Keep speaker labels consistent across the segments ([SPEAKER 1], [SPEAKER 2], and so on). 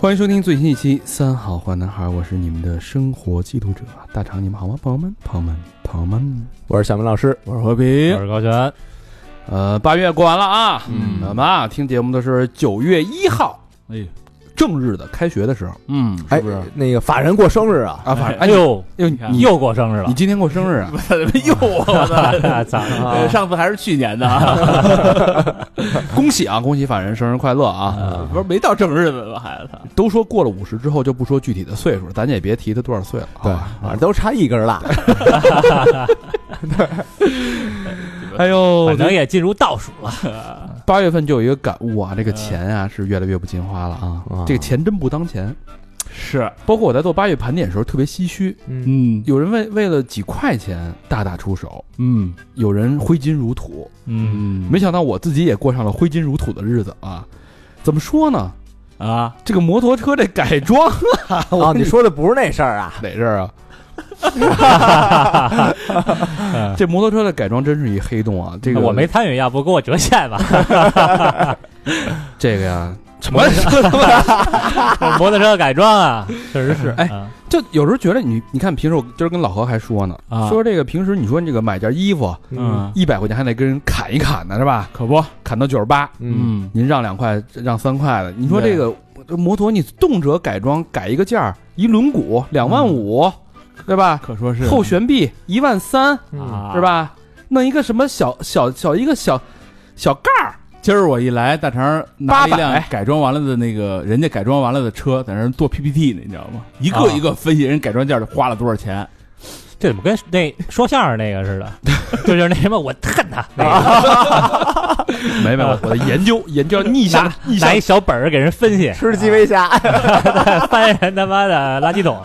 [SPEAKER 1] 欢迎收听最新一期《三好坏男孩》，我是你们的生活记录者大肠，你们好吗？朋友们，朋友们，朋友们，
[SPEAKER 2] 我是小明老师，
[SPEAKER 1] 我是和平
[SPEAKER 3] 我是高璇，
[SPEAKER 1] 呃，八月过完了啊，
[SPEAKER 3] 嗯
[SPEAKER 1] 我们啊听节目都是九月一号
[SPEAKER 3] 哎，
[SPEAKER 1] 正日的开学的时候
[SPEAKER 3] 嗯，
[SPEAKER 2] 哎
[SPEAKER 1] 是不是，
[SPEAKER 2] 那个法人过生日啊，
[SPEAKER 1] 啊，反正
[SPEAKER 3] 哎
[SPEAKER 1] 哎
[SPEAKER 3] 呦，
[SPEAKER 1] 呦，你
[SPEAKER 3] 又过生日
[SPEAKER 1] 你
[SPEAKER 3] 了，
[SPEAKER 1] 今天过生日 啊？
[SPEAKER 4] 怎么又我 呢？
[SPEAKER 3] 咋
[SPEAKER 4] 呃上次还是去年的啊，
[SPEAKER 1] 恭喜啊，恭喜法人生日快乐啊！
[SPEAKER 3] 啊？
[SPEAKER 4] 不是没到正日子吧，孩子？
[SPEAKER 1] 都说过了五十之后就不说具体的岁数，咱也别提他多少岁了。好
[SPEAKER 2] 对，
[SPEAKER 1] 吧
[SPEAKER 2] 反正都差一根蜡。
[SPEAKER 1] 哎呦
[SPEAKER 3] 反，正也进入倒数了，
[SPEAKER 1] 八月份就有一个感悟啊，这个钱啊
[SPEAKER 3] 嗯
[SPEAKER 1] 是越来越不进花了啊
[SPEAKER 2] 啊，
[SPEAKER 1] 这个钱真不当钱。
[SPEAKER 4] 是，
[SPEAKER 1] 包括我在做八月盘点的时候特别唏嘘，
[SPEAKER 2] 嗯，
[SPEAKER 3] 嗯
[SPEAKER 1] 有人为为了几块钱大打出手，
[SPEAKER 3] 嗯
[SPEAKER 1] 有人挥金如土，
[SPEAKER 3] 嗯，
[SPEAKER 1] 没想到我自己也过上了挥金如土的日子啊！怎么说呢？
[SPEAKER 4] 啊，
[SPEAKER 1] 这个摩托车这改装
[SPEAKER 2] 哦，你说的不是那事儿啊？
[SPEAKER 1] 哪事 儿啊？这摩托车的改装真是一黑洞啊！这个
[SPEAKER 3] 我没参与，要不给我折现 吧？
[SPEAKER 1] 这个呀，什么车 他妈？
[SPEAKER 3] 摩托车改装啊，确实是，
[SPEAKER 1] 哎
[SPEAKER 3] 啊
[SPEAKER 1] 就有时候觉得你，你看平时我今儿跟老何还说呢，
[SPEAKER 3] 啊，
[SPEAKER 1] 说这个平时你说你这个买件衣服
[SPEAKER 3] 嗯
[SPEAKER 1] 一百块钱还得跟人砍一砍呢，是吧？
[SPEAKER 4] 可不，
[SPEAKER 1] 砍到九十八，
[SPEAKER 2] 嗯，
[SPEAKER 3] 嗯啊
[SPEAKER 1] 您让两块，让三块的，你说这个摩托你动辄改装改一个件儿，一轮毂两万
[SPEAKER 3] 嗯
[SPEAKER 1] 五，对吧？
[SPEAKER 4] 可说是
[SPEAKER 1] 后悬臂一万三，
[SPEAKER 2] 嗯
[SPEAKER 3] 啊，
[SPEAKER 1] 是？吧？弄一个什么小小小一个小小盖儿，
[SPEAKER 4] 今儿我一来，大肠拿了一辆
[SPEAKER 1] 800
[SPEAKER 4] 改装完了的那个人家改装完了的车，在那儿做 PPT 呢，你知道吗？一个
[SPEAKER 3] 啊
[SPEAKER 4] 一个分析人改装件花了多少钱，
[SPEAKER 3] 这怎么跟那说相声那个似的？就是那什么，我恨 他，那
[SPEAKER 1] 哎
[SPEAKER 3] 个
[SPEAKER 1] 没没，我我在研究研究逆向逆
[SPEAKER 3] 拿
[SPEAKER 1] 向
[SPEAKER 3] 一小本儿给人分析，
[SPEAKER 2] 吃鸡尾虾，
[SPEAKER 3] 翻人他妈的垃圾桶，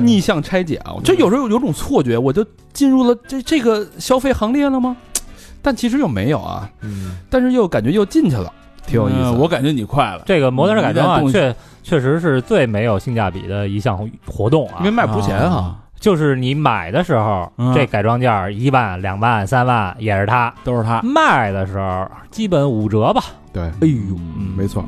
[SPEAKER 1] 逆向拆解啊！就有时候有种错觉，我就进入了这这个消费行列了吗？但其实又没有啊，
[SPEAKER 2] 嗯
[SPEAKER 1] 但是又感觉又进去了，挺有意思的。
[SPEAKER 4] 嗯我感觉你快了，
[SPEAKER 3] 这个摩托车改装
[SPEAKER 4] 你
[SPEAKER 2] 嗯
[SPEAKER 3] 啊，
[SPEAKER 4] 在动
[SPEAKER 3] 确确实是最没有性价比的一项活动啊
[SPEAKER 1] 因为。卖不出钱啊，
[SPEAKER 3] 就是你买的时候，
[SPEAKER 4] 嗯
[SPEAKER 3] 这改装件儿一万、两万、三万也是它；
[SPEAKER 4] 都是他。
[SPEAKER 3] 卖的时候基本五折吧。
[SPEAKER 1] 对，哎呦，没错，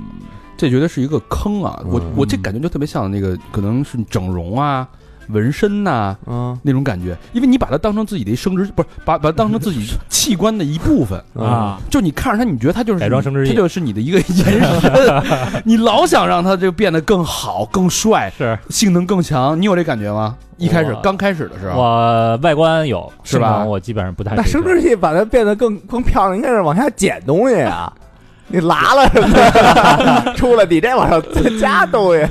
[SPEAKER 1] 这绝对是一个坑啊！我
[SPEAKER 2] 嗯
[SPEAKER 1] 我这感觉就特别像那个，可能是整容啊、纹身呐、
[SPEAKER 2] 嗯
[SPEAKER 1] 那种感觉，因为你把它当成自己的生殖，不是把把它当成自己器官的一部分。
[SPEAKER 2] 啊，
[SPEAKER 4] 啊，
[SPEAKER 1] 就你看着它，你觉得它就是
[SPEAKER 3] 改装生殖器
[SPEAKER 1] 它就是你的一个延伸，你老想让它就变得更好、更帅、
[SPEAKER 3] 是
[SPEAKER 1] 性能更强，你有这感觉吗？一开始
[SPEAKER 3] 我
[SPEAKER 1] 刚开始的时候，
[SPEAKER 3] 我外观有
[SPEAKER 1] 是吧
[SPEAKER 3] 性能我基本上不太
[SPEAKER 2] 那
[SPEAKER 3] 追求。
[SPEAKER 2] 生殖器把它变得更更漂亮，应该是往下减东西啊。你拉了什么的， 出来比这往上加东西，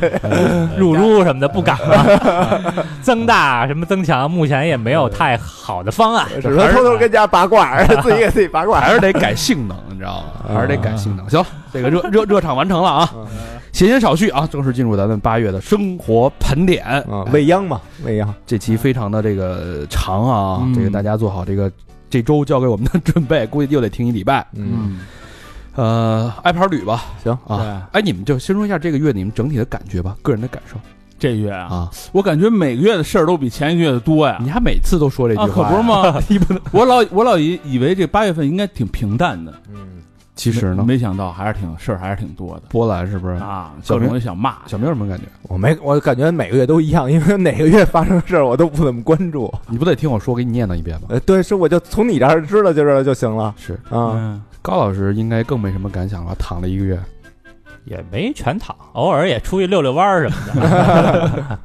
[SPEAKER 3] 入珠什么的不敢了， 增大什么增强，目前也没有太好的方案。
[SPEAKER 2] 只能偷偷跟家拔罐儿， 自己给自己拔罐儿。
[SPEAKER 1] 还是得改性能，你知道 吗？还是得改
[SPEAKER 4] 啊
[SPEAKER 1] 性能。行，这个热热热场完成了啊
[SPEAKER 2] 嗯，
[SPEAKER 1] 闲言少叙啊，正式进入咱们八月的生活盘点。
[SPEAKER 4] 嗯
[SPEAKER 2] 啊，未央嘛，未央，
[SPEAKER 1] 这期非常的这个长啊，
[SPEAKER 4] 嗯
[SPEAKER 1] 这个大家做好这个这周交给我们的准备，估计又得听一礼拜。
[SPEAKER 2] 嗯，
[SPEAKER 1] 呃，挨盘捋吧。
[SPEAKER 2] 行
[SPEAKER 4] 嗯
[SPEAKER 1] 啊，哎，你们就先说一下这个月你们整体的感觉吧，个人的感受
[SPEAKER 4] 这月啊，
[SPEAKER 1] 啊。
[SPEAKER 4] 我感觉每个月的事儿都比前一个月的多呀。
[SPEAKER 1] 你还每次都说这
[SPEAKER 4] 啊，
[SPEAKER 1] 句
[SPEAKER 4] 可
[SPEAKER 1] 话呀，
[SPEAKER 4] 不是吗？ 我老我老以以为这八月份应该挺平淡的，
[SPEAKER 2] 嗯，
[SPEAKER 1] 其实呢，
[SPEAKER 4] 没没想到还是挺事儿还是挺多的
[SPEAKER 1] 波兰是不是？
[SPEAKER 4] 啊，
[SPEAKER 1] 小
[SPEAKER 4] 各
[SPEAKER 1] 明
[SPEAKER 4] 种就想骂。
[SPEAKER 1] 小明有什么感觉？
[SPEAKER 2] 我没，我感觉每个月都一样，因为哪个月发生的事儿我都不怎么关注。
[SPEAKER 1] 你不得听我说，给你念叨一遍吗？
[SPEAKER 2] 呃，对，是我就从你这儿知道就是就行了
[SPEAKER 1] 是
[SPEAKER 2] 啊。
[SPEAKER 4] 嗯，
[SPEAKER 1] 高老师应该更没什么感想了，躺了一个月。
[SPEAKER 3] 也没全躺，偶尔也出去遛遛弯儿什么的。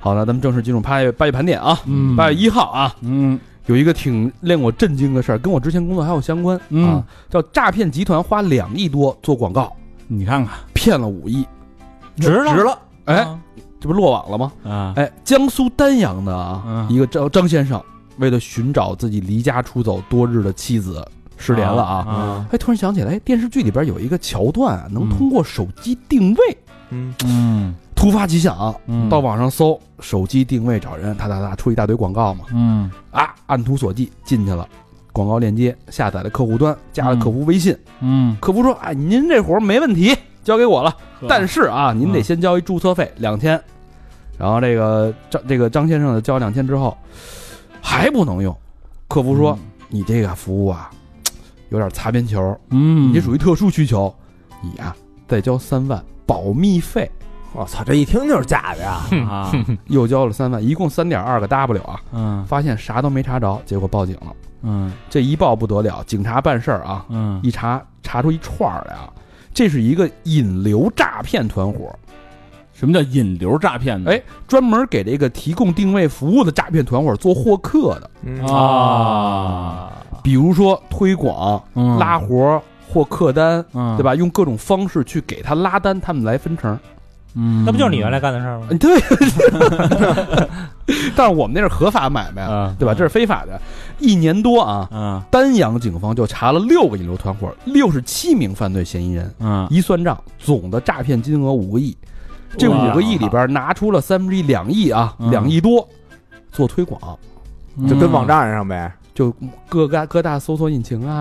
[SPEAKER 1] 好了，咱们正式进入八月八月盘点啊，
[SPEAKER 4] 嗯
[SPEAKER 1] 八月一号啊，
[SPEAKER 4] 嗯
[SPEAKER 1] 有一个挺令我震惊的事儿，跟我之前工作还有相关、
[SPEAKER 4] 嗯
[SPEAKER 1] 啊，叫诈骗集团花两亿多做广告，
[SPEAKER 4] 你看看，
[SPEAKER 1] 骗了五亿，
[SPEAKER 3] 值了，
[SPEAKER 1] 值了，哎，
[SPEAKER 3] 啊，
[SPEAKER 1] 这不落网了吗？
[SPEAKER 4] 啊，
[SPEAKER 1] 哎，江苏丹阳的啊，
[SPEAKER 4] 嗯
[SPEAKER 1] 一个张张先生，为了寻找自己离家出走多日的妻子，失联了啊。
[SPEAKER 4] 啊，
[SPEAKER 1] 哎，突然想起来，哎电视剧里边有一个桥段啊，能
[SPEAKER 4] 嗯
[SPEAKER 1] 通过手机定位。
[SPEAKER 2] 嗯
[SPEAKER 4] 嗯
[SPEAKER 1] 突发奇想啊，
[SPEAKER 4] 嗯
[SPEAKER 1] 到网上搜手机定位找人，哒哒哒出一大堆广告嘛，
[SPEAKER 4] 嗯
[SPEAKER 1] 啊，按图索骥进去了，广告链接下载了客户端，加了客服微信。
[SPEAKER 4] 嗯，
[SPEAKER 1] 客服说：“哎，您这活儿没问题，交给我了。但
[SPEAKER 4] 是
[SPEAKER 1] 是啊，您得先交一注册费两千。”然后这个张这个张先生交两千之后，还不能用。客服说：“你这个服务啊，有点擦边球，
[SPEAKER 4] 嗯，
[SPEAKER 1] 你这属
[SPEAKER 4] 于
[SPEAKER 1] 于特殊需求，你啊再交三万保密费，
[SPEAKER 2] 我操，这一听就是假的呀！
[SPEAKER 4] 啊，
[SPEAKER 1] 又交了三万，一共三点二个 W 啊。”
[SPEAKER 4] 嗯
[SPEAKER 1] 发现啥都没查着，结果报警了。
[SPEAKER 4] 嗯
[SPEAKER 1] 这一报不得了，警察办事儿啊，
[SPEAKER 4] 嗯，
[SPEAKER 1] 一查查出一串儿来啊，这是一个引流诈骗团伙，
[SPEAKER 4] 什么叫引流诈骗呢？
[SPEAKER 1] 哎，专门给这个提供定位服务的诈骗团伙做获客的，
[SPEAKER 2] 嗯
[SPEAKER 4] 啊，
[SPEAKER 1] 比如说推广、
[SPEAKER 4] 嗯
[SPEAKER 1] 拉活儿、获客单，
[SPEAKER 4] 嗯
[SPEAKER 1] 对？吧？用各种方式去给他拉单，他们来分成。
[SPEAKER 4] 嗯，
[SPEAKER 3] 那不就是你原来干的事儿吗？
[SPEAKER 1] 嗯，对， 但是我们那是合法买卖，
[SPEAKER 3] 啊，
[SPEAKER 1] 对吧？这是非法的。一年多啊，
[SPEAKER 4] 嗯
[SPEAKER 1] 丹阳警方就查了六个引流团伙，六十七名犯罪嫌疑人，
[SPEAKER 4] 嗯
[SPEAKER 1] 一算账，总的诈骗金额五个亿。这五个亿里边拿出了三分之一两亿啊，
[SPEAKER 4] 嗯
[SPEAKER 1] 两亿多做推广，
[SPEAKER 4] 嗯
[SPEAKER 2] 就跟网站上呗。
[SPEAKER 1] 就各大各大搜索引擎啊，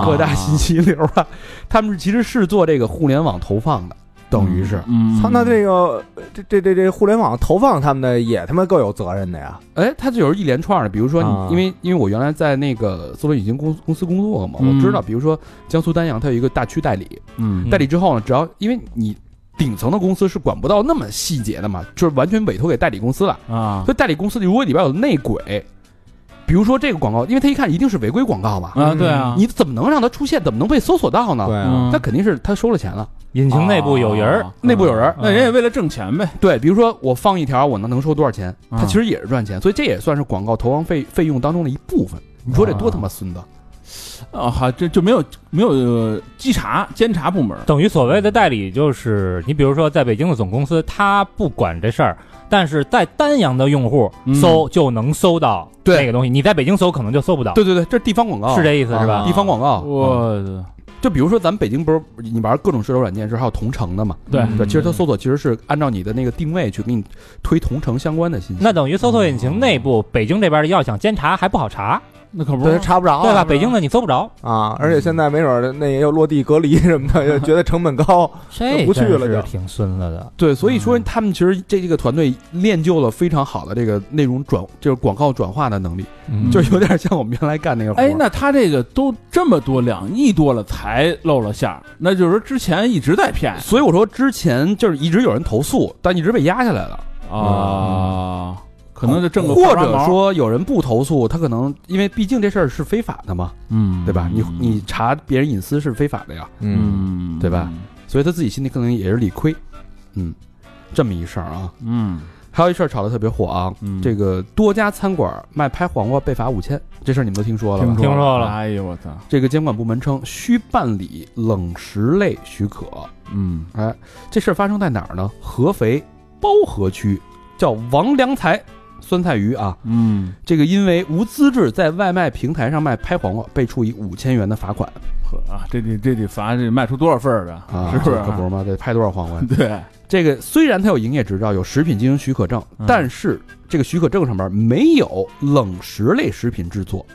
[SPEAKER 2] 啊
[SPEAKER 1] 各大信息流啊，他们是其实是做这个互联网投放的，等于是，
[SPEAKER 4] 嗯，
[SPEAKER 2] 操，那这个这这这这互联网投放他们的也他妈够有责任的呀！
[SPEAKER 1] 哎，它就有一连串的，比如说
[SPEAKER 2] 啊
[SPEAKER 1] 你，因为因为我原来在那个搜索引擎公公司工作嘛，
[SPEAKER 4] 嗯
[SPEAKER 1] 我知道，比如说江苏丹阳，它有一个大区代理，
[SPEAKER 4] 嗯
[SPEAKER 1] 代理之后呢，只要因为你顶层的公司是管不到那么细节的嘛，就是完全委托给代理公司了。
[SPEAKER 4] 啊
[SPEAKER 1] 所以代理公司如果里边有内鬼，比如说这个广告，因为他一看一定是违规广告嘛，
[SPEAKER 4] 啊，对啊，
[SPEAKER 1] 你怎么能让它出现？怎么能被搜索到呢？
[SPEAKER 2] 对啊，
[SPEAKER 4] 嗯
[SPEAKER 1] 那肯定是他收了钱了，
[SPEAKER 3] 引擎内部有人儿，
[SPEAKER 4] 啊
[SPEAKER 1] 内部有人儿。
[SPEAKER 4] 那人也为了挣钱呗，
[SPEAKER 1] 对，比如说我放一条，我能能收多少钱？
[SPEAKER 4] 啊
[SPEAKER 1] 他其实也是赚钱，所以这也算是广告投放费费用当中的一部分。你说这多他妈孙子！
[SPEAKER 4] 啊，好，这就没有没有呃稽查监察部门儿，
[SPEAKER 3] 等于所谓的代理就是你比如说在北京的总公司，他不管这事儿，但是在丹阳的用户
[SPEAKER 4] 嗯
[SPEAKER 3] 搜就能搜到
[SPEAKER 1] 对
[SPEAKER 3] 那个东西，你在北京搜可能就搜不到，
[SPEAKER 1] 对对啊对，这是地方广告，
[SPEAKER 3] 是这意思是吧
[SPEAKER 1] 地？方广告。
[SPEAKER 4] 我的
[SPEAKER 1] 就比如说咱们北京不是你玩各种社交软件是还有同城的嘛？
[SPEAKER 4] 对
[SPEAKER 1] 对，其实它搜索其实是按照你的那个定位去给你推同城相关的信息。
[SPEAKER 3] 那等于搜索引擎内部，北京这边要想监察还不好查，
[SPEAKER 4] 那
[SPEAKER 1] 哦
[SPEAKER 4] 可不
[SPEAKER 2] 对，
[SPEAKER 4] 是
[SPEAKER 2] 查不着啊，
[SPEAKER 3] 对吧？北京的你搜不着，
[SPEAKER 2] 啊，而且现在没准儿那也有落地隔离什么的，觉得成本高。
[SPEAKER 3] 这
[SPEAKER 2] 不去了
[SPEAKER 3] 真是
[SPEAKER 2] 就
[SPEAKER 3] 挺孙子的。
[SPEAKER 1] 对，所以说他们其实这这个团队练就了非常好的这个内容转，就是广告转化的能力，
[SPEAKER 3] 嗯
[SPEAKER 1] 就是有点像我们原来干那个活儿。
[SPEAKER 4] 哎，那他这个都这么多两亿多了才露了馅儿，那就是说之前一直在骗
[SPEAKER 1] 所以我说之前就是一直有人投诉，但一直被压下来了。
[SPEAKER 4] 啊，可能就挣个
[SPEAKER 1] 或
[SPEAKER 4] 八毛
[SPEAKER 1] 者，说有人不投诉，他可能因为毕竟这事儿是非法的嘛，
[SPEAKER 4] 嗯，
[SPEAKER 1] 对吧？你你查别人隐私是非法的呀，
[SPEAKER 4] 嗯，
[SPEAKER 1] 对吧？所以他自己心里可能也是理亏。嗯，这么一事儿啊，
[SPEAKER 4] 嗯？
[SPEAKER 1] 还有一事儿炒得特别火啊，
[SPEAKER 4] 嗯，
[SPEAKER 1] 这个多家餐馆卖拍黄瓜被罚五千，这事儿你们都听说了吧？
[SPEAKER 3] 听说了
[SPEAKER 4] 哎呦我操，
[SPEAKER 1] 这个监管部门称需办理冷食类许可。
[SPEAKER 4] 嗯
[SPEAKER 1] 哎，这事儿发生在哪儿呢？合肥包河区，叫王良才酸菜鱼啊，
[SPEAKER 4] 嗯，
[SPEAKER 1] 这个因为无资质在外卖平台上卖拍黄瓜，被处以五千元的罚款
[SPEAKER 4] 呵啊，这得这得罚这卖出多少份儿
[SPEAKER 1] 啊
[SPEAKER 4] 的，，是不
[SPEAKER 1] 这可不是
[SPEAKER 4] 是？
[SPEAKER 1] 吗？得拍多少黄瓜？
[SPEAKER 4] 对，
[SPEAKER 1] 这个虽然它有营业执照，有食品经营许可证
[SPEAKER 4] 嗯，
[SPEAKER 1] 但是这个许可证上面没有冷食类食品制作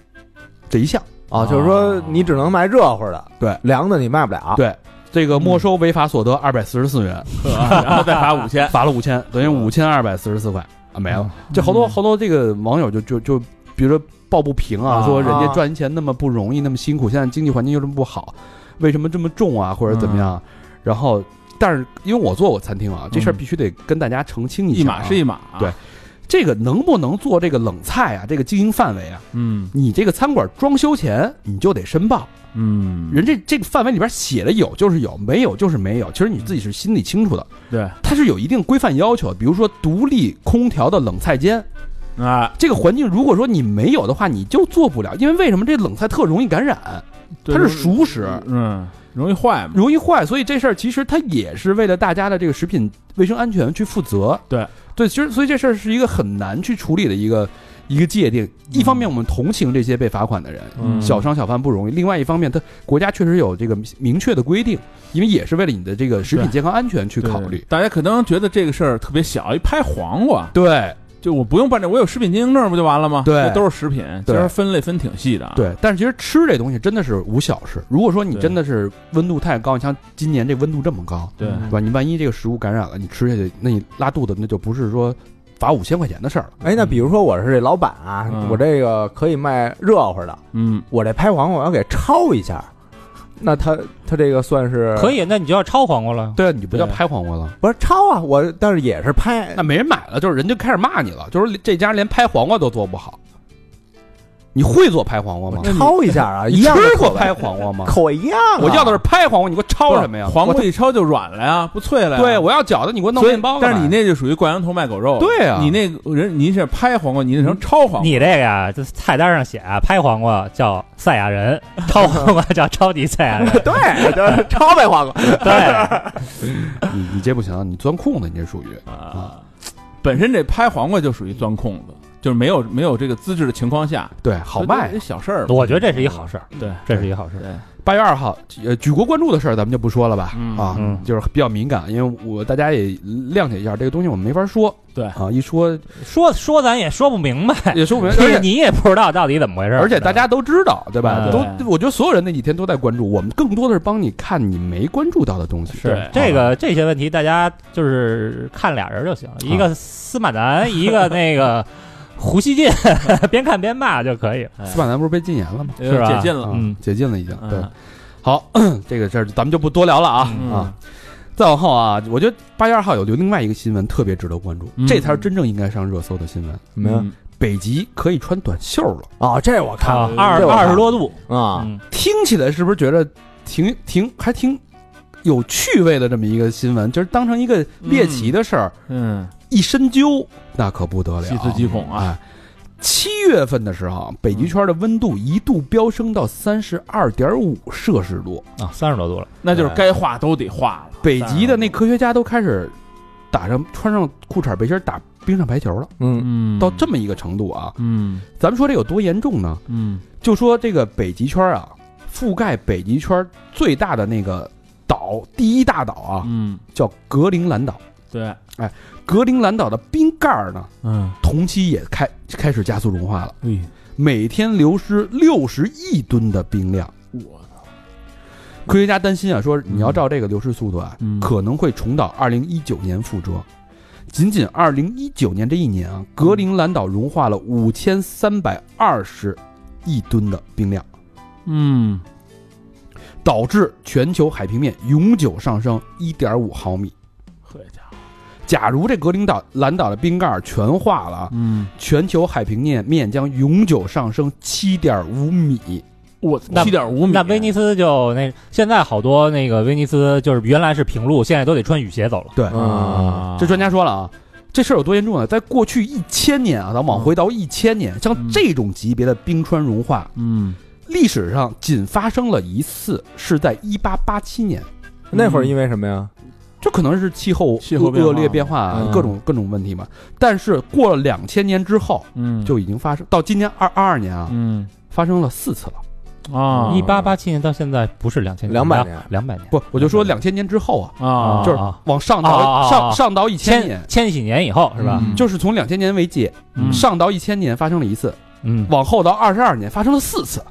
[SPEAKER 1] 这一项。
[SPEAKER 2] 啊，就是说你只能卖热乎的，
[SPEAKER 1] 对，
[SPEAKER 2] 凉的你卖不了。
[SPEAKER 1] 对，这个没收违法所得二百四十四元，
[SPEAKER 4] 啊嗯呵啊然后再罚五千， 嗯
[SPEAKER 1] 罚了五千，等于五千二百四十四块啊，没了。这好多好多这个网友就就就，比如说抱不平啊，
[SPEAKER 4] 啊
[SPEAKER 1] 说人家赚钱那么不容易，那么辛苦，现在经济环境又这么不好，为什么这么重啊，或者怎么样？
[SPEAKER 4] 嗯
[SPEAKER 1] 然后，但是因为我做过餐厅啊，这事儿必须得跟大家澄清
[SPEAKER 4] 一
[SPEAKER 1] 下、
[SPEAKER 4] 码
[SPEAKER 1] 啊。
[SPEAKER 4] 是一码，
[SPEAKER 1] 对，这个能不能做这个冷菜啊？这个经营范围啊，
[SPEAKER 4] 嗯
[SPEAKER 1] 你这个餐馆装修前你就得申报，
[SPEAKER 4] 嗯，
[SPEAKER 1] 人这这个范围里边写的有就是有，没有就是没有，其实你自己是心里清楚的。
[SPEAKER 4] 对
[SPEAKER 1] 它是有一定规范要求，比如说独立空调的冷菜间，
[SPEAKER 4] 啊，
[SPEAKER 1] 这个环境如果说你没有的话，你就做不了，因为为什么这冷菜特容易感染，它
[SPEAKER 4] 对
[SPEAKER 1] 是熟食，
[SPEAKER 4] 嗯，容易坏嘛，
[SPEAKER 1] 容易坏，所以这事儿其实它也是为了大家的这个食品卫生安全去负责。
[SPEAKER 4] 对
[SPEAKER 1] 对，其实所以这事儿是一个很难去处理的一个一个界定。一方面我们同情这些被罚款的人，
[SPEAKER 4] 嗯
[SPEAKER 1] 小商小贩不容易；另外一方面，它国家确实有这个明确的规定，因为也是为了你的这个食品
[SPEAKER 4] 对
[SPEAKER 1] 健康安全去考
[SPEAKER 4] 对
[SPEAKER 1] 虑。
[SPEAKER 4] 大家可能觉得这个事儿特别小，一拍黄瓜，
[SPEAKER 1] 对，
[SPEAKER 4] 就我不用办这，我有食品经营证不就完了吗？
[SPEAKER 1] 对
[SPEAKER 4] 这都是食品，其
[SPEAKER 1] 对
[SPEAKER 4] 实分类分挺细的啊。，
[SPEAKER 1] 对，但是其实吃这东西真的是无小事。如果说你真的是温度太高，你像今年这温度这么高，
[SPEAKER 4] 对
[SPEAKER 1] 对吧？你万一这个食物感染了，你吃下去，那你拉肚子，那就不是说罚五千块钱的事儿了。
[SPEAKER 5] 哎，那比如说我是这老板啊，
[SPEAKER 4] 嗯
[SPEAKER 5] 我这个可以卖热乎的，
[SPEAKER 4] 嗯，
[SPEAKER 5] 我这拍黄瓜我要给焯一下，那他他这个算是
[SPEAKER 3] 可
[SPEAKER 5] 以
[SPEAKER 3] 以，那你就要抄黄瓜了。
[SPEAKER 1] 对啊，你不叫
[SPEAKER 4] 对
[SPEAKER 1] 拍黄瓜了，
[SPEAKER 5] 不是焯啊？我但是也是拍
[SPEAKER 1] 那，没人买了，就是人就开始骂你了，就是这家连拍黄瓜都做不好。你会做拍黄瓜吗？
[SPEAKER 5] 焯一下啊，
[SPEAKER 1] 你
[SPEAKER 5] 一样的
[SPEAKER 1] 吃过
[SPEAKER 5] 口味
[SPEAKER 1] 拍黄瓜吗？
[SPEAKER 5] 口味一样 啊。
[SPEAKER 1] 我要的是拍黄瓜，你给我焯什么呀？
[SPEAKER 4] 哦黄瓜
[SPEAKER 1] 我
[SPEAKER 4] 一焯就软了呀，不脆了呀。
[SPEAKER 1] 对，我要饺子，你给我弄
[SPEAKER 4] 所以
[SPEAKER 1] 面包。
[SPEAKER 4] 但是你。那就属于挂羊头卖狗肉。
[SPEAKER 1] 对啊嗯
[SPEAKER 4] 你那个人你是拍黄瓜，你是成抄黄瓜。
[SPEAKER 3] 你这个呀，这菜单上写啊，拍黄瓜叫赛亚人， 抄黄瓜叫超级赛亚人。
[SPEAKER 5] 对， 就是焯呗黄瓜。
[SPEAKER 3] 对，
[SPEAKER 1] 你你这不行，你钻空子，你这属于
[SPEAKER 4] 啊，本身这拍黄瓜就属于钻空子，就是没有没有这个资质的情况下，
[SPEAKER 1] 对好卖
[SPEAKER 4] 这。小事儿。
[SPEAKER 3] 我觉得这是一好事儿，
[SPEAKER 4] 对
[SPEAKER 3] 这是一好事儿。
[SPEAKER 4] 对，
[SPEAKER 1] 八月二号，呃，举国关注的事儿咱们就不说了吧，
[SPEAKER 4] 嗯
[SPEAKER 1] 啊，
[SPEAKER 3] 嗯
[SPEAKER 1] 就是比较敏感，因为我大家也谅解一下，这个东西我们没法说，
[SPEAKER 4] 对
[SPEAKER 1] 啊，一 说
[SPEAKER 3] 说说咱也说不明白，
[SPEAKER 1] 也说不明白，
[SPEAKER 3] 就
[SPEAKER 1] 而
[SPEAKER 3] 是
[SPEAKER 1] 且
[SPEAKER 3] 你也不知道到底怎么回事儿。
[SPEAKER 1] 而且大家都知道，对吧？
[SPEAKER 3] 嗯
[SPEAKER 1] 都，我觉得所有人那几天都在关注，我们更多的是帮你看你没关注到的东西，
[SPEAKER 3] 是
[SPEAKER 4] 对
[SPEAKER 3] 这个这些问题，大家就是看俩人就行了，一个司马南，一个那个胡锡进， 边看边骂就可以了。
[SPEAKER 1] 司马南不是被禁言了吗？
[SPEAKER 4] 呃
[SPEAKER 3] 是吧
[SPEAKER 4] 解禁了
[SPEAKER 1] 啊。
[SPEAKER 3] 嗯
[SPEAKER 1] 哎解禁了已经，对，
[SPEAKER 4] 嗯
[SPEAKER 1] 好， 这个事儿咱们就不多聊了啊、
[SPEAKER 4] 嗯
[SPEAKER 1] 啊。 再往后啊，我觉得八月二号有另外一个新闻特别值得关注，
[SPEAKER 4] 嗯
[SPEAKER 1] 这才是真正应该上热搜的新闻。
[SPEAKER 5] 没有
[SPEAKER 4] 嗯
[SPEAKER 1] 北极可以穿短袖了，
[SPEAKER 5] 啊，这我看
[SPEAKER 3] 啊
[SPEAKER 5] 了，，
[SPEAKER 3] 二
[SPEAKER 5] 这我看
[SPEAKER 3] 二十多度
[SPEAKER 5] 了啊，
[SPEAKER 3] 嗯
[SPEAKER 1] 听起来是不是觉得挺挺还挺有趣味的这么一个新闻？就是当成一个猎奇的事儿，
[SPEAKER 4] 嗯，
[SPEAKER 1] 一深究那可不得了，
[SPEAKER 4] 细思极恐啊！
[SPEAKER 1] 哎，七月份的时候，北极圈的温度一度飙升到三十二点五摄氏度，
[SPEAKER 3] 啊，三十多度了，
[SPEAKER 4] 那就是
[SPEAKER 1] 哎
[SPEAKER 4] 该化都得化了。
[SPEAKER 1] 北极的那科学家都开始打上穿上裤衩背心儿打冰上排球了，
[SPEAKER 5] 嗯
[SPEAKER 4] 嗯
[SPEAKER 1] 到这么一个程度啊！
[SPEAKER 4] 嗯
[SPEAKER 1] 咱们说这有多严重呢？
[SPEAKER 4] 嗯
[SPEAKER 1] 就说这个北极圈啊，覆盖北极圈最大的那个岛，第一大岛啊，
[SPEAKER 4] 嗯，
[SPEAKER 1] 叫格陵兰岛。
[SPEAKER 4] 对，
[SPEAKER 1] 格陵兰岛的冰盖儿呢，
[SPEAKER 4] 嗯，
[SPEAKER 1] 同期也开开始加速融化了，
[SPEAKER 4] 哎，
[SPEAKER 1] 每天流失六十亿吨的冰量。
[SPEAKER 4] 我
[SPEAKER 1] 科学家担心啊，说你要照这个流失速度啊，
[SPEAKER 4] 嗯
[SPEAKER 1] 可能会重蹈二零一九年覆辙。仅仅二零一九年这一年啊，格陵兰岛融化了五千三百二十亿吨的冰量，
[SPEAKER 4] 嗯
[SPEAKER 1] 导致全球海平面永久上升一点五毫米。
[SPEAKER 4] 呵家伙，
[SPEAKER 1] 假如这格陵岛兰岛的冰盖儿全化了啊，
[SPEAKER 4] 嗯，
[SPEAKER 1] 全球海平面面将永久上升七点五米。
[SPEAKER 4] 我
[SPEAKER 3] 那
[SPEAKER 4] 七点五米，啊
[SPEAKER 3] 那威尼斯就那现在好多那个威尼斯就是原来是平路，现在都得穿雨鞋走了。
[SPEAKER 1] 对，
[SPEAKER 5] 啊
[SPEAKER 4] 啊，
[SPEAKER 1] 这专家说了啊，这事儿有多严重呢？在过去一千年啊，咱往回倒一千年，像这种级别的冰川融化，
[SPEAKER 4] 嗯，
[SPEAKER 1] 历史上仅发生了一次，是在一八八七年。
[SPEAKER 5] 那会儿因为什么呀？
[SPEAKER 1] 这可能是气候
[SPEAKER 4] 气候变化
[SPEAKER 1] 恶劣变化啊
[SPEAKER 4] 嗯
[SPEAKER 1] 各种各种问题嘛。但是过了两千年之后，
[SPEAKER 4] 嗯
[SPEAKER 1] 就已经发生到今年二二二年啊，
[SPEAKER 4] 嗯
[SPEAKER 1] 发生了四次了。
[SPEAKER 4] 啊
[SPEAKER 3] 一八八七年到现在不是两千
[SPEAKER 5] 200年
[SPEAKER 3] 两百年
[SPEAKER 1] 不，我就说两千年之后啊，
[SPEAKER 4] 啊，
[SPEAKER 1] 就是
[SPEAKER 3] 啊
[SPEAKER 1] 往上
[SPEAKER 3] 啊啊
[SPEAKER 1] 倒
[SPEAKER 3] 啊
[SPEAKER 1] 上上倒一千年
[SPEAKER 3] 千，千禧年以后是吧？
[SPEAKER 4] 嗯
[SPEAKER 1] 就是从两千年为界，
[SPEAKER 4] 嗯
[SPEAKER 1] 上倒一千年发生了一次，
[SPEAKER 3] 嗯，
[SPEAKER 1] 往后到二十二年发生了四次。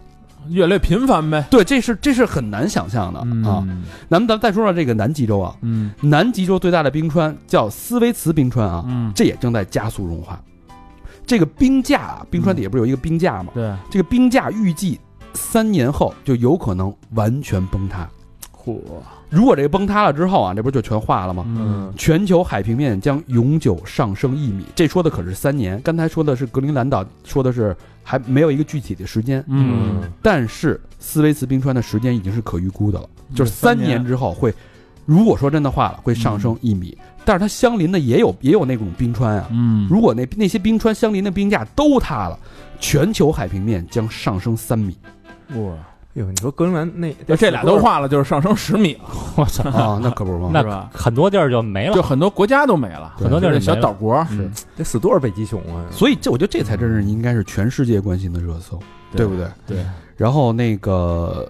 [SPEAKER 4] 越来越频繁呗。
[SPEAKER 1] 对，这是这是很难想象的、啊。咱们咱们再说说这个南极洲啊，
[SPEAKER 4] 嗯
[SPEAKER 1] 南极洲最大的冰川叫斯威茨冰川啊，
[SPEAKER 4] 嗯，
[SPEAKER 1] 这也正在加速融化。这个冰架啊，冰川底下不是有一个冰架吗？
[SPEAKER 4] 对，
[SPEAKER 1] 这个冰架预计三年后就有可能完全崩塌。
[SPEAKER 4] 嚯，
[SPEAKER 1] 如果这个崩塌了之后啊，这不就全化了吗？
[SPEAKER 4] 嗯
[SPEAKER 1] 全球海平面将永久上升一米，这说的可是三年。刚才说的是格陵兰岛，说的是还没有一个具体的时间，
[SPEAKER 4] 嗯，
[SPEAKER 1] 但是斯威茨冰川的时间已经是可预估的了，就是
[SPEAKER 4] 三
[SPEAKER 1] 三年之后会，如果说真的化了，会上升一米。但是它相邻的也有也有那种冰川啊，
[SPEAKER 4] 嗯，
[SPEAKER 1] 如果那那些冰川相邻的冰架都塌了，全球海平面将上升三米
[SPEAKER 4] 哇，
[SPEAKER 5] 哟，哎你说格陵兰那
[SPEAKER 4] 这俩都，化了，就是上升十米了，
[SPEAKER 3] 我操，
[SPEAKER 1] 啊，那可不是吗？
[SPEAKER 3] 那
[SPEAKER 4] 是吧？
[SPEAKER 3] 很多地儿就没了
[SPEAKER 4] 就。很多国家都没了，
[SPEAKER 1] 对
[SPEAKER 3] 很多地
[SPEAKER 4] 就
[SPEAKER 3] 儿
[SPEAKER 4] 是
[SPEAKER 3] 就没
[SPEAKER 4] 小
[SPEAKER 3] 了
[SPEAKER 4] 岛国，
[SPEAKER 3] 嗯
[SPEAKER 5] 得死多少北极熊啊？
[SPEAKER 1] 所以这我觉得这才真是应该是全世界关心的热搜，对不对？
[SPEAKER 4] 对，
[SPEAKER 1] 然后那个，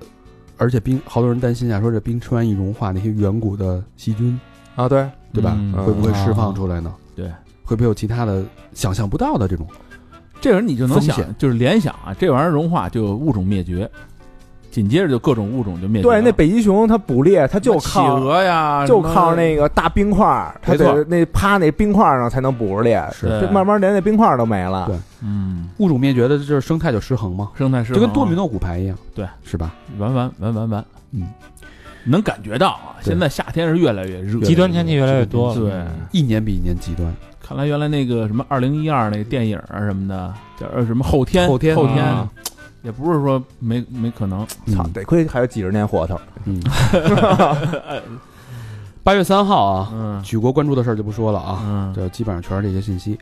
[SPEAKER 1] 而且冰好多人担心啊，说这冰川一融化，那些远古的细菌，
[SPEAKER 5] 啊，对，
[SPEAKER 1] 对吧？
[SPEAKER 4] 嗯
[SPEAKER 1] 会不会释放出来呢？
[SPEAKER 4] 对，
[SPEAKER 1] 会不会有其他的想象不到的这种？
[SPEAKER 4] 这会儿你就能
[SPEAKER 1] 风
[SPEAKER 4] 想
[SPEAKER 1] 险，
[SPEAKER 4] 就是联想啊，这玩意儿融化就物种灭绝，紧接着就各种物种就灭绝了。
[SPEAKER 5] 对，那北极熊它捕猎，它就
[SPEAKER 4] 企
[SPEAKER 5] 靠
[SPEAKER 4] 鹅呀，
[SPEAKER 5] 就
[SPEAKER 4] 什么
[SPEAKER 5] 靠那个大冰块儿，它
[SPEAKER 4] 没错
[SPEAKER 5] 得那趴那冰块儿上才能捕着猎，
[SPEAKER 1] 是
[SPEAKER 4] 对
[SPEAKER 5] 这慢慢连那冰块儿都没了
[SPEAKER 1] 对。
[SPEAKER 4] 嗯，
[SPEAKER 1] 物种灭绝的，就是生态就失衡嘛，
[SPEAKER 4] 生态失
[SPEAKER 1] 就跟
[SPEAKER 4] 衡
[SPEAKER 1] 多米
[SPEAKER 4] 啊
[SPEAKER 1] 诺骨牌一样，
[SPEAKER 4] 对，
[SPEAKER 1] 是吧？
[SPEAKER 4] 完完完完完，
[SPEAKER 1] 嗯，
[SPEAKER 4] 能感觉到啊，
[SPEAKER 1] 对
[SPEAKER 4] 现在夏天是越来越热，
[SPEAKER 3] 极端天气越来越多了。
[SPEAKER 4] 对，
[SPEAKER 1] 一年比一年极端。
[SPEAKER 4] 看来原来那个什么二零一二那个电影啊什么的，叫呃什么后天
[SPEAKER 1] 后天
[SPEAKER 4] 后天，
[SPEAKER 3] 啊
[SPEAKER 4] 也不是说没没可能，
[SPEAKER 5] 操，得亏还有几十年活头。
[SPEAKER 1] 嗯， 八月三号啊，
[SPEAKER 4] 嗯
[SPEAKER 1] 举国关注的事儿就不说了啊，
[SPEAKER 4] 嗯
[SPEAKER 1] 这基本上全是这些信息。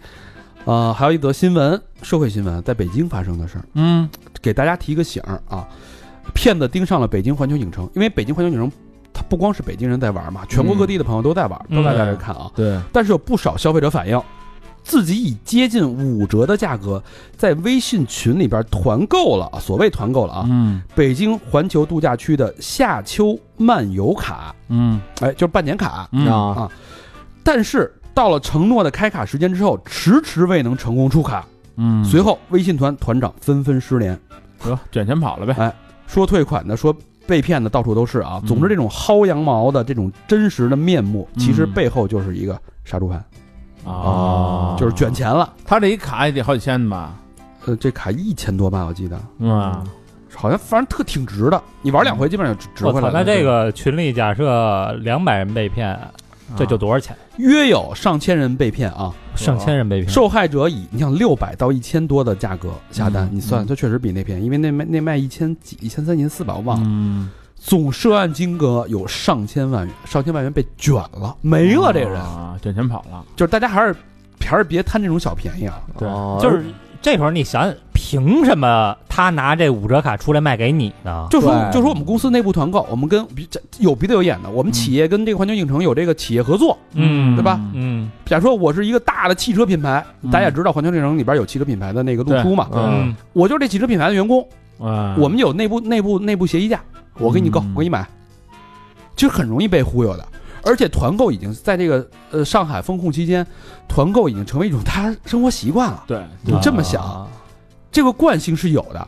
[SPEAKER 1] 呃，还有一则新闻，社会新闻，在北京发生的事儿，
[SPEAKER 4] 嗯，
[SPEAKER 1] 给大家提个醒儿啊。骗子盯上了北京环球影城，因为北京环球影城，它不光是北京人在玩嘛，全国各地的朋友都在玩，
[SPEAKER 3] 嗯
[SPEAKER 1] 都在这儿看啊。
[SPEAKER 4] 对，
[SPEAKER 1] 但是有不少消费者反映，自己以接近五折的价格在微信群里边团购了，啊，所谓团购了啊，
[SPEAKER 4] 嗯
[SPEAKER 1] 北京环球度假区的夏秋漫游卡，
[SPEAKER 4] 嗯
[SPEAKER 1] 哎，就是半年卡。
[SPEAKER 4] 嗯
[SPEAKER 5] 啊
[SPEAKER 1] 但是到了承诺的开卡时间之后，迟迟未能成功出卡，
[SPEAKER 4] 嗯，
[SPEAKER 1] 随后微信团团长纷纷失联，
[SPEAKER 4] 得卷钱跑了呗，
[SPEAKER 1] 说退款的，说被骗的，到处都是啊。
[SPEAKER 4] 嗯
[SPEAKER 1] 总之，这种薅羊毛的这种真实的面目，
[SPEAKER 4] 嗯
[SPEAKER 1] 其实背后就是一个杀猪盘，
[SPEAKER 4] 哦
[SPEAKER 5] 啊
[SPEAKER 1] 就是卷，钱了。
[SPEAKER 4] 他这一卡也得好几千吧，
[SPEAKER 1] 呃，这卡一千多吧，我记得。
[SPEAKER 4] 嗯，
[SPEAKER 1] 好像反正特挺值的，你玩两回基本上就值
[SPEAKER 3] 我
[SPEAKER 1] 回来
[SPEAKER 3] 操，
[SPEAKER 4] 嗯
[SPEAKER 1] 了。
[SPEAKER 3] 那这个群里假设两百人被骗，这
[SPEAKER 4] 啊
[SPEAKER 3] 就多少钱？
[SPEAKER 1] 约有上千人被骗啊，
[SPEAKER 3] 上千人被骗，
[SPEAKER 1] 受害者以你像六百到一千多的价格下单，
[SPEAKER 4] 嗯
[SPEAKER 1] 你算
[SPEAKER 4] 嗯
[SPEAKER 1] 它确实比那便宜，因为那卖那卖一千几、一千三、一千四吧，我忘了。
[SPEAKER 4] 嗯，
[SPEAKER 1] 总涉案金额有上千万元，上千万元被卷了，没了这人，
[SPEAKER 4] 啊，卷钱跑了，
[SPEAKER 1] 就是大家还是还是别贪这种小便宜啊。
[SPEAKER 4] 对
[SPEAKER 5] 哦
[SPEAKER 3] 就是这会儿你想，凭什么他拿这五折卡出来卖给你呢？
[SPEAKER 1] 就说
[SPEAKER 5] 对
[SPEAKER 1] 就说我们公司内部团购，我们跟比这有鼻子有眼的，我们企业跟这个环球影城有这个企业合作。
[SPEAKER 3] 嗯
[SPEAKER 1] 对吧
[SPEAKER 3] 嗯
[SPEAKER 1] 假如说我是一个大的汽车品牌，
[SPEAKER 4] 嗯
[SPEAKER 1] 大家也知道环球影城里边有汽车品牌的那个露出嘛，
[SPEAKER 5] 对嗯，
[SPEAKER 1] 我就是这汽车品牌的员工，
[SPEAKER 4] 啊，
[SPEAKER 1] 我们有内部内部内部协议价，我给你购，
[SPEAKER 4] 嗯
[SPEAKER 1] 我给你买，其实很容易被忽悠的。而且团购已经在这个呃上海封控期间，团购已经成为一种 大家生活习惯了。
[SPEAKER 4] 对，
[SPEAKER 1] 你这么想，
[SPEAKER 3] 啊
[SPEAKER 1] 这个惯性是有的。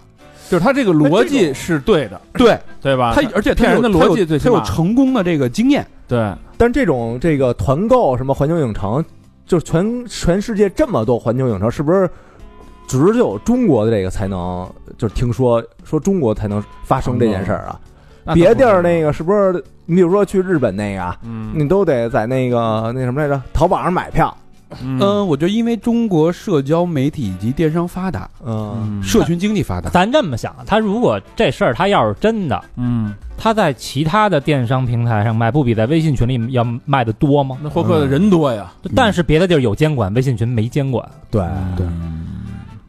[SPEAKER 4] 就是他哎这个逻辑是对的，
[SPEAKER 1] 对
[SPEAKER 4] 对吧？
[SPEAKER 1] 他，而且他
[SPEAKER 4] 骗
[SPEAKER 1] 有
[SPEAKER 4] 人的逻辑最起
[SPEAKER 1] 他
[SPEAKER 4] 码
[SPEAKER 1] 有成功的这个经验。
[SPEAKER 4] 对，
[SPEAKER 5] 但这种这个团购什么环球影城，就是全全世界这么多环球影城，是不是只有中国的这个才能？就是听说说中国才能发生这件事儿啊？
[SPEAKER 4] 那
[SPEAKER 5] 别
[SPEAKER 4] 可不
[SPEAKER 5] 地儿
[SPEAKER 4] 是
[SPEAKER 5] 那，个是不是？你比如说去日本那个啊，
[SPEAKER 4] 嗯
[SPEAKER 5] 你都得在那个那什么来着，淘宝上买票。
[SPEAKER 1] 嗯、
[SPEAKER 4] 呃
[SPEAKER 1] 我觉得因为中国社交媒体以及电商发达，
[SPEAKER 5] 嗯，
[SPEAKER 4] 嗯
[SPEAKER 1] 社群经济发达，
[SPEAKER 3] 咱这么想，他如果这事儿他要是真的，
[SPEAKER 4] 嗯，
[SPEAKER 3] 他在其他的电商平台上卖，不比在微信群里要卖的多吗？
[SPEAKER 4] 那获客的人多呀，
[SPEAKER 1] 嗯
[SPEAKER 3] 但是别的地儿有监管，微信群没监管。
[SPEAKER 5] 对，
[SPEAKER 1] 对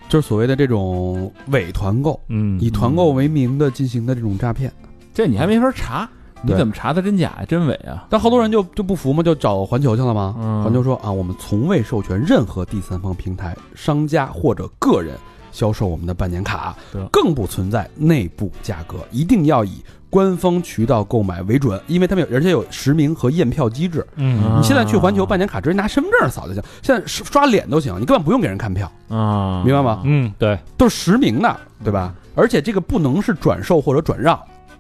[SPEAKER 1] 就是所谓的这种伪团购，
[SPEAKER 3] 嗯，
[SPEAKER 1] 以团购为名的进行的这种诈骗。
[SPEAKER 4] 这你还没法查，你
[SPEAKER 1] 对
[SPEAKER 4] 怎么查它真假呀、真伪啊？
[SPEAKER 1] 但好多人就就不服嘛，就找环球去了嘛。
[SPEAKER 4] 嗯
[SPEAKER 1] 环球说啊，我们从未授权任何第三方平台、商家或者个人销售我们的半年卡
[SPEAKER 4] 对，
[SPEAKER 1] 更不存在内部价格，一定要以官方渠道购买为准，因为他们有而且有实名和验票机制。
[SPEAKER 3] 嗯
[SPEAKER 4] 啊
[SPEAKER 1] 你现在去环球办年卡，直接拿身份证扫就行，现在刷脸都行，你根本不用给人看票，
[SPEAKER 4] 啊
[SPEAKER 1] 明白吗？
[SPEAKER 3] 嗯，对，
[SPEAKER 1] 都是实名的，对吧？而且这个不能是转售或者转让，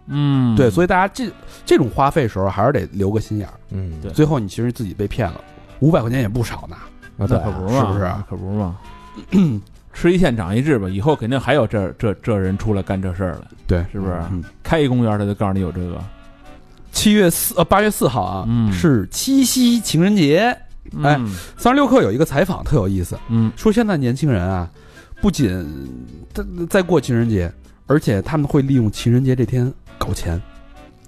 [SPEAKER 4] 嗯，
[SPEAKER 1] 对，所以大家这这种花费时候还是得留个心眼儿。
[SPEAKER 5] 嗯，
[SPEAKER 4] 对啊
[SPEAKER 1] 最后你其实自己被骗了，五百块钱也不少呢。
[SPEAKER 4] 那
[SPEAKER 5] 对
[SPEAKER 4] 可不
[SPEAKER 1] 是
[SPEAKER 4] 嘛，
[SPEAKER 1] 不是啊
[SPEAKER 4] 那可不是嘛， 吃一堑长一智吧，以后肯定还有这这这人出来干这事儿来，
[SPEAKER 1] 对，
[SPEAKER 4] 是不是？啊
[SPEAKER 1] 嗯，
[SPEAKER 4] 开一公园他就告诉你有这个，
[SPEAKER 1] 七月四呃八月四号啊，
[SPEAKER 4] 嗯
[SPEAKER 1] 是七夕情人节。哎
[SPEAKER 4] 嗯
[SPEAKER 1] 三十六氪有一个采访特有意思，
[SPEAKER 4] 嗯
[SPEAKER 1] 说现在年轻人啊，不仅在在过情人节，而且他们会利用情人节这天搞钱，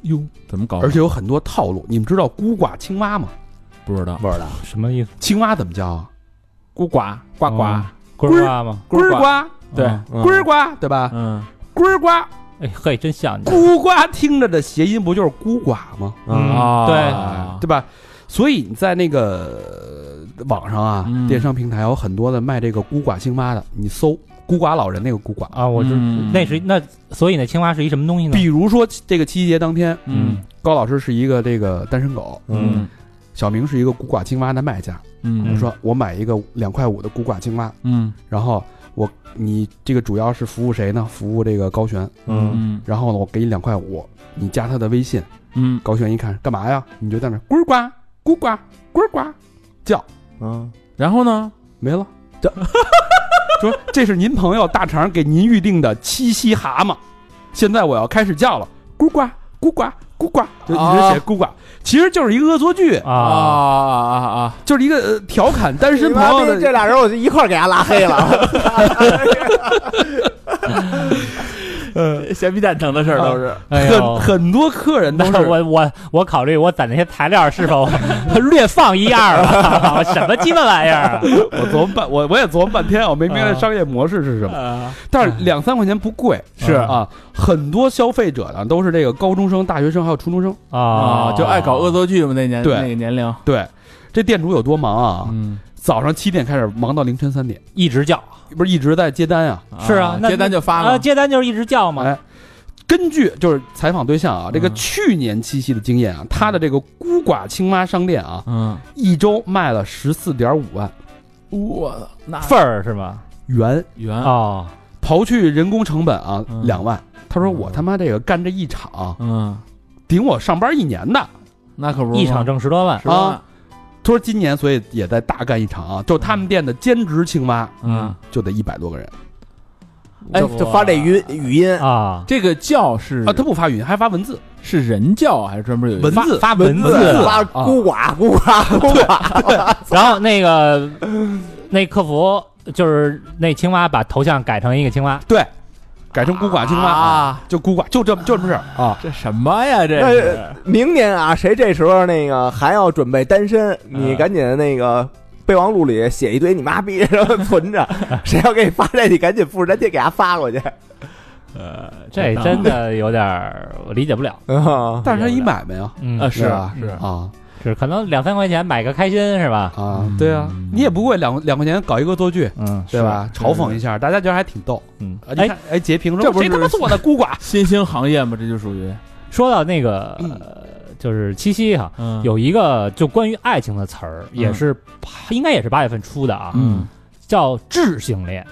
[SPEAKER 4] 哟，怎么搞？
[SPEAKER 1] 而且有很多套路。你们知道孤寡青蛙吗？
[SPEAKER 4] 不知道
[SPEAKER 5] 味儿的。
[SPEAKER 3] 什么意思？
[SPEAKER 1] 青蛙怎么叫啊？
[SPEAKER 4] 孤寡呱呱
[SPEAKER 3] 哦，龟儿蛙吗？
[SPEAKER 1] 龟儿
[SPEAKER 4] 呱，
[SPEAKER 1] 呱，
[SPEAKER 4] 对，
[SPEAKER 5] 嗯
[SPEAKER 1] 龟儿啊呱，对吧？
[SPEAKER 4] 嗯
[SPEAKER 1] 龟儿呱，
[SPEAKER 3] 哎嘿，真像你。
[SPEAKER 1] 孤呱，听着的谐音不就是孤寡吗？
[SPEAKER 3] 嗯
[SPEAKER 4] 啊
[SPEAKER 1] 对吧？所以你在那个呃网上啊，
[SPEAKER 4] 嗯
[SPEAKER 1] 电商平台有很多的卖这个孤寡青蛙的，你搜孤寡老人那个孤寡，
[SPEAKER 3] 啊，我知
[SPEAKER 4] 嗯
[SPEAKER 3] 那是那，所以那青蛙是一什么东西呢
[SPEAKER 1] 比？如说这个七夕节当天，
[SPEAKER 4] 嗯
[SPEAKER 1] 高老师是一个这个单身狗，
[SPEAKER 4] 嗯
[SPEAKER 1] 小明是一个古寡青蛙的卖家，
[SPEAKER 4] 嗯
[SPEAKER 1] 我说我买一个两块五的古寡青蛙，
[SPEAKER 4] 嗯
[SPEAKER 1] 然后我你这个主要是服务谁呢？服务这个高璇，
[SPEAKER 5] 嗯
[SPEAKER 4] 嗯
[SPEAKER 1] 然后呢，我给你两块五，你加他的微信。
[SPEAKER 4] 嗯
[SPEAKER 1] 高璇一看干嘛呀？你就在那咕呱咕呱咕呱叫
[SPEAKER 5] 嗯，
[SPEAKER 4] 然后呢？
[SPEAKER 1] 没了。这 说这是您朋友大肠给您预定的七夕蛤蟆，现在我要开始叫了，咕呱咕呱咕呱，就一直写咕呱，其实就是一个恶作剧，
[SPEAKER 4] 啊
[SPEAKER 3] 啊，
[SPEAKER 4] 啊啊！
[SPEAKER 1] 就是一个呃调侃单身朋友
[SPEAKER 5] 这
[SPEAKER 1] 的。
[SPEAKER 5] 俩人我就一块儿给他拉黑了，
[SPEAKER 4] 咸皮蛋疼的事儿都是
[SPEAKER 3] 哎
[SPEAKER 1] 很
[SPEAKER 3] 呦。
[SPEAKER 1] 很多客人都
[SPEAKER 3] 那
[SPEAKER 1] 是
[SPEAKER 3] 我我我考虑我攒那些材料是否 略放一二吧？ 什么鸡巴玩意儿
[SPEAKER 1] 我琢磨半，我 我也琢磨半天，我没明白
[SPEAKER 3] 啊
[SPEAKER 1] 商业模式是什 么。
[SPEAKER 3] 啊？
[SPEAKER 1] 但是两三块钱不贵，
[SPEAKER 4] 是
[SPEAKER 1] 啊，很多消费者呢都是这个高中生、大学生还有初中生。
[SPEAKER 3] 啊
[SPEAKER 4] 啊，，就爱搞恶作剧嘛，那年
[SPEAKER 1] 对啊
[SPEAKER 4] 那个年龄，
[SPEAKER 1] 对，这店主有多忙啊？
[SPEAKER 4] 嗯，
[SPEAKER 1] 早上七点开始忙到凌晨三点，
[SPEAKER 3] 一直叫
[SPEAKER 1] 不是一直在接单啊？
[SPEAKER 3] 是啊那
[SPEAKER 4] 接单就发
[SPEAKER 3] 啊，
[SPEAKER 4] 了，
[SPEAKER 3] 接单就是一直叫
[SPEAKER 4] 嗯
[SPEAKER 3] 嘛。
[SPEAKER 1] 哎，根据就是采访对象啊，这个去年七夕的经验啊，他的这个孤寡青蛙商店啊，
[SPEAKER 4] 嗯，
[SPEAKER 1] 一周卖了十四点五万
[SPEAKER 4] 我操那
[SPEAKER 3] 份儿是吗？
[SPEAKER 1] 元，
[SPEAKER 4] 圆
[SPEAKER 3] 哦，
[SPEAKER 1] 刨去人工成本啊
[SPEAKER 4] 嗯
[SPEAKER 1] 两万。他说我
[SPEAKER 4] 嗯
[SPEAKER 1] 他妈这个干这一场，啊
[SPEAKER 4] 嗯，
[SPEAKER 1] 顶我上班一年的。
[SPEAKER 4] 那可不是
[SPEAKER 3] 一场
[SPEAKER 4] 吗
[SPEAKER 3] 挣十多万，
[SPEAKER 4] 是吧？
[SPEAKER 1] 他说今年所以也在大干一场啊，就他们店的兼职青蛙
[SPEAKER 4] 嗯，
[SPEAKER 1] 就得一百多个人
[SPEAKER 4] 哎
[SPEAKER 5] 就就发这语语音，
[SPEAKER 3] 啊，
[SPEAKER 4] 这个叫是
[SPEAKER 1] 啊，他不发语音还发文字，
[SPEAKER 4] 是人叫还是专门有一
[SPEAKER 1] 文字
[SPEAKER 3] 发文啊
[SPEAKER 1] 文字
[SPEAKER 5] 发孤寡孤 寡孤寡，
[SPEAKER 3] 然后那个那客服就是那青蛙把头像改成一个青蛙，
[SPEAKER 1] 对，改成孤寡青蛙啊，
[SPEAKER 4] 啊？
[SPEAKER 1] 就孤寡，就这么就这么事儿啊。
[SPEAKER 4] 这什么呀？这
[SPEAKER 5] 那
[SPEAKER 4] 是
[SPEAKER 5] 明年啊，谁这时候那个还要准备单身，你赶紧那个备忘录里写一堆你妈逼， 然后存着。谁要给你发这，你赶紧复制粘贴给他发 过去。
[SPEAKER 4] 呃，
[SPEAKER 3] 这真的有点儿我理解不了。
[SPEAKER 5] 啊，
[SPEAKER 1] 但是他一买卖啊
[SPEAKER 3] 嗯，
[SPEAKER 4] 啊是
[SPEAKER 1] 对吧
[SPEAKER 4] 是
[SPEAKER 1] 啊
[SPEAKER 3] 是可能两三块钱买个开心是吧？
[SPEAKER 1] 啊，对啊，你也不贵，两两块钱搞一个恶作剧，
[SPEAKER 3] 嗯，
[SPEAKER 1] 对吧？
[SPEAKER 4] 嗯是
[SPEAKER 1] 嘲讽一下，大家觉得还挺逗。
[SPEAKER 3] 嗯，
[SPEAKER 1] 啊你
[SPEAKER 3] 哎，
[SPEAKER 1] 看，哎，截屏
[SPEAKER 4] 这
[SPEAKER 1] 说
[SPEAKER 4] 不
[SPEAKER 1] 谁
[SPEAKER 4] 是
[SPEAKER 1] 他妈做的孤 寡？
[SPEAKER 4] 新兴行业嘛，这就属于
[SPEAKER 3] 说到那个、呃就是七夕哈，
[SPEAKER 4] 嗯
[SPEAKER 3] 有一个就关于爱情的词儿，
[SPEAKER 4] 嗯
[SPEAKER 3] 也是应该也是八月份出的啊，
[SPEAKER 4] 嗯
[SPEAKER 3] 叫智性恋，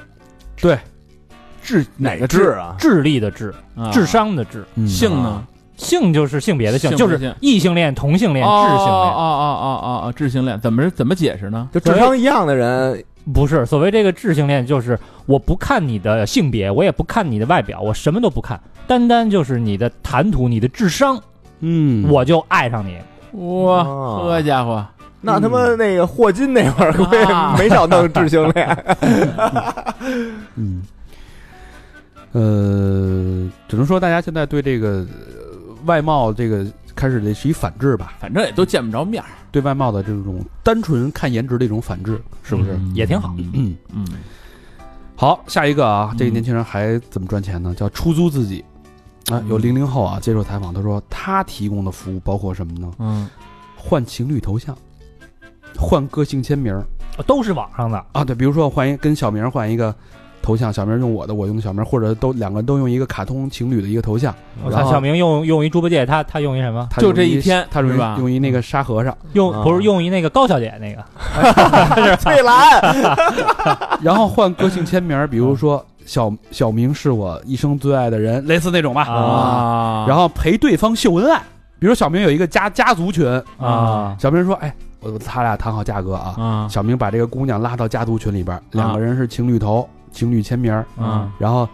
[SPEAKER 4] 智哪个
[SPEAKER 5] 智啊？
[SPEAKER 3] 智力的智，
[SPEAKER 4] 啊
[SPEAKER 3] 智商的智，
[SPEAKER 4] 性呢？
[SPEAKER 3] 性就是性别的性，
[SPEAKER 4] 性
[SPEAKER 3] 就
[SPEAKER 4] 别
[SPEAKER 3] 是
[SPEAKER 4] 性
[SPEAKER 3] 异性恋、同性恋、
[SPEAKER 4] 哦
[SPEAKER 3] 智嗯性
[SPEAKER 4] 哦
[SPEAKER 3] 恋。
[SPEAKER 4] 哦哦哦哦，智性恋怎么是怎么解释呢？
[SPEAKER 5] 就智商一样的人，
[SPEAKER 3] 不是，所谓这个智性恋，就是我不看你的性别，我也不看你的外表，我什么都不看，单单就是你的谈吐、你的智商，
[SPEAKER 1] 嗯，
[SPEAKER 3] 我就爱上你。
[SPEAKER 4] 哇，
[SPEAKER 5] 哦
[SPEAKER 4] 好家伙，
[SPEAKER 5] 那他妈那个霍金那会儿估
[SPEAKER 4] 啊
[SPEAKER 5] 计没少弄智性恋。
[SPEAKER 1] 嗯，呃，只能说大家现在对这个呃外貌这个开始的是一反制吧，
[SPEAKER 4] 反正也都见不着面儿，
[SPEAKER 1] 对外貌的这种单纯看颜值的一种反制，是不是？
[SPEAKER 4] 嗯
[SPEAKER 3] 也挺好
[SPEAKER 1] 嗯，
[SPEAKER 4] 嗯，
[SPEAKER 1] 好，下一个啊，这个
[SPEAKER 4] 嗯
[SPEAKER 1] 年轻人还怎么赚钱呢？叫出租自己。啊，有
[SPEAKER 4] 嗯
[SPEAKER 1] 零零后啊，接受采访，他说他提供的服务包括什么呢？
[SPEAKER 4] 嗯
[SPEAKER 1] 换情侣头像，换个性签名儿
[SPEAKER 3] 都是网上的，
[SPEAKER 1] 啊，对，比如说换一跟小明换一个头像，小明用我的，我用小明，或者都两个人都用一个卡通情侣的一个头像，
[SPEAKER 3] 我
[SPEAKER 1] 然
[SPEAKER 3] 看
[SPEAKER 1] 后
[SPEAKER 3] 小明用用一猪八戒，他他用一什么？
[SPEAKER 1] 他
[SPEAKER 4] 就
[SPEAKER 1] 用
[SPEAKER 4] 这一天
[SPEAKER 1] 他用
[SPEAKER 4] 是吧
[SPEAKER 1] 一用一那个沙和 尚，
[SPEAKER 3] 用
[SPEAKER 5] 啊
[SPEAKER 3] 不是用一那个高小姐那个？
[SPEAKER 5] 翠兰，
[SPEAKER 1] 然后换个性签名儿，比
[SPEAKER 4] 嗯
[SPEAKER 1] 如说小小明是我一生最爱的人，类似那种吧，
[SPEAKER 4] 啊，
[SPEAKER 1] 然
[SPEAKER 4] 后
[SPEAKER 1] 后陪对方秀恩爱，比如小明有一个家家族群，
[SPEAKER 3] 啊
[SPEAKER 1] 小明说，哎，我他俩谈好价格啊，
[SPEAKER 4] 啊
[SPEAKER 1] 小明把这个姑娘拉到家族群里边儿，两个人是情侣头、情侣签名儿，
[SPEAKER 3] 嗯
[SPEAKER 4] 啊
[SPEAKER 1] 然后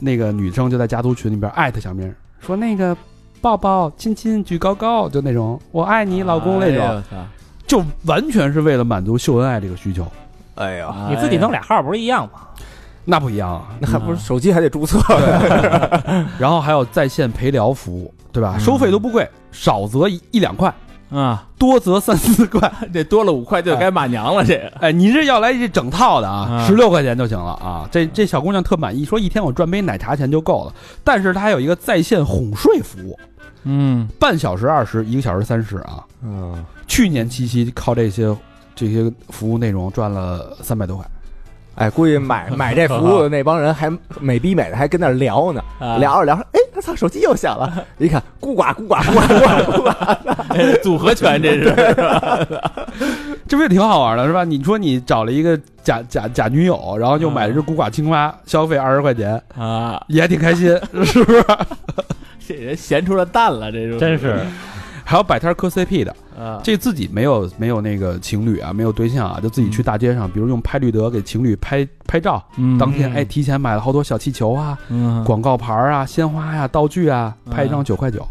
[SPEAKER 1] 那个女生就在家族群里边艾特小明，说那个抱抱、亲亲、举高高，就那种我爱你老公那种，
[SPEAKER 4] 哎呦我操
[SPEAKER 1] 就完全是为了满足秀恩爱这个需求，
[SPEAKER 5] 哎呀，
[SPEAKER 3] 你自己弄俩号不是一样吗？
[SPEAKER 1] 那不一样啊。
[SPEAKER 5] 那还不是手机还得注册？
[SPEAKER 1] 然后还有在线陪聊服务，对吧？
[SPEAKER 4] 嗯
[SPEAKER 1] 收费都不贵，少则一一两块，
[SPEAKER 4] 啊，
[SPEAKER 1] 多则三四块。
[SPEAKER 4] 这多了五块就该骂娘了，这个
[SPEAKER 1] 哎，你这要来这整套的啊，
[SPEAKER 4] 啊
[SPEAKER 1] 十六块钱就行了啊。这这小姑娘特满意，说一天我赚杯奶茶钱就够了。但是她还有一个在线哄睡服务，
[SPEAKER 4] 嗯
[SPEAKER 1] 半小时二十，一个小时三十啊。
[SPEAKER 5] 嗯，
[SPEAKER 1] 去年七夕靠这些这些服务内容赚了三百多块，
[SPEAKER 5] 哎，估计买买这服务的那帮人还美逼美的，还跟那儿聊呢，
[SPEAKER 3] 啊
[SPEAKER 5] 聊着聊着，哎，他操，手机又响了，一看，咕呱咕呱咕呱咕呱咕呱，
[SPEAKER 4] 哎组合拳这是，
[SPEAKER 1] 这不也挺好玩的，是吧？你说你找了一个假假假女友，然后又买了只古寡青蛙，消费二十块钱，
[SPEAKER 4] 啊，
[SPEAKER 1] 也挺开 心，是不是？
[SPEAKER 4] 这人闲出了蛋了，这是
[SPEAKER 3] 真是
[SPEAKER 1] 还有摆摊磕 CP 的，
[SPEAKER 4] 啊，
[SPEAKER 1] 这自己没有没有那个情侣啊，没有对象啊，就自己去大街上，比如用拍立得给情侣拍拍照，
[SPEAKER 4] 嗯
[SPEAKER 1] 当天哎提前买了好多小气球啊、
[SPEAKER 4] 嗯
[SPEAKER 1] 广告牌啊、鲜花呀、道具啊，拍一张九块九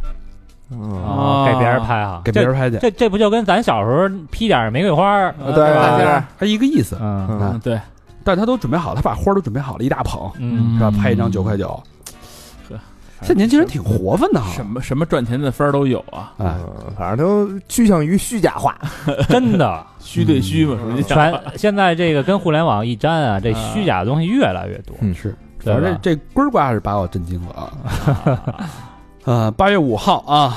[SPEAKER 5] 嗯，
[SPEAKER 3] 哦给别人拍啊，
[SPEAKER 1] 给别人拍去，
[SPEAKER 3] 这这不就跟咱小时候批点玫瑰花儿，
[SPEAKER 4] 啊
[SPEAKER 5] 对
[SPEAKER 3] 大仙
[SPEAKER 5] 吧
[SPEAKER 3] 儿？
[SPEAKER 1] 还哎一个意思。
[SPEAKER 3] 嗯
[SPEAKER 4] 嗯对，
[SPEAKER 1] 但是他都准备好，他把花都准备好了，一大捧，
[SPEAKER 3] 嗯，
[SPEAKER 1] 是吧？拍一张
[SPEAKER 4] 嗯
[SPEAKER 1] 九块九。
[SPEAKER 4] 呵
[SPEAKER 1] 现在年轻人挺活泛的哈，
[SPEAKER 4] 什么什么赚钱的法儿都有啊，
[SPEAKER 1] 哎，
[SPEAKER 5] 嗯反正都趋向于虚假化，
[SPEAKER 3] 真的
[SPEAKER 4] 虚对虚嘛，属于叫
[SPEAKER 3] 全现在这个跟互联网一沾啊，这虚假的东西越来越多，
[SPEAKER 5] 嗯
[SPEAKER 1] 是，
[SPEAKER 3] 对
[SPEAKER 1] 反正
[SPEAKER 3] 吧？
[SPEAKER 1] 这这龟儿瓜是把我震惊了啊！ 呃，八月五号啊，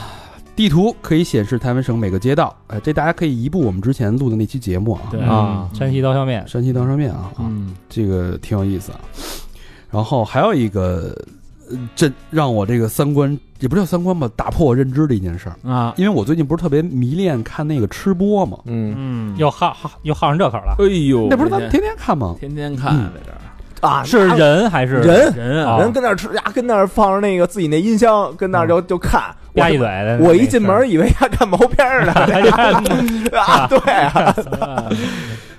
[SPEAKER 1] 地图可以显示台湾省每个街道，哎、这大家可以移步我们之前录的那期节目啊，
[SPEAKER 4] 对
[SPEAKER 5] 啊
[SPEAKER 3] 嗯山西刀削面，
[SPEAKER 1] 山西刀削面啊，啊
[SPEAKER 4] 嗯
[SPEAKER 1] 这个挺有意思啊。然后还有一个，呃这让我这个三观也不叫三观吧，打破我认知的一件事儿，
[SPEAKER 4] 啊，
[SPEAKER 1] 因为我最近不是特别迷恋看那个吃播嘛，
[SPEAKER 5] 嗯
[SPEAKER 4] 嗯
[SPEAKER 3] 又好好又好上这口了，
[SPEAKER 4] 哎呦，
[SPEAKER 1] 那不是咱
[SPEAKER 4] 咱
[SPEAKER 1] 们天天看吗？
[SPEAKER 4] 天天看在这儿
[SPEAKER 5] 啊，
[SPEAKER 3] 是
[SPEAKER 5] 那
[SPEAKER 3] 人还是
[SPEAKER 5] 人
[SPEAKER 4] 人啊
[SPEAKER 3] 啊，
[SPEAKER 5] 人跟那儿吃呀，跟那儿放着那个自己那音箱，跟那儿就就看，我
[SPEAKER 3] 吧唧嘴的？
[SPEAKER 5] 我一进门以为他看毛片儿呢， 啊，对啊，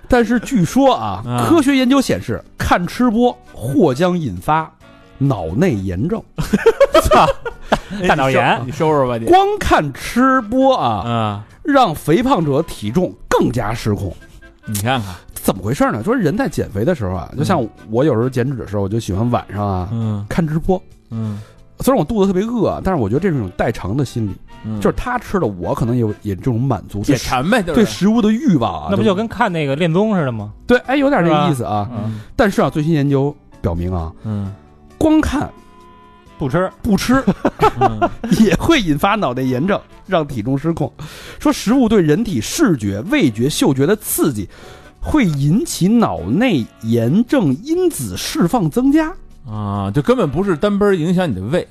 [SPEAKER 1] 但是据说啊，
[SPEAKER 4] 啊
[SPEAKER 1] 科学研究显示，看吃播或将引发脑内炎症。
[SPEAKER 3] 大脑炎
[SPEAKER 4] 哎你收你收拾吧你
[SPEAKER 1] 光看吃播啊，
[SPEAKER 4] 啊，
[SPEAKER 1] 让肥胖者体重更加失控。
[SPEAKER 4] 你看看，
[SPEAKER 1] 怎么回事呢？说人在减肥的时候啊，就像我有时候减脂的时候，我就喜欢晚上啊
[SPEAKER 4] 嗯
[SPEAKER 1] 看直播。
[SPEAKER 4] 嗯
[SPEAKER 1] 虽然我肚子特别饿，但是我觉得这是一种代偿的心理，
[SPEAKER 4] 嗯，
[SPEAKER 1] 就是他吃了，我可能有也这种满足
[SPEAKER 4] 解
[SPEAKER 1] 对食
[SPEAKER 4] 馋呗，就
[SPEAKER 1] 对
[SPEAKER 4] 是
[SPEAKER 1] 食物的欲望啊。
[SPEAKER 3] 那不就跟看那个恋综似的吗？
[SPEAKER 1] 对？哎，有点这个意思啊。
[SPEAKER 3] 嗯，
[SPEAKER 1] 但是啊，最新研究表明啊，
[SPEAKER 4] 嗯
[SPEAKER 1] 光看
[SPEAKER 3] 不吃，
[SPEAKER 1] 不吃
[SPEAKER 4] 嗯
[SPEAKER 1] 也会引发脑内炎症，让体重失控。说食物对人体视觉、味觉、嗅觉的刺激，会引起脑内炎症因子释放增加。
[SPEAKER 4] 啊，就根本不是单杯影响你的胃，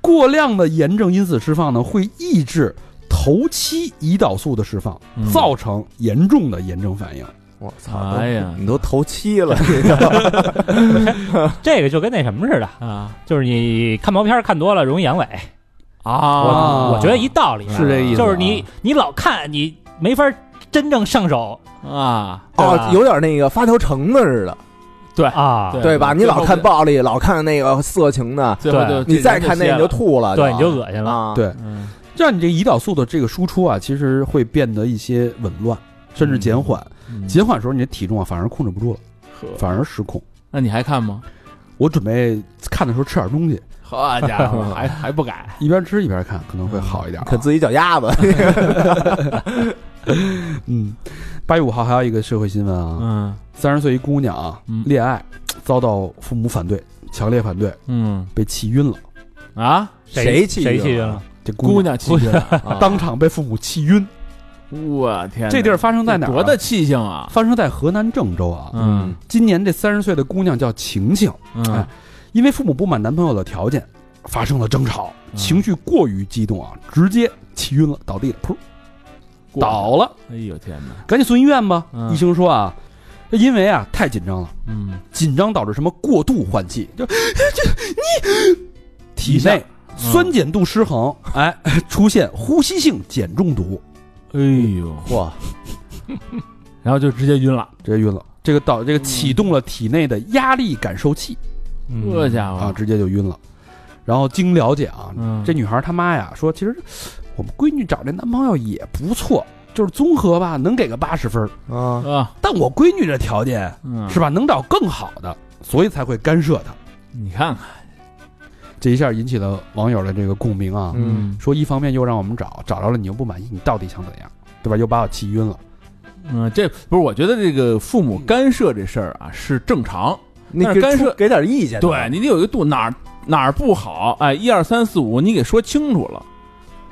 [SPEAKER 1] 过量的炎症因子释放呢，会抑制头七胰岛素的释放，
[SPEAKER 4] 嗯
[SPEAKER 1] 造成严重的炎症反应。
[SPEAKER 5] 我
[SPEAKER 4] 哎呀
[SPEAKER 5] 你都头七了，你知道吗
[SPEAKER 3] 这个就跟那什么似的，
[SPEAKER 4] 啊
[SPEAKER 3] 就是你看毛片儿看多了容易阳痿，
[SPEAKER 4] 啊
[SPEAKER 3] 我我觉得一道理
[SPEAKER 1] 是这意思啊
[SPEAKER 3] 就是你你老看你没法真正上手
[SPEAKER 4] 啊，
[SPEAKER 3] 对
[SPEAKER 5] 哦
[SPEAKER 3] 吧，
[SPEAKER 5] 有点那个发条橙子似的，
[SPEAKER 3] 啊，
[SPEAKER 4] 对
[SPEAKER 5] 对吧？
[SPEAKER 4] 对
[SPEAKER 5] 你老
[SPEAKER 4] 最后
[SPEAKER 5] 看
[SPEAKER 4] 不
[SPEAKER 5] 暴力，老看那个色情的，
[SPEAKER 4] 最后
[SPEAKER 3] 对
[SPEAKER 4] 就
[SPEAKER 5] 你再看那
[SPEAKER 4] 个
[SPEAKER 5] 你就吐了，
[SPEAKER 3] 对，你就恶心了。
[SPEAKER 5] 啊，
[SPEAKER 1] 对
[SPEAKER 4] 嗯
[SPEAKER 1] 这样你这个胰岛素的这个输出啊，其实会变得一些紊乱，甚至减缓。
[SPEAKER 4] 嗯
[SPEAKER 1] 减缓的时候，你的体重啊反而控制不住了，
[SPEAKER 4] 呵
[SPEAKER 1] 反而失控。
[SPEAKER 4] 那你还看吗？
[SPEAKER 1] 我准备看的时候吃点东西，
[SPEAKER 4] 好家 伙，还还不改
[SPEAKER 1] 一边吃一边看，可能会好一点、啊。
[SPEAKER 5] 啃自己脚丫子，
[SPEAKER 1] 嗯，八月五号还有一个社会新闻啊，
[SPEAKER 4] 嗯
[SPEAKER 1] 三十岁一姑娘啊
[SPEAKER 4] 嗯，
[SPEAKER 1] 恋爱遭到父母反对，强烈反对，
[SPEAKER 4] 嗯
[SPEAKER 1] 被气晕了。
[SPEAKER 4] 啊，
[SPEAKER 5] 谁气
[SPEAKER 3] 气
[SPEAKER 5] 晕
[SPEAKER 3] 谁晕
[SPEAKER 5] 了
[SPEAKER 3] 了？
[SPEAKER 1] 这姑
[SPEAKER 4] 姑
[SPEAKER 1] 娘
[SPEAKER 4] 娘气性，
[SPEAKER 5] 啊
[SPEAKER 1] 当场被父母气晕。
[SPEAKER 4] 我天哪，
[SPEAKER 1] 这地儿发生在哪儿啊？
[SPEAKER 4] 哎多大气性啊？
[SPEAKER 1] 发生在河南郑州啊。
[SPEAKER 4] 嗯
[SPEAKER 1] 今年这三十岁的姑娘叫晴晴，
[SPEAKER 4] 嗯
[SPEAKER 1] 哎因为父母不满男朋友的条件，发生了争吵，
[SPEAKER 4] 嗯
[SPEAKER 1] 情绪过于激动啊，直接气晕了，倒地了，噗，
[SPEAKER 4] 过
[SPEAKER 1] 倒了，
[SPEAKER 4] 哎呦天哪，
[SPEAKER 1] 赶紧送医院吧。
[SPEAKER 4] 嗯
[SPEAKER 1] 医生说啊，因为啊太紧张了。
[SPEAKER 4] 嗯，
[SPEAKER 1] 紧张导致什么过度换气，就 这你
[SPEAKER 4] 一
[SPEAKER 1] 体
[SPEAKER 4] 下
[SPEAKER 1] 内嗯酸碱度失 衡，哎，出现呼吸性碱中毒，
[SPEAKER 4] 哎呦，
[SPEAKER 5] 哇，
[SPEAKER 4] 然后就直接晕了，
[SPEAKER 1] 直接晕了。嗯这个导这个启动了体内的压力感受器
[SPEAKER 4] 这家
[SPEAKER 1] 啊，
[SPEAKER 4] 伙，
[SPEAKER 1] 直接就晕了。然后经了解啊，
[SPEAKER 4] 嗯
[SPEAKER 1] 这女孩她妈呀说，其实我们闺女找这男朋友也不错，就是综合吧，能给个八十分儿。
[SPEAKER 5] 啊，
[SPEAKER 4] 啊，
[SPEAKER 1] 但我闺女这条件
[SPEAKER 4] 嗯，
[SPEAKER 1] 是吧，能找更好的，所以才会干涉她。
[SPEAKER 4] 你看看，
[SPEAKER 1] 这一下引起了网友的这个共鸣啊。
[SPEAKER 5] 嗯
[SPEAKER 1] 说一方面又让我们找，找着了你又不满意，你到底想怎样，对吧？又把我气晕了。
[SPEAKER 4] 嗯，这不是，我觉得这个父母干涉这事儿啊是正常，
[SPEAKER 5] 你
[SPEAKER 4] 但是
[SPEAKER 5] 给
[SPEAKER 4] 干
[SPEAKER 5] 出
[SPEAKER 4] 涉
[SPEAKER 5] 给点意见，
[SPEAKER 4] 对你得有一个度，哪儿哪儿不好，哎，一二三四五，你给说清楚了，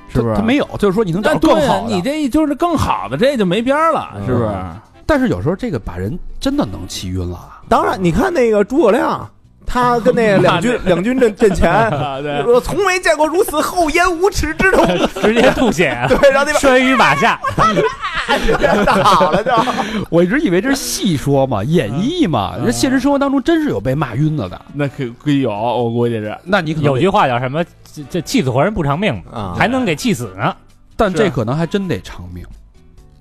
[SPEAKER 4] 是不是？
[SPEAKER 1] 他他没有，就是说你能找
[SPEAKER 4] 但
[SPEAKER 1] 着
[SPEAKER 4] 对
[SPEAKER 1] 更
[SPEAKER 4] 啊
[SPEAKER 1] 好的。
[SPEAKER 4] 你这嗯就是更好的，这就没边儿了，是不是？
[SPEAKER 1] 但是有时候这个把人真的能气晕了啊。
[SPEAKER 5] 当然，你看那个诸葛亮，他跟那两军两军阵阵前，
[SPEAKER 4] 啊，对，
[SPEAKER 5] 我从没见过如此厚颜无耻之徒。
[SPEAKER 3] 直接吐血，啊
[SPEAKER 5] 对，然后那边
[SPEAKER 3] 摔于马下。
[SPEAKER 5] 打了就。
[SPEAKER 1] 我一直以为这是戏说嘛，演绎嘛，人现实生活当中真是有被骂晕了的。
[SPEAKER 4] 那可可以有，我估计是
[SPEAKER 1] 那你可能
[SPEAKER 3] 有句话叫什么？这这气死活人不偿命嘛，
[SPEAKER 5] 啊
[SPEAKER 3] 还能给气死呢？
[SPEAKER 1] 但这可能还真得偿命，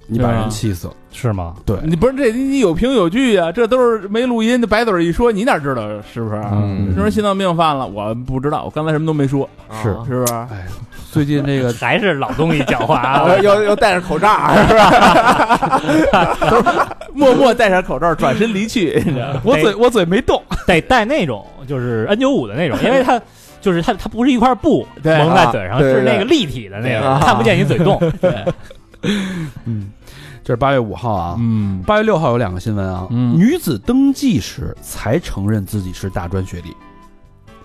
[SPEAKER 1] 你把
[SPEAKER 4] 对啊
[SPEAKER 1] 人气死了。
[SPEAKER 3] 是吗？
[SPEAKER 1] 对，
[SPEAKER 4] 你不是这你有凭有据啊，这都是没录音，这白嘴一说，你哪知道啊是不是？
[SPEAKER 5] 嗯
[SPEAKER 4] 你说心脏病犯了，我不知道，我刚才什么都没说，
[SPEAKER 5] 啊
[SPEAKER 1] 是
[SPEAKER 4] 是不是？
[SPEAKER 1] 哎，最近这个
[SPEAKER 3] 还是老东西狡猾啊！
[SPEAKER 5] 啊，又又戴上口罩儿，是吧？
[SPEAKER 4] 默默戴上口罩，转身离去，你知道吗
[SPEAKER 1] 我嘴我嘴没动，
[SPEAKER 3] 得戴那种就是 N 九五的那种，因为它就是它它不是一块布
[SPEAKER 4] 对
[SPEAKER 3] 蒙在嘴上，
[SPEAKER 5] 啊对
[SPEAKER 3] 是
[SPEAKER 5] 对
[SPEAKER 3] 那个立体的那
[SPEAKER 5] 对啊
[SPEAKER 3] 种，看不见你嘴动。
[SPEAKER 1] 嗯，这是八月五号啊。
[SPEAKER 4] 嗯
[SPEAKER 1] 八月六号有两个新闻啊，
[SPEAKER 4] 嗯
[SPEAKER 1] 女子登记时才承认自己是大专学历，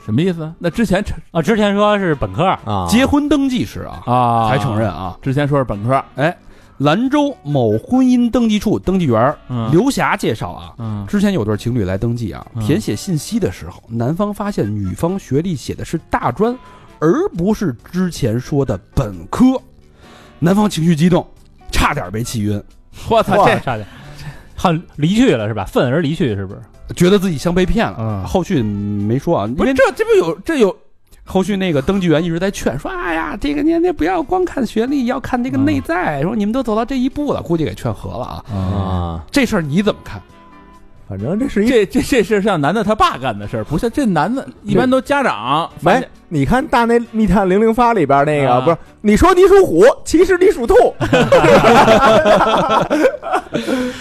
[SPEAKER 4] 什么意思？那之前承
[SPEAKER 3] 啊，之前说是本科，
[SPEAKER 5] 啊
[SPEAKER 1] 结婚登记时啊
[SPEAKER 4] 啊
[SPEAKER 1] 才承认，啊。哎
[SPEAKER 4] 之前说是本科，
[SPEAKER 1] 兰州某婚姻登记处登记员
[SPEAKER 4] 嗯
[SPEAKER 1] 刘霞介绍啊，
[SPEAKER 4] 嗯
[SPEAKER 1] 之前有对情侣来登记啊，
[SPEAKER 4] 嗯
[SPEAKER 1] 填写信息的时候，男方发现女方学历写的是大专，而不是之前说的本科，男方情绪激动，差点被气晕，
[SPEAKER 4] 我操，这
[SPEAKER 3] 差点，好像离去了是吧？愤而离去是不是？
[SPEAKER 1] 觉得自己像被骗了。
[SPEAKER 3] 嗯，
[SPEAKER 1] 后续没说啊，因
[SPEAKER 4] 不
[SPEAKER 1] 为
[SPEAKER 4] 是这这不有这有
[SPEAKER 1] 后续那个登记员一直在劝说，哎呀，这个年代不要光看学历，要看
[SPEAKER 4] 嗯
[SPEAKER 1] 这个内在。说你们都走到这一步了，估计给劝和了啊。
[SPEAKER 5] 啊，
[SPEAKER 1] 这事儿你怎么看？
[SPEAKER 5] 反正这是一。哎
[SPEAKER 4] 这这这事儿像男的他爸干的事儿，不像这男的一般都家长发
[SPEAKER 5] 喂
[SPEAKER 4] 现，
[SPEAKER 5] 你看《大内密探零零发》里边那
[SPEAKER 4] 啊
[SPEAKER 5] 个，不是你说你属虎，其实你属兔，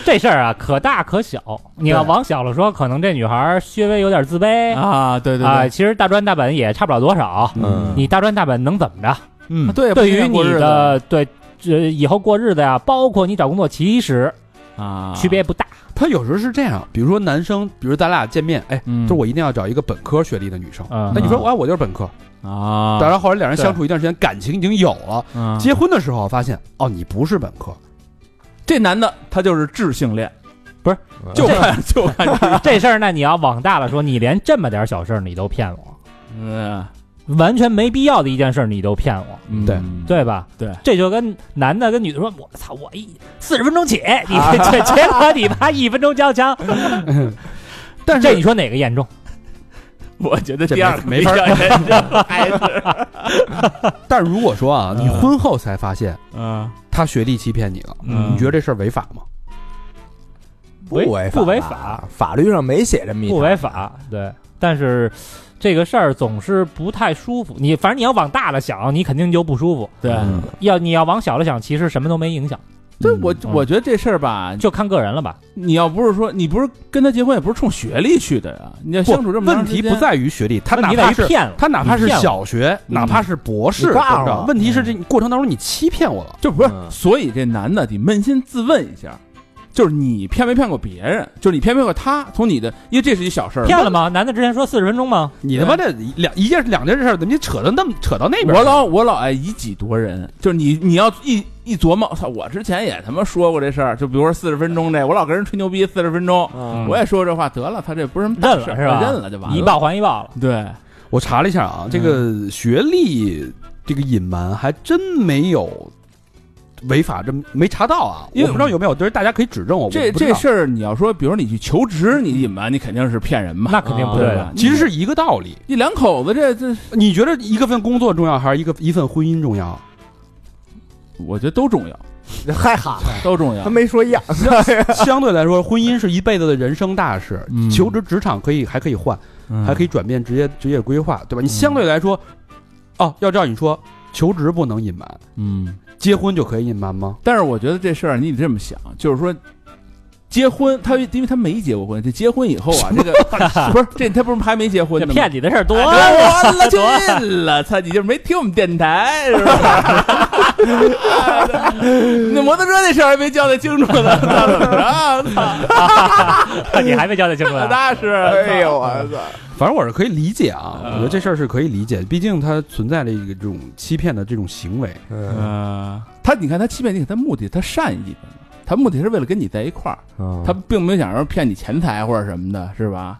[SPEAKER 3] 这事儿啊，可大可小。你要
[SPEAKER 5] 对
[SPEAKER 3] 往小了说，可能这女孩儿稍微有点自卑啊、
[SPEAKER 4] 啊，对对
[SPEAKER 1] 哎
[SPEAKER 4] 对，
[SPEAKER 3] 其实大专大本也差不了多少。
[SPEAKER 5] 嗯
[SPEAKER 3] 你大专大本能怎么着？
[SPEAKER 1] 嗯
[SPEAKER 4] 啊对
[SPEAKER 3] 对于你
[SPEAKER 4] 不是这样过日子
[SPEAKER 3] 的对这以后过日子呀，包括你找工作，其实
[SPEAKER 1] 嗯
[SPEAKER 4] 啊
[SPEAKER 3] 区别，不 大。
[SPEAKER 1] 他有时候是这样，比如说男生，比如咱俩见面，哎，
[SPEAKER 4] 嗯
[SPEAKER 1] 就是我一定要找一个本科学历的女生。
[SPEAKER 3] 嗯
[SPEAKER 1] 那你说，哇，啊我就是本科。
[SPEAKER 4] 啊，
[SPEAKER 1] 当然，后来两人相处一段时间，感情已经有了。
[SPEAKER 4] 啊
[SPEAKER 1] 结婚的时候发现，哦，你不是本科，
[SPEAKER 4] 这男的他就是智性恋，
[SPEAKER 5] 嗯
[SPEAKER 4] 就看就 看，
[SPEAKER 3] 这事儿呢，你要往大了说，你连这么点小事儿你都骗我，
[SPEAKER 4] 嗯
[SPEAKER 3] 完全没必要的一件事儿你都骗我，
[SPEAKER 1] 对
[SPEAKER 3] 对吧？
[SPEAKER 4] 嗯对，
[SPEAKER 3] 这就跟男的跟女的说，我操，我一四十分钟起，你 这结果你妈一分钟交枪，
[SPEAKER 1] 但
[SPEAKER 3] 这
[SPEAKER 1] 是
[SPEAKER 3] 你说哪个严重？
[SPEAKER 4] 我觉得
[SPEAKER 1] 这
[SPEAKER 4] 第二个
[SPEAKER 1] 没没法
[SPEAKER 4] 比较 严重还是
[SPEAKER 1] 但如果说啊，你婚后才发现
[SPEAKER 4] 嗯
[SPEAKER 1] 他学历欺骗你了，
[SPEAKER 4] 嗯
[SPEAKER 1] 你觉得这事儿违法吗？
[SPEAKER 5] 不违
[SPEAKER 3] 不违
[SPEAKER 5] 法啊
[SPEAKER 3] 法，
[SPEAKER 5] 法律上没写这密
[SPEAKER 3] 不
[SPEAKER 5] 探
[SPEAKER 3] 违法，对。但是这个事儿总是不太舒服，你反正你要往大了想，你肯定就不舒服；
[SPEAKER 4] 对。
[SPEAKER 1] 嗯
[SPEAKER 3] 要你要往小了想，其实什么都没影响，
[SPEAKER 4] 这我
[SPEAKER 3] 嗯
[SPEAKER 4] 我觉得这事儿吧，
[SPEAKER 3] 就看个人了吧。
[SPEAKER 4] 你要不是说你不是跟他结婚，也不是冲学历去的呀，你要
[SPEAKER 1] 不
[SPEAKER 4] 相处这么
[SPEAKER 1] 问
[SPEAKER 4] 长时
[SPEAKER 1] 题
[SPEAKER 4] 间
[SPEAKER 1] 不在于学历，他
[SPEAKER 3] 问
[SPEAKER 1] 哪
[SPEAKER 3] 题
[SPEAKER 1] 怕
[SPEAKER 3] 在于
[SPEAKER 1] 是
[SPEAKER 3] 骗了，
[SPEAKER 1] 他哪怕是
[SPEAKER 3] 你骗我
[SPEAKER 1] 小学，
[SPEAKER 4] 嗯
[SPEAKER 1] 哪怕是博士，
[SPEAKER 5] 你
[SPEAKER 1] 怎么
[SPEAKER 5] 挂
[SPEAKER 1] 着
[SPEAKER 5] 了
[SPEAKER 1] 问题是这过程当中你欺骗我了，
[SPEAKER 4] 就不是，
[SPEAKER 5] 嗯
[SPEAKER 4] 所以这男的得扪心自问一下，就是你骗没骗过别人？就是你骗没骗过他？从你的，因为这是一小事儿，
[SPEAKER 3] 骗了吗？男的之前说四十分钟吗？
[SPEAKER 1] 你他妈这两一件两件事儿，怎么你扯到那么扯到那边？
[SPEAKER 4] 我老我老爱以己度人，就是你你要一一琢磨，操！我之前也他妈说过这事儿，就比如说四十分钟这，我老跟人吹牛逼四十分钟，
[SPEAKER 5] 嗯
[SPEAKER 4] 我也说这话，得了，他这不是什么大
[SPEAKER 3] 认
[SPEAKER 4] 事
[SPEAKER 3] 了
[SPEAKER 4] 儿
[SPEAKER 3] 是吧？
[SPEAKER 4] 认了就完了，
[SPEAKER 3] 一报还一报了。
[SPEAKER 4] 对，
[SPEAKER 1] 我查了一下
[SPEAKER 4] 嗯
[SPEAKER 1] 啊，这个学历这个隐瞒还真没有违法，这没查到啊，
[SPEAKER 4] 因为
[SPEAKER 1] 我不知道有没有，就是大家可以指正我。
[SPEAKER 4] 这
[SPEAKER 1] 我不知道
[SPEAKER 4] 这事儿你要说，比如你去求职，你隐瞒，你肯定是骗人嘛，
[SPEAKER 3] 那肯定不
[SPEAKER 4] 对啊
[SPEAKER 3] 对
[SPEAKER 4] 吧
[SPEAKER 3] 的，？
[SPEAKER 1] 其实是一个道理。
[SPEAKER 4] 你两口子这这，
[SPEAKER 1] 你觉得一个份工作重要，还是一个一份婚姻重要？
[SPEAKER 4] 我觉得都重要，
[SPEAKER 5] 嗨哈，
[SPEAKER 4] 都重
[SPEAKER 5] 他
[SPEAKER 4] 要。
[SPEAKER 5] 没说一样，
[SPEAKER 1] 相对来说，婚姻是一辈子的人生大事，
[SPEAKER 4] 嗯
[SPEAKER 1] 求职职场可以还可以换。嗯还可以转变职业职业规划，对吧？你相对来说，哦，要照你说，求职不能隐瞒，
[SPEAKER 4] 嗯，
[SPEAKER 1] 结婚就可以隐瞒吗？
[SPEAKER 4] 但是我觉得这事儿你得这么想，就是说，结婚他因为他没结过婚，这结婚以后 啊，这个不是这他不哎是还没结婚
[SPEAKER 3] 这
[SPEAKER 4] 呢吗？
[SPEAKER 3] 骗啊你的事儿多
[SPEAKER 4] 我
[SPEAKER 3] 了，
[SPEAKER 4] 了去了，操！你就没听我们电台是吧？ 那摩托车那事儿还没交代清楚呢， 那怎么着？操，
[SPEAKER 3] 你还没交代清楚呢。
[SPEAKER 4] 那是
[SPEAKER 5] 哎呦我操！
[SPEAKER 1] 反正我是可以理解啊，
[SPEAKER 4] 嗯
[SPEAKER 1] 我觉得这事儿是可以理解，毕竟它存在了一个这种欺骗的这种行为。
[SPEAKER 5] 嗯
[SPEAKER 4] 嗯，他你看他欺骗你，他目的他善意的，他目的是为了跟你在一块儿，
[SPEAKER 5] 啊
[SPEAKER 4] 他并没有想说骗你钱财或者什么的，是吧？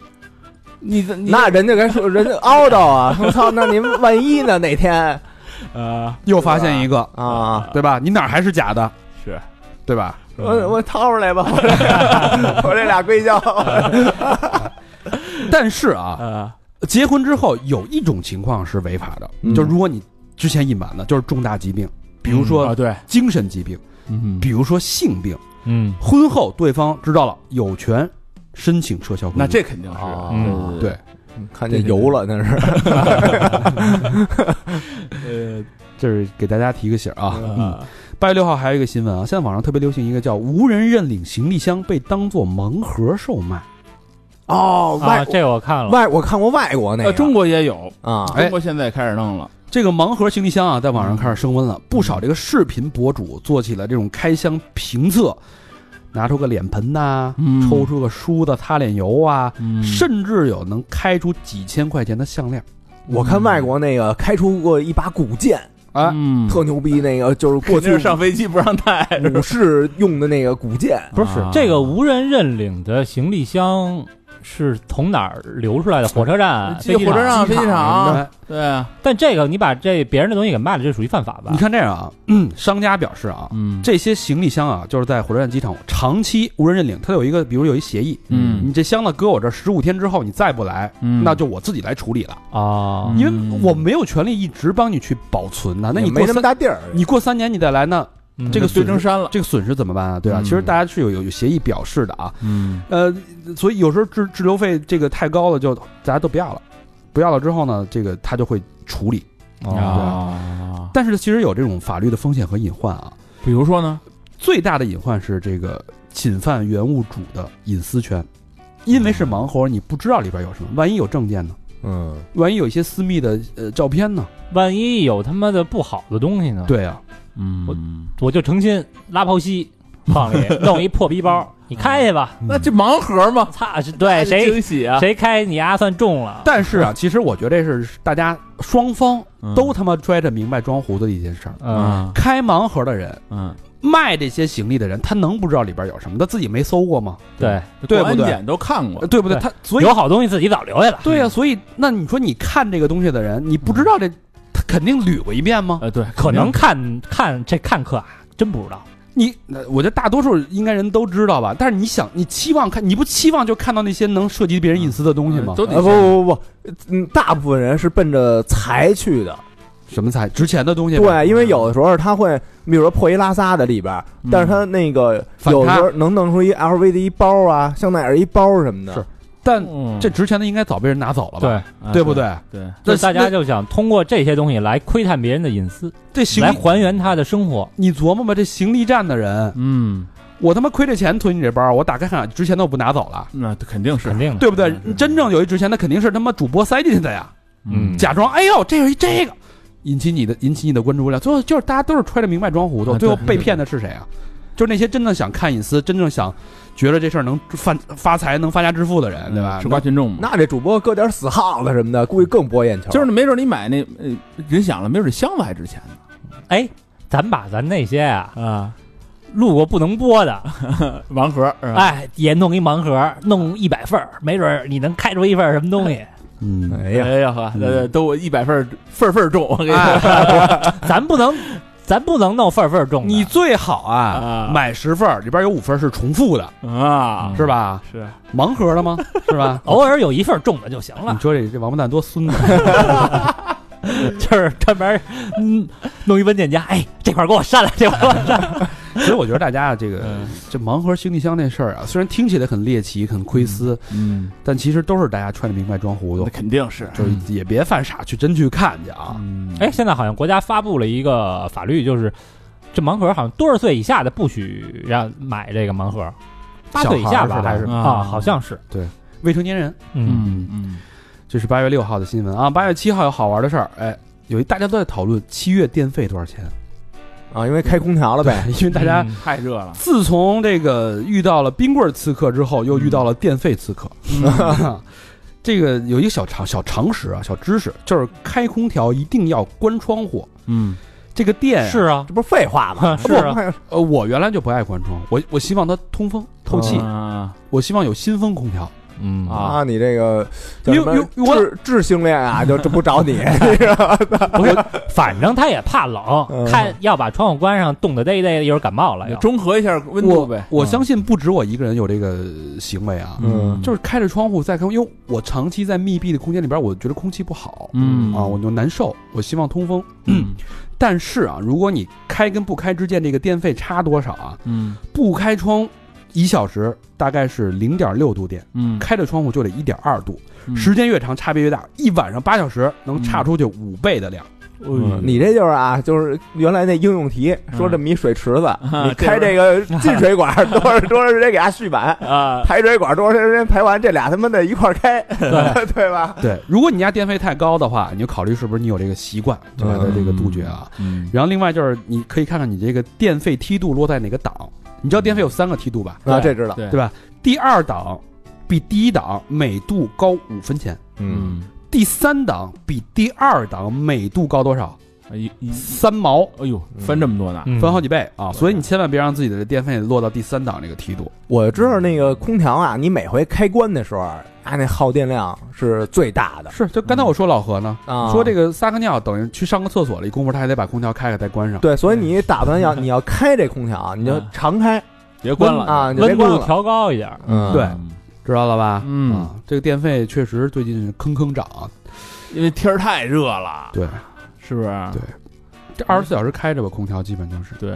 [SPEAKER 4] 你这你
[SPEAKER 5] 那人家该说人家凹叨啊，我操，那您万一呢哪天
[SPEAKER 4] 呃
[SPEAKER 1] 又发现一个，
[SPEAKER 5] 啊？
[SPEAKER 1] 对吧？你哪儿嗯还是假的？
[SPEAKER 4] 是
[SPEAKER 1] 对吧？
[SPEAKER 5] 我我掏出来吧，我这我这俩硅胶，
[SPEAKER 1] 但是啊，
[SPEAKER 3] 呃，
[SPEAKER 1] 结婚之后有一种情况是违法的，
[SPEAKER 5] 嗯
[SPEAKER 1] 就如果你之前隐瞒的，就是重大疾病，比如
[SPEAKER 4] 啊
[SPEAKER 1] 说
[SPEAKER 4] 对，
[SPEAKER 1] 精神疾病，
[SPEAKER 4] 嗯
[SPEAKER 1] 比如说性病，
[SPEAKER 3] 嗯，
[SPEAKER 1] 婚后对方知道了，有权申请撤销婚
[SPEAKER 4] 那
[SPEAKER 1] 姻。
[SPEAKER 4] 这肯定是
[SPEAKER 5] 啊
[SPEAKER 4] 嗯
[SPEAKER 1] 对
[SPEAKER 5] 看见油了那是
[SPEAKER 3] 呃，
[SPEAKER 1] 这是给大家提个醒儿啊。嗯，
[SPEAKER 3] 呃
[SPEAKER 1] 八月六号还有一个新闻啊，现在网上特别流行一个叫无人认领行李箱被当做盲盒售卖。
[SPEAKER 5] 哦，
[SPEAKER 3] 啊，
[SPEAKER 5] 外
[SPEAKER 3] 这个我看了，
[SPEAKER 5] 外我看过外国那
[SPEAKER 4] 呃
[SPEAKER 5] 个
[SPEAKER 4] 中国也有，
[SPEAKER 5] 啊，
[SPEAKER 1] 哎
[SPEAKER 4] 中国现在开始弄了，
[SPEAKER 1] 这个盲盒行李箱啊，在网上开始升温了，不少这个视频博主做起了这种开箱评测，拿出个脸盆呐、
[SPEAKER 4] 嗯
[SPEAKER 1] 抽出个梳子、擦脸油啊，
[SPEAKER 4] 是
[SPEAKER 1] 甚至有能开出几千块钱的项链。
[SPEAKER 5] 我看外国那个开出过一把古剑，
[SPEAKER 1] 啊
[SPEAKER 4] 嗯
[SPEAKER 5] 特嗯牛逼，那个就是
[SPEAKER 4] 肯定
[SPEAKER 5] 过去
[SPEAKER 4] 是上飞机不让带，是吧
[SPEAKER 5] 武士用的那个古剑，
[SPEAKER 3] 不是
[SPEAKER 4] 啊
[SPEAKER 3] 这个无人认领的行李箱是从哪儿流出来的？火车站、
[SPEAKER 4] 机
[SPEAKER 3] 飞机
[SPEAKER 4] 火车
[SPEAKER 3] 场
[SPEAKER 4] 站、飞机场，
[SPEAKER 1] 哎
[SPEAKER 4] 对啊，
[SPEAKER 3] 但这个你把这别人的东西给卖了，这属于犯法吧
[SPEAKER 1] 你？看这样啊，嗯商家表示啊，
[SPEAKER 4] 嗯
[SPEAKER 1] 这些行李箱啊，就是在火车站、机场长期无人认领，它有一个，比如有一协议，
[SPEAKER 4] 嗯
[SPEAKER 1] 你这箱子搁我这十五天之后你再不来，
[SPEAKER 4] 嗯
[SPEAKER 1] 那就我自己来处理了，
[SPEAKER 3] 啊
[SPEAKER 4] 嗯
[SPEAKER 1] 因为我没有权利一直帮你去保存啊呐、那你
[SPEAKER 5] 也没
[SPEAKER 1] 过
[SPEAKER 5] 那么
[SPEAKER 1] 三，
[SPEAKER 5] 大地儿，
[SPEAKER 1] 你过三年你再来那
[SPEAKER 3] 嗯
[SPEAKER 1] 这个
[SPEAKER 4] 就
[SPEAKER 1] 损
[SPEAKER 4] 成
[SPEAKER 1] 失，
[SPEAKER 4] 山了，
[SPEAKER 1] 这个损失怎么办啊？对吧？
[SPEAKER 4] 嗯
[SPEAKER 1] 其实大家是有有有协议表示的啊，
[SPEAKER 4] 嗯
[SPEAKER 1] 呃，所以有时候滞滞留费这个太高了，就大家都不要了，不要了之后呢，这个他就会处理。
[SPEAKER 3] 嗯
[SPEAKER 4] 啊，
[SPEAKER 1] 但是其实有这种法律的风险和隐患啊，
[SPEAKER 4] 比如说呢，
[SPEAKER 1] 最大的隐患是这个侵犯原物主的隐私权，因为是盲盒，你不知道里边有什么，万一有证件呢？
[SPEAKER 5] 嗯，
[SPEAKER 1] 万一有一些私密的呃照片呢？
[SPEAKER 3] 万一有他妈的不好的东西呢？，
[SPEAKER 1] 对啊，
[SPEAKER 4] 嗯，
[SPEAKER 3] 我就诚心拉泡稀往里弄一破逼包，你开去 吧。
[SPEAKER 4] 那这盲盒嘛，
[SPEAKER 3] 操，是对
[SPEAKER 4] 惊
[SPEAKER 3] 哎谁
[SPEAKER 4] 喜啊，
[SPEAKER 3] 谁开你丫算中了。
[SPEAKER 1] 但是啊，其实我觉得这是大家双方
[SPEAKER 4] 嗯
[SPEAKER 1] 都他妈揣着明白装糊涂的一件事儿。
[SPEAKER 3] 嗯，
[SPEAKER 1] 开盲盒的人，
[SPEAKER 4] 嗯，
[SPEAKER 1] 卖这些行李的人，他能不知道里边有什么？他自己没搜过吗？
[SPEAKER 3] 对，
[SPEAKER 1] 对不
[SPEAKER 4] 安
[SPEAKER 1] 对
[SPEAKER 4] 检都看过
[SPEAKER 1] 呃，对不对？
[SPEAKER 3] 对
[SPEAKER 1] 他所以
[SPEAKER 3] 有好东西自己早留下了。
[SPEAKER 1] 对呀、啊所以那你说你看这个东西的人，你不知道这，他肯定捋过一遍吗？
[SPEAKER 4] 呃，对，
[SPEAKER 3] 可能看看这看客啊，真不知道。
[SPEAKER 1] 你，那我觉得大多数应该人都知道吧。但是你想，你期望看，你不期望就看到那些能涉及别人隐私的东西吗？
[SPEAKER 4] 嗯都
[SPEAKER 5] 啊
[SPEAKER 4] 得
[SPEAKER 5] 不不不不，嗯，大部分人是奔着财去的，
[SPEAKER 1] 什么才值钱的东西？，
[SPEAKER 5] 对，因为有的时候他会，比如说破一拉撒的里边儿，但是他那个
[SPEAKER 1] 反
[SPEAKER 5] 有的时
[SPEAKER 1] 差
[SPEAKER 5] 候能弄出一 LV 的一包啊，香奈儿一包什么的，
[SPEAKER 1] 是但
[SPEAKER 3] 嗯
[SPEAKER 1] 这值钱的应该早被人拿走了吧？
[SPEAKER 3] 对，
[SPEAKER 1] 对不？对？
[SPEAKER 4] 对，啊
[SPEAKER 3] 就
[SPEAKER 1] 那
[SPEAKER 3] 大家
[SPEAKER 1] 啊那
[SPEAKER 3] 就想通过这些东西来窥探别人的隐私，
[SPEAKER 1] 这行
[SPEAKER 3] 来
[SPEAKER 1] 李，
[SPEAKER 3] 还原他的生活。
[SPEAKER 1] 你琢磨吧，这行李站的人，
[SPEAKER 4] 嗯，
[SPEAKER 1] 我他妈亏这钱囤你这包，我打开看，值钱的我不拿走了。
[SPEAKER 4] 那肯定是
[SPEAKER 3] 肯，定的，
[SPEAKER 1] 对不对
[SPEAKER 4] 是是？
[SPEAKER 1] 真正有一值钱的，肯定是他妈主播塞进去的呀。
[SPEAKER 3] 嗯
[SPEAKER 1] 假装哎呦，这有一这个，引起你的引起你的关注量，最后就是大家都是揣着明白装糊涂，
[SPEAKER 4] 啊
[SPEAKER 1] 最后
[SPEAKER 4] 对
[SPEAKER 1] 被骗的是谁啊？就是那些真的想看隐私，真正想觉得这事儿能发发财、能发家致富的
[SPEAKER 4] 嗯
[SPEAKER 1] 人，对吧？
[SPEAKER 4] 吃瓜群众嘛。
[SPEAKER 5] 那这主播搁点死耗子什么的，估计更博眼球。
[SPEAKER 4] 就是没准你买那呃人想了，没准箱子还值钱呢
[SPEAKER 3] 哎，咱把咱那些啊
[SPEAKER 4] 啊！
[SPEAKER 3] 录过不能播的，
[SPEAKER 4] 盲盒是吧？
[SPEAKER 3] 哎，也弄一盲盒，弄一百份儿，没准儿你能开出一份儿什么东西。
[SPEAKER 1] 嗯，
[SPEAKER 5] 哎呀，
[SPEAKER 4] 哎呀呵，那那都一百份儿份儿份儿重，我跟你
[SPEAKER 1] 哎
[SPEAKER 4] 说，
[SPEAKER 3] 咱不能，咱不能弄份儿份儿重的。？
[SPEAKER 1] 你最好啊
[SPEAKER 4] 啊，
[SPEAKER 1] 买十份儿，里边有五份儿是重复的，
[SPEAKER 4] 啊，
[SPEAKER 1] 是吧？
[SPEAKER 4] 是
[SPEAKER 1] 盲盒的吗？是吧
[SPEAKER 3] 偶尔有一份儿重的就行了
[SPEAKER 1] 你，说这这王八蛋多孙子，
[SPEAKER 3] 就是专门儿嗯弄一文件夹，哎，这块儿给我删了，这块儿给我删了。
[SPEAKER 1] 所以我觉得大家啊这个
[SPEAKER 4] 嗯
[SPEAKER 1] 这盲盒行李箱那事儿啊，虽然听起来很猎奇、很窥私，
[SPEAKER 4] 嗯，
[SPEAKER 1] 但其实都是大家揣着明白装糊涂
[SPEAKER 4] 那，肯定是
[SPEAKER 1] 就是也别犯傻去真去看去啊。
[SPEAKER 4] 嗯
[SPEAKER 3] 哎，现在好像国家发布了一个法律，就是这盲盒好像多少岁以下的不许让买这个盲盒，八岁以下吧
[SPEAKER 1] 小孩
[SPEAKER 3] 还
[SPEAKER 1] 儿
[SPEAKER 3] 是
[SPEAKER 1] 是
[SPEAKER 4] 吧
[SPEAKER 3] 啊，好像是，
[SPEAKER 1] 未成年人。
[SPEAKER 3] 嗯
[SPEAKER 4] 嗯嗯
[SPEAKER 1] 这是八月六号的新闻啊，八月七号有好玩的事儿，哎，有一大家都在讨论七月电费多少钱，哎
[SPEAKER 5] 啊，因为开空调了呗，
[SPEAKER 1] 因为大家
[SPEAKER 3] 嗯
[SPEAKER 4] 太热了，
[SPEAKER 1] 自从这个遇到了冰棍儿刺客之后，又遇到了电费刺客。
[SPEAKER 4] 嗯
[SPEAKER 1] 这个有一个小常小常识啊，小知识，就是开空调一定要关窗户。
[SPEAKER 4] 嗯
[SPEAKER 1] 这个店啊
[SPEAKER 3] 是啊，
[SPEAKER 5] 这不是废话吗？
[SPEAKER 3] 是啊
[SPEAKER 5] 不
[SPEAKER 1] 呃，我原来就不爱关窗，我我希望它通
[SPEAKER 4] 哦
[SPEAKER 1] 风透气，
[SPEAKER 4] 啊，
[SPEAKER 1] 我希望有新风空调。
[SPEAKER 2] 嗯
[SPEAKER 4] 啊
[SPEAKER 5] 啊，你这个叫什么
[SPEAKER 1] 哟哟我
[SPEAKER 5] 智智性恋啊，就这不找你，
[SPEAKER 3] 不是，反正他也怕冷，
[SPEAKER 5] 嗯
[SPEAKER 3] 看要把窗户关上，冻得嘚嘚，一会儿感冒了
[SPEAKER 4] 你
[SPEAKER 3] 又。
[SPEAKER 4] 中和一下温度呗。
[SPEAKER 1] 我
[SPEAKER 4] 嗯
[SPEAKER 1] 相信不止我一个人有这个行为啊，
[SPEAKER 5] 嗯
[SPEAKER 1] 就是开着窗户在看，因为我长期在密闭的空间里边，我觉得空气不好，
[SPEAKER 4] 嗯
[SPEAKER 1] 啊，我就难受，我希望通风。
[SPEAKER 4] 嗯
[SPEAKER 1] 但是啊，如果你开跟不开之间这个电费差多少啊？
[SPEAKER 4] 嗯
[SPEAKER 1] 不开窗一小时大概是零点六度电，
[SPEAKER 4] 嗯，
[SPEAKER 1] 开着窗户就得一点二度，
[SPEAKER 4] 嗯
[SPEAKER 1] 时间越长差别越大，一晚上八小时能差出去五倍的量。
[SPEAKER 5] 嗯 你这就是啊，就是原来那应用题说这么一水池子，
[SPEAKER 4] 嗯
[SPEAKER 5] 你开这个进水管多少多长时间给它续满，
[SPEAKER 3] 啊，
[SPEAKER 5] 排水管多长时间排完，这俩他妈的一块儿开， 对吧？
[SPEAKER 1] 对，如果你家电费太高的话，你就考虑是不是你有这个习惯，就把它这个杜绝啊。
[SPEAKER 4] 嗯
[SPEAKER 1] 然后另外就是你可以看看你这个电费梯度落在哪个档，你知道电费有三个梯度吧？
[SPEAKER 5] 啊，这知道，
[SPEAKER 4] 对
[SPEAKER 1] 对吧？第二档比第一档每度高五分钱，
[SPEAKER 5] 嗯，
[SPEAKER 1] 第三档比第二档每度高多少？
[SPEAKER 4] 一一，
[SPEAKER 1] 三毛。
[SPEAKER 4] 哎呦，翻这么多呢，
[SPEAKER 3] 嗯
[SPEAKER 1] 翻好几倍啊！所以你千万别让自己的电费落到第三档这个梯度。
[SPEAKER 5] 我知道那个空调啊，你每回开关的时候啊，那耗电量是最大的
[SPEAKER 1] 是，就刚才我说老何呢，
[SPEAKER 5] 嗯啊。
[SPEAKER 1] 说这个撒个尿等于去上个厕所了，一功夫他还得把空调开开再关上。
[SPEAKER 5] 对，所以你打算要你要开这空调啊，你就常开
[SPEAKER 4] 别关了，
[SPEAKER 5] 啊，你就别
[SPEAKER 3] 温
[SPEAKER 5] 关
[SPEAKER 3] 度
[SPEAKER 5] 了。
[SPEAKER 3] 调高一点，
[SPEAKER 5] 嗯，
[SPEAKER 1] 对知道了吧？
[SPEAKER 4] 嗯
[SPEAKER 1] 啊，这个电费确实最近坑坑涨。
[SPEAKER 4] 因为天儿太热了，
[SPEAKER 1] 对，
[SPEAKER 4] 是不是？
[SPEAKER 1] 对这二十四小时开着吧，空调基本就是。
[SPEAKER 4] 对，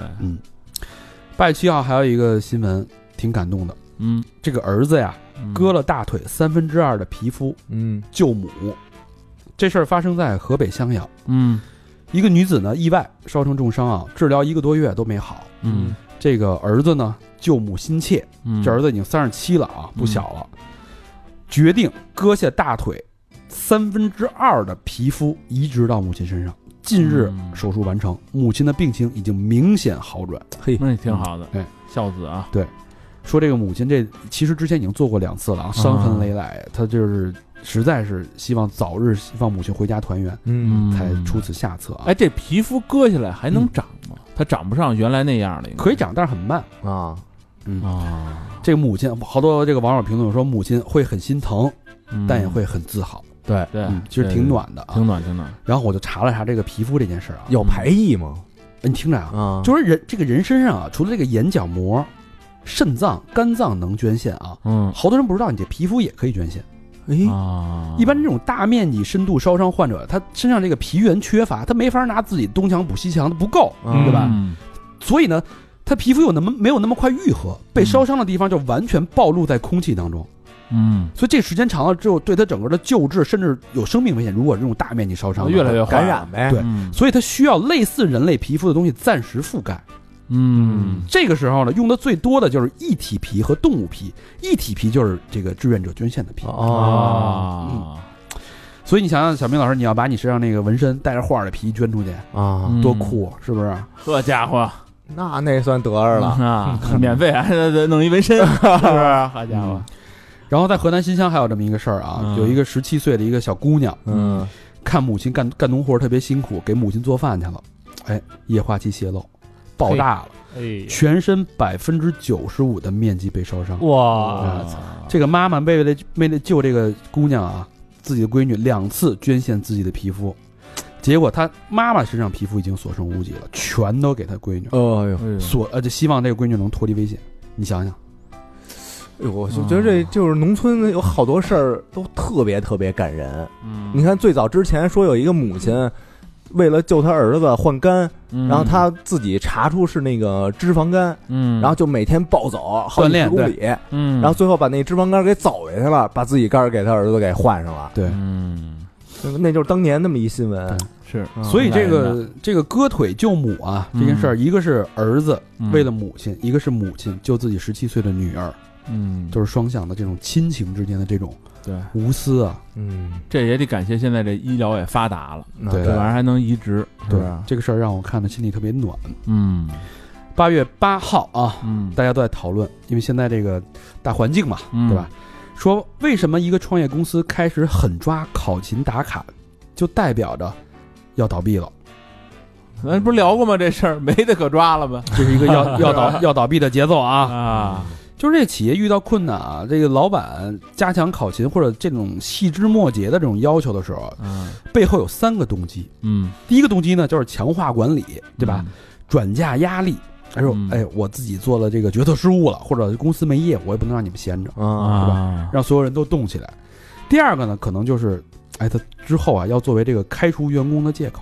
[SPEAKER 1] 八月七号还有一个新闻挺感动的，
[SPEAKER 4] 嗯，
[SPEAKER 1] 这个儿子呀
[SPEAKER 4] 嗯
[SPEAKER 1] 割了大腿三分之二的皮肤
[SPEAKER 5] 嗯
[SPEAKER 1] 救母。这事儿发生在河北襄阳，
[SPEAKER 4] 嗯
[SPEAKER 1] 一个女子呢意外烧成重伤啊，治疗一个多月都没好。
[SPEAKER 4] 嗯
[SPEAKER 1] 这个儿子呢救母心切，
[SPEAKER 4] 嗯，
[SPEAKER 1] 这儿子已经三十七了啊，不小了，决定割下大腿三分之二的皮肤移植到母亲身上。近日
[SPEAKER 4] 嗯
[SPEAKER 1] 手术完成，母亲的病情已经明显好转。嘿，
[SPEAKER 4] 那也挺好的，
[SPEAKER 1] 对，
[SPEAKER 4] 孝子啊，
[SPEAKER 1] 说这个母亲这其实之前已经做过两次了啊，伤痕累累，她就是实在是希望早日放母亲回家团圆，
[SPEAKER 5] 嗯，
[SPEAKER 1] 才出。此下策啊。
[SPEAKER 4] 哎，，这皮肤割下来还能长吗？它长不上原来那样了，应该
[SPEAKER 1] 可以长，但是很慢。
[SPEAKER 5] 啊，
[SPEAKER 4] 啊，
[SPEAKER 1] 这个母亲，好多这个网友评论说，母亲会很心疼，
[SPEAKER 4] 嗯
[SPEAKER 1] 但也会很自豪。
[SPEAKER 4] 对对
[SPEAKER 1] 嗯，，其实挺暖的
[SPEAKER 4] 对，
[SPEAKER 1] 啊。
[SPEAKER 4] 挺暖，挺暖。
[SPEAKER 1] 然后我就查了查这个皮肤这件事儿啊，
[SPEAKER 5] 有排异吗？
[SPEAKER 1] 你听着
[SPEAKER 4] 嗯
[SPEAKER 1] 啊，
[SPEAKER 5] 啊，
[SPEAKER 1] 就是人这个人身上啊，除了这个眼角膜、肾脏、肝脏能捐献啊，
[SPEAKER 4] 嗯
[SPEAKER 1] 好多人不知道，你这皮肤也可以捐献。嗯
[SPEAKER 5] 哎
[SPEAKER 4] 啊，
[SPEAKER 1] 一般这种大面积深度烧伤患者，他身上这个皮源缺乏，他没法拿自己东墙补西墙，他不够，
[SPEAKER 5] 嗯
[SPEAKER 1] 对吧？
[SPEAKER 4] 嗯
[SPEAKER 1] 所以呢，他皮肤有那么没有那么快愈合，被烧伤的地方就完全暴露在空气当中。
[SPEAKER 4] 嗯，
[SPEAKER 1] 所以这时间长了之后，对他整个的救治甚至有生命危险。如果这种大面积烧伤的话，
[SPEAKER 4] 哦越来越坏
[SPEAKER 5] 感染呗。
[SPEAKER 1] 对
[SPEAKER 4] 嗯
[SPEAKER 1] 所以它需要类似人类皮肤的东西暂时覆盖。
[SPEAKER 4] 嗯
[SPEAKER 1] 这个时候呢，用的最多的就是一体皮和动物皮。一体皮就是这个志愿者捐献的皮。
[SPEAKER 5] 哦
[SPEAKER 4] 啊
[SPEAKER 3] 嗯
[SPEAKER 1] 所以你想想，小明老师，你要把你身上那个纹身带着画儿的皮捐出去，
[SPEAKER 4] 嗯
[SPEAKER 5] 啊，
[SPEAKER 1] 多！酷啊，是不是？
[SPEAKER 4] 呵家伙，
[SPEAKER 5] 那那算得着
[SPEAKER 3] 嗯
[SPEAKER 5] 了。
[SPEAKER 4] 啊，免费还得弄一纹身，是不是？好家伙，
[SPEAKER 1] 嗯然后在河南新乡还有这么一个事儿啊，
[SPEAKER 4] 嗯
[SPEAKER 1] 有一个十七岁的一个小姑娘，
[SPEAKER 5] 嗯，
[SPEAKER 1] 看母亲干干农活儿特别辛苦，给母亲做饭去了，哎，液化气泄漏，爆炸了，
[SPEAKER 3] 哎，
[SPEAKER 1] 全身百分之九十五的面积被烧伤。
[SPEAKER 3] 哇，
[SPEAKER 1] 这个妈妈为了为了救这个姑娘啊，自己的闺女两次捐献自己的皮肤，结果她妈妈身上皮肤已经所剩无几了，全都给她闺女，
[SPEAKER 5] 哎呦，
[SPEAKER 4] 哎呦
[SPEAKER 1] 所呃就希望这个闺女能脱离危险。你想想，
[SPEAKER 5] 哎呦我就觉得这就是农村有好多事儿都特别特别感人。
[SPEAKER 4] 嗯
[SPEAKER 5] 你看最早之前说有一个母亲。为了救她儿子换肝，
[SPEAKER 4] 嗯
[SPEAKER 5] 然后她自己查出是那个脂肪肝，
[SPEAKER 4] 嗯，
[SPEAKER 5] 然后就每天暴走好
[SPEAKER 1] 锻
[SPEAKER 5] 几
[SPEAKER 1] 炼
[SPEAKER 5] 十公里，
[SPEAKER 4] 嗯，
[SPEAKER 5] 然后最后把那脂肪肝给走下去了，把自己肝儿给她儿子给换上了。
[SPEAKER 1] 对，
[SPEAKER 4] 嗯
[SPEAKER 5] 那就是当年那么一新闻
[SPEAKER 1] 对
[SPEAKER 4] 是，
[SPEAKER 5] 嗯
[SPEAKER 1] 所以这个这个割腿救母啊这件事儿，一个是儿子为了母亲，一个是母亲救自己十七岁的女儿，
[SPEAKER 4] 嗯，
[SPEAKER 1] 就是双向的这种亲情之间的这种
[SPEAKER 4] 对，
[SPEAKER 1] 无私啊，
[SPEAKER 5] 嗯，
[SPEAKER 4] 这也得感谢现在这医疗也发达了，
[SPEAKER 5] 那
[SPEAKER 1] 对
[SPEAKER 4] 这玩意儿还能移植，是
[SPEAKER 1] 对
[SPEAKER 4] 不是？
[SPEAKER 1] 这个事儿让我看的心里特别暖。
[SPEAKER 4] 嗯
[SPEAKER 1] 八月八号啊，
[SPEAKER 4] 嗯，
[SPEAKER 1] 大家都在讨论，因为现在这个大环境嘛，对吧？说为什么一个创业公司开始狠抓考勤打卡，就代表着要倒闭了？
[SPEAKER 4] 咱不是聊过吗？这事儿没得可抓了 吧？
[SPEAKER 1] 这是一个要要倒要倒闭的节奏啊！
[SPEAKER 4] 啊，
[SPEAKER 1] 就是这企业遇到困难啊，这个老板加强考勤或者这种细枝末节的这种要求的时候，
[SPEAKER 4] 嗯
[SPEAKER 1] 背后有三个动机。
[SPEAKER 4] 嗯，
[SPEAKER 1] 第一个动机呢，就是强化管理，对吧？
[SPEAKER 4] 嗯？
[SPEAKER 1] 转嫁压力。哎呦
[SPEAKER 4] 嗯，
[SPEAKER 1] 哎，我自己做了这个决策失误了，或者公司没业务，我也不能让你们闲着，
[SPEAKER 5] 啊，
[SPEAKER 4] 啊，
[SPEAKER 1] 让所有人都动起来。第二个呢，可能就是，哎，他之后啊，要作为这个开除员工的借口，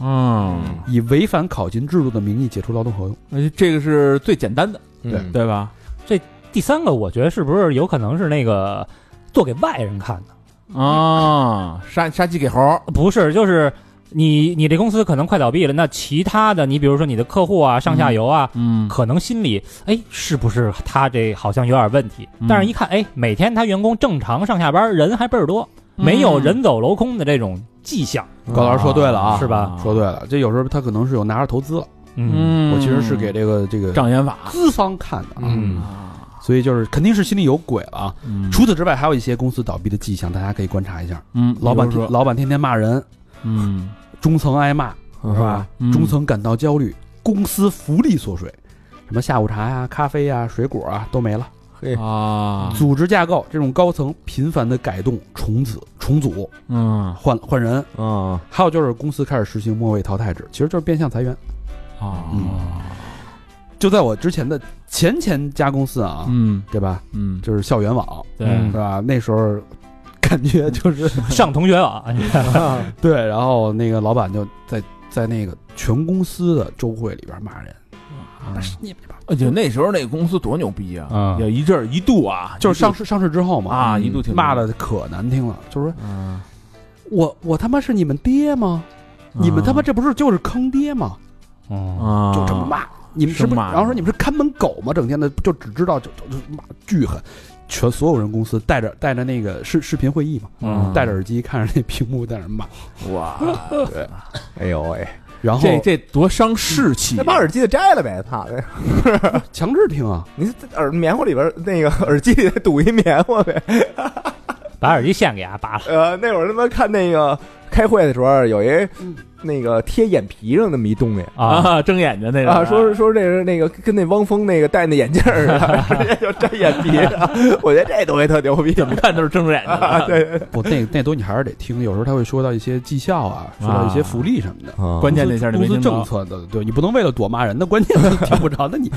[SPEAKER 4] 嗯，
[SPEAKER 1] 以违反考勤制度的名义解除劳动合同。
[SPEAKER 4] 那这个是最简单的，
[SPEAKER 5] 对，
[SPEAKER 4] 对吧？
[SPEAKER 3] 第三个，我觉得是不是有可能是那个做给外人看的？
[SPEAKER 4] 啊，杀杀鸡给猴儿，
[SPEAKER 3] 不是，就是你你这公司可能快倒闭了，那其他的你比如说你的客户啊、上下游啊，
[SPEAKER 4] 嗯
[SPEAKER 3] 可能心里哎是不是他这好像有点问题？
[SPEAKER 4] 嗯
[SPEAKER 3] 但是一看哎，每天他员工正常上下班，人还倍儿多，
[SPEAKER 4] 嗯
[SPEAKER 3] 没有人走楼空的这种迹象，
[SPEAKER 1] 高老师说对了啊，
[SPEAKER 3] 是吧
[SPEAKER 1] 说对了，这有时候他可能是有拿着投资了，
[SPEAKER 3] 嗯，
[SPEAKER 4] 嗯，
[SPEAKER 1] 我其实是给这个这个
[SPEAKER 4] 障眼法，
[SPEAKER 1] 资方看的啊，
[SPEAKER 5] 嗯
[SPEAKER 4] 啊
[SPEAKER 1] 所以就是肯定是心里有鬼了啊。
[SPEAKER 4] 嗯
[SPEAKER 1] 除此之外，还有一些公司倒闭的迹象，大家可以观察一下。
[SPEAKER 4] 嗯，
[SPEAKER 1] 老板
[SPEAKER 4] 比如
[SPEAKER 1] 天
[SPEAKER 4] 说，
[SPEAKER 1] 老板天天骂人，
[SPEAKER 4] 嗯，
[SPEAKER 1] 中层挨骂是吧？
[SPEAKER 4] 嗯
[SPEAKER 1] 中层感到焦虑，公司福利缩水，什么下午茶呀、咖啡呀、水果啊都没了。
[SPEAKER 4] 啊，
[SPEAKER 1] 组织架构这种高层频繁的改动、重组、重组、
[SPEAKER 4] 嗯
[SPEAKER 1] 换换人，
[SPEAKER 5] 啊，
[SPEAKER 1] 还有就是公司开始实行末位淘汰制，其实就是变相裁员。
[SPEAKER 4] 啊，
[SPEAKER 1] 就在我之前的前前家公司啊，
[SPEAKER 4] 嗯
[SPEAKER 1] 对吧？
[SPEAKER 4] 嗯，
[SPEAKER 1] 就是校园网，
[SPEAKER 4] 对
[SPEAKER 1] 是吧？那时候感觉就是
[SPEAKER 4] 嗯
[SPEAKER 3] 上同学网，哎
[SPEAKER 1] 对，然后那个老板就在在那个全公司的周会里边骂人，
[SPEAKER 4] 嗯
[SPEAKER 1] 啊你们
[SPEAKER 4] 而且哎那时候那公司多牛逼啊
[SPEAKER 3] 嗯，
[SPEAKER 4] 有一阵儿一度啊，
[SPEAKER 1] 就是上
[SPEAKER 4] 一
[SPEAKER 1] 市上市之后
[SPEAKER 4] 度
[SPEAKER 1] 嘛，
[SPEAKER 4] 啊，
[SPEAKER 1] 嗯
[SPEAKER 4] 一度挺
[SPEAKER 1] 骂的可难听了，就是说
[SPEAKER 4] 嗯，
[SPEAKER 1] 我我他妈是你们爹吗？
[SPEAKER 4] 嗯，
[SPEAKER 1] 你们他妈这不是就是坑爹吗？
[SPEAKER 3] 嗯，
[SPEAKER 4] 啊，
[SPEAKER 1] 就这么骂，你们
[SPEAKER 4] 是
[SPEAKER 1] 是不是？
[SPEAKER 4] 骂
[SPEAKER 1] 然后说你们是看门狗吗？整天的就只知道就就就骂巨狠，全所有人公司带着带着那个视视频会议嘛，
[SPEAKER 4] 嗯
[SPEAKER 1] 戴着耳机看着那屏幕在那骂，
[SPEAKER 4] 哇，
[SPEAKER 5] 哎呦喂，
[SPEAKER 1] 然后
[SPEAKER 4] 这这多伤士气
[SPEAKER 5] 那把耳机摘了呗，操！
[SPEAKER 1] 强制听啊，
[SPEAKER 5] 你这耳棉花里边那个耳机里 堵一棉花呗。
[SPEAKER 3] 把耳机线给他拔了，
[SPEAKER 5] 呃，那会儿他妈看那个开会的时候，有一
[SPEAKER 1] 嗯
[SPEAKER 5] 那个贴眼皮上那么一东西。
[SPEAKER 3] 啊，
[SPEAKER 4] 啊，睁眼睛那个
[SPEAKER 5] 啊，说是说这是那个跟那汪峰那个戴那眼镜儿似的，直接就摘眼皮上。我觉得这东西特牛逼
[SPEAKER 4] 怎么看都是睁着眼睛的
[SPEAKER 5] 啊！ 对，对对
[SPEAKER 1] 不，那那东西还是得听，有时候他会说到一些绩效啊，说到一些福利什么的。
[SPEAKER 5] 啊
[SPEAKER 4] 关键那下你
[SPEAKER 1] 公
[SPEAKER 4] 没
[SPEAKER 1] 司
[SPEAKER 4] 听
[SPEAKER 1] 政
[SPEAKER 4] 着，
[SPEAKER 1] 策的，对你不能为了躲骂人的关键你听不着，那 你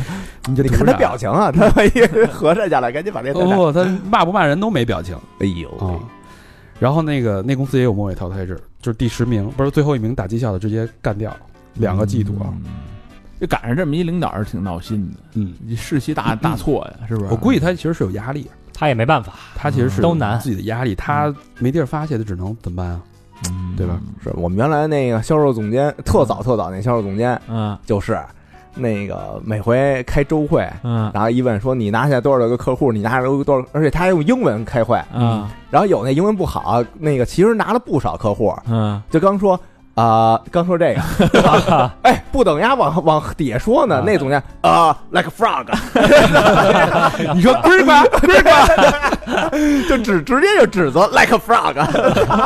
[SPEAKER 1] 你就
[SPEAKER 5] 你看他表
[SPEAKER 1] 情，
[SPEAKER 5] 情啊，他万一合上下来，赶紧把这个戴上。
[SPEAKER 1] 哦，他骂不骂人都没表情
[SPEAKER 5] 哎呦喂
[SPEAKER 1] 啊。然后那个那公司也有末尾淘汰制，就是第十名不是最后一名打绩效的直接干掉，两个季度啊，
[SPEAKER 4] 嗯，就赶上这么一领导是挺闹心的，
[SPEAKER 1] 嗯，
[SPEAKER 4] 你士气大大错呀，是不是？
[SPEAKER 1] 我估计他其实是有压力，
[SPEAKER 3] 他也没办法，
[SPEAKER 1] 他其实是
[SPEAKER 3] 都难
[SPEAKER 1] 自己的压力，他没地儿发泄，他只能怎么办啊？
[SPEAKER 4] 嗯
[SPEAKER 1] 对吧？
[SPEAKER 5] 是我们原来那个销售总监，特早特早那销售总监
[SPEAKER 4] 嗯
[SPEAKER 5] 就是那个每回开周会，
[SPEAKER 4] 嗯
[SPEAKER 5] 然后一问说你拿下多少个客户，你拿下多少，而且他还用英文开会，
[SPEAKER 4] 嗯
[SPEAKER 5] 然后有那英文不好，那个其实拿了不少客户，
[SPEAKER 4] 嗯，
[SPEAKER 5] 就刚说啊、刚说这个，哎，不等丫往往底下说呢，那总监啊、l i k e a frog，
[SPEAKER 1] 你说龟儿吧，龟儿吧，
[SPEAKER 5] 就指直接就指责 like a frog，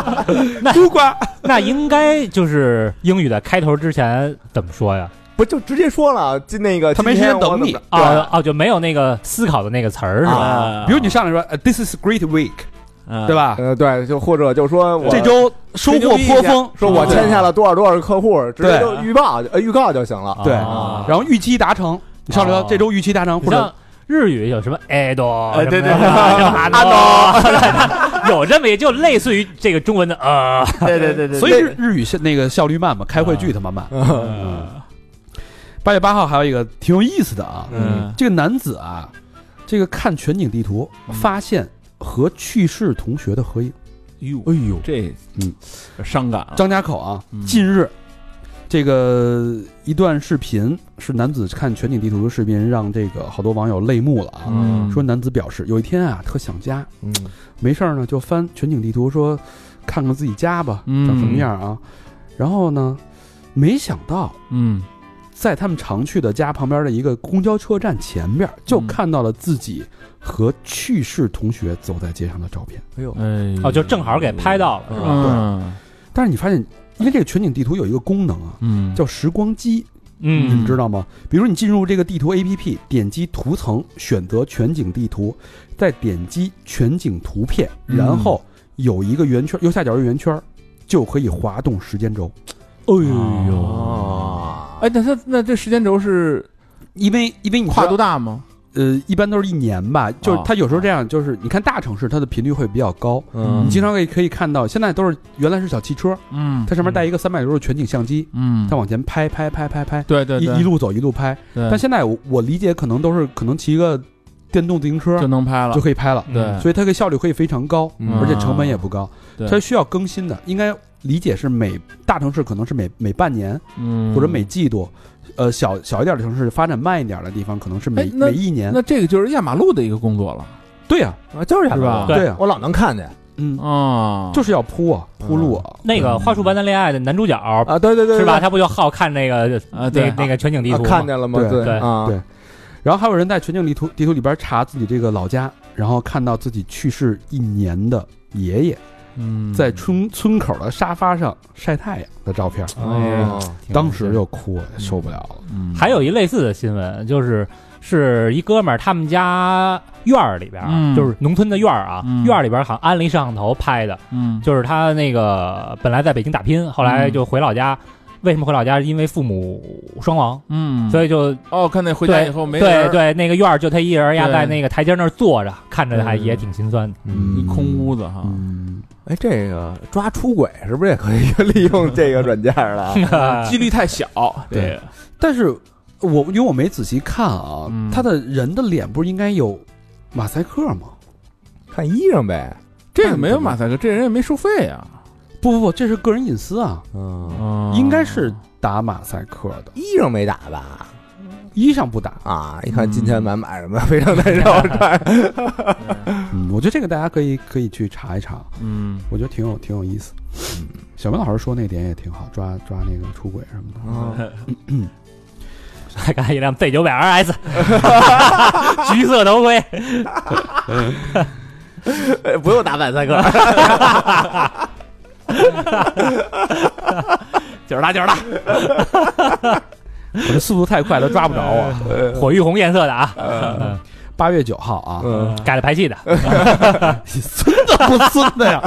[SPEAKER 1] 孤瓜，
[SPEAKER 3] 那应该就是英语的开头之前怎么说呀？
[SPEAKER 5] 不就直接说了，就那个
[SPEAKER 1] 他没
[SPEAKER 5] 今天
[SPEAKER 1] 时间
[SPEAKER 5] 我
[SPEAKER 1] 等你
[SPEAKER 5] 怎么着
[SPEAKER 3] 哦哦，就没有那个思考的那个词儿是
[SPEAKER 5] 啊
[SPEAKER 3] 吧？
[SPEAKER 1] 比如你上来说呃，This is great week，对
[SPEAKER 4] 啊
[SPEAKER 3] 啊
[SPEAKER 1] 吧？
[SPEAKER 5] 对，呃，对，就或者就说我
[SPEAKER 1] 这周收获颇丰，
[SPEAKER 5] 说我签下了多少多少个客户，直
[SPEAKER 1] 对
[SPEAKER 5] 接就预报呃预告就行了。
[SPEAKER 1] 对
[SPEAKER 3] 啊
[SPEAKER 1] 然后预期达成，你上来说这周预期达 成，
[SPEAKER 3] 你
[SPEAKER 1] 或者
[SPEAKER 3] 像日语有什么 idol，
[SPEAKER 4] 哎对对对
[SPEAKER 3] 阿诺， 有这么也就类似于这个中文的呃，
[SPEAKER 4] 对对对对
[SPEAKER 1] 所以日日语是那个效率慢嘛，开会巨他妈慢。八月八号还有一个挺有意思的啊，
[SPEAKER 4] 嗯
[SPEAKER 1] 这个男子啊，这个看全景地图发现和去世同学的合影，
[SPEAKER 4] 哟，
[SPEAKER 1] 哎呦，
[SPEAKER 4] 这
[SPEAKER 1] 嗯
[SPEAKER 4] 伤感了，
[SPEAKER 1] 张家口啊
[SPEAKER 4] 嗯，
[SPEAKER 1] 近日。这个一段视频是男子看全景地图的视频，让这个好多网友泪目了啊。
[SPEAKER 4] 嗯
[SPEAKER 1] 说男子表示，有一天啊，特想家，
[SPEAKER 5] 嗯，
[SPEAKER 1] 没事儿呢就翻全景地图，说看看自己家吧，
[SPEAKER 4] 嗯
[SPEAKER 1] 长什么样啊。然后呢，没想到
[SPEAKER 4] 嗯
[SPEAKER 1] 在他们常去的家旁边的一个公交车站前边，就看到了自己和去世同学走在街上的照片。
[SPEAKER 5] 哎呦，
[SPEAKER 3] 哦
[SPEAKER 4] 哎
[SPEAKER 3] 哦，就正好给拍到了是吧？
[SPEAKER 4] 嗯
[SPEAKER 1] 但是你发现因为这个全景地图有一个功能啊，
[SPEAKER 2] 嗯
[SPEAKER 4] 哦
[SPEAKER 1] 叫时光机，你
[SPEAKER 3] 嗯
[SPEAKER 1] 们知道吗？比如你进入这个地图 APP，点击图层，选择全景地图，再点击全景图片，
[SPEAKER 2] 嗯
[SPEAKER 1] 然后有一个圆圈，右下角有圆圈，就可以滑动时间轴。哎
[SPEAKER 5] 哦，
[SPEAKER 4] 哎，那他那这时间轴是
[SPEAKER 1] 因为因为你
[SPEAKER 4] 跨
[SPEAKER 1] 跨
[SPEAKER 4] 度
[SPEAKER 1] 度
[SPEAKER 4] 大吗？
[SPEAKER 1] 呃，一般都是一年吧，就是
[SPEAKER 4] 啊
[SPEAKER 1] 它有时候这样，就是你看大城市它的频率会比较高，
[SPEAKER 5] 嗯
[SPEAKER 1] 你经常可以可以看到，现在都是原来是小汽车，
[SPEAKER 4] 嗯
[SPEAKER 1] 它上面带一个三百六十度全景相机，
[SPEAKER 4] 嗯
[SPEAKER 1] 它，往前拍拍拍拍拍，
[SPEAKER 4] 对对嗯
[SPEAKER 1] 一
[SPEAKER 4] 对，
[SPEAKER 1] 一路走一路拍。
[SPEAKER 4] 对
[SPEAKER 1] 但现在我我理解可能都是可能骑个电动自行车
[SPEAKER 4] 就能嗯拍了
[SPEAKER 1] 就，可以拍了，
[SPEAKER 4] 对，
[SPEAKER 1] 所以它的效率可以非常高，
[SPEAKER 5] 嗯
[SPEAKER 1] 而且成本也不高。
[SPEAKER 4] 对
[SPEAKER 1] 它需要更新的，应该理解是每大城市可能是每每半年
[SPEAKER 4] 嗯
[SPEAKER 1] 或者每季度，呃小小一点的城市发展慢一点的地方可能是每
[SPEAKER 4] 哎
[SPEAKER 1] 每
[SPEAKER 4] 那
[SPEAKER 1] 一年。
[SPEAKER 4] 那这个就是压马路的一个工作了
[SPEAKER 1] 对呀，
[SPEAKER 5] 啊就是
[SPEAKER 4] 是吧
[SPEAKER 1] 对呀，
[SPEAKER 5] 我老能看见
[SPEAKER 1] 嗯，
[SPEAKER 4] 啊
[SPEAKER 1] 就是要铺啊铺路啊。
[SPEAKER 3] 那个《花束般的恋爱》的男主角
[SPEAKER 5] 啊，对对对，
[SPEAKER 3] 是吧？
[SPEAKER 5] 对？
[SPEAKER 3] 他不就好看那个
[SPEAKER 4] 嗯啊
[SPEAKER 3] 那
[SPEAKER 4] 对
[SPEAKER 3] 那个全景地
[SPEAKER 5] 啊
[SPEAKER 3] 图吗？
[SPEAKER 5] 看见了吗？
[SPEAKER 1] 对
[SPEAKER 3] 对
[SPEAKER 5] 啊，
[SPEAKER 1] 对然后还有人在全景地图地图里边查自己这个老家，然后看到自己去世一年的爷爷
[SPEAKER 4] 嗯
[SPEAKER 1] 在村村口的沙发上晒太阳的照片，
[SPEAKER 4] 哎呀
[SPEAKER 5] 哦，
[SPEAKER 1] 当时就哭了，受不了了。
[SPEAKER 4] 嗯
[SPEAKER 3] 还有一类似的新闻，就是是一哥们儿他们家院儿里边啊，
[SPEAKER 4] 嗯
[SPEAKER 3] 就是农村的院儿啊，
[SPEAKER 4] 嗯
[SPEAKER 3] 院儿里边好像安了一摄像头拍的，
[SPEAKER 4] 嗯
[SPEAKER 3] 就是他那个本来在北京打拼，后来就回老家。为什么回老家？因为父母双亡，
[SPEAKER 4] 嗯
[SPEAKER 3] 所以就
[SPEAKER 4] 哦，看那回家
[SPEAKER 3] 对
[SPEAKER 4] 以后没人
[SPEAKER 3] 对
[SPEAKER 4] 儿
[SPEAKER 3] 对，那个院儿就他一人，压
[SPEAKER 4] 对嗯
[SPEAKER 3] 在那个台阶那儿坐着，看着还也挺心酸的。
[SPEAKER 4] 一空屋啊子哈，
[SPEAKER 1] 嗯，
[SPEAKER 5] 哎，这个抓出轨是不是也可以利用这个软件了？
[SPEAKER 4] 嗯几率太小，
[SPEAKER 1] 对，但是我因为我没仔细看啊，
[SPEAKER 4] 嗯
[SPEAKER 1] 他的人的脸不是应该有马赛克吗？
[SPEAKER 5] 看衣裳呗，
[SPEAKER 4] 这个没有马赛克，这人也没收费啊，
[SPEAKER 1] 不不不，这是个人隐私啊，
[SPEAKER 5] 嗯，
[SPEAKER 1] 应该是打马赛克的，
[SPEAKER 5] 衣裳没打吧？
[SPEAKER 1] 衣裳不打。
[SPEAKER 5] 啊，一看今天买买什么，非常难受。
[SPEAKER 1] 嗯，我觉得这个大家可以可以去查一查，
[SPEAKER 4] 嗯
[SPEAKER 1] 我觉得挺有挺有意思。小明老师说那点也挺好，抓抓那个出轨什么的。
[SPEAKER 3] 还看一辆 Z 九百 RS，橘色头盔，
[SPEAKER 5] 这 不用打马赛克，
[SPEAKER 3] 九十大九十大，
[SPEAKER 1] 我这速度太快了，抓不着啊。
[SPEAKER 4] 嗯
[SPEAKER 3] 火玉红颜色的啊，
[SPEAKER 1] 八月九号 啊，
[SPEAKER 5] 嗯，
[SPEAKER 3] 改了排气的，
[SPEAKER 1] 孙子不孙子 呀？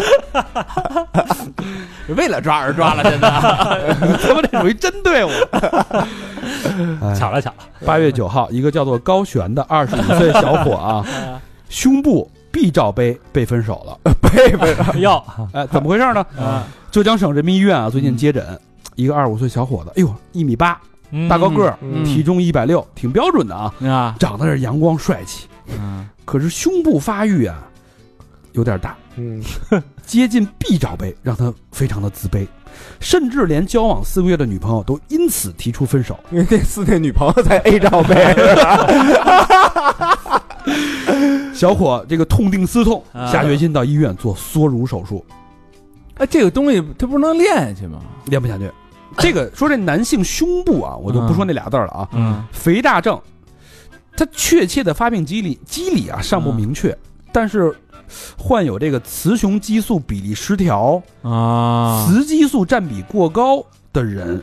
[SPEAKER 4] 为了抓而抓了，现 在
[SPEAKER 1] 他妈这属于针对我。哎
[SPEAKER 3] 巧了巧了，
[SPEAKER 1] 八月九号，一个叫做高璇的二十五岁小伙 啊，胸部 B 罩杯被分手了。
[SPEAKER 3] 哟，
[SPEAKER 1] 哎，怎么回事呢？浙江省人民医院啊，最近接诊一个二十五岁小伙子，哎呦，一米八，
[SPEAKER 3] 嗯
[SPEAKER 1] 大高个儿，
[SPEAKER 5] 嗯
[SPEAKER 1] 体重一百六，挺标准的啊，
[SPEAKER 4] 啊，
[SPEAKER 1] 长得是阳光帅气，
[SPEAKER 4] 嗯
[SPEAKER 1] 可是胸部发育啊有点大，
[SPEAKER 5] 嗯，
[SPEAKER 1] 接近 B 罩杯，让他非常的自卑，甚至连交往四个月的女朋友都因此提出分手。
[SPEAKER 5] 因为那次那女朋友才 A 罩杯，
[SPEAKER 1] 小伙这个痛定思痛，
[SPEAKER 4] 啊
[SPEAKER 1] 下决心到医院做缩乳手术，
[SPEAKER 4] 哎，这个东西它不能练下去吗？
[SPEAKER 1] 练不下去。这个说这男性胸部啊，我就不说那俩字儿了啊，
[SPEAKER 4] 嗯
[SPEAKER 1] 肥大症，它确切的发病机理机理啊尚不明确，但是患有这个雌雄激素比例失调、
[SPEAKER 4] 啊，
[SPEAKER 1] 雌激素占比过高的人，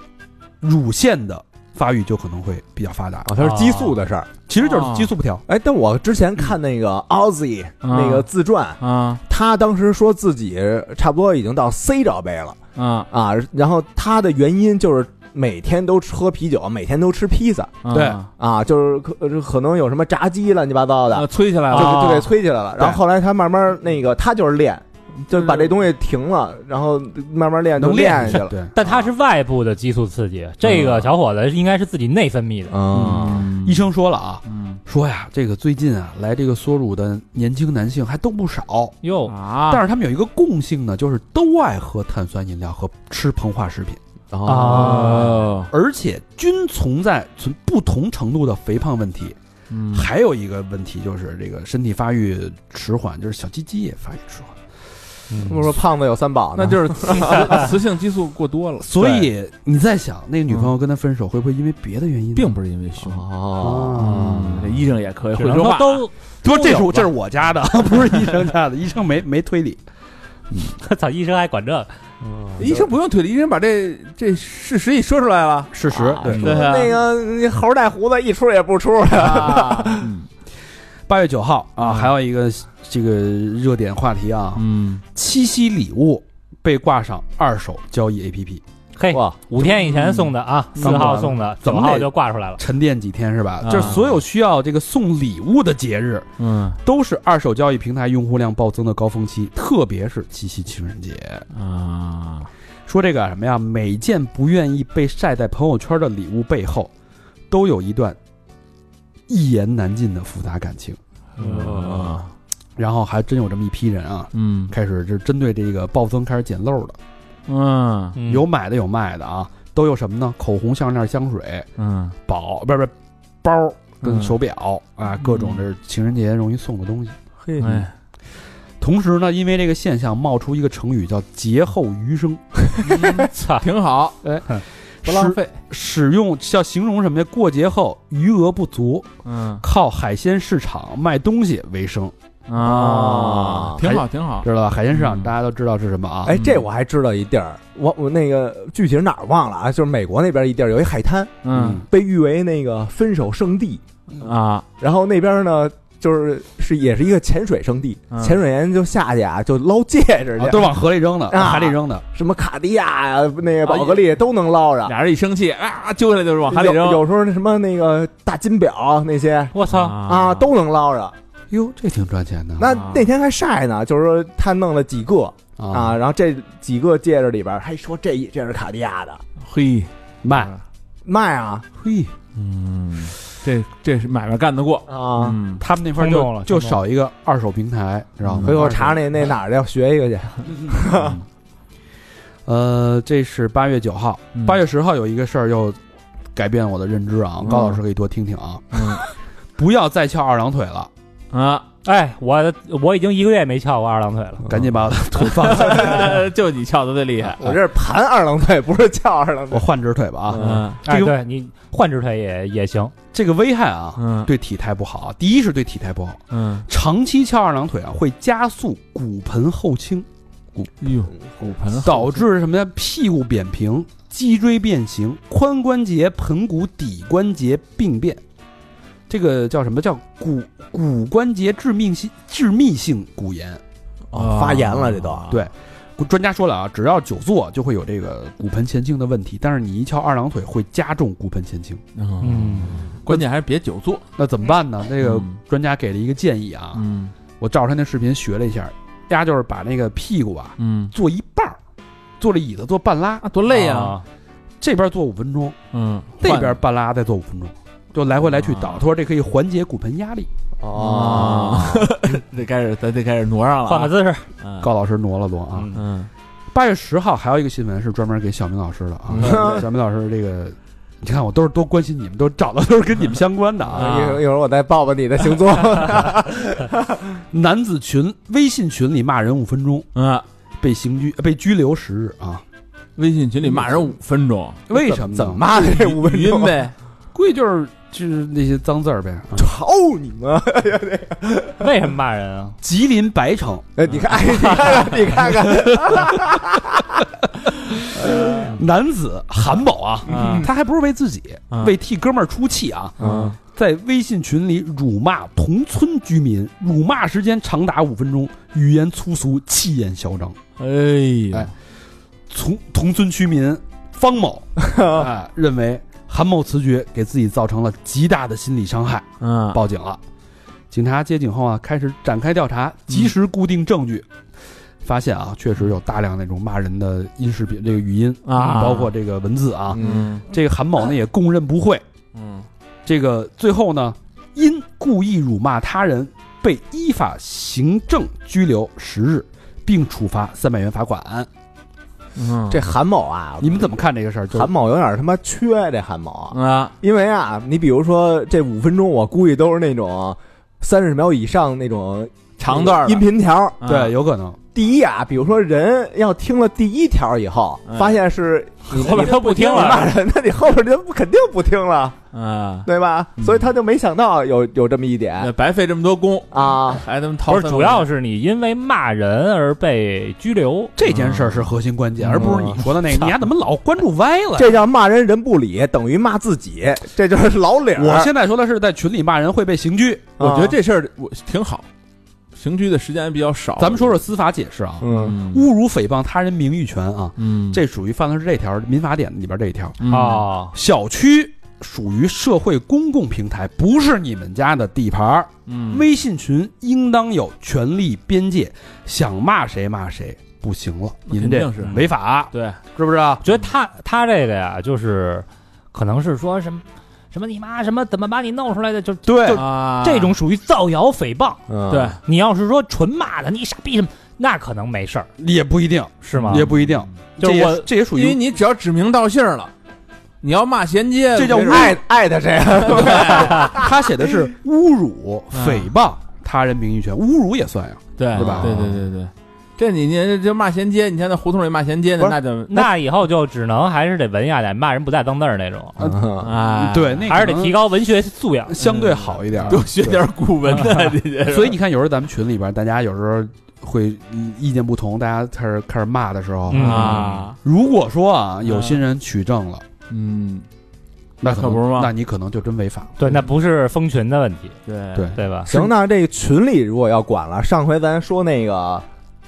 [SPEAKER 1] 乳腺的发育就可能会比较发达，
[SPEAKER 5] 啊，它是激素的事儿。
[SPEAKER 1] 其实
[SPEAKER 2] 啊
[SPEAKER 1] 就是激素不调。
[SPEAKER 5] 哎，但我之前看那个 Ozzy 那个自传，
[SPEAKER 4] 啊
[SPEAKER 5] 他当时说自己差不多已经到 C 罩杯了
[SPEAKER 4] 啊，
[SPEAKER 5] 啊，然后他的原因就是每天都喝啤酒，每天都吃披萨
[SPEAKER 1] 对
[SPEAKER 4] 啊
[SPEAKER 5] 啊，就是可呃可能有什么炸鸡乱七八糟的
[SPEAKER 4] 啊，，催起来
[SPEAKER 5] 就
[SPEAKER 4] 了，
[SPEAKER 5] 就给
[SPEAKER 3] 啊
[SPEAKER 5] 催起来了。然后后来他慢慢那个，他就是练，就把这东西停了，然后慢慢练就
[SPEAKER 1] 能
[SPEAKER 5] 练
[SPEAKER 1] 练
[SPEAKER 5] 下去了。
[SPEAKER 1] 对，
[SPEAKER 3] 但它是外部的激素刺
[SPEAKER 4] 嗯
[SPEAKER 3] 激，这个小伙子应该是自己内分泌的。
[SPEAKER 5] 嗯，
[SPEAKER 1] 医生说了啊，
[SPEAKER 4] 嗯
[SPEAKER 1] 说呀，这个最近啊来这个缩乳的年轻男性还都不少，
[SPEAKER 3] 哟，
[SPEAKER 4] 啊，
[SPEAKER 1] 但是他们有一个共性呢，就是都爱喝碳酸饮料和吃膨化食品，
[SPEAKER 4] 哦，
[SPEAKER 1] 而且均存在存不同程度的肥胖问题。
[SPEAKER 4] 嗯
[SPEAKER 1] 还有一个问题就是这个身体发育迟缓，就是小鸡鸡也发育迟缓。
[SPEAKER 5] 这么说胖子有三宝呢，
[SPEAKER 4] 那 就是雌雌性激素过多了，
[SPEAKER 1] 所以你在想，那个女朋友跟他分手，会不会因为别的原因呢？
[SPEAKER 4] 并不是因为胸。
[SPEAKER 5] 哦，
[SPEAKER 1] 啊
[SPEAKER 4] 嗯，这医生也可以
[SPEAKER 3] 只
[SPEAKER 4] 会
[SPEAKER 3] 能
[SPEAKER 4] 说
[SPEAKER 3] 说
[SPEAKER 4] 话，
[SPEAKER 3] 都
[SPEAKER 1] 不，这
[SPEAKER 3] 都
[SPEAKER 1] 是
[SPEAKER 3] 有
[SPEAKER 1] 我
[SPEAKER 3] 吧
[SPEAKER 1] 这是我家的，不是医生家的，医生没没推理。
[SPEAKER 3] 操，医生还管这个
[SPEAKER 4] 医生不用推理，医生把这这事实一说出来了，
[SPEAKER 1] 事实
[SPEAKER 5] 啊
[SPEAKER 1] 对
[SPEAKER 4] 对啊
[SPEAKER 5] 那个那猴带胡子一出也不出
[SPEAKER 4] 啊，
[SPEAKER 1] 八月九号啊，
[SPEAKER 4] 嗯
[SPEAKER 1] 还有一个这个热点话题啊，
[SPEAKER 2] 嗯，
[SPEAKER 1] 七夕礼物被挂上二手交易 APP，
[SPEAKER 4] 哎
[SPEAKER 3] 嘿，
[SPEAKER 5] 哇，
[SPEAKER 3] 五天以前送的啊，四号送的，
[SPEAKER 1] 怎
[SPEAKER 3] 九
[SPEAKER 1] 么
[SPEAKER 3] 号
[SPEAKER 1] 得
[SPEAKER 3] 就挂出来了。
[SPEAKER 1] 沉淀几天是吧？
[SPEAKER 2] 啊
[SPEAKER 1] 就是所有需要这个送礼物的节日，
[SPEAKER 2] 嗯
[SPEAKER 1] 都是二手交易平台用户量暴增的高峰期，特别是七夕情人节。呃
[SPEAKER 2] 啊，
[SPEAKER 1] 说这个什么呀？每件不愿意被晒在朋友圈的礼物背后，都有一段一言难尽的复杂感情。
[SPEAKER 2] 嗯
[SPEAKER 1] 然后还真有这么一批人啊，
[SPEAKER 2] 嗯
[SPEAKER 1] 开始就是针对这个暴增开始捡漏的，
[SPEAKER 2] 嗯
[SPEAKER 3] 嗯
[SPEAKER 1] 有买的有卖的啊，都有什么呢？口红、项链、香水、
[SPEAKER 2] 嗯
[SPEAKER 1] 宝，不是不是包跟
[SPEAKER 2] 嗯
[SPEAKER 1] 手表、啊，各种这情人节容易送的东西。
[SPEAKER 5] 嘿
[SPEAKER 2] 哎，
[SPEAKER 1] 同时呢，因为这个现象冒出一个成语叫“劫后余生”，哎
[SPEAKER 3] 操，
[SPEAKER 4] 挺好，不浪
[SPEAKER 1] 使
[SPEAKER 4] 费。
[SPEAKER 1] 使用叫形容什么呀？过节后余额不足，
[SPEAKER 2] 嗯
[SPEAKER 1] 靠海鲜市场卖东西为生，
[SPEAKER 2] 啊，
[SPEAKER 4] 挺好，挺好。
[SPEAKER 1] 知道吧？海鲜市场
[SPEAKER 2] 嗯
[SPEAKER 1] 大家都知道是什么啊？
[SPEAKER 5] 哎，这我还知道一地儿，我我那个具体是哪儿忘了啊，就是美国那边一地儿有一海滩，
[SPEAKER 2] 嗯
[SPEAKER 5] 被誉为那个分手圣地，
[SPEAKER 2] 啊，
[SPEAKER 5] 然后那边呢。就是是也是一个潜水圣地，
[SPEAKER 2] 嗯
[SPEAKER 5] 潜水员就下去啊，就捞戒指去，
[SPEAKER 1] 啊都往河里扔的，
[SPEAKER 5] 啊
[SPEAKER 1] 往海里扔的。
[SPEAKER 5] 什么卡地亚呀、那个宝格丽都能捞着。
[SPEAKER 4] 俩人一生气啊，揪下来就是往海里
[SPEAKER 5] 有
[SPEAKER 4] 扔，
[SPEAKER 5] 有时候那什么那个大金表那些
[SPEAKER 3] 我操，
[SPEAKER 5] 啊，都能捞着。
[SPEAKER 1] 哟，这挺赚钱的。
[SPEAKER 5] 那那天还晒呢，就是说他弄了几个啊，然后这几个戒指里边还说这这是卡地亚的
[SPEAKER 4] 嘿，
[SPEAKER 1] 卖，
[SPEAKER 5] 卖啊
[SPEAKER 1] 嘿，
[SPEAKER 2] 嗯
[SPEAKER 4] 这这是买卖干得过，
[SPEAKER 5] 啊！
[SPEAKER 2] 嗯
[SPEAKER 1] 他们那块儿
[SPEAKER 3] 冲动
[SPEAKER 1] 就
[SPEAKER 3] 了
[SPEAKER 1] 就
[SPEAKER 3] 冲动
[SPEAKER 1] 少一个二手平台，知道吗？
[SPEAKER 5] 回头查查那那哪儿的，要学一个去。
[SPEAKER 1] 呃，这是八月九号，
[SPEAKER 2] 嗯
[SPEAKER 1] 八月十号有一个事儿又改变我的认知啊，
[SPEAKER 2] 嗯
[SPEAKER 1] 高老师可以多听听啊，
[SPEAKER 2] 嗯
[SPEAKER 1] 不要再翘二郎腿了，
[SPEAKER 2] 啊，
[SPEAKER 3] 哎，我我已经一个月没翘过二郎腿了。
[SPEAKER 1] 赶紧把我的
[SPEAKER 2] 嗯
[SPEAKER 1] 腿放下，
[SPEAKER 4] 就你翘的最厉害。
[SPEAKER 2] 哎
[SPEAKER 5] 我这是盘二郎腿，不是翘二郎
[SPEAKER 1] 我
[SPEAKER 5] 腿。
[SPEAKER 1] 换只腿吧啊。
[SPEAKER 2] 嗯
[SPEAKER 3] 哎，
[SPEAKER 1] 这个
[SPEAKER 3] 对你换只腿也也行，
[SPEAKER 1] 这个危害啊，
[SPEAKER 2] 嗯
[SPEAKER 1] 对体态不好啊。第一是对体态不好，
[SPEAKER 2] 嗯，
[SPEAKER 1] 长期翘二郎腿啊，会加速骨盆后倾，
[SPEAKER 2] 哟，哎骨盆后
[SPEAKER 1] 导致什么呀？屁股扁平、脊椎变形、髋关节、盆骨底关节病变。这个叫什么叫骨骨关节致命性致密性骨炎？
[SPEAKER 2] 啊
[SPEAKER 5] 发炎了这都
[SPEAKER 1] 对专家说了啊，只要久坐就会有这个骨盆前倾的问题，但是你一翘二郎腿会加重骨盆前倾，
[SPEAKER 2] 嗯
[SPEAKER 3] 嗯，
[SPEAKER 4] 关键还是别久坐，
[SPEAKER 1] 那怎么办呢？这个
[SPEAKER 2] 嗯
[SPEAKER 1] 专家给了一个建议啊，
[SPEAKER 2] 嗯
[SPEAKER 1] 我照着他那视频学了一下，丫就是把那个屁股啊
[SPEAKER 2] 嗯
[SPEAKER 1] 坐一半儿，坐了椅子坐半拉，
[SPEAKER 4] 啊，多累呀！
[SPEAKER 3] 啊，
[SPEAKER 1] 这边坐五分钟，
[SPEAKER 2] 嗯，
[SPEAKER 1] 那边半拉再坐五分钟，就来回来去倒。
[SPEAKER 2] 啊嗯
[SPEAKER 1] 他说这可以缓解骨盆压力。
[SPEAKER 2] 啊，
[SPEAKER 4] 得开始，咱得开始挪上
[SPEAKER 3] 嗯
[SPEAKER 4] 了啊。
[SPEAKER 3] 换个姿势，
[SPEAKER 1] 高老师挪了挪啊。
[SPEAKER 3] 嗯
[SPEAKER 2] 嗯
[SPEAKER 1] 八月十号还有一个新闻是专门给小明老师的啊，
[SPEAKER 5] 嗯
[SPEAKER 1] 小明老师这个。你看，我都是多关心你们，都找的都是跟你们相关的啊。
[SPEAKER 5] 一会儿一会儿我再抱抱你的星座。
[SPEAKER 1] 男子群微信群里骂人五分钟，
[SPEAKER 4] 嗯
[SPEAKER 2] 啊，
[SPEAKER 1] 被刑拘，呃被拘留十日啊。
[SPEAKER 4] 微信群里骂人五分钟，
[SPEAKER 1] 为什么呢？
[SPEAKER 5] 怎么骂的这五分
[SPEAKER 4] 语
[SPEAKER 5] 钟
[SPEAKER 4] 音？呗，
[SPEAKER 1] 估计就是就是那些脏字儿呗。啊
[SPEAKER 5] 操哦你妈！
[SPEAKER 3] 为什么骂人啊？
[SPEAKER 1] 吉林白城
[SPEAKER 5] 哎你看，哎 你看看，你看看，
[SPEAKER 1] 男子韩某啊，
[SPEAKER 2] 嗯
[SPEAKER 1] 他还不是为自己，
[SPEAKER 2] 嗯
[SPEAKER 1] 为替哥们儿出气啊，
[SPEAKER 2] 嗯
[SPEAKER 1] 在微信群里辱骂同村居民，辱骂时间长达五分钟，语言粗俗，气焰嚣张。
[SPEAKER 2] 哎
[SPEAKER 1] 哎从同村居民方 某哎认为韩某此举给自己造成了极大的心理伤害，
[SPEAKER 2] 嗯
[SPEAKER 1] 报警了。警察接警后啊，开始展开调查，及时固定证据，发现啊，确实有大量那种骂人的音视频，这个语音
[SPEAKER 2] 啊
[SPEAKER 1] 包括这个文字啊。
[SPEAKER 2] 嗯
[SPEAKER 1] 这个韩某呢也供认不讳，
[SPEAKER 2] 嗯
[SPEAKER 1] 这个最后呢，因故意辱骂他人被依法行政拘留十日，并处罚三百元罚款。
[SPEAKER 2] 嗯
[SPEAKER 5] 这韩某啊，
[SPEAKER 1] 你们怎么看这个事儿？就
[SPEAKER 5] 韩某有点他妈缺这韩某啊，
[SPEAKER 4] 嗯
[SPEAKER 2] 啊
[SPEAKER 5] 因为啊，你比如说这五分钟，我估计都是那种三十秒以上那种
[SPEAKER 2] 长段儿的
[SPEAKER 5] 音频条。
[SPEAKER 1] 对，有可能。
[SPEAKER 5] 第一啊，比如说人要听了第一条以后，
[SPEAKER 2] 嗯
[SPEAKER 5] 发现是你
[SPEAKER 3] 后边
[SPEAKER 5] 你
[SPEAKER 3] 他不听
[SPEAKER 5] 你骂
[SPEAKER 3] 了，
[SPEAKER 5] 人，那你后边就不肯定不听了。
[SPEAKER 4] 啊，
[SPEAKER 5] 对吧？所以他就没想到有有这么一点
[SPEAKER 4] 那白费这么多功，
[SPEAKER 5] 啊。
[SPEAKER 4] 还他妈掏
[SPEAKER 3] 不是，
[SPEAKER 4] 粪了。
[SPEAKER 3] 主要是你因为骂人而被拘留，
[SPEAKER 1] 这件事儿是核心关键，而不是你说的那个。你丫怎么老关注歪了？
[SPEAKER 5] 这叫骂人人不理，等于骂自己，这就是老理儿。
[SPEAKER 1] 我现在说的是在群里骂人会被刑拘。
[SPEAKER 4] 我觉
[SPEAKER 5] 啊
[SPEAKER 4] 得这事儿我挺好，刑拘的时间比较少。
[SPEAKER 1] 哦咱们说说，司法解释啊，
[SPEAKER 4] 嗯
[SPEAKER 5] 嗯
[SPEAKER 1] 侮辱、诽谤他人名誉权啊，
[SPEAKER 4] 嗯
[SPEAKER 1] 这属于犯的是这条民法典里边这一条。
[SPEAKER 4] 啊，
[SPEAKER 3] 哦，
[SPEAKER 1] 小区属于社会公共平台，不是你们家的地盘儿。
[SPEAKER 4] 嗯
[SPEAKER 1] 微信群应当有权利边界，想骂谁骂谁，不行了，您
[SPEAKER 4] 肯
[SPEAKER 1] 这
[SPEAKER 4] 定是
[SPEAKER 1] 违法，
[SPEAKER 4] 对，
[SPEAKER 1] 是不是啊？
[SPEAKER 3] 觉得他他这个呀，就是可能是说什么什么你妈什么怎么把你弄出来的，就
[SPEAKER 1] 对
[SPEAKER 3] 就
[SPEAKER 4] 啊
[SPEAKER 3] 这种属于造谣诽谤。
[SPEAKER 5] 嗯，
[SPEAKER 4] 对，
[SPEAKER 3] 你要是说纯骂的，你傻逼什么，那可能没事儿，
[SPEAKER 1] 也不一定，
[SPEAKER 3] 是
[SPEAKER 4] 啊
[SPEAKER 3] 吗？
[SPEAKER 1] 也不一定，
[SPEAKER 4] 嗯
[SPEAKER 3] 就
[SPEAKER 1] 这
[SPEAKER 3] 是
[SPEAKER 1] 也
[SPEAKER 3] 我
[SPEAKER 1] 这也属
[SPEAKER 4] 因为
[SPEAKER 1] 于
[SPEAKER 4] 你只要指名道姓了，你要骂衔接，
[SPEAKER 1] 这叫
[SPEAKER 4] 没
[SPEAKER 1] 侮
[SPEAKER 4] 准
[SPEAKER 1] 辱
[SPEAKER 4] 儿
[SPEAKER 5] 艾艾特谁啊？
[SPEAKER 1] 他写的是侮辱、诽谤他人名誉权，侮辱也算呀。
[SPEAKER 4] 嗯对
[SPEAKER 1] 对吧
[SPEAKER 4] 对对对对，这你你这骂衔接，你像那胡同里骂衔接
[SPEAKER 5] 不
[SPEAKER 4] 的，
[SPEAKER 5] 是
[SPEAKER 4] 那就
[SPEAKER 3] 那以后就只能还是得文雅点，骂人不带脏字儿那种，
[SPEAKER 5] 嗯
[SPEAKER 4] 啊，
[SPEAKER 1] 对，，那
[SPEAKER 3] 还是得
[SPEAKER 1] 可能
[SPEAKER 3] 提高文学素养。
[SPEAKER 1] 相嗯对好一点儿。。
[SPEAKER 4] 多学点古文的这些
[SPEAKER 1] 所以你看，有时候咱们群里边，大家有时候会嗯意见不同，大家开始开始骂的时候，
[SPEAKER 3] 嗯
[SPEAKER 4] 啊，
[SPEAKER 1] 如果说啊，有
[SPEAKER 4] 嗯
[SPEAKER 1] 心人取证了，
[SPEAKER 4] 嗯，
[SPEAKER 1] 那可
[SPEAKER 4] 可
[SPEAKER 1] 能
[SPEAKER 4] 不是吗
[SPEAKER 1] 那你可能就真违法了。
[SPEAKER 3] 对，那不是封群的问题，
[SPEAKER 4] 对
[SPEAKER 1] 对
[SPEAKER 3] 对 吧？
[SPEAKER 5] 行，那这群里如果要管了，上回咱说那个。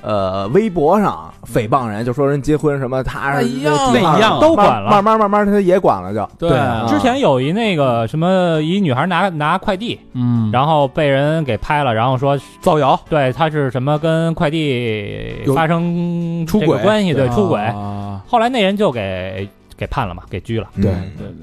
[SPEAKER 5] 呃，微博上诽谤人，就说人结婚什么，他
[SPEAKER 4] 那一样啊
[SPEAKER 5] 那
[SPEAKER 1] 那一样啊
[SPEAKER 3] 都管了
[SPEAKER 5] 慢慢慢慢他也管了就，
[SPEAKER 4] 对
[SPEAKER 1] 啊
[SPEAKER 5] 对
[SPEAKER 3] 之前有一那个什么，一女孩拿拿快递，
[SPEAKER 4] 嗯，
[SPEAKER 3] 然后被人给拍了，然后说
[SPEAKER 1] 造谣，
[SPEAKER 3] 对她是什么跟快递
[SPEAKER 1] 有
[SPEAKER 3] 发生
[SPEAKER 1] 出
[SPEAKER 3] 这个
[SPEAKER 1] 轨
[SPEAKER 3] 关系，对出轨。
[SPEAKER 4] 啊
[SPEAKER 3] 后来那人就给给判了嘛，给拘了。
[SPEAKER 1] 对
[SPEAKER 5] 嗯
[SPEAKER 4] 对对，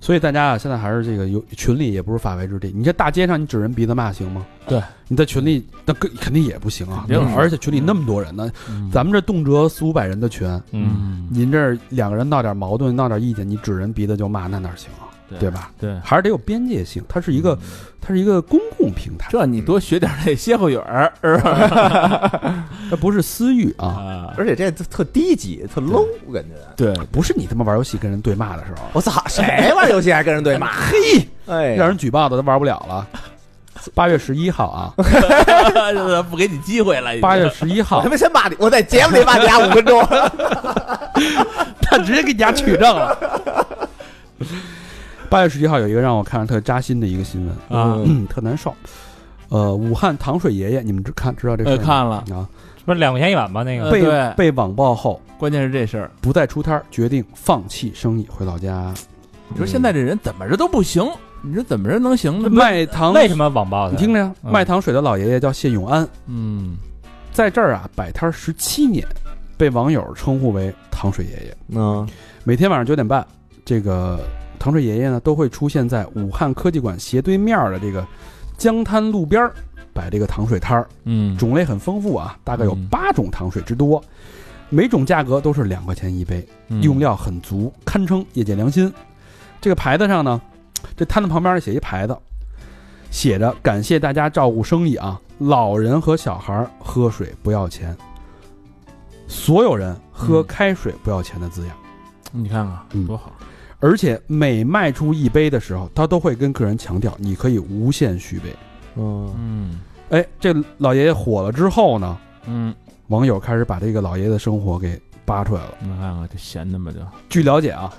[SPEAKER 1] 所以大家啊，现在还是这个有群里也不是法外之地。你这大街上你指人鼻子骂行吗？
[SPEAKER 4] 对，
[SPEAKER 1] 你在群里那更肯定也不行啊
[SPEAKER 4] 肯定。是嗯
[SPEAKER 1] 而且群里那么多人呢，咱们这动辄四五百人的群，
[SPEAKER 3] 嗯，
[SPEAKER 1] 您这儿两个人闹点矛盾、闹点意见，你指人鼻子就骂，那哪行啊？
[SPEAKER 4] 对
[SPEAKER 1] 对吧？
[SPEAKER 4] 对，
[SPEAKER 1] 还是得有边界性，它是一个，它是一个公共平台，
[SPEAKER 4] 这你多学点那歇后语儿是吧？
[SPEAKER 1] 它不是私欲啊，
[SPEAKER 4] 啊，
[SPEAKER 5] 而且这特低级，特 low 感觉。
[SPEAKER 4] 对，
[SPEAKER 1] 不是你他妈玩游戏跟人对骂的时候，
[SPEAKER 5] 我操，谁玩游戏还跟人对 骂？
[SPEAKER 1] 嘿，
[SPEAKER 5] 哎，
[SPEAKER 1] 让人举报的都玩不了了。八月十一号啊，
[SPEAKER 4] 不给你机会了，
[SPEAKER 1] 八月十一
[SPEAKER 5] 我
[SPEAKER 1] 号
[SPEAKER 5] 他，妈先骂你，我在节目里骂你俩五分钟。
[SPEAKER 1] 他直接给你家取证了。八月十一号有一个让我看着特扎心的一个新闻，
[SPEAKER 4] 啊，
[SPEAKER 1] 嗯，特难受。呃，武汉糖水爷爷，你们知看知道这事儿
[SPEAKER 4] 呃
[SPEAKER 1] 吗？
[SPEAKER 4] 看了
[SPEAKER 1] 啊，
[SPEAKER 3] 不是两块钱一碗吗？那个
[SPEAKER 4] 呃
[SPEAKER 1] 被
[SPEAKER 4] 对
[SPEAKER 1] 被网暴后
[SPEAKER 4] 关键是这事儿，
[SPEAKER 1] 不再出摊儿，决定放弃生意，回老家
[SPEAKER 2] 嗯
[SPEAKER 4] 你说现在这人怎么着都不行，你说怎么着能行呢？
[SPEAKER 1] 卖糖。
[SPEAKER 3] 为什么网暴
[SPEAKER 1] 你
[SPEAKER 3] 的？
[SPEAKER 1] 听着呀，
[SPEAKER 3] 嗯
[SPEAKER 1] 卖糖水的老爷爷叫谢永安，
[SPEAKER 4] 嗯，
[SPEAKER 1] 在这儿啊摆摊十七年，被网友称呼为糖水爷爷。
[SPEAKER 5] 嗯
[SPEAKER 1] 每天晚上九点半，这个糖水爷爷呢都会出现在武汉科技馆斜对面的这个江滩路边儿摆这个糖水摊儿，
[SPEAKER 4] 嗯
[SPEAKER 1] 种类很丰富啊，大概有
[SPEAKER 4] 嗯
[SPEAKER 1] 八种糖水之多，每种价格都是两块钱一杯，
[SPEAKER 4] 嗯
[SPEAKER 2] 嗯
[SPEAKER 1] 用料很足，堪称业界良心。这个牌子上呢，这摊子旁边写一牌子，写着“感谢大家照顾生意啊，老人和小孩儿喝水不要钱，所有人喝
[SPEAKER 4] 嗯
[SPEAKER 1] 开水不要钱”的字样。
[SPEAKER 4] 你看看
[SPEAKER 1] 嗯
[SPEAKER 4] 多好，
[SPEAKER 1] 而且每卖出一杯的时候，他都会跟客人强调，你可以无限续杯。
[SPEAKER 2] 哦
[SPEAKER 5] 嗯，
[SPEAKER 4] 嗯
[SPEAKER 1] 哎，这老爷爷火了之后呢，
[SPEAKER 4] 嗯，
[SPEAKER 1] 网友开始把这个老爷爷的生活给扒出来了。
[SPEAKER 4] 你看看这闲的嘛就，
[SPEAKER 1] 据了解啊，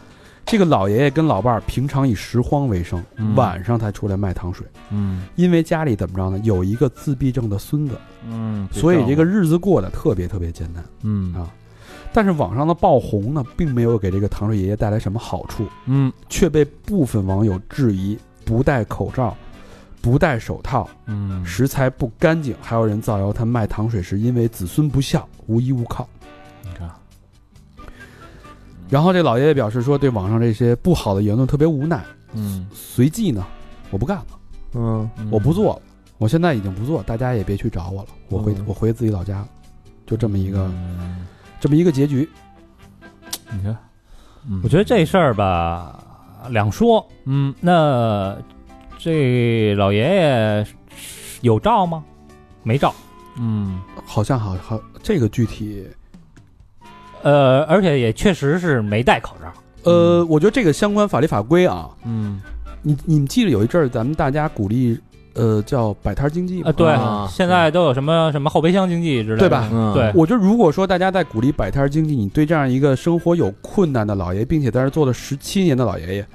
[SPEAKER 1] 这个老爷爷跟老伴儿平常以拾荒为生，
[SPEAKER 4] 嗯
[SPEAKER 1] 晚上才出来卖糖水。
[SPEAKER 4] 嗯
[SPEAKER 1] 因为家里怎么着呢，有一个自闭症的孙子，
[SPEAKER 4] 嗯，
[SPEAKER 1] 所以这个日子过得特别特别艰难。
[SPEAKER 4] 嗯
[SPEAKER 1] 啊但是网上的爆红呢，并没有给这个糖水爷爷带来什么好处，
[SPEAKER 4] 嗯
[SPEAKER 1] 却被部分网友质疑不戴口罩、不戴手套、
[SPEAKER 4] 嗯
[SPEAKER 1] 食材不干净，还有人造谣他卖糖水是因为子孙不孝、无依无靠。
[SPEAKER 4] 你看，
[SPEAKER 1] 然后这老爷爷表示说，对网上这些不好的言论特别无奈，
[SPEAKER 4] 嗯，
[SPEAKER 1] 随即呢，我不干了，
[SPEAKER 5] 嗯，
[SPEAKER 1] 我不做了，我现在已经不做，大家也别去找我了，我回、
[SPEAKER 5] 嗯
[SPEAKER 1] 我回自己老家了，就这么一个、
[SPEAKER 4] 嗯
[SPEAKER 1] 这么一个结局。
[SPEAKER 4] 你看，嗯
[SPEAKER 3] 我觉得这事儿吧，两说。
[SPEAKER 4] 嗯
[SPEAKER 3] 那这老爷爷有照吗？没照。
[SPEAKER 4] 嗯
[SPEAKER 1] 好像好好，这个具体，
[SPEAKER 3] 呃，而且也确实是没戴口罩。
[SPEAKER 1] 呃，我觉得这个相关法律法规啊，
[SPEAKER 4] 嗯
[SPEAKER 1] 你你们记得有一阵儿咱们大家鼓励呃叫摆摊儿经济吗
[SPEAKER 3] 啊，对
[SPEAKER 5] 啊，
[SPEAKER 3] 现在都有什么什么后备箱经济之类的，
[SPEAKER 1] 对吧
[SPEAKER 5] 嗯
[SPEAKER 3] 对
[SPEAKER 1] 我觉得，如果说大家在鼓励摆摊儿经济，你对这样一个生活有困难的老爷，并且在这儿做了十七年的老爷爷，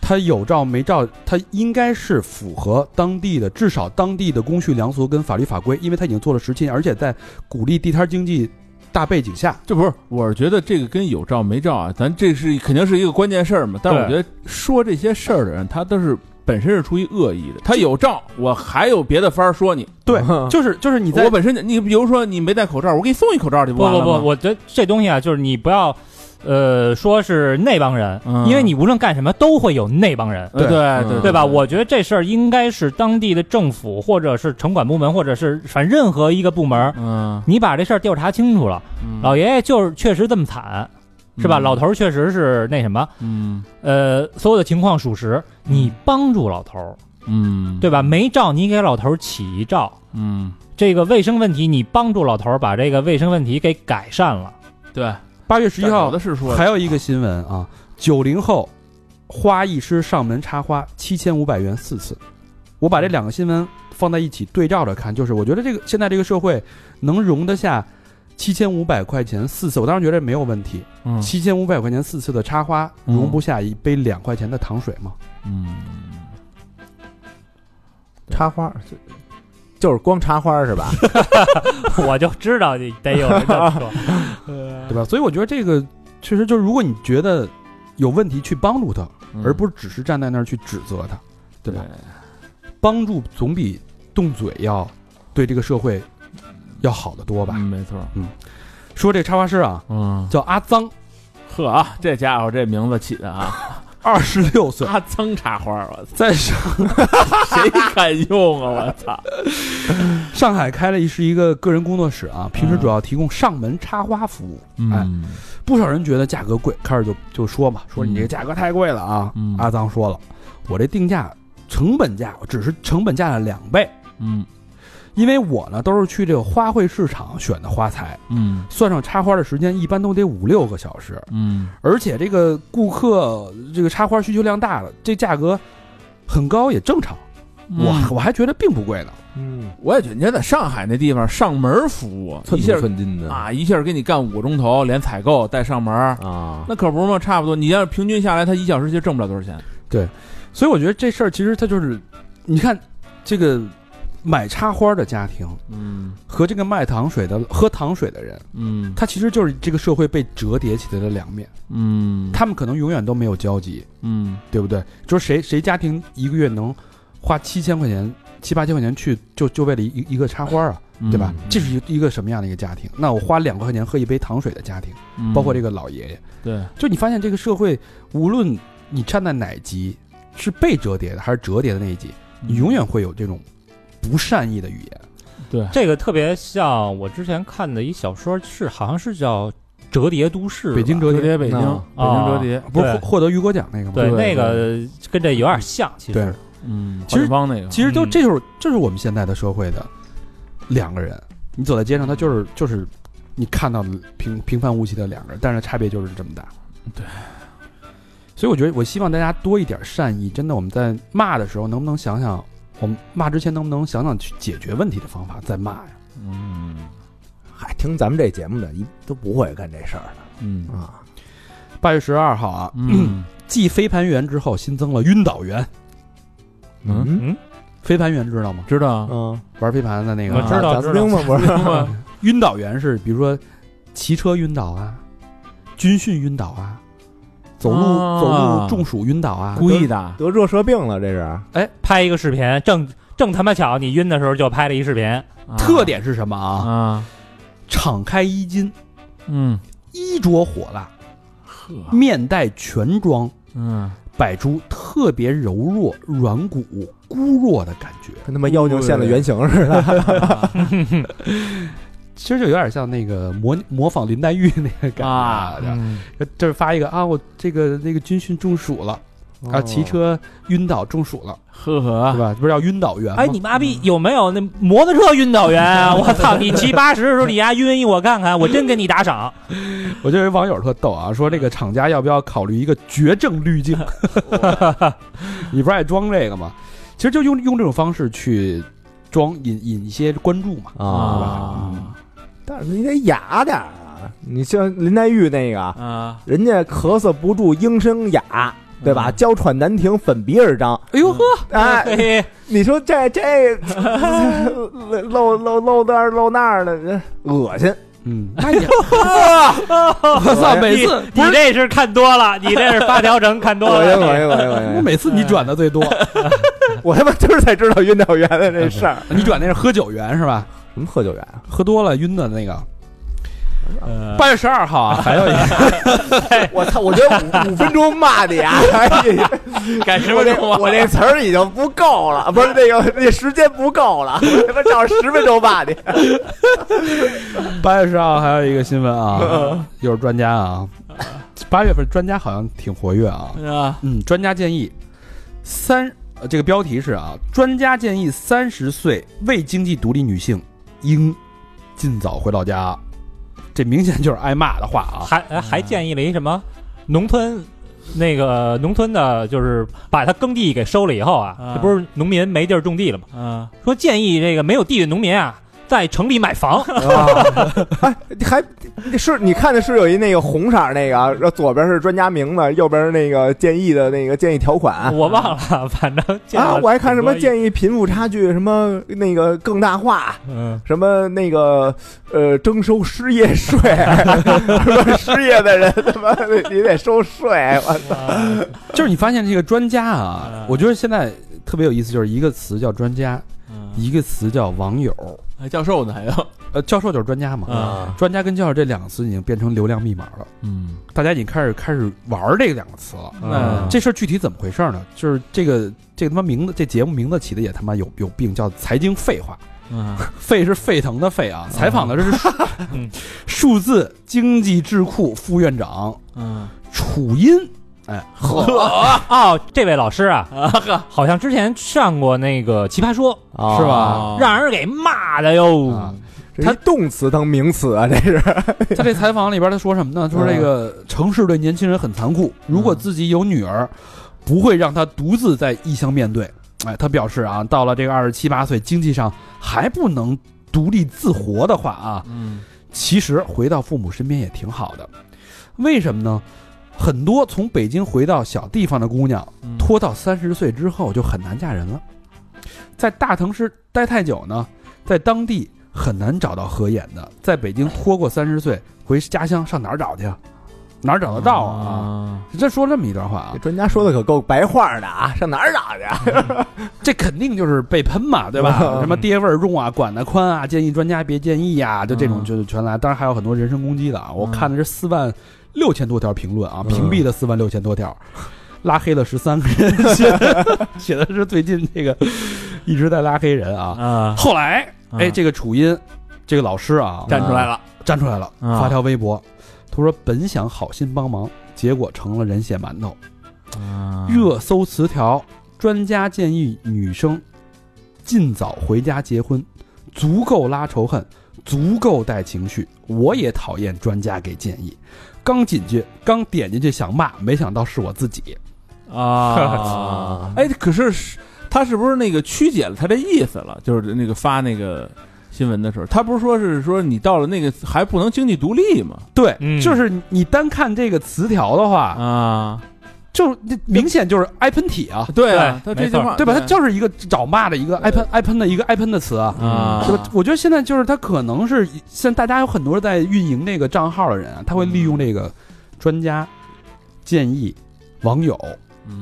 [SPEAKER 1] 他有照没照，他应该是符合当地的，至少当地的公序良俗跟法律法规，因为他已经做了十七年，而且在鼓励地摊儿经济大背景下，
[SPEAKER 4] 这不是，我是觉得这个跟有照没照啊，咱这是肯定是一个关键事儿嘛。但是我觉
[SPEAKER 3] 对
[SPEAKER 4] 得说这些事儿的人，他都是本身是出于恶意的。他有照，我还有别的法儿说你。
[SPEAKER 1] 对
[SPEAKER 5] 嗯
[SPEAKER 1] 就是就是你在
[SPEAKER 4] 我本身你比如说你没戴口罩，我给你送一口罩去，
[SPEAKER 3] 不
[SPEAKER 4] 完
[SPEAKER 3] 不
[SPEAKER 4] 了
[SPEAKER 3] 不
[SPEAKER 4] 吗，
[SPEAKER 3] 我觉得这东西啊，就是你不要，呃，说是那帮人，
[SPEAKER 4] 嗯
[SPEAKER 3] 因为你无论干什么都会有那帮人，
[SPEAKER 4] 呃对对
[SPEAKER 3] 对吧？我觉得这事儿应该是当地的政府或者是城管部门，或者是反正任何一个部门儿，
[SPEAKER 4] 嗯，
[SPEAKER 3] 你把这事儿调查清楚了。
[SPEAKER 4] 嗯
[SPEAKER 3] 老爷爷就是确实这么惨，是吧？
[SPEAKER 4] 嗯
[SPEAKER 3] 老头儿确实是那什么，
[SPEAKER 4] 嗯
[SPEAKER 3] 呃，所有的情况属实，你帮助老头儿，
[SPEAKER 4] 嗯，
[SPEAKER 3] 对吧？没照你给老头儿起一照，
[SPEAKER 4] 嗯
[SPEAKER 3] 这个卫生问题你帮助老头儿把这个卫生问题给改善了。
[SPEAKER 4] 对，
[SPEAKER 1] 八月十一
[SPEAKER 4] 有
[SPEAKER 1] 号
[SPEAKER 4] 的是说
[SPEAKER 1] 还有一个新闻啊，九零后花艺师上门插花七千五百元四次。我把这两个新闻放在一起对照着看，就是我觉得这个现在这个社会能容得下七千五百块钱四次，我当时觉得没有问题。
[SPEAKER 4] 嗯
[SPEAKER 1] 七千五百块钱四次的插花，
[SPEAKER 4] 嗯
[SPEAKER 1] 容不下一杯两块钱的糖水吗？
[SPEAKER 4] 嗯。
[SPEAKER 5] 插花，就就是光插花是吧？
[SPEAKER 3] 我就知道你得有人这么说，
[SPEAKER 1] 对吧？所以我觉得这个确实就是，如果你觉得有问题，去帮助他，
[SPEAKER 4] 嗯
[SPEAKER 1] 而不是只是站在那儿去指责他，对吧？帮助总比动嘴要对这个社会要好得多吧？
[SPEAKER 4] 嗯没错。
[SPEAKER 1] 说这插花师啊，
[SPEAKER 4] 嗯，
[SPEAKER 1] 叫阿脏，
[SPEAKER 4] 呵啊，这家伙这名字起的 啊，
[SPEAKER 1] 二十六岁，
[SPEAKER 4] 阿增插花，我操，
[SPEAKER 1] 在上
[SPEAKER 4] 谁敢用啊？我操！
[SPEAKER 1] 上海开了一是一个个人工作室啊，平时主要提供上门插花服务。哎，
[SPEAKER 4] 嗯
[SPEAKER 1] 不少人觉得价格贵，开始就就说嘛，说你这个价格太贵了啊。
[SPEAKER 4] 嗯
[SPEAKER 1] 阿脏说了，我这定价成本价我只是成本价的两倍，
[SPEAKER 4] 嗯
[SPEAKER 1] 因为我呢都是去这个花卉市场选的花材，
[SPEAKER 4] 嗯
[SPEAKER 1] 算上插花的时间，一般都得五六个小时。
[SPEAKER 4] 嗯
[SPEAKER 1] 而且这个顾客这个插花需求量大了，这价格很高也正常。
[SPEAKER 4] 嗯
[SPEAKER 1] 我我还觉得并不贵呢。
[SPEAKER 5] 嗯，
[SPEAKER 4] 我也觉得，你看在上海那地方上门服务，
[SPEAKER 5] 寸
[SPEAKER 4] 一
[SPEAKER 5] 土
[SPEAKER 4] 下
[SPEAKER 5] 寸金的
[SPEAKER 4] 啊，一下给你干五个钟头，连采购带上门，
[SPEAKER 5] 啊，
[SPEAKER 4] 那可不是嘛，差不多。你要是平均下来，他一小时就挣不了多少钱。
[SPEAKER 1] 所以我觉得这事儿其实它就是，你看这个买插花的家庭
[SPEAKER 4] 嗯
[SPEAKER 1] 和这个卖糖水的喝糖水的人，
[SPEAKER 4] 嗯
[SPEAKER 1] 他其实就是这个社会被折叠起来的两面，
[SPEAKER 4] 嗯
[SPEAKER 1] 他们可能永远都没有交集，
[SPEAKER 4] 嗯
[SPEAKER 1] 对不对？就是谁谁家庭一个月能花七千块钱、七八千块钱去就就为了一一个插花啊，
[SPEAKER 4] 嗯
[SPEAKER 1] 对吧？这是一一个什么样的一个家庭？那我花两块钱喝一杯糖水的家庭，包括这
[SPEAKER 4] 个
[SPEAKER 1] 个老爷爷，
[SPEAKER 4] 嗯对，
[SPEAKER 1] 就你发现这个社会，无论你站在哪级，是被折叠的还是折叠的那一级，
[SPEAKER 4] 嗯
[SPEAKER 1] 你永远会有这种不善意的语言。
[SPEAKER 4] 对
[SPEAKER 3] 这个特别像我之前看的一小说，是好像是叫《折叠都市》吧，
[SPEAKER 1] 北京折
[SPEAKER 4] 折
[SPEAKER 1] 叠嗯
[SPEAKER 4] 叠北京，
[SPEAKER 5] 啊
[SPEAKER 4] 北京折叠，
[SPEAKER 1] 不是
[SPEAKER 3] 对
[SPEAKER 1] 获获得雨果奖那个吗？
[SPEAKER 3] 对
[SPEAKER 4] 对
[SPEAKER 3] 那个跟这有点像，其
[SPEAKER 1] 对
[SPEAKER 3] 实，
[SPEAKER 4] 嗯，
[SPEAKER 1] 其实
[SPEAKER 4] 帮那个，
[SPEAKER 1] 其实就
[SPEAKER 3] 嗯
[SPEAKER 1] 这就是这是我们现在的社会的两个人，你走在街上，他就是就是你看到的平平凡无奇的两个人，但是差别就是这么大。
[SPEAKER 4] 对，
[SPEAKER 1] 所以我觉得我希望大家多一点善意，真的我们在骂的时候能不能想想，我们骂之前能不能想想去解决问题的方法再骂呀？
[SPEAKER 4] 嗯
[SPEAKER 5] 嗨，听咱们这节目的一都不会干这事儿
[SPEAKER 4] 嗯
[SPEAKER 5] 的啊。
[SPEAKER 1] 八月十二号啊，
[SPEAKER 4] 嗯
[SPEAKER 1] 继飞盘员之后新增了晕倒员。
[SPEAKER 4] 嗯，
[SPEAKER 1] 飞盘员知道吗？
[SPEAKER 4] 知道
[SPEAKER 5] 嗯，
[SPEAKER 1] 玩飞盘的那个
[SPEAKER 3] 我知道知
[SPEAKER 5] 咱
[SPEAKER 3] 道
[SPEAKER 5] 们嘛不是？
[SPEAKER 1] 晕倒员是，比如说骑车晕倒啊，军训晕倒啊，走路、
[SPEAKER 4] 啊
[SPEAKER 1] 走路中暑晕倒啊，
[SPEAKER 4] 故意的，
[SPEAKER 5] 得热射病了，这是
[SPEAKER 3] 拍一个视频，正正他妈巧，你晕的时候就拍了一视频，
[SPEAKER 1] 特点是什么啊？
[SPEAKER 4] 啊，
[SPEAKER 1] 敞开衣襟，
[SPEAKER 4] 嗯，
[SPEAKER 1] 衣着火辣，
[SPEAKER 4] 呵，
[SPEAKER 1] 面带全妆，
[SPEAKER 4] 嗯，
[SPEAKER 1] 摆出特别柔弱、软骨、孤弱的感觉。
[SPEAKER 5] 跟他妈妖精现了原形似的。
[SPEAKER 1] 其实就有点像那个模模仿林黛玉那个感觉，
[SPEAKER 4] 啊
[SPEAKER 1] 这儿发一个啊，我这个那个军训中暑了，啊，骑车晕倒中暑了，对
[SPEAKER 4] 呵呵，
[SPEAKER 1] 吧？不是叫晕倒员
[SPEAKER 3] 啊
[SPEAKER 1] 吗？
[SPEAKER 3] 哎，你妈逼有没有那摩托车晕倒员啊？我操，你骑八十的时候你丫晕，我看看，我真给你打赏。
[SPEAKER 1] 我就有一网友特逗啊，说这个厂家要不要考虑一个绝症滤 镜？你不是爱装这个吗？其实就用用这种方式去装引引一些关注嘛。
[SPEAKER 5] 啊，但是你得雅点儿啊！你像林黛玉那个，
[SPEAKER 4] 啊，
[SPEAKER 5] 人家咳嗽不住应声哑，对吧？娇喘难停粉鼻而张。
[SPEAKER 1] 哎呦呵，
[SPEAKER 5] 哎，
[SPEAKER 3] 嘿
[SPEAKER 5] 你说这这露露露那儿露那儿的，恶心。
[SPEAKER 1] 嗯，那也，我操，啊每次
[SPEAKER 3] 你
[SPEAKER 1] 不是
[SPEAKER 3] 这是看多了，你这是发条城看多
[SPEAKER 5] 恶心
[SPEAKER 3] 了。
[SPEAKER 5] 恶心恶心恶
[SPEAKER 1] 我
[SPEAKER 5] 心！
[SPEAKER 1] 每次你转的最多，
[SPEAKER 5] 我他妈今儿才知道晕倒员的这事儿。
[SPEAKER 1] 你转那是喝酒员是吧？
[SPEAKER 5] 什么喝酒员啊？
[SPEAKER 1] 喝多了晕的那个。
[SPEAKER 3] 嗯
[SPEAKER 1] 八月十二号啊，还有一个，
[SPEAKER 5] 我操！我觉得五五分钟骂你啊！哎呀
[SPEAKER 4] 赶什
[SPEAKER 5] 我
[SPEAKER 4] 么
[SPEAKER 5] 这
[SPEAKER 4] 钟啊？
[SPEAKER 5] 我这词儿已经不够了，不是那个那时间不够了，他妈找十分钟吧你。
[SPEAKER 1] 八月十二号还有一个新闻啊，又是专家啊，八月份专家好像挺活跃啊，
[SPEAKER 4] 啊，
[SPEAKER 1] 嗯，专家建议三，呃，这个标题是啊，专家建议三十岁未经济独立女性应尽早回老家，这明显就是挨骂的话 啊。
[SPEAKER 3] 还哎还建议了一什么农村。那个农村的，就是把他耕地给收了以后啊，
[SPEAKER 4] 啊
[SPEAKER 3] 这不是农民没地儿种地了吗？
[SPEAKER 4] 啊，
[SPEAKER 3] 说建议这个没有地的农民啊，在城里买房。
[SPEAKER 5] 哎，还是你看的是有一那个红色儿那个，然后左边是专家名字，右边是那个建议的那个建议条款啊。
[SPEAKER 3] 我忘了，反正建了
[SPEAKER 5] 我还看什么
[SPEAKER 3] 挺多意
[SPEAKER 5] 建议贫富差距什么那个更大化，
[SPEAKER 3] 嗯，
[SPEAKER 5] 什么那个呃征收失业税， 什么失业的人他妈的你得收税，我
[SPEAKER 3] 啊
[SPEAKER 1] 就是你发现这个专家啊，我觉得现在特别有意思，就是一个词叫专家，
[SPEAKER 3] 嗯
[SPEAKER 1] 一个词叫网友。
[SPEAKER 4] 还教授呢，还有
[SPEAKER 1] 呃，教授就是专家嘛，
[SPEAKER 4] 啊
[SPEAKER 1] 专家跟教授这两个词已经变成流量密码了，
[SPEAKER 2] 嗯，
[SPEAKER 1] 大家已经开始开始玩这两个词了。
[SPEAKER 4] 嗯
[SPEAKER 1] 这事儿具体怎么回事呢？就是这个这个他妈名字，这节目名字起的也他妈有有病，叫财经废话。 沸是沸腾的沸啊！采访的是
[SPEAKER 3] 嗯
[SPEAKER 1] 数字经济智库副院长
[SPEAKER 4] 嗯
[SPEAKER 1] 楚音，哎，
[SPEAKER 3] 哦，这位老师啊，好像之前上过那个《奇葩说
[SPEAKER 1] 是吧？
[SPEAKER 4] 啊》，
[SPEAKER 3] 让人给骂的哟
[SPEAKER 1] 啊。
[SPEAKER 5] 他动词当名词啊，这是
[SPEAKER 1] 在这采访里边，他说什么呢？说这个城市对年轻人很残酷，如果自己有女儿，不会让她独自在异乡面对。哎，他表示啊，到了这个二十七八岁，经济上还不能独立自活的话啊，
[SPEAKER 4] 嗯
[SPEAKER 1] 其实回到父母身边也挺好的。为什么呢？很多从北京回到小地方的姑娘，
[SPEAKER 4] 嗯
[SPEAKER 1] 拖到三十岁之后就很难嫁人了。在大城市待太久呢，在当地很难找到合眼的。在北京拖过三十岁回家乡，上哪儿找去啊？哪儿找得到啊？
[SPEAKER 4] 啊，
[SPEAKER 1] 这说这么一段话啊
[SPEAKER 5] 这，专家说的可够白话的啊，上哪儿找去啊？
[SPEAKER 1] 这肯定就是被喷嘛，对
[SPEAKER 4] 嗯
[SPEAKER 1] 吧？什么爹味儿重啊，管得宽啊，建议专家别建议啊，就这种
[SPEAKER 4] 嗯
[SPEAKER 1] 就是全来。当然还有很多人身攻击的啊，我
[SPEAKER 4] 嗯
[SPEAKER 1] 看的是四万六千多条评论啊，屏蔽了四万六千多 条，拉黑了十三个人，写的写的是最近这个一直在拉黑人啊。
[SPEAKER 3] 嗯
[SPEAKER 4] 啊，
[SPEAKER 1] 后来，哎，这个楚音这个老师啊，
[SPEAKER 4] 站出来了，
[SPEAKER 1] 站出来了，
[SPEAKER 4] 啊
[SPEAKER 1] 发条微博，他说本想好心帮忙，结果成了人血馒头。热搜词条：专家建议女生尽早回家结婚，足够拉仇恨，足够带情绪。我也讨厌专家给建议。刚进去，刚点进去想骂，没想到是我自己。
[SPEAKER 4] 啊，哎，可是是他是不是那个曲解了他这意思了？就是那个发那个新闻的时候，他不是说是说你到了那个还不能经济独立吗？
[SPEAKER 1] 对，
[SPEAKER 3] 嗯
[SPEAKER 1] 就是你单看这个词条的话，
[SPEAKER 4] 啊，
[SPEAKER 1] 就那明显就是挨喷体啊，
[SPEAKER 4] 对啊，他
[SPEAKER 3] 对
[SPEAKER 4] 这句话
[SPEAKER 1] 对吧？它就是一个找骂的一个挨喷挨喷的一个挨喷的词啊。
[SPEAKER 4] 啊，
[SPEAKER 1] 对吧？我觉得现在就是他可能是现在大家有很多在运营这个账号的人啊，他会利用这个专家建议、网友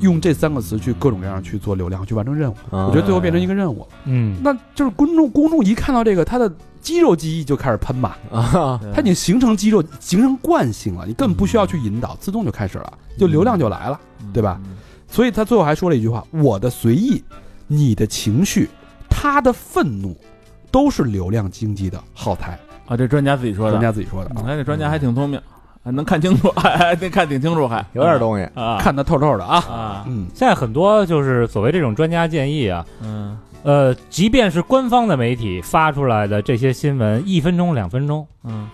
[SPEAKER 1] 用这三个词去各种各样去做流量，去完成任务。
[SPEAKER 5] 我
[SPEAKER 1] 我觉得最后变成一个任务了，
[SPEAKER 3] 嗯，
[SPEAKER 1] 啊那就是公众公众一看到这个，他的肌肉记忆就开始喷嘛，
[SPEAKER 5] 啊，
[SPEAKER 1] 他已经形成肌肉形成惯性了，你根本不需要去引导，自动就开始了，就流量就来了。对吧？所以他最后还说了一句话：“我的随意，你的情绪，他的愤怒，都是流量经济的耗材。
[SPEAKER 4] 啊，这专家自己”说的
[SPEAKER 1] 专，家自己说的
[SPEAKER 4] 你
[SPEAKER 1] 啊。
[SPEAKER 4] 看这专家还挺聪明，还能看清楚， 还还得看挺清楚，还
[SPEAKER 5] 有点 东西，
[SPEAKER 3] 啊
[SPEAKER 1] 看得透透的啊。
[SPEAKER 3] 啊！
[SPEAKER 1] 嗯，
[SPEAKER 3] 现在很多就是所谓这种专家建议啊，
[SPEAKER 4] 嗯
[SPEAKER 3] 呃，即便是官方的媒体发出来的这些新闻，一分钟、两分钟，
[SPEAKER 4] 嗯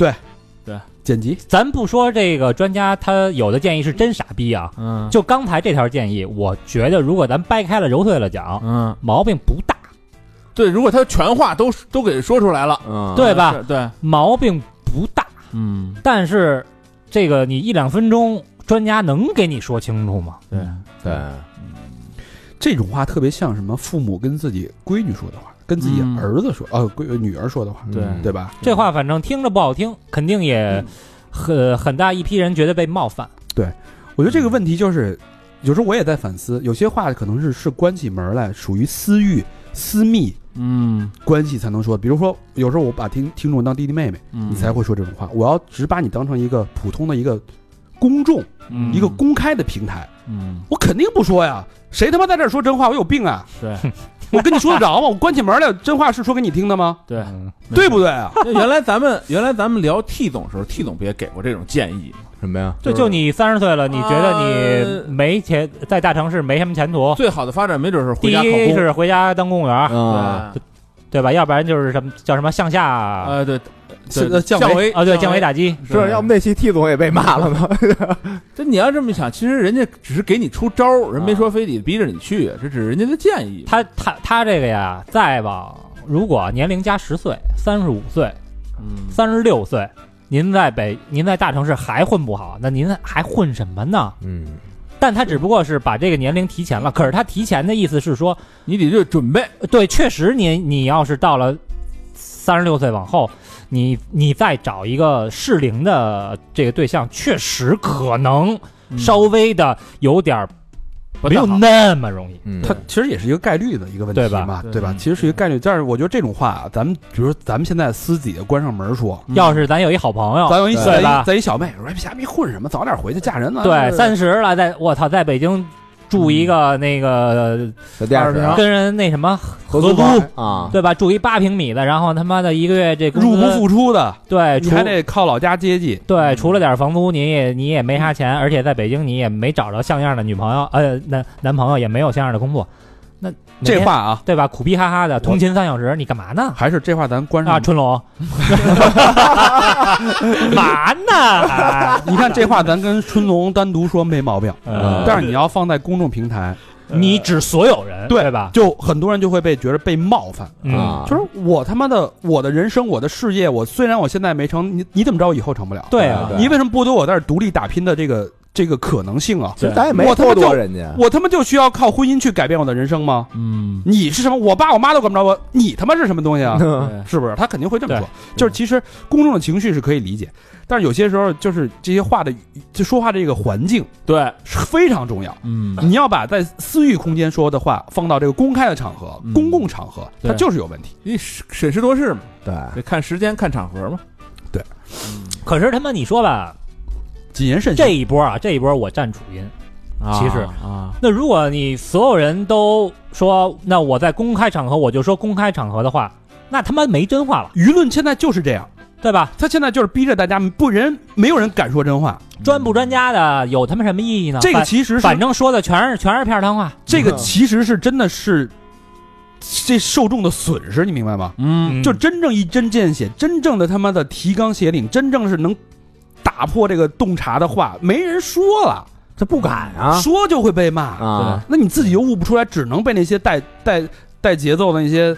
[SPEAKER 1] 剪辑
[SPEAKER 3] 咱不说这个专家他有的建议是真傻逼啊，
[SPEAKER 4] 嗯
[SPEAKER 3] 就刚才这条建议，我觉得如果咱掰开了揉碎了讲，
[SPEAKER 4] 嗯，
[SPEAKER 3] 毛病不大，
[SPEAKER 4] 对，如果他全话都都给说出来了，
[SPEAKER 5] 嗯，
[SPEAKER 3] 对吧？
[SPEAKER 4] 啊是？对，
[SPEAKER 3] 毛病不大，
[SPEAKER 4] 嗯，
[SPEAKER 3] 但是这个你一两分钟，专家能给你说清楚吗？
[SPEAKER 4] 对，
[SPEAKER 5] 对，
[SPEAKER 1] 这种话特别像什么父母跟自己闺女说的话，跟自己
[SPEAKER 4] 嗯
[SPEAKER 1] 儿子说，呃，闺女儿说的话，
[SPEAKER 5] 嗯
[SPEAKER 4] 对
[SPEAKER 1] 对吧？
[SPEAKER 3] 这话反正听着不好听，肯定也
[SPEAKER 4] 嗯
[SPEAKER 3] 很很大一批人觉得被冒犯。
[SPEAKER 1] 我觉得这个问题就是，有时候我也在反思，有些话可能是是关起门来属于私欲、私密
[SPEAKER 4] 嗯
[SPEAKER 1] 关系才能说。比如说，有时候我把听听众当弟弟妹妹，
[SPEAKER 4] 嗯，
[SPEAKER 1] 你才会说这种话。我要只把你当成一个普通的一个公众、
[SPEAKER 4] 嗯
[SPEAKER 1] 一个公开的平台，
[SPEAKER 4] 嗯，
[SPEAKER 1] 我肯定不说呀。谁他妈在这儿说真话？我有病啊！
[SPEAKER 4] 对
[SPEAKER 1] 我跟你说得着吗？我关起门来，真话是说给你听的吗？
[SPEAKER 4] 对，
[SPEAKER 1] 对不对啊？
[SPEAKER 4] 那原来咱们原来咱们聊 T 总的时候，T 总不也给过这种建议吗？
[SPEAKER 5] 什么呀？
[SPEAKER 3] 就
[SPEAKER 4] 就是
[SPEAKER 3] 就你三十岁了，你觉得
[SPEAKER 4] 呃
[SPEAKER 3] 你没前在大城市没什么前途？
[SPEAKER 4] 最好的发展没准是
[SPEAKER 3] 第
[SPEAKER 4] 回家考
[SPEAKER 3] 一
[SPEAKER 4] 公，
[SPEAKER 3] 是回家当公务员，
[SPEAKER 5] 啊，
[SPEAKER 3] 对吧？要不然就是什么叫什么向下啊？
[SPEAKER 4] 呃对，
[SPEAKER 1] 是
[SPEAKER 4] 对
[SPEAKER 1] 呃降维
[SPEAKER 4] 维
[SPEAKER 3] 对，降维打击。
[SPEAKER 5] 是要不那期 T 总也被骂了呢。
[SPEAKER 4] 这你要这么想，其实人家只是给你出招儿，人没说非得逼着你去，这只是人家的建议。
[SPEAKER 3] 他他他这个呀，再往如果年龄加十岁，三十五岁，
[SPEAKER 4] 嗯
[SPEAKER 3] 三十六岁，您在北您在大城市还混不好，那您还混什么呢？
[SPEAKER 5] 嗯，
[SPEAKER 3] 但他只不过是把这个年龄提前了，可是他提前的意思是说，呃
[SPEAKER 4] 你得就准备，
[SPEAKER 3] 对，确实你你要是到了三十六岁往后，你你再找一个适龄的这个对象，确实可能
[SPEAKER 4] 嗯
[SPEAKER 3] 稍微的有点儿
[SPEAKER 4] 不
[SPEAKER 3] 嗯没
[SPEAKER 4] 太
[SPEAKER 3] 有
[SPEAKER 4] 好
[SPEAKER 3] 那么容易。
[SPEAKER 5] 嗯
[SPEAKER 1] 它其实也是一个概率的一个问题
[SPEAKER 3] 对吧
[SPEAKER 1] 嘛，
[SPEAKER 4] 对
[SPEAKER 1] 对吧？
[SPEAKER 4] 嗯
[SPEAKER 1] 其实是一个概率，但是我觉得这种话啊，咱们比如说咱们现在私底下关上门说，
[SPEAKER 4] 嗯
[SPEAKER 3] 要是咱有一好朋友，
[SPEAKER 1] 咱有一
[SPEAKER 3] 哦对
[SPEAKER 1] 咱
[SPEAKER 3] 吧
[SPEAKER 1] 一咱一小妹说，哎瞎逼混什么，早点回去嫁人呢。
[SPEAKER 3] 对，三十了，在我操，在北京住一
[SPEAKER 1] 嗯
[SPEAKER 3] 个那个、
[SPEAKER 5] 在地下室
[SPEAKER 3] 跟人那什么
[SPEAKER 5] 合
[SPEAKER 3] 租，
[SPEAKER 5] 啊，
[SPEAKER 3] 对吧？住一八平米的，然后他妈的一个月这工资
[SPEAKER 1] 入不敷出的，
[SPEAKER 3] 对，
[SPEAKER 1] 你
[SPEAKER 3] 哎除
[SPEAKER 1] 还得靠老家接济。
[SPEAKER 3] 对，除了点房租，你也你也没啥钱，而且在北京你也没找着像样的女朋友，呃，男男朋友也没有像样的工作，那每
[SPEAKER 1] 这
[SPEAKER 3] 天
[SPEAKER 1] 话啊，
[SPEAKER 3] 对吧？苦逼哈哈的，通勤三小时，你干嘛呢？
[SPEAKER 1] 还是这话咱关
[SPEAKER 3] 啊，
[SPEAKER 1] 上。
[SPEAKER 3] 春龙， 嘛 呢？
[SPEAKER 1] 你看这话咱跟春龙单独说没毛病，
[SPEAKER 3] 呃
[SPEAKER 1] 但是你要放在公众平台，
[SPEAKER 3] 你指所有人，
[SPEAKER 1] 对
[SPEAKER 3] 对吧？
[SPEAKER 1] 就很多人就会被觉得被冒犯。
[SPEAKER 3] 嗯，
[SPEAKER 5] 啊，
[SPEAKER 1] 就是我他妈的，我的人生，我的事业，我虽然我现在没成，你你怎么着，我以后成不了？
[SPEAKER 3] 对啊
[SPEAKER 5] 对，
[SPEAKER 1] 你为什么剥夺我在这儿独立打拼的这个这个可能性啊？
[SPEAKER 5] 其实咱也没
[SPEAKER 1] 我他妈
[SPEAKER 5] 多
[SPEAKER 1] 就
[SPEAKER 5] 多人家，
[SPEAKER 1] 我他妈就需要靠婚姻去改变我的人生吗？
[SPEAKER 4] 嗯，
[SPEAKER 1] 你是什么？我爸我妈都管不着我，你他妈是什么东西 啊？
[SPEAKER 4] 对
[SPEAKER 1] 是不是？他肯定会这么说。
[SPEAKER 5] 对
[SPEAKER 1] 就是其实公众的情绪是可以理解，但是有些时候就是这些话的就说话这个环境
[SPEAKER 4] 对，
[SPEAKER 1] 是非常重要。
[SPEAKER 4] 嗯
[SPEAKER 1] 你要把在私域空间说的话放到这个公开的场合、
[SPEAKER 4] 嗯
[SPEAKER 1] 公共场合，它
[SPEAKER 4] 对
[SPEAKER 1] 就是有问题。
[SPEAKER 4] 你审时度势嘛，
[SPEAKER 5] 对，
[SPEAKER 4] 得看时间看场合嘛。
[SPEAKER 1] 对
[SPEAKER 4] 嗯，
[SPEAKER 3] 可是他妈你说吧，
[SPEAKER 1] 谨言慎行。
[SPEAKER 3] 这一波啊，这一波我站主音。
[SPEAKER 4] 啊
[SPEAKER 3] 其实
[SPEAKER 4] 啊，
[SPEAKER 3] 那如果你所有人都说，那我在公开场合我就说公开场合的话，那他妈没真话了，
[SPEAKER 1] 舆论现在就是这样，
[SPEAKER 3] 对吧？
[SPEAKER 1] 他现在就是逼着大家不人没有人敢说真话。
[SPEAKER 3] 专不专家的有他妈什么意义呢？
[SPEAKER 1] 这
[SPEAKER 3] 啊
[SPEAKER 1] 个
[SPEAKER 3] 反
[SPEAKER 1] 其实是
[SPEAKER 3] 反正说的全是全是片儿汤话，
[SPEAKER 1] 这个其实是真的是这受众的损失，你明白吗？
[SPEAKER 4] 嗯，
[SPEAKER 1] 就真正一针见血，真正的他妈的提纲挈领，真正是能打破这个洞察的话，没人说了，
[SPEAKER 5] 这不敢啊
[SPEAKER 1] 说就会被骂。
[SPEAKER 5] 啊，
[SPEAKER 1] 那你自己又悟不出来，只能被那些带带带节奏的那些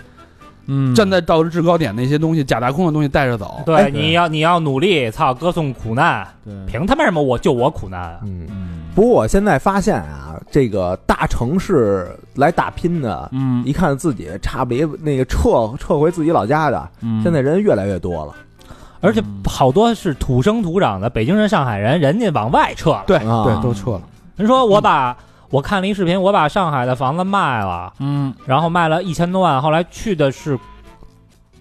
[SPEAKER 4] 嗯
[SPEAKER 1] 站在道德制高点那些东西、假大空的东西带着走。
[SPEAKER 3] 对，
[SPEAKER 5] 哎
[SPEAKER 3] 你要你要努力，操，歌颂苦难，
[SPEAKER 4] 对，
[SPEAKER 3] 凭他妈什么我就我苦难啊？
[SPEAKER 5] 嗯。
[SPEAKER 4] 嗯
[SPEAKER 5] 不过我现在发现啊，这个大城市来打拼的，
[SPEAKER 4] 嗯
[SPEAKER 5] 一看自己差别那个撤撤回自己老家的，
[SPEAKER 4] 嗯
[SPEAKER 5] 现在人越来越多了
[SPEAKER 3] 而且
[SPEAKER 4] 嗯
[SPEAKER 3] 好多是土生土长的北京人、上海人，人家往外撤了。
[SPEAKER 1] 对嗯
[SPEAKER 5] 啊
[SPEAKER 1] 对，都撤了。
[SPEAKER 3] 人说我把、我看了一视频，我把上海的房子卖了，
[SPEAKER 4] 嗯
[SPEAKER 3] 然后卖了一千多万，后来去的是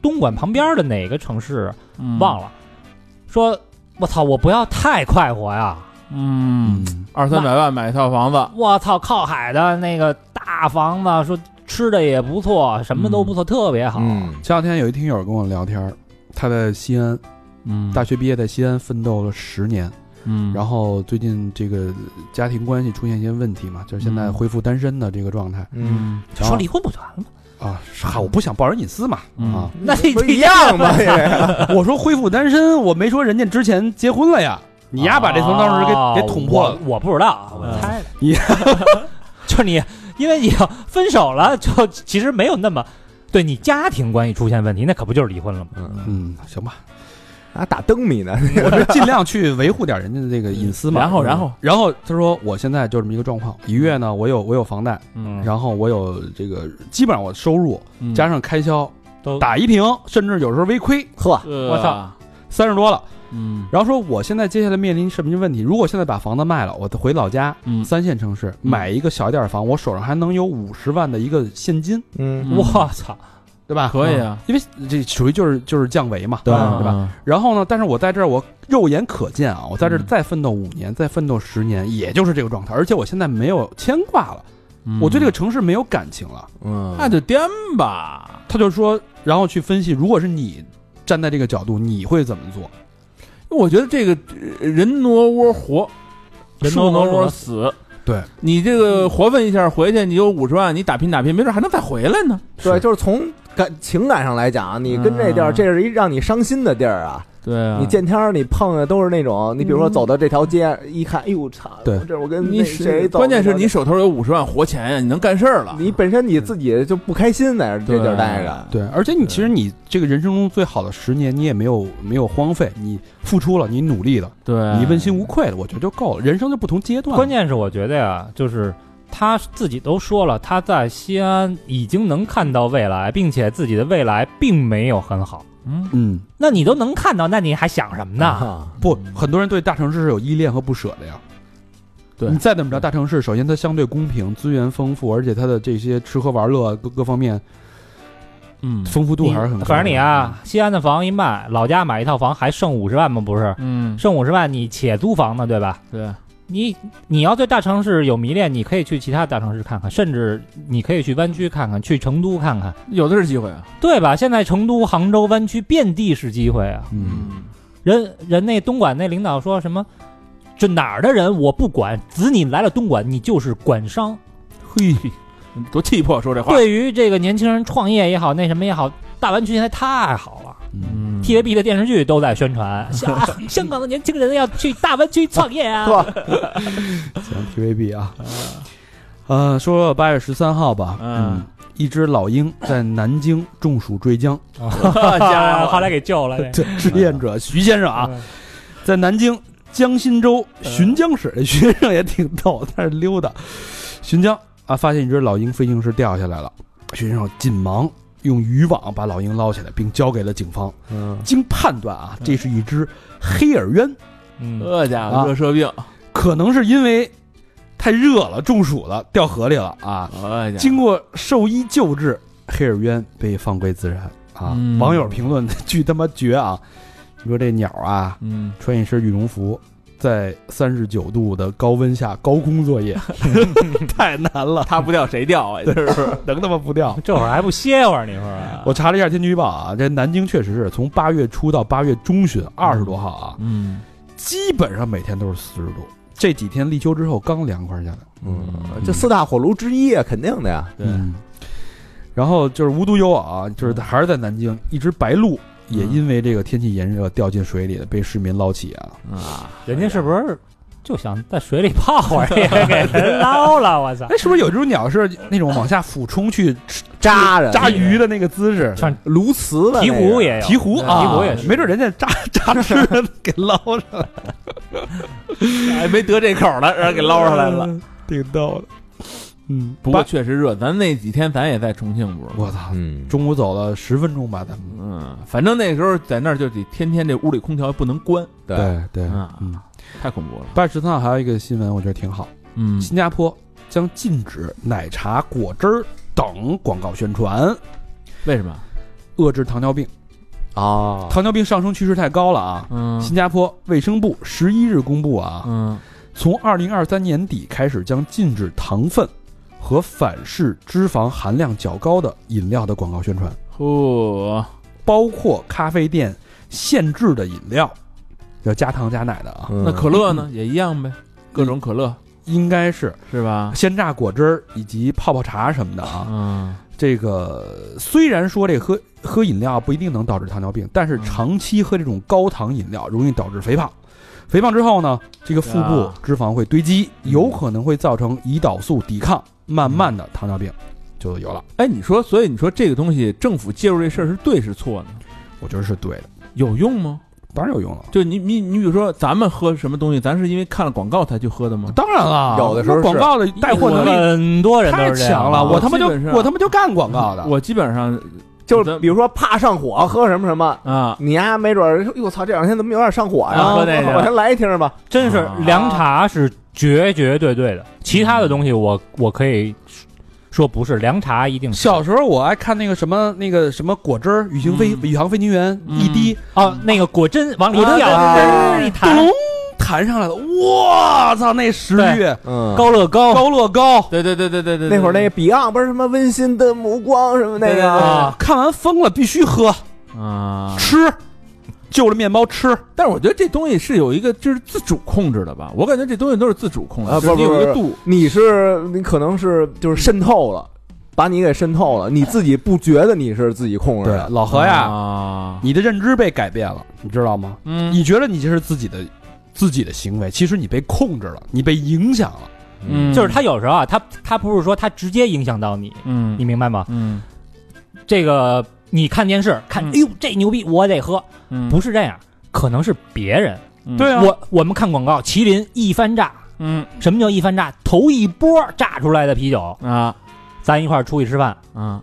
[SPEAKER 3] 东莞旁边的哪个城市
[SPEAKER 4] 嗯
[SPEAKER 3] 忘了，说我操，我不要太快活呀，
[SPEAKER 4] 嗯，二三百万买一套房子，
[SPEAKER 3] 我操，靠海的那个大房子，说吃的也不错，什么都不错，特别好。
[SPEAKER 5] 嗯
[SPEAKER 1] 前两天有一听友跟我聊天儿，他在西安
[SPEAKER 4] 嗯
[SPEAKER 1] 大学毕业，在西安奋斗了十年，
[SPEAKER 4] 嗯
[SPEAKER 1] 然后最近这个家庭关系出现一些问题嘛，就是现在
[SPEAKER 4] 嗯
[SPEAKER 1] 恢复单身的这个状态
[SPEAKER 4] 嗯
[SPEAKER 3] 说离婚不就完了吗？
[SPEAKER 1] 啊，哈，我不想爆人隐私嘛
[SPEAKER 4] 嗯
[SPEAKER 1] 啊，
[SPEAKER 3] 那你
[SPEAKER 5] 不是一样吗？
[SPEAKER 1] 我说恢复单身，我没说人家之前结婚了呀，你丫把这层当时给给捅破了，
[SPEAKER 3] 哦啊我我不知道啊，我
[SPEAKER 5] 嗯
[SPEAKER 3] 猜的。
[SPEAKER 1] 你
[SPEAKER 3] 就是你，因为你要分手了，就其实没有那么对你家庭关系出现问题，那可不就是离婚了吗？
[SPEAKER 5] 嗯，
[SPEAKER 1] 嗯，行吧，
[SPEAKER 5] 还啊打灯谜呢，
[SPEAKER 1] 我是尽量去维护点人家的这个隐私嘛。
[SPEAKER 4] 然后然后
[SPEAKER 1] 然后他说我现在就这么一个状况，一月呢我有我有房贷，
[SPEAKER 4] 嗯
[SPEAKER 1] 然后我有这个基本上我收入
[SPEAKER 4] 嗯
[SPEAKER 1] 加上开销
[SPEAKER 3] 都
[SPEAKER 1] 打一平，甚至有时候微亏
[SPEAKER 5] 呵，
[SPEAKER 4] 我
[SPEAKER 3] 操，
[SPEAKER 1] 三十多了。
[SPEAKER 4] 嗯
[SPEAKER 1] 然后说我现在接下来面临什么问题？如果现在把房子卖了，我回老家
[SPEAKER 4] 嗯
[SPEAKER 1] 三线城市买一个小一点的房，我手上还能有五十万的一个现金，
[SPEAKER 5] 嗯
[SPEAKER 4] 嗯
[SPEAKER 3] 我操，
[SPEAKER 1] 对吧？
[SPEAKER 4] 可以啊，
[SPEAKER 1] 因为这属于就是就是降维嘛，
[SPEAKER 5] 对
[SPEAKER 1] 对吧？
[SPEAKER 4] 吧？
[SPEAKER 1] 然后呢，但是我在这儿，我肉眼可见啊，我在这儿
[SPEAKER 4] 嗯
[SPEAKER 1] 再奋斗五年，再奋斗十年，也就是这个状态。而且我现在没有牵挂了，
[SPEAKER 4] 嗯
[SPEAKER 1] 我对这个城市没有感情了。
[SPEAKER 5] 嗯，
[SPEAKER 4] 那就颠吧。
[SPEAKER 1] 他就说，然后去分析，如果是你站在这个角度，你会怎么做？
[SPEAKER 4] 我觉得这个呃人挪窝活，
[SPEAKER 3] 人
[SPEAKER 4] 树
[SPEAKER 3] 挪
[SPEAKER 4] 挪
[SPEAKER 3] 窝
[SPEAKER 4] 窝死。
[SPEAKER 1] 对
[SPEAKER 4] 你这个活分一下回去，你有五十万，你打拼打拼，没准还能再回来呢。
[SPEAKER 5] 对，就是从感情感上来讲，啊你跟这地儿，
[SPEAKER 4] 嗯
[SPEAKER 5] 这是一让你伤心的地儿啊。
[SPEAKER 4] 对啊
[SPEAKER 5] 你见天儿，你碰的都是那种，你比如说走到这条街，一看，哎呦，操，
[SPEAKER 1] 对
[SPEAKER 5] 这我跟
[SPEAKER 4] 你
[SPEAKER 5] 那嗯谁
[SPEAKER 4] 是
[SPEAKER 5] 走？
[SPEAKER 4] 关键是你，手头有五十万活钱呀，你能干事儿了。
[SPEAKER 5] 你本身你自己就不开心，在这
[SPEAKER 4] 对
[SPEAKER 5] 地儿待着，
[SPEAKER 1] 对，而且你其实你这个人生中最好的十年，你也没有没有荒废，你付出了，你努力了，
[SPEAKER 4] 对
[SPEAKER 2] 哎
[SPEAKER 1] 你问心无愧了，我觉得就够了。人生就不同阶段，
[SPEAKER 3] 关键是我觉得呀，就是他自己都说了，他在西安已经能看到未来，并且自己的未来并没有很好。
[SPEAKER 4] 嗯，
[SPEAKER 1] 嗯，
[SPEAKER 3] 那你都能看到，那你还想什么 呢？
[SPEAKER 5] 啊，
[SPEAKER 1] 不，很多人对大城市是有依恋和不舍的呀。
[SPEAKER 4] 对
[SPEAKER 1] 你再怎么着，大城市首先它相对公平，资源丰富，而且它的这些吃喝玩乐各各方面
[SPEAKER 4] 嗯
[SPEAKER 1] 丰富度
[SPEAKER 3] 你
[SPEAKER 1] 还是很高的。
[SPEAKER 3] 反正你啊，西安的房一卖，老家买一套房还剩五十万吗？不是，
[SPEAKER 4] 嗯，
[SPEAKER 3] 剩五十万你且租房呢，对吧？
[SPEAKER 4] 对，
[SPEAKER 3] 你你要对大城市有迷恋，你可以去其他大城市看看，甚至你可以去湾区看看，去成都看看，
[SPEAKER 4] 有的是机会啊。
[SPEAKER 3] 对吧？现在成都、杭州、湾区遍地是机会啊！
[SPEAKER 1] 嗯，
[SPEAKER 3] 人人那东莞那领导说什么？这哪儿的人我不管，子你来了东莞，你就是管商。
[SPEAKER 4] 嘿，多气魄说这话。
[SPEAKER 3] 对于这个年轻人创业也好，那什么也好，大湾区现在太好了。
[SPEAKER 4] 嗯
[SPEAKER 3] TVB 的电视剧都在宣 传，香香港的年轻人要去大湾区创业啊！
[SPEAKER 1] 行，TVB 啊，呃，说八月十三号吧，
[SPEAKER 4] 嗯，
[SPEAKER 1] 一只老鹰在南京中暑坠江，
[SPEAKER 4] 好家伙
[SPEAKER 3] 后来给救了。这
[SPEAKER 1] 志愿者徐先生
[SPEAKER 3] 嗯
[SPEAKER 1] 啊，，在南京江心洲巡江市， 这徐先生也挺逗，在那儿溜达巡江啊，发现一只老鹰飞行时掉下来了，徐先生紧忙用渔网把老鹰捞起来，并交给了警方。
[SPEAKER 5] 嗯，
[SPEAKER 1] 经判断啊，这是一只黑耳鸢，
[SPEAKER 3] 嗯，
[SPEAKER 4] 这家
[SPEAKER 1] 啊
[SPEAKER 4] 伙热射病，
[SPEAKER 1] 可能是因为太热了中暑了掉河里了啊。
[SPEAKER 4] 这家伙
[SPEAKER 1] 经过兽医救治，黑耳鸢被放归自然啊。
[SPEAKER 4] 嗯
[SPEAKER 1] 网友评论巨他妈绝啊！你说这鸟啊，
[SPEAKER 4] 嗯，
[SPEAKER 1] 穿一身羽绒服，在三十九度的高温下高空作业， 太难了，
[SPEAKER 4] 他不掉谁掉啊？这是
[SPEAKER 1] 能他妈不 掉？
[SPEAKER 3] 这会儿还不歇会儿？你说
[SPEAKER 1] 我查了一下天气预报啊，这南京确实是从八月初到八月中旬，二十多号啊，
[SPEAKER 4] 嗯
[SPEAKER 1] 基本上每天都是四十度。这几天立秋之后刚凉快下来，
[SPEAKER 5] 嗯，这四大火炉之一啊，肯定的呀，
[SPEAKER 4] 对
[SPEAKER 1] 嗯然后就是无独有偶啊，就是还是在南京，一只白鹭也因为这个天气炎热掉进水里了，被市民捞起啊。
[SPEAKER 4] 啊，
[SPEAKER 3] 人家是不是就想在水里泡会儿， 也给人捞了？我 操！
[SPEAKER 1] 哎，是不是有这种鸟是那种往下俯冲去吃
[SPEAKER 5] 扎着
[SPEAKER 1] 扎鱼的那个姿势？
[SPEAKER 3] 像
[SPEAKER 5] 鸬鹚的
[SPEAKER 3] 鹈鹕也有，
[SPEAKER 1] 鹈鹕啊，
[SPEAKER 3] 鹈鹕也是
[SPEAKER 1] 没准人家扎 扎吃了给捞上来
[SPEAKER 4] 哎，没得这口了，让人给捞上来
[SPEAKER 1] 嗯
[SPEAKER 4] 了。，
[SPEAKER 1] 挺逗的。嗯，
[SPEAKER 4] 不过
[SPEAKER 1] 八
[SPEAKER 4] 确实热，咱那几天咱也在重庆，不是？
[SPEAKER 1] 我操，
[SPEAKER 5] 嗯，
[SPEAKER 1] 中午走了十分钟吧，咱们
[SPEAKER 4] 嗯，反正那时候在那儿就得天天这屋里空调不能关，
[SPEAKER 5] 对，
[SPEAKER 1] 对，
[SPEAKER 4] 啊
[SPEAKER 1] 嗯，
[SPEAKER 4] 太恐怖了。
[SPEAKER 1] 八月十三号还有一个新闻，我觉得挺好，
[SPEAKER 4] 嗯
[SPEAKER 1] 新加坡将禁止奶茶、果汁儿等广告宣传，
[SPEAKER 4] 为什么？哦
[SPEAKER 1] 遏制糖尿病。
[SPEAKER 5] 啊，
[SPEAKER 1] 糖尿病上升趋势太高了啊！
[SPEAKER 4] 嗯
[SPEAKER 1] 新加坡卫生部十一日公布啊，
[SPEAKER 4] 嗯
[SPEAKER 1] 从二零二三年底开始，将禁止糖分和反式脂肪含量较高的饮料的广告宣传，
[SPEAKER 4] 嚯，
[SPEAKER 1] 包括咖啡店限制的饮料。要加糖加奶的啊，
[SPEAKER 5] 嗯
[SPEAKER 4] 那可乐呢也一样呗，各种可乐
[SPEAKER 1] 应该是
[SPEAKER 4] 是吧？
[SPEAKER 1] 啊鲜榨果汁儿以及泡泡茶什么的啊。
[SPEAKER 4] 嗯，
[SPEAKER 1] 这个虽然说这个喝喝饮料不一定能导致糖尿病，但是
[SPEAKER 4] 嗯
[SPEAKER 1] 长期喝这种高糖饮料容易导致肥胖。肥胖之后呢，这个腹部
[SPEAKER 4] 啊
[SPEAKER 1] 脂肪会堆积，有可能会造成胰岛素抵抗，慢慢的糖尿病就有了。
[SPEAKER 4] 哎，你说，所以你说这个东西政府介入这事儿是对是错呢？
[SPEAKER 1] 我觉得是对的，
[SPEAKER 4] 有用吗？
[SPEAKER 1] 当然有用了。
[SPEAKER 4] 就你你你比如说，咱们喝什么东西，咱是因为看了广告才去喝的吗？
[SPEAKER 1] 当然了，
[SPEAKER 5] 有的时候
[SPEAKER 1] 那
[SPEAKER 5] 是
[SPEAKER 1] 广告的啊带货能力
[SPEAKER 3] 很多人
[SPEAKER 1] 太
[SPEAKER 3] 都是这
[SPEAKER 1] 强
[SPEAKER 3] 样啊
[SPEAKER 1] 了，
[SPEAKER 4] 我
[SPEAKER 1] 我他妈就
[SPEAKER 4] 基本上
[SPEAKER 1] 我他妈就干广告的。
[SPEAKER 4] 我基本上
[SPEAKER 5] 就是比如说怕上火，喝什么什么，
[SPEAKER 4] 啊，
[SPEAKER 5] 你呀没准儿，哟我操，这两天怎么有点上火呀？
[SPEAKER 3] 啊喝那个
[SPEAKER 5] 我先来一听吧。
[SPEAKER 3] 真是
[SPEAKER 4] 啊
[SPEAKER 3] 凉茶是绝绝对对的，其他的东西我我可以说不是，凉茶一定是
[SPEAKER 1] 小时候我爱看那个什么那个什么果汁儿，宇航飞
[SPEAKER 4] 嗯
[SPEAKER 1] 宇航飞行员
[SPEAKER 4] 嗯
[SPEAKER 1] 一滴
[SPEAKER 3] 哦，那个果真往里掉，哎
[SPEAKER 5] 啊
[SPEAKER 3] 噔一
[SPEAKER 1] 咚
[SPEAKER 3] 弹，
[SPEAKER 1] 弹上来了，我操，那食欲啊
[SPEAKER 5] 嗯，
[SPEAKER 3] 高乐高，
[SPEAKER 1] 高乐高
[SPEAKER 4] 对对对对对对，
[SPEAKER 5] 那会儿那个 Beyond 不是什么温馨的目光什么那
[SPEAKER 4] 对对
[SPEAKER 5] 个，
[SPEAKER 4] 对
[SPEAKER 1] 啊，看完疯了，必须喝
[SPEAKER 4] 个啊，
[SPEAKER 1] 吃，就着面包吃，
[SPEAKER 4] 但是我觉得这东西是有一个就是自主控制的吧，我感觉这东西都是自主控制
[SPEAKER 5] 啊
[SPEAKER 4] 的，就是
[SPEAKER 5] 不
[SPEAKER 4] 你
[SPEAKER 5] 是
[SPEAKER 4] 有一个
[SPEAKER 5] 不
[SPEAKER 4] 度，
[SPEAKER 5] 你是你可能是就是渗透了，把你给渗透了，你自己不觉得你是自己控制的。
[SPEAKER 1] 老何呀，
[SPEAKER 4] 啊，
[SPEAKER 1] 你的认知被改变了，你知道吗？
[SPEAKER 4] 嗯
[SPEAKER 1] 你觉得你这是自己的自己的行为，其实你被控制了，你被影响了。
[SPEAKER 4] 嗯，
[SPEAKER 3] 就是它有时候啊，它它不是说它直接影响到你，
[SPEAKER 4] 嗯
[SPEAKER 3] 你明白吗？
[SPEAKER 4] 嗯
[SPEAKER 3] 这个你看电视看，
[SPEAKER 4] 嗯
[SPEAKER 3] 哎呦这牛逼，我得喝，
[SPEAKER 4] 嗯
[SPEAKER 3] 不是这样，可能是别人。
[SPEAKER 1] 对啊
[SPEAKER 3] 我我们看广告，麒麟一翻炸，
[SPEAKER 4] 嗯
[SPEAKER 3] 什么叫一翻炸？头一波炸出来的啤酒，
[SPEAKER 4] 啊
[SPEAKER 3] 咱一块儿出去吃饭，
[SPEAKER 4] 啊，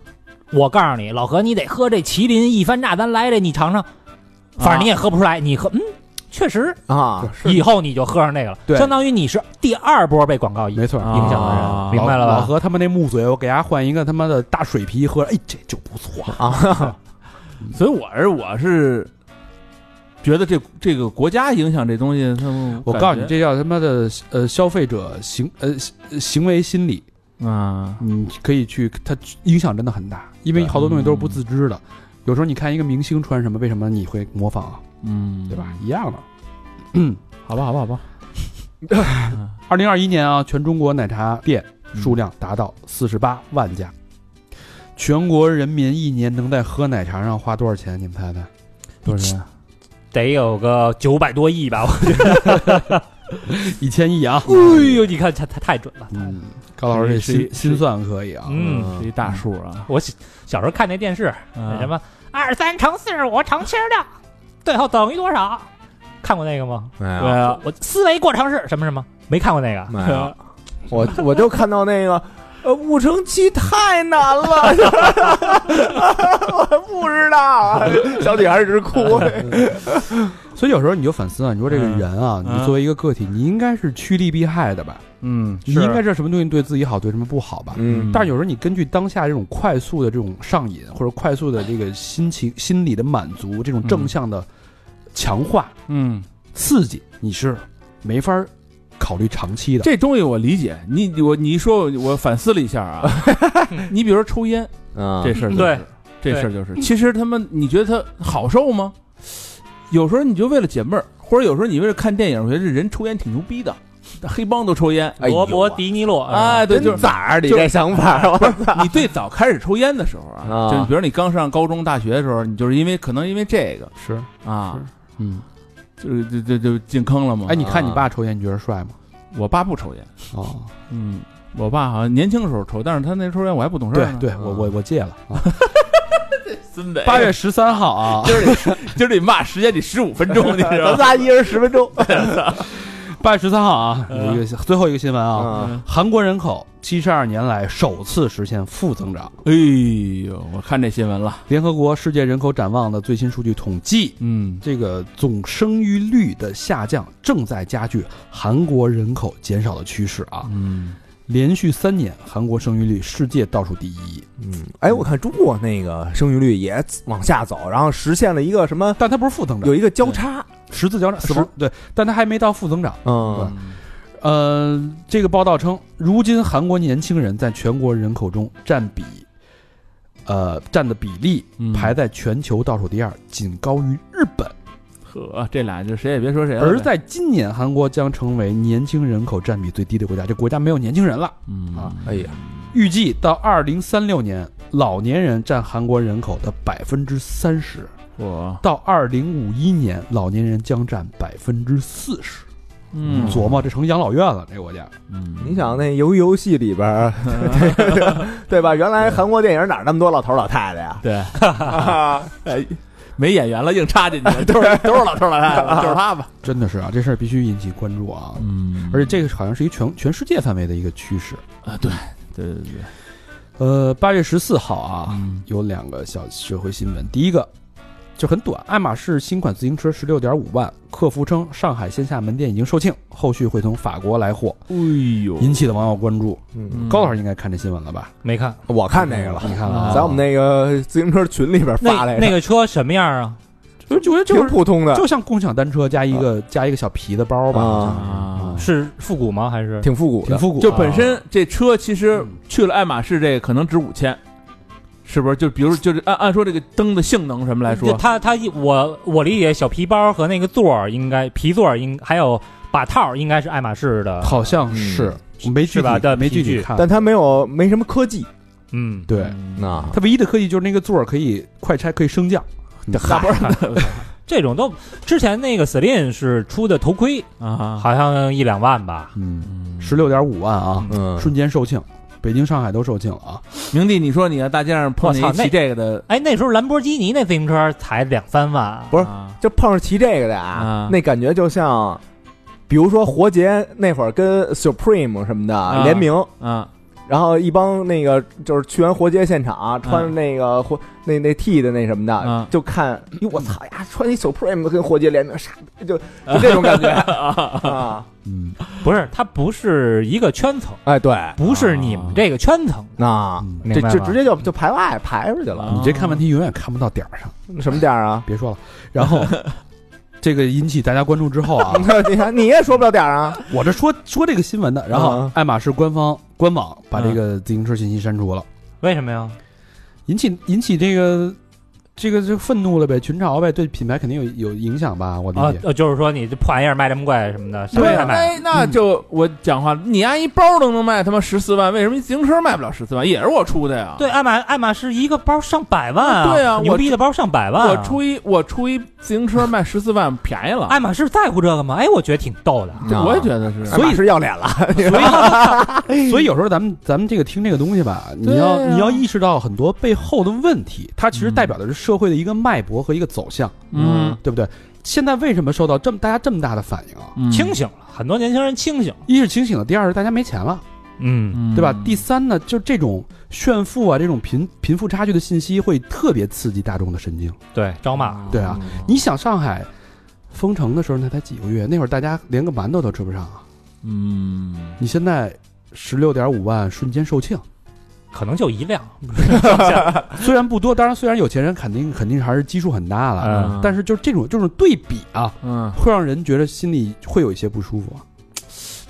[SPEAKER 3] 我告诉你，老何，你得喝这麒麟一翻炸，咱来这你尝尝，反正你也喝不出来，你喝，嗯，确实，
[SPEAKER 5] 啊，
[SPEAKER 3] 以后你就喝上那个了，
[SPEAKER 1] 对
[SPEAKER 3] 相当于你是第二波被广告影
[SPEAKER 1] 没错，
[SPEAKER 4] 啊
[SPEAKER 3] 影响的人，
[SPEAKER 4] 啊
[SPEAKER 3] 明白了
[SPEAKER 1] 老
[SPEAKER 3] 吧？
[SPEAKER 1] 何他们那木嘴，我给他换一个他妈的大水啤喝，哎，这就不错。
[SPEAKER 4] 所以我是我是觉得这这个国家影响这东西，他们
[SPEAKER 1] 我告诉你，这叫他妈的呃消费者行呃行行为心理，
[SPEAKER 4] 这啊，
[SPEAKER 1] 你可以去它影响真的很大，因为
[SPEAKER 4] 对嗯
[SPEAKER 1] 好多东西都是不自知的。有时候你看一个明星穿什么，为什么你会模仿啊？
[SPEAKER 4] 嗯，
[SPEAKER 1] 对吧？？一样的。
[SPEAKER 4] 好吧，好吧，好吧，
[SPEAKER 1] 二零二一年啊，全中国奶茶店数量达到四十八万家，全国人民一年能在喝奶茶上花多少钱？你们猜猜？
[SPEAKER 4] 多少钱啊？
[SPEAKER 3] 得有个九百多亿吧？ 我
[SPEAKER 1] 一千亿啊！
[SPEAKER 3] 哎呦，你看他他太准了。
[SPEAKER 1] 嗯，高老师这
[SPEAKER 4] 是一
[SPEAKER 1] 心心算可以啊。
[SPEAKER 3] 嗯，
[SPEAKER 4] 是一大数啊，
[SPEAKER 3] 我小小时候看那电视，
[SPEAKER 4] 啊
[SPEAKER 3] 什么二三乘四十五乘七十六，最后等于多少？看过那个吗？
[SPEAKER 5] 没
[SPEAKER 4] 对
[SPEAKER 5] 有
[SPEAKER 4] 啊，
[SPEAKER 3] 我思维过程是什么什么？没看过那个。
[SPEAKER 5] 没有，我我就看到那个。呃，五乘七太难了， 我不知道。小女孩一直哭。
[SPEAKER 1] 所以有时候你就反思啊，你说这个人啊，
[SPEAKER 4] 嗯
[SPEAKER 1] 你作为一个个体，你应该是趋利避害的吧？
[SPEAKER 4] 嗯，
[SPEAKER 1] 你应该知道什么东西对自己好，对什么不好吧？
[SPEAKER 5] 嗯
[SPEAKER 1] 但是有时候你根据当下这种快速的这种上瘾，或者快速的这个心情、心理的满足，这种正向的强化、
[SPEAKER 4] 嗯。
[SPEAKER 1] 刺激，你是没法儿考虑长期的。
[SPEAKER 4] 这东西我理解，你你我你一说，我我反思了一下啊。你比如说抽烟
[SPEAKER 5] 啊
[SPEAKER 4] 这事儿、就是，
[SPEAKER 3] 对，
[SPEAKER 4] 这事儿就是，其实他们你觉得它好受吗？有时候你就为了解闷儿，或者有时候你为了看电影，我觉得这人抽烟挺牛逼的，黑帮都抽烟。
[SPEAKER 5] 哎呦
[SPEAKER 3] 罗
[SPEAKER 5] 啊
[SPEAKER 3] 伯迪尼洛
[SPEAKER 4] 啊，对，就是
[SPEAKER 5] 咋儿？你
[SPEAKER 4] 就
[SPEAKER 5] 这想法儿，我 操！
[SPEAKER 4] 你最早开始抽烟的时候啊，
[SPEAKER 5] 啊
[SPEAKER 4] 就比如你刚上高中、大学的时候，你就是因为可能因为这个
[SPEAKER 1] 是，
[SPEAKER 4] 啊，
[SPEAKER 1] 嗯，
[SPEAKER 4] 就就就就进坑了嘛。
[SPEAKER 1] 哎，你看你爸抽烟，你觉得帅吗？
[SPEAKER 4] 我爸不抽烟，
[SPEAKER 1] 哦，
[SPEAKER 4] 嗯，我爸好像年轻时候抽，但是他那时候烟我还不懂事儿
[SPEAKER 1] 对
[SPEAKER 4] 呢。
[SPEAKER 1] 对，我我我戒了。啊
[SPEAKER 4] 孙北
[SPEAKER 1] 八月十三号啊，
[SPEAKER 4] 今儿得骂时间得十五分钟，你知
[SPEAKER 5] 咱
[SPEAKER 4] 道吗？
[SPEAKER 5] 仨一人十分钟。
[SPEAKER 1] 八月十三号啊，有一个最后一个新闻啊，
[SPEAKER 5] 啊
[SPEAKER 1] 韩国人口七十二年来首次实现负增长。
[SPEAKER 4] 哎呦，我看这新闻了，
[SPEAKER 1] 联合国世界人口展望的最新数据统计，
[SPEAKER 4] 嗯
[SPEAKER 1] 这个总生育率的下降正在加剧韩国人口减少的趋势啊！
[SPEAKER 4] 嗯，
[SPEAKER 1] 连续三年，韩国生育率世界倒数第一，
[SPEAKER 5] 嗯，哎，我看中国那个生育率也往下走，然后实现了一个什么，
[SPEAKER 1] 但它不是负增长
[SPEAKER 5] 有，一个交叉。
[SPEAKER 1] 十字交叉，
[SPEAKER 5] 死
[SPEAKER 1] 十
[SPEAKER 5] 亡
[SPEAKER 1] 对，但它还没到负增长。
[SPEAKER 5] 嗯
[SPEAKER 1] 呃，这个报道称，如今韩国年轻人在全国人口中占比，呃，占的比例
[SPEAKER 4] 嗯
[SPEAKER 1] 排在全球倒数第二，仅高于日本。
[SPEAKER 4] 呵，这俩就谁也别说谁了呗。
[SPEAKER 1] 而在今年，韩国将成为年轻人口占比最低的国家，这国家没有年轻人了。
[SPEAKER 4] 嗯
[SPEAKER 1] 啊
[SPEAKER 5] 哎呀，
[SPEAKER 1] 预计到二零三六年，老年人占韩国人口的百分之三十，
[SPEAKER 4] 我
[SPEAKER 1] 到二零五一年，老年人将占百分之四十。
[SPEAKER 4] 嗯
[SPEAKER 1] 琢磨这成养老院了，这国家。
[SPEAKER 4] 嗯
[SPEAKER 5] 你想那游游戏里 边儿，对吧？原来韩国电影哪儿那么多老头老太太呀？
[SPEAKER 4] 对，哎没演员了，硬插进去 了，都是都是老头老太太，就是他吧。
[SPEAKER 1] 真的是啊，这事儿必须引起关注啊！
[SPEAKER 4] 嗯
[SPEAKER 1] 而且这个好像是一全全世界范围的一个趋势。
[SPEAKER 4] 啊，对对对对
[SPEAKER 1] 呃，八月十四号啊，
[SPEAKER 4] 嗯
[SPEAKER 1] 有两个小社会新闻。第一个就很短，爱马仕新款自行车十六点五万，客服称上海线下门店已经售罄，后续会从法国来货，
[SPEAKER 4] 哎呦，
[SPEAKER 1] 引起了网友关注。
[SPEAKER 5] 嗯，
[SPEAKER 1] 高老师应该看这新闻了吧？
[SPEAKER 3] 没看
[SPEAKER 5] 我看这个了，
[SPEAKER 1] 你看了啊？
[SPEAKER 5] 在我们那个自行车群里边
[SPEAKER 3] 那
[SPEAKER 5] 发来
[SPEAKER 3] 那
[SPEAKER 5] 个，
[SPEAKER 3] 个车什么样啊？
[SPEAKER 1] 就就我觉得
[SPEAKER 5] 挺
[SPEAKER 1] 就是
[SPEAKER 5] 普通的，
[SPEAKER 1] 就像共享单车加一个加一个小皮的包吧，
[SPEAKER 4] 啊，
[SPEAKER 3] 是复古吗？还是
[SPEAKER 5] 挺复古
[SPEAKER 1] 挺
[SPEAKER 5] 的。
[SPEAKER 1] 复古
[SPEAKER 4] 就
[SPEAKER 1] 的。
[SPEAKER 3] 啊
[SPEAKER 4] 本身这车其实
[SPEAKER 1] 嗯
[SPEAKER 4] 去了爱马仕这个可能值五千，是不是？就比如就是按按说这个灯的性能什么来
[SPEAKER 3] 就
[SPEAKER 4] 说，
[SPEAKER 3] 它它我我理解小皮包和那个座儿应该皮座儿应还有把套儿应该是爱马仕的，
[SPEAKER 1] 好像嗯是我没具
[SPEAKER 3] 是吧
[SPEAKER 1] 体
[SPEAKER 3] 的
[SPEAKER 1] 没具
[SPEAKER 3] 皮
[SPEAKER 1] 体
[SPEAKER 3] 具
[SPEAKER 1] 看，
[SPEAKER 5] 但它没有没什么科技，
[SPEAKER 3] 嗯，
[SPEAKER 1] 对
[SPEAKER 5] 啊，
[SPEAKER 1] 它唯一的科技就是那个座儿可以快拆，可以升降。
[SPEAKER 4] 大波
[SPEAKER 3] 这种都之前那个 Celine 是出的头盔，
[SPEAKER 4] 啊，
[SPEAKER 3] 好像一两万吧，
[SPEAKER 1] 嗯，十六点五万啊，
[SPEAKER 5] 嗯，
[SPEAKER 1] 瞬间售罄，北京、上海都售罄了啊！
[SPEAKER 4] 明帝，你说你要大街上碰见
[SPEAKER 3] 我
[SPEAKER 4] 一
[SPEAKER 3] 操那
[SPEAKER 4] 骑这个的
[SPEAKER 3] 哎，那时候兰博基尼那自行车才两三万，
[SPEAKER 5] 不是
[SPEAKER 4] 啊
[SPEAKER 5] 就碰上骑这个的
[SPEAKER 4] 啊
[SPEAKER 5] 那感觉就像，比如说活结那会儿跟 Supreme 什么的
[SPEAKER 4] 啊
[SPEAKER 5] 联名，
[SPEAKER 4] 啊，
[SPEAKER 5] 然后一帮那个就是去完活结现场，穿着那个活那那 T 的那什么的
[SPEAKER 4] 啊，
[SPEAKER 5] 就看，哟我操呀，穿一 Supreme 跟活结联名，傻 逼，就就这种感觉啊！
[SPEAKER 1] 嗯，
[SPEAKER 3] 不是，它不是一个圈层，
[SPEAKER 5] 哎，对，
[SPEAKER 3] 不是你们这个圈层，
[SPEAKER 5] 那
[SPEAKER 1] 嗯
[SPEAKER 5] 这
[SPEAKER 3] 明白
[SPEAKER 5] 就
[SPEAKER 3] 吗
[SPEAKER 5] 直接就就排外排出去了，
[SPEAKER 1] 你这看问题永远看不到点儿上，
[SPEAKER 5] 什么点儿啊？
[SPEAKER 1] 别说了。然 后这个引起大家关注之后啊，
[SPEAKER 5] 你看你也说不了点儿啊，
[SPEAKER 1] 我这说说这个新闻的，然后
[SPEAKER 4] 嗯
[SPEAKER 5] 啊
[SPEAKER 1] 爱马仕官方官网把这个自行车信息删除了，
[SPEAKER 3] 为什么呀？
[SPEAKER 1] 引起引起这个这个就愤怒了呗，群嘲呗，对品牌肯定有有影响吧？我理
[SPEAKER 3] 啊
[SPEAKER 1] 解，，
[SPEAKER 3] 呃就是说你这破玩意儿卖这么贵什么的，谁
[SPEAKER 4] 对
[SPEAKER 3] 还
[SPEAKER 4] 啊，
[SPEAKER 3] 买？
[SPEAKER 4] 哎，那就我讲话，你按一包都能卖他妈十四万，为什么一自行车卖不了十四万？也是我出的呀。
[SPEAKER 3] 对，，爱马爱马仕一个包上百万啊，
[SPEAKER 4] 对啊
[SPEAKER 3] 牛
[SPEAKER 4] 我
[SPEAKER 3] 逼的包上百万啊、
[SPEAKER 4] 我出一我出一自行车卖十四万，便宜了。
[SPEAKER 3] 爱马仕在乎这个吗？哎，我觉得挺逗的。
[SPEAKER 4] 这我也觉得是，
[SPEAKER 1] 所以
[SPEAKER 5] 哎爱马仕要脸了，
[SPEAKER 1] 所以有时候咱们咱们这个听这个东西吧，你要、
[SPEAKER 4] 哎对啊
[SPEAKER 1] 你要意识到很多背后的问题，它其实代表的是社会的一个脉搏和一个走向，
[SPEAKER 4] 嗯
[SPEAKER 1] 对不对？现在为什么受到这么大家这么大的反应啊？
[SPEAKER 4] 嗯
[SPEAKER 3] 清醒了，很多年轻人清醒了，
[SPEAKER 1] 一是清醒了，第二是大家没钱了，
[SPEAKER 3] 嗯，
[SPEAKER 4] 嗯
[SPEAKER 1] 对吧？第三呢，就这种炫富啊，这种贫贫富差距的信息会特别刺激大众的神经。
[SPEAKER 3] 对，招骂，
[SPEAKER 1] 对啊，
[SPEAKER 3] 嗯
[SPEAKER 1] 你想上海封城的时候，那才几个月，那会儿大家连个馒头都吃不上啊。
[SPEAKER 4] 嗯，
[SPEAKER 1] 你现在十六点五万瞬间售罄，
[SPEAKER 3] 可能就一 辆，
[SPEAKER 1] 虽然不多，当然虽然有钱人肯定肯定还是基数很大了，啊
[SPEAKER 3] 嗯
[SPEAKER 1] 但是就是这种这种对比啊，
[SPEAKER 4] 嗯，
[SPEAKER 1] 会让人觉得心里会有一些不舒服。啊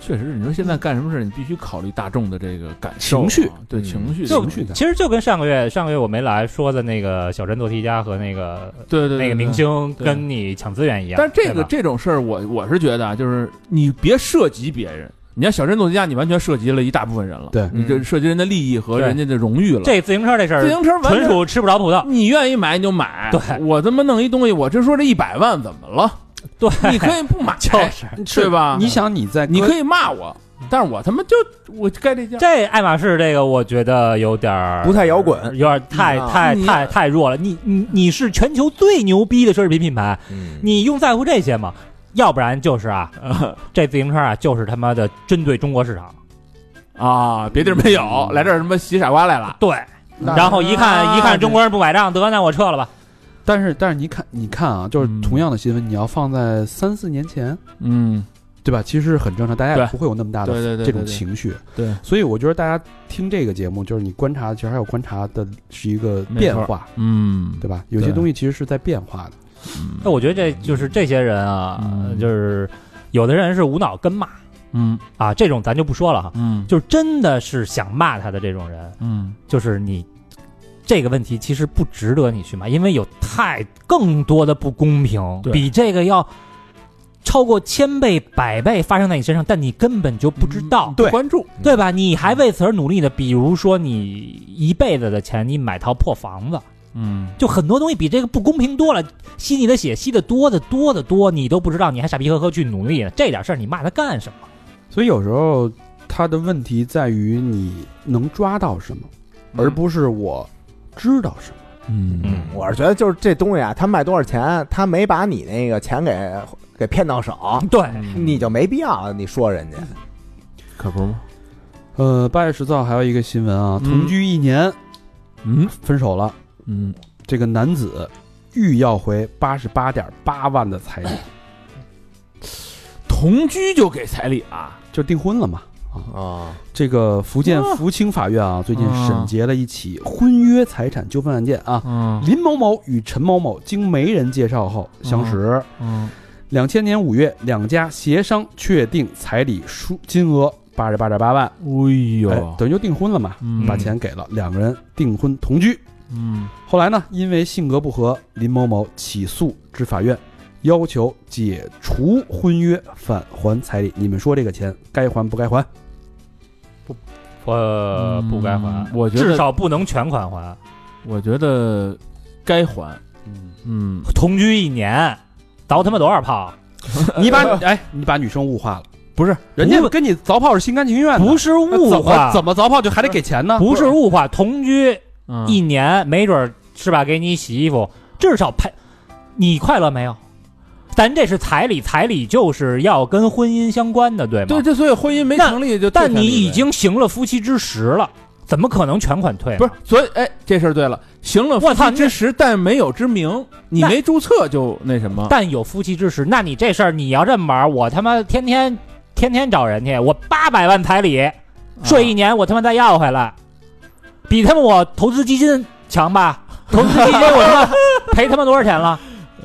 [SPEAKER 4] 确实，你说现在干什么事儿，你必须考虑大众的这个感受啊、
[SPEAKER 1] 情绪
[SPEAKER 4] 对
[SPEAKER 1] 嗯
[SPEAKER 4] 情绪，
[SPEAKER 1] 情绪的
[SPEAKER 3] 其实就跟上个月上个月我没来说的那个小镇做题家和那个
[SPEAKER 4] 对对对
[SPEAKER 3] 那个明。
[SPEAKER 4] 对
[SPEAKER 3] 星
[SPEAKER 4] 对
[SPEAKER 3] 跟你抢资源一样。
[SPEAKER 4] 但这个
[SPEAKER 3] 对吧
[SPEAKER 4] 这种事儿，我我是觉得啊，就是你别涉及别人。你要小镇作家，你完全涉及了一大部分人了，
[SPEAKER 1] 对
[SPEAKER 4] 你就涉及人的利益和
[SPEAKER 3] 嗯对
[SPEAKER 4] 人家的荣誉了。
[SPEAKER 3] 这自行车这事
[SPEAKER 4] 自
[SPEAKER 3] 儿
[SPEAKER 4] 行车完
[SPEAKER 3] 纯
[SPEAKER 4] 全
[SPEAKER 3] 属吃不着葡萄。
[SPEAKER 4] 你愿意买你就买，
[SPEAKER 3] 对
[SPEAKER 4] 我他妈弄一东西，我就说这一百万怎么了？
[SPEAKER 3] 对，
[SPEAKER 4] 你可以不 买，
[SPEAKER 3] 就是嗯
[SPEAKER 4] 对吧？
[SPEAKER 1] 你想你在
[SPEAKER 4] 你
[SPEAKER 1] 歌
[SPEAKER 4] 可以骂我，但是我他妈就我该这 价。
[SPEAKER 3] 这爱马仕这个，我觉得有点儿
[SPEAKER 5] 不太摇滚
[SPEAKER 3] 有点儿太
[SPEAKER 5] 嗯
[SPEAKER 3] 太
[SPEAKER 4] 你
[SPEAKER 3] 太太弱了。你你你是全球最牛逼的奢侈品品牌，
[SPEAKER 5] 嗯
[SPEAKER 3] 你用在乎这些吗？要不然就是啊，这自行车啊，就是他妈的针对中国市场。
[SPEAKER 4] 啊，别地儿没有，
[SPEAKER 3] 嗯
[SPEAKER 4] 来这儿他妈洗傻瓜来了。
[SPEAKER 3] 对，
[SPEAKER 1] 那
[SPEAKER 3] 然后一看
[SPEAKER 4] 啊
[SPEAKER 3] 一看中国人不买账，得，那我撤了吧。
[SPEAKER 1] 但是但是你看你看啊，就是
[SPEAKER 4] 嗯
[SPEAKER 1] 同样的新闻，你要放在三四年前，
[SPEAKER 4] 嗯，
[SPEAKER 1] 对吧？其实很正常，大家也
[SPEAKER 4] 对
[SPEAKER 1] 不会有那么大
[SPEAKER 4] 嗯对
[SPEAKER 1] 的
[SPEAKER 4] 对对，
[SPEAKER 1] 这种
[SPEAKER 4] 对，
[SPEAKER 1] 情绪。
[SPEAKER 4] 对，
[SPEAKER 1] 所以我觉得大家听这个节目，就是你观察，其实还有观察的是一个
[SPEAKER 4] 没错
[SPEAKER 1] 变化，
[SPEAKER 4] 嗯，
[SPEAKER 1] 对吧？有些
[SPEAKER 4] 对
[SPEAKER 1] 东西其实是在变化的。
[SPEAKER 4] 嗯
[SPEAKER 3] 那我觉得这就是这些人啊，
[SPEAKER 4] 嗯
[SPEAKER 3] 就是有的人是无脑跟骂
[SPEAKER 4] 嗯
[SPEAKER 3] 啊，这种咱就不说了哈。
[SPEAKER 4] 嗯
[SPEAKER 3] 就是真的是想骂他的这种人，
[SPEAKER 4] 嗯
[SPEAKER 3] 就是你这个问题其实不值得你去骂，因为有太更多的不公平，
[SPEAKER 1] 对
[SPEAKER 3] 比这个要超过千倍、百倍发生在你身上，但你根本就不知道，
[SPEAKER 1] 对
[SPEAKER 4] 嗯关注
[SPEAKER 3] 对吧？你还为此而努力的，比如说你一辈子的钱，你买套破房子，
[SPEAKER 4] 嗯，
[SPEAKER 3] 就很多东西比这个不公平多了，吸你的血吸的多的多的多，你都不知道，你还傻逼呵呵去努力呢，这点事儿你骂他干什么？
[SPEAKER 1] 所以有时候他的问题在于你能抓到什么，而不是我知道什么。
[SPEAKER 4] 嗯
[SPEAKER 3] 嗯
[SPEAKER 5] 我是觉得就是这东西啊，他卖多少钱，他没把你那个钱给给骗到手，
[SPEAKER 3] 对，
[SPEAKER 5] 你就没必要你说人家。
[SPEAKER 4] 可不吗？
[SPEAKER 1] 呃，八月十四号还有一个新闻啊，
[SPEAKER 4] 嗯
[SPEAKER 1] 同居一年
[SPEAKER 4] 嗯
[SPEAKER 1] 分手了，
[SPEAKER 4] 嗯，
[SPEAKER 1] 这个男子欲要回八十八点八万的彩礼，
[SPEAKER 4] 同居就给彩礼啊？
[SPEAKER 1] 就订婚了嘛。
[SPEAKER 5] 啊，
[SPEAKER 1] 这个福建
[SPEAKER 4] 啊
[SPEAKER 1] 福清法院啊，最近审结了一起婚约财产纠纷案件啊。
[SPEAKER 4] 嗯
[SPEAKER 1] 林某某与陈某某经媒人介绍后相识，
[SPEAKER 4] 嗯
[SPEAKER 1] 两千年五月，两家协商确定彩礼数金额八十八点八万，
[SPEAKER 4] 哎
[SPEAKER 1] 哎，等于就订婚了嘛，
[SPEAKER 4] 嗯
[SPEAKER 1] 把钱给了，两个人订婚同居。
[SPEAKER 4] 嗯
[SPEAKER 1] 后来呢，因为性格不合，林某某起诉至法院，要求解除婚约，返还彩礼。你们说这个钱该还不该还？
[SPEAKER 3] 呃
[SPEAKER 4] 嗯
[SPEAKER 3] 不该还，
[SPEAKER 4] 我觉得
[SPEAKER 3] 至少不能全款还。
[SPEAKER 4] 我觉得该还。
[SPEAKER 1] 嗯，
[SPEAKER 4] 嗯，
[SPEAKER 3] 同居一年，倒他妈多少炮？
[SPEAKER 1] 你把哎，你把女生物化了，
[SPEAKER 4] 不是
[SPEAKER 1] 人家
[SPEAKER 3] 呃不
[SPEAKER 1] 跟你凿炮是心甘情愿的，
[SPEAKER 3] 不是
[SPEAKER 1] 那
[SPEAKER 3] 物
[SPEAKER 1] 怎么
[SPEAKER 3] 化，
[SPEAKER 1] 怎么凿炮就还得给钱呢？
[SPEAKER 3] 不是物化？同居
[SPEAKER 4] 嗯
[SPEAKER 3] 一年，没准儿是吧？给你洗衣服，至少陪你快乐没有？咱这是彩礼，彩礼就是要跟婚姻相关的，对吗？
[SPEAKER 4] 对，这所以婚姻没
[SPEAKER 3] 那
[SPEAKER 4] 成立就退
[SPEAKER 3] 但
[SPEAKER 4] 彩
[SPEAKER 3] 你
[SPEAKER 4] 礼
[SPEAKER 3] 已
[SPEAKER 4] 呗
[SPEAKER 3] 经行了夫妻之实了，怎么可能全款退？啊
[SPEAKER 4] 不是，，所以哎，这事儿对了，行了，
[SPEAKER 3] 我操
[SPEAKER 4] 夫妻之实，但没有之名，你
[SPEAKER 3] 那
[SPEAKER 4] 没注册就那什么，
[SPEAKER 3] 但有夫妻之实，那你这事儿你要这么玩儿，我他妈天天天天找人去，我八百万彩礼睡一
[SPEAKER 4] 啊
[SPEAKER 3] 年，我他妈再要回来，比他妈我投资基金强吧？投资基金我他 妈赔他妈多少钱了？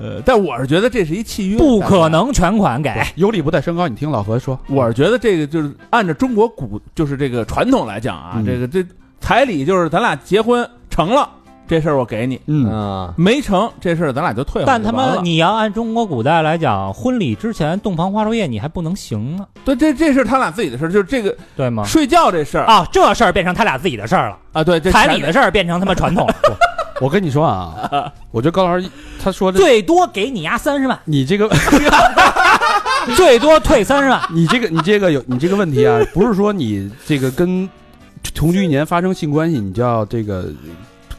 [SPEAKER 4] 呃，但我是觉得这是一契约，
[SPEAKER 3] 不可，能全款给。
[SPEAKER 1] 有理不在身高，你听老何说，
[SPEAKER 4] 我是觉得这个就是按照中国古就是这个传统来讲啊，
[SPEAKER 1] 嗯
[SPEAKER 4] 这个这彩礼就是咱俩结婚成了这事儿我给你，
[SPEAKER 1] 嗯，
[SPEAKER 5] 啊，
[SPEAKER 4] 没成这事儿咱俩就退回去
[SPEAKER 3] 但他
[SPEAKER 4] 完
[SPEAKER 3] 妈
[SPEAKER 4] 了
[SPEAKER 3] 你要按中国古代来讲，婚礼之前洞房花烛夜你还不能行呢，
[SPEAKER 4] 对这这是他俩自己的事儿，就是这个
[SPEAKER 3] 对吗？
[SPEAKER 4] 睡觉这事儿
[SPEAKER 3] 啊，这事儿变成他俩自己的事儿了，
[SPEAKER 4] 啊，对这
[SPEAKER 3] 彩礼的事儿变成他妈传统了，
[SPEAKER 1] 我跟你 说啊，我觉得高老师他说这
[SPEAKER 3] 最多给你押三十万，
[SPEAKER 1] 你这个
[SPEAKER 3] 最多退三十万。
[SPEAKER 1] 你这个你这个有你这个问题啊，不是说你这个跟同居一年发生性关系，你就要这个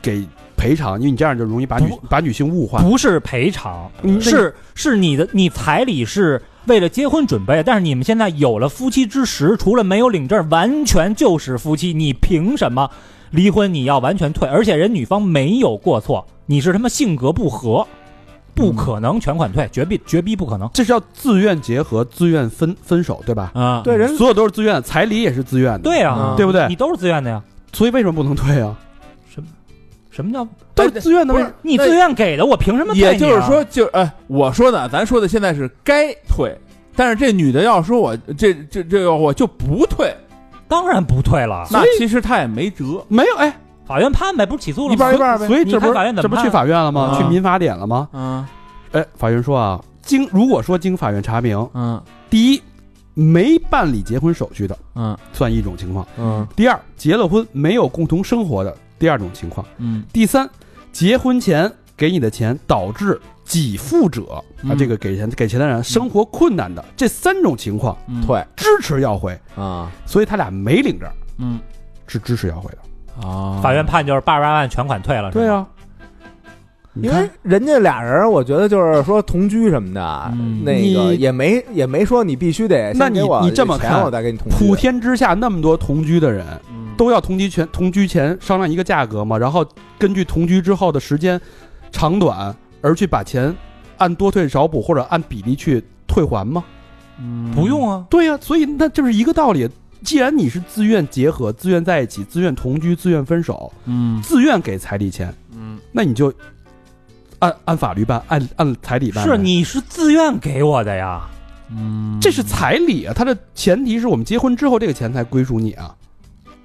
[SPEAKER 1] 给赔偿，因为你这样就容易把女把女性物化。
[SPEAKER 3] 不是赔偿，
[SPEAKER 1] 嗯
[SPEAKER 3] 是是你的你彩礼是为了结婚准备的，但是你们现在有了夫妻之实，除了没有领证，完全就是夫妻，你凭什么离婚？你要完全退，而且人女方没有过错，你是他妈性格不合，
[SPEAKER 4] 嗯
[SPEAKER 3] 不可能全款退，绝逼绝逼不可能
[SPEAKER 1] 这是要自愿结合、自愿分分手，对吧？
[SPEAKER 3] 啊！
[SPEAKER 5] 对人
[SPEAKER 1] 所有都是自愿，彩礼也是自愿的，
[SPEAKER 3] 对啊
[SPEAKER 5] 嗯，
[SPEAKER 1] 对不对
[SPEAKER 3] 你都是自愿的呀，
[SPEAKER 1] 所以为什么不能退啊？
[SPEAKER 3] 什么叫
[SPEAKER 1] 都是自愿的为
[SPEAKER 4] 不是
[SPEAKER 1] 什么
[SPEAKER 3] 你自愿给的？我凭什么退你啊？
[SPEAKER 4] 也就是说，就哎，我说的，咱说的现在是该退，但是这女的要说我这这这个我就不退，
[SPEAKER 3] 当然不退了，
[SPEAKER 4] 那其实她也没辙。
[SPEAKER 1] 没有哎，
[SPEAKER 3] 法院判呗，不是起诉了吗？
[SPEAKER 4] 一半儿一半儿呗
[SPEAKER 1] 所以这不
[SPEAKER 3] 你看法院
[SPEAKER 1] 是
[SPEAKER 3] 怎
[SPEAKER 1] 这
[SPEAKER 3] 么
[SPEAKER 1] 不
[SPEAKER 3] 判
[SPEAKER 1] 去法院了吗？
[SPEAKER 4] 啊
[SPEAKER 1] 去民法典了吗？
[SPEAKER 4] 嗯
[SPEAKER 1] 哎，法院说啊，经如果说经法院查明，
[SPEAKER 4] 嗯
[SPEAKER 1] 第一，没办理结婚手续的
[SPEAKER 4] 嗯
[SPEAKER 1] 算一种情况；
[SPEAKER 4] 嗯
[SPEAKER 1] 第二，结了婚没有共同生活的第二种情况；
[SPEAKER 4] 嗯
[SPEAKER 1] 第三，结婚前给你的钱导致给付者、啊
[SPEAKER 4] 嗯
[SPEAKER 1] 这个给钱给钱的人生活困难的这三种情况
[SPEAKER 4] 嗯，
[SPEAKER 5] 退
[SPEAKER 1] 支持要回，
[SPEAKER 5] 啊，
[SPEAKER 1] 所以他俩没领证
[SPEAKER 4] 嗯
[SPEAKER 1] 是支持要回的。
[SPEAKER 4] 啊
[SPEAKER 3] 法院判就是八十八万全款退了，是吧
[SPEAKER 1] 对啊，嗯你
[SPEAKER 5] 因
[SPEAKER 1] 看
[SPEAKER 5] 为人家俩人，我觉得就是说同居什么的，
[SPEAKER 4] 嗯
[SPEAKER 5] 那个
[SPEAKER 1] 你
[SPEAKER 5] 也没也没说你必须得
[SPEAKER 1] 那
[SPEAKER 5] 先给
[SPEAKER 1] 你
[SPEAKER 5] 我
[SPEAKER 1] 你这么
[SPEAKER 5] 钱
[SPEAKER 1] 看
[SPEAKER 5] 我再给你同居
[SPEAKER 1] 普天之下那么多同居的人，
[SPEAKER 4] 都
[SPEAKER 3] 嗯
[SPEAKER 1] 都要同居前同居前商量一个价格嘛，然后根据同居之后的时间长短而去把钱按多退少补或者按比例去退还吗？
[SPEAKER 4] 嗯
[SPEAKER 3] 不用啊，
[SPEAKER 1] 对呀、所以那就是一个道理。既然你是自愿结合、自愿在一起、自愿同居、自愿分手、
[SPEAKER 4] 嗯
[SPEAKER 1] 自愿给彩礼钱，
[SPEAKER 4] 嗯
[SPEAKER 1] 那你就按按法律办，按按彩礼办呗。
[SPEAKER 3] 是啊你是自愿给我的呀，
[SPEAKER 4] 嗯，
[SPEAKER 1] 这是彩礼啊，它的前提是我们结婚之后这个钱才归属你啊。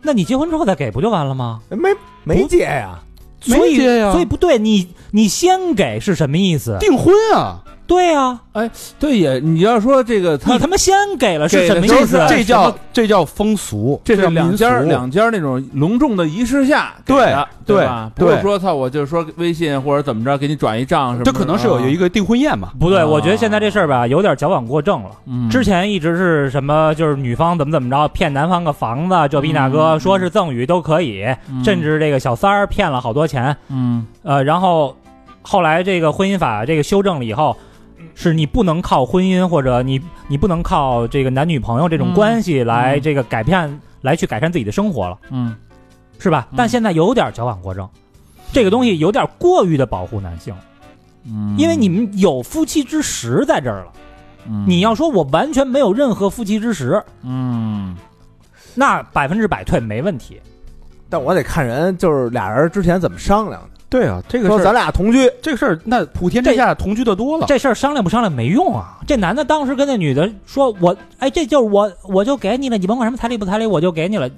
[SPEAKER 3] 那你结婚之后再给不就完了吗？
[SPEAKER 5] 没没结呀，
[SPEAKER 1] 没
[SPEAKER 3] 所以
[SPEAKER 1] 接呀
[SPEAKER 3] 所以不对，你你先给是什么意思？
[SPEAKER 1] 订婚啊，
[SPEAKER 3] 对啊，
[SPEAKER 4] 对也，你要说这个
[SPEAKER 3] 你
[SPEAKER 4] 他
[SPEAKER 3] 他妈先给了是
[SPEAKER 4] 给
[SPEAKER 3] 什
[SPEAKER 4] 的
[SPEAKER 3] 么
[SPEAKER 4] 时候
[SPEAKER 3] 意思？啊
[SPEAKER 4] 是
[SPEAKER 1] 这叫这叫风俗，
[SPEAKER 4] 这
[SPEAKER 1] 叫
[SPEAKER 4] 是
[SPEAKER 1] 民
[SPEAKER 4] 两
[SPEAKER 1] 俗
[SPEAKER 4] 家。两家那种隆重的仪式下给
[SPEAKER 1] 对
[SPEAKER 4] 的，
[SPEAKER 1] 对
[SPEAKER 4] 吧？
[SPEAKER 1] 对
[SPEAKER 4] 不是说操，我就是说微信或者怎么着给你转一账什么的，
[SPEAKER 1] 这可能是有
[SPEAKER 4] 啊
[SPEAKER 1] 有一个订婚宴嘛，
[SPEAKER 3] 不对，
[SPEAKER 4] 啊
[SPEAKER 3] 我觉得现在这事儿吧，有点矫枉过正了。
[SPEAKER 4] 嗯
[SPEAKER 3] 之前一直是什么，就是女方怎么怎么着骗男方个房子，这逼那哥，
[SPEAKER 4] 嗯
[SPEAKER 3] 说是赠与都可以，
[SPEAKER 4] 嗯
[SPEAKER 3] 甚至这个小三儿骗了好多钱。
[SPEAKER 4] 嗯
[SPEAKER 3] 呃，然后后来这个婚姻法这个修正了以后，是你不能靠婚姻或者你你不能靠这个男女朋友这种
[SPEAKER 4] 嗯
[SPEAKER 3] 关系来
[SPEAKER 4] 嗯
[SPEAKER 3] 这个改变、来去改善自己的生活了，
[SPEAKER 4] 嗯
[SPEAKER 3] 是吧？但
[SPEAKER 4] 嗯
[SPEAKER 3] 现在有点矫枉过正，这个东西有点过于的保护男性，
[SPEAKER 4] 嗯，
[SPEAKER 3] 因为你们有夫妻之实在这儿了。
[SPEAKER 4] 嗯
[SPEAKER 3] 你要说我完全没有任何夫妻之实，
[SPEAKER 4] 嗯
[SPEAKER 3] 那百分之百退没问题。
[SPEAKER 5] 但我得看人，就是俩人之前怎么商量的。
[SPEAKER 1] 对啊，这
[SPEAKER 5] 说
[SPEAKER 1] 个事
[SPEAKER 5] 咱
[SPEAKER 1] 儿，
[SPEAKER 5] 俩同居，
[SPEAKER 1] 这个事儿，那普天之下同居的多了，
[SPEAKER 3] 这事儿商量不商量没用啊！这男的当时跟那女的说：“我哎，这就是我，我就给你了，你甭管什么彩礼不彩礼，我就给你了。”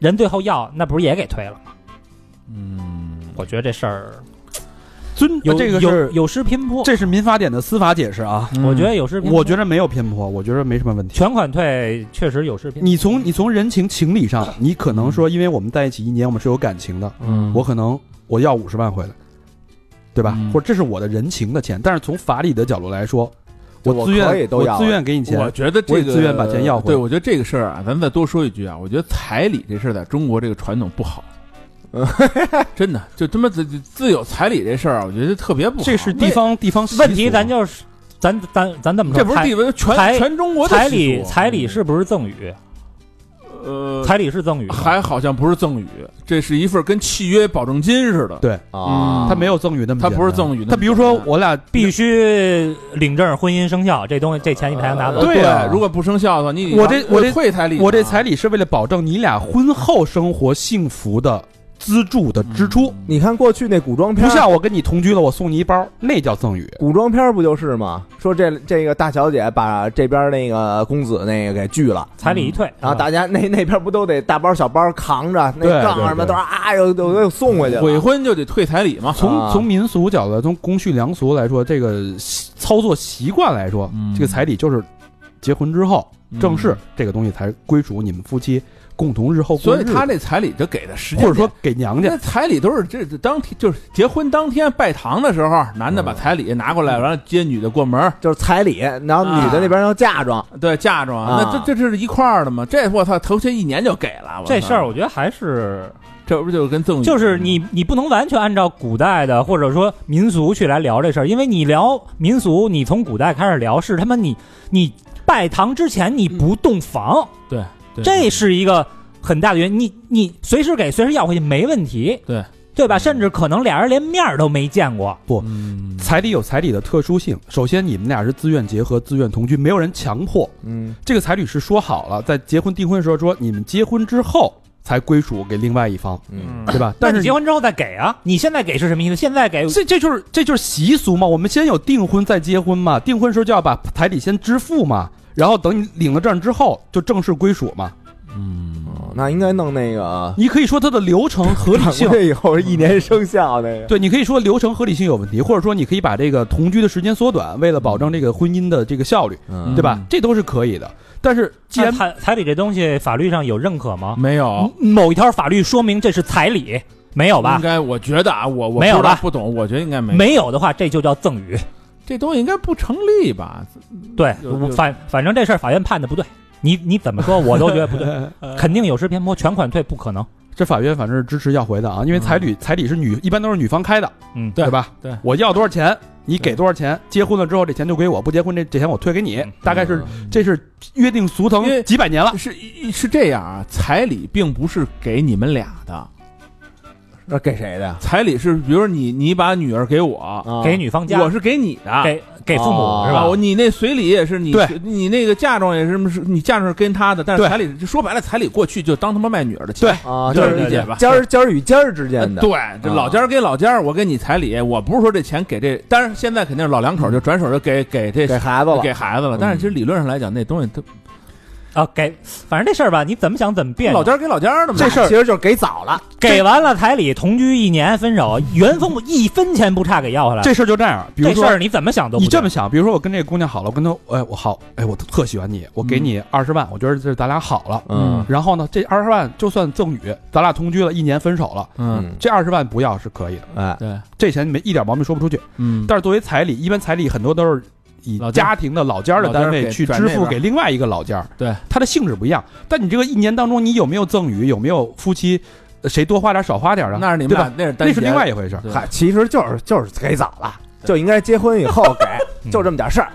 [SPEAKER 3] 人最后要，那不是也给退了吗？
[SPEAKER 4] 嗯，
[SPEAKER 3] 我觉得这事儿
[SPEAKER 1] 尊
[SPEAKER 3] 有
[SPEAKER 1] 这个
[SPEAKER 3] 有
[SPEAKER 1] 是
[SPEAKER 3] 有失偏颇，
[SPEAKER 1] 这是民法典的司法解释啊，
[SPEAKER 3] 我觉得有失偏颇。
[SPEAKER 1] 我觉得没有偏颇，我觉得没什么问题。
[SPEAKER 3] 全款退确实有失偏颇。
[SPEAKER 1] 你从你从人情情理上，你可能说，因为我们在一起一年，我们是有感情的，
[SPEAKER 4] 嗯
[SPEAKER 1] 我可能我要五十万回来，对吧？
[SPEAKER 4] 嗯
[SPEAKER 1] 或者这是我的人情的钱，但是从法理的角度来说，
[SPEAKER 5] 就
[SPEAKER 1] 自愿
[SPEAKER 5] 我可以都要
[SPEAKER 1] 我自愿给你
[SPEAKER 4] 我
[SPEAKER 1] 钱，
[SPEAKER 4] 觉得
[SPEAKER 1] 我
[SPEAKER 4] 这
[SPEAKER 1] 也
[SPEAKER 4] 个
[SPEAKER 1] 自愿把钱要回来
[SPEAKER 4] 对，我觉得这个事儿啊，咱们再多说一句啊，我觉得彩礼这事儿在中国这个传统 不好
[SPEAKER 5] 嗯，
[SPEAKER 4] 真的就他妈自自有彩礼这事儿啊，我觉得特别不好。
[SPEAKER 1] 这是地方地方习俗
[SPEAKER 3] 问题咱就是咱咱咱这么说，
[SPEAKER 4] 这不是地位，全
[SPEAKER 3] 彩
[SPEAKER 4] 全中国的
[SPEAKER 3] 彩彩
[SPEAKER 4] 习
[SPEAKER 3] 礼
[SPEAKER 4] 俗
[SPEAKER 1] 啊
[SPEAKER 4] 啊
[SPEAKER 3] 彩礼是不是赠与？
[SPEAKER 1] 嗯
[SPEAKER 4] 呃，
[SPEAKER 3] 彩礼是赠与啊吗，
[SPEAKER 4] 还好像不是赠与，这是一份跟契约保证金似的。
[SPEAKER 1] 对
[SPEAKER 5] 啊，
[SPEAKER 1] 他没有赠与那么
[SPEAKER 4] 他
[SPEAKER 1] 简单，
[SPEAKER 4] 不是赠与那么简
[SPEAKER 1] 他
[SPEAKER 4] 单，
[SPEAKER 1] 比如说我俩
[SPEAKER 3] 必须领证婚姻生效，这东西这钱你才能拿走。
[SPEAKER 1] 呃对啊
[SPEAKER 4] 如果不生效的话，你
[SPEAKER 1] 我这我这
[SPEAKER 4] 退彩礼，
[SPEAKER 1] 我这彩礼是为了保证你俩婚后生活幸福的资助的支出，
[SPEAKER 4] 嗯
[SPEAKER 5] 你看过去那古装片
[SPEAKER 1] 不啊
[SPEAKER 5] 儿，
[SPEAKER 1] 像我跟你同居了，我送你一包，那叫赠与。
[SPEAKER 5] 古装片儿不就是吗？说这这个大小姐把这边那个公子那个给拒了。
[SPEAKER 3] 彩礼一退，
[SPEAKER 1] 嗯啊
[SPEAKER 3] 啊
[SPEAKER 5] 然后大家那那边不都得大包小包扛着那
[SPEAKER 1] 对
[SPEAKER 5] 杠
[SPEAKER 1] 对
[SPEAKER 5] 什么
[SPEAKER 1] 对
[SPEAKER 5] 都是啊又又又送回去了，
[SPEAKER 4] 悔婚就得退彩礼嘛。
[SPEAKER 1] 从
[SPEAKER 5] 啊
[SPEAKER 1] 从民俗角度来，从公序良俗来说，这个习操作习惯来说，
[SPEAKER 4] 嗯
[SPEAKER 1] 这个彩礼就是结婚之后
[SPEAKER 4] 嗯
[SPEAKER 1] 正式这个东西才归属你们夫妻共同日后过
[SPEAKER 4] 所
[SPEAKER 1] 日
[SPEAKER 4] 以
[SPEAKER 1] 子，
[SPEAKER 4] 他这彩礼就给的时间
[SPEAKER 1] 或
[SPEAKER 4] 点，
[SPEAKER 1] 者说给娘家
[SPEAKER 4] 那彩礼都是这这当天就是结婚当天拜堂的时候，
[SPEAKER 3] 嗯
[SPEAKER 4] 男的把彩礼拿过来，完了接女的过门，
[SPEAKER 5] 就是彩礼，然后女的那边要嫁妆，
[SPEAKER 4] 对嫁妆，
[SPEAKER 5] 啊
[SPEAKER 4] 那这这是一块儿的吗？这我操，头些一年就给了。我操
[SPEAKER 3] 这事儿我觉得还是
[SPEAKER 4] 这不就是跟赠与
[SPEAKER 3] 就是你你不能完全按照古代的或者说民俗去来聊这事儿，因为你聊民俗，你从古代开始聊是他妈你你拜堂之前你不洞房，
[SPEAKER 4] 对
[SPEAKER 3] 这是一个很大的原因。你你随时给随时要回去没问题，
[SPEAKER 4] 对
[SPEAKER 3] 对吧？甚至可能俩人连面儿都没见过，
[SPEAKER 4] 嗯
[SPEAKER 1] 彩礼有彩礼的特殊性。首先，你们俩是自愿结合、自愿同居，没有人强迫。
[SPEAKER 5] 嗯，
[SPEAKER 1] 这个彩礼是说好了，在结婚订婚的时候说，你们结婚之后才归属给另外一方，
[SPEAKER 5] 嗯，
[SPEAKER 1] 对吧？
[SPEAKER 3] 那
[SPEAKER 1] 但是
[SPEAKER 3] 你结婚之后再给啊？你现在给是什么意思？现在给
[SPEAKER 1] 这这就是这就是习俗嘛，我们先有订婚再结婚嘛，订婚时候就要把彩礼先支付嘛，然后等你领了证之后就正式归属嘛。
[SPEAKER 4] 嗯
[SPEAKER 5] 那应该弄那个
[SPEAKER 1] 你可以说它的流程合理性
[SPEAKER 5] 反，过来以后一年生效那个，
[SPEAKER 1] 对，你可以说流程合理性有问题，或者说你可以把这个同居的时间缩短，为了保证这个婚姻的这个效率，
[SPEAKER 5] 嗯
[SPEAKER 1] 对吧
[SPEAKER 4] 嗯？
[SPEAKER 1] 这都是可以的。但是既然
[SPEAKER 3] 那彩彩礼这东西法律上有认可吗？
[SPEAKER 4] 没有。
[SPEAKER 3] 某一条法律说明这是彩礼，没有吧
[SPEAKER 4] 应？该，我觉得啊，我我
[SPEAKER 3] 没有
[SPEAKER 4] 不知道
[SPEAKER 3] 吧
[SPEAKER 4] 不懂，我觉得应该没有
[SPEAKER 3] 没有的话，这就叫赠与。
[SPEAKER 4] 这东西应该不成立吧？
[SPEAKER 3] 对，
[SPEAKER 4] 有
[SPEAKER 3] 我
[SPEAKER 4] 有
[SPEAKER 3] 反反正这事儿法院判的不对，你你怎么说我都觉得不对，肯定有失偏颇，全款退不可能。
[SPEAKER 1] 这法院反正是支持要回的啊，因为彩
[SPEAKER 5] 嗯
[SPEAKER 1] 礼彩礼是女一般都是女方开的，
[SPEAKER 3] 嗯，
[SPEAKER 4] 对
[SPEAKER 1] 吧？
[SPEAKER 4] 对
[SPEAKER 1] 我要多少钱，你给多少钱。结婚了之后，这钱就归我；不结婚，这这钱我退给你
[SPEAKER 3] 嗯。
[SPEAKER 1] 大概是
[SPEAKER 4] 嗯
[SPEAKER 1] 这是约定俗成
[SPEAKER 4] 因为
[SPEAKER 1] 几百年了。
[SPEAKER 3] 啊
[SPEAKER 4] 是一是这样啊，彩礼并不是给你们俩的，
[SPEAKER 5] 那给谁的呀？
[SPEAKER 4] 彩礼是比如你你把女儿给我，
[SPEAKER 5] 啊
[SPEAKER 3] 给女方家，
[SPEAKER 4] 我是给你的，
[SPEAKER 3] 给给父母
[SPEAKER 5] 哦
[SPEAKER 3] 是
[SPEAKER 4] 啊，
[SPEAKER 3] 吧？
[SPEAKER 4] 我你那随礼也是你
[SPEAKER 1] 对，
[SPEAKER 4] 你那个嫁妆也是，是你嫁妆是跟他的，但是
[SPEAKER 1] 对
[SPEAKER 4] 彩礼就说白了，彩礼过去就当他妈卖女儿的钱，
[SPEAKER 5] 啊，就
[SPEAKER 4] 对
[SPEAKER 5] 是
[SPEAKER 4] 理解吧
[SPEAKER 5] 尖儿尖儿与尖儿之
[SPEAKER 4] 呃
[SPEAKER 5] 间的，
[SPEAKER 4] 对，这
[SPEAKER 5] 啊
[SPEAKER 4] 老家儿给老家儿，我给你彩礼，我不是说这钱给这，当然现在肯定是老两口就转手就给给这
[SPEAKER 5] 给孩子了，
[SPEAKER 4] 嗯给孩子了，但是其实理论上来讲，那东西它
[SPEAKER 3] 啊，给，反正这事儿吧，你怎么想怎么别
[SPEAKER 5] 老
[SPEAKER 3] 扭。
[SPEAKER 5] 家儿给老家儿的嘛，
[SPEAKER 1] 这事
[SPEAKER 4] 嗯
[SPEAKER 1] 儿
[SPEAKER 5] 其实就是给早了，
[SPEAKER 3] 给完了彩礼，同居一年，分手，原封不一分钱不差给要回来。
[SPEAKER 1] 这事儿就这样，比如
[SPEAKER 3] 这事
[SPEAKER 1] 说
[SPEAKER 3] 儿你怎么想都不
[SPEAKER 1] 你这
[SPEAKER 3] 对
[SPEAKER 1] 么想，比如说我跟这个姑娘好了，我跟她，哎，我好，哎，我特喜欢你，我给
[SPEAKER 4] 嗯
[SPEAKER 1] 你二十万，我觉得这咱俩好了。
[SPEAKER 5] 嗯
[SPEAKER 1] 然后呢，这二十万就算赠与，咱俩同居了一年，分手了，
[SPEAKER 4] 嗯，
[SPEAKER 1] 这二十万不要是可以的，
[SPEAKER 5] 哎，
[SPEAKER 4] 对，
[SPEAKER 1] 这钱没一点毛病说不出去。
[SPEAKER 4] 嗯，
[SPEAKER 1] 但是作为彩礼，一般彩礼很多都是以
[SPEAKER 4] 老家
[SPEAKER 1] 家庭的老家的单
[SPEAKER 4] 老家
[SPEAKER 1] 位
[SPEAKER 4] 给
[SPEAKER 1] 去
[SPEAKER 4] 转
[SPEAKER 1] 支
[SPEAKER 4] 那
[SPEAKER 1] 付
[SPEAKER 4] 边
[SPEAKER 1] 给另外一个老家，
[SPEAKER 4] 对，
[SPEAKER 1] 它的性质不一样。但你这个一年当中，你有没有赠与，有没有夫妻，呃谁多花点少花点啊？
[SPEAKER 4] 那是你们
[SPEAKER 1] 对吧
[SPEAKER 4] 俩，那是
[SPEAKER 1] 那
[SPEAKER 4] 那
[SPEAKER 1] 是另外一回事儿。
[SPEAKER 4] 对
[SPEAKER 5] 嗨，其实就是就是给早了，就应该结婚以后给，就这么点事儿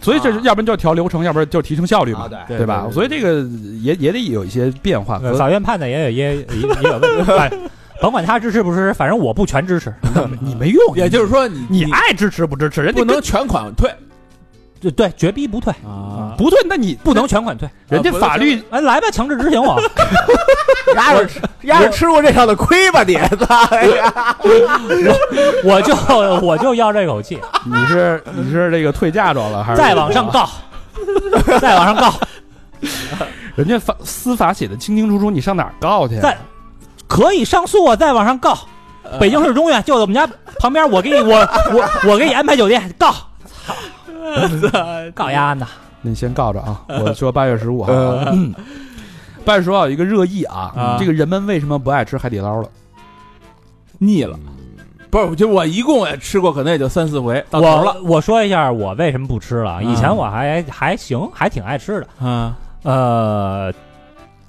[SPEAKER 1] 所以这是要不然就调流程，要不然就提升效率嘛，
[SPEAKER 5] 对
[SPEAKER 4] 啊对
[SPEAKER 1] 对吧？所以这个也也得有一些变化和
[SPEAKER 3] 呃法院判的也有也也也有问题，反甭管他支持不支持，反正我不全支持。
[SPEAKER 1] 你没用，
[SPEAKER 4] 也就是说你
[SPEAKER 1] 你爱支持不支持，人家
[SPEAKER 4] 不
[SPEAKER 1] 跟
[SPEAKER 4] 能全款退
[SPEAKER 3] 对对，绝逼不退，
[SPEAKER 4] 啊，
[SPEAKER 1] 不对，那你
[SPEAKER 3] 不能全款退。
[SPEAKER 1] 人家
[SPEAKER 4] 呃不能
[SPEAKER 1] 法律
[SPEAKER 3] 哎，来吧，强制执行我。
[SPEAKER 5] 丫是丫是吃过这样的亏吧你？哎呀，
[SPEAKER 3] 我就我就要这口气，
[SPEAKER 1] 你是你是这个退嫁妆了还是
[SPEAKER 3] 再往上？告， 再往上告，
[SPEAKER 1] 人家法司法写的清清楚楚，你上哪儿告去啊？
[SPEAKER 3] 再可以上诉啊，再往上告。
[SPEAKER 4] 呃
[SPEAKER 3] 北京市中院就在我们家旁边，我给你我我我给你安排酒店，告，操，告丫呢？
[SPEAKER 1] 那你先告着 啊！我说八月十五号啊，嗯八月十五号有一个热议啊
[SPEAKER 4] 呃啊，
[SPEAKER 1] 这个人们为什么不爱吃海底捞了？
[SPEAKER 4] 腻了。不是，就我一共也吃过，可能也就三四回，到头了。
[SPEAKER 3] 我我说一下我为什么不吃了啊，以前
[SPEAKER 4] 嗯
[SPEAKER 3] 我还还行，还挺爱吃的。
[SPEAKER 4] 嗯
[SPEAKER 3] 呃，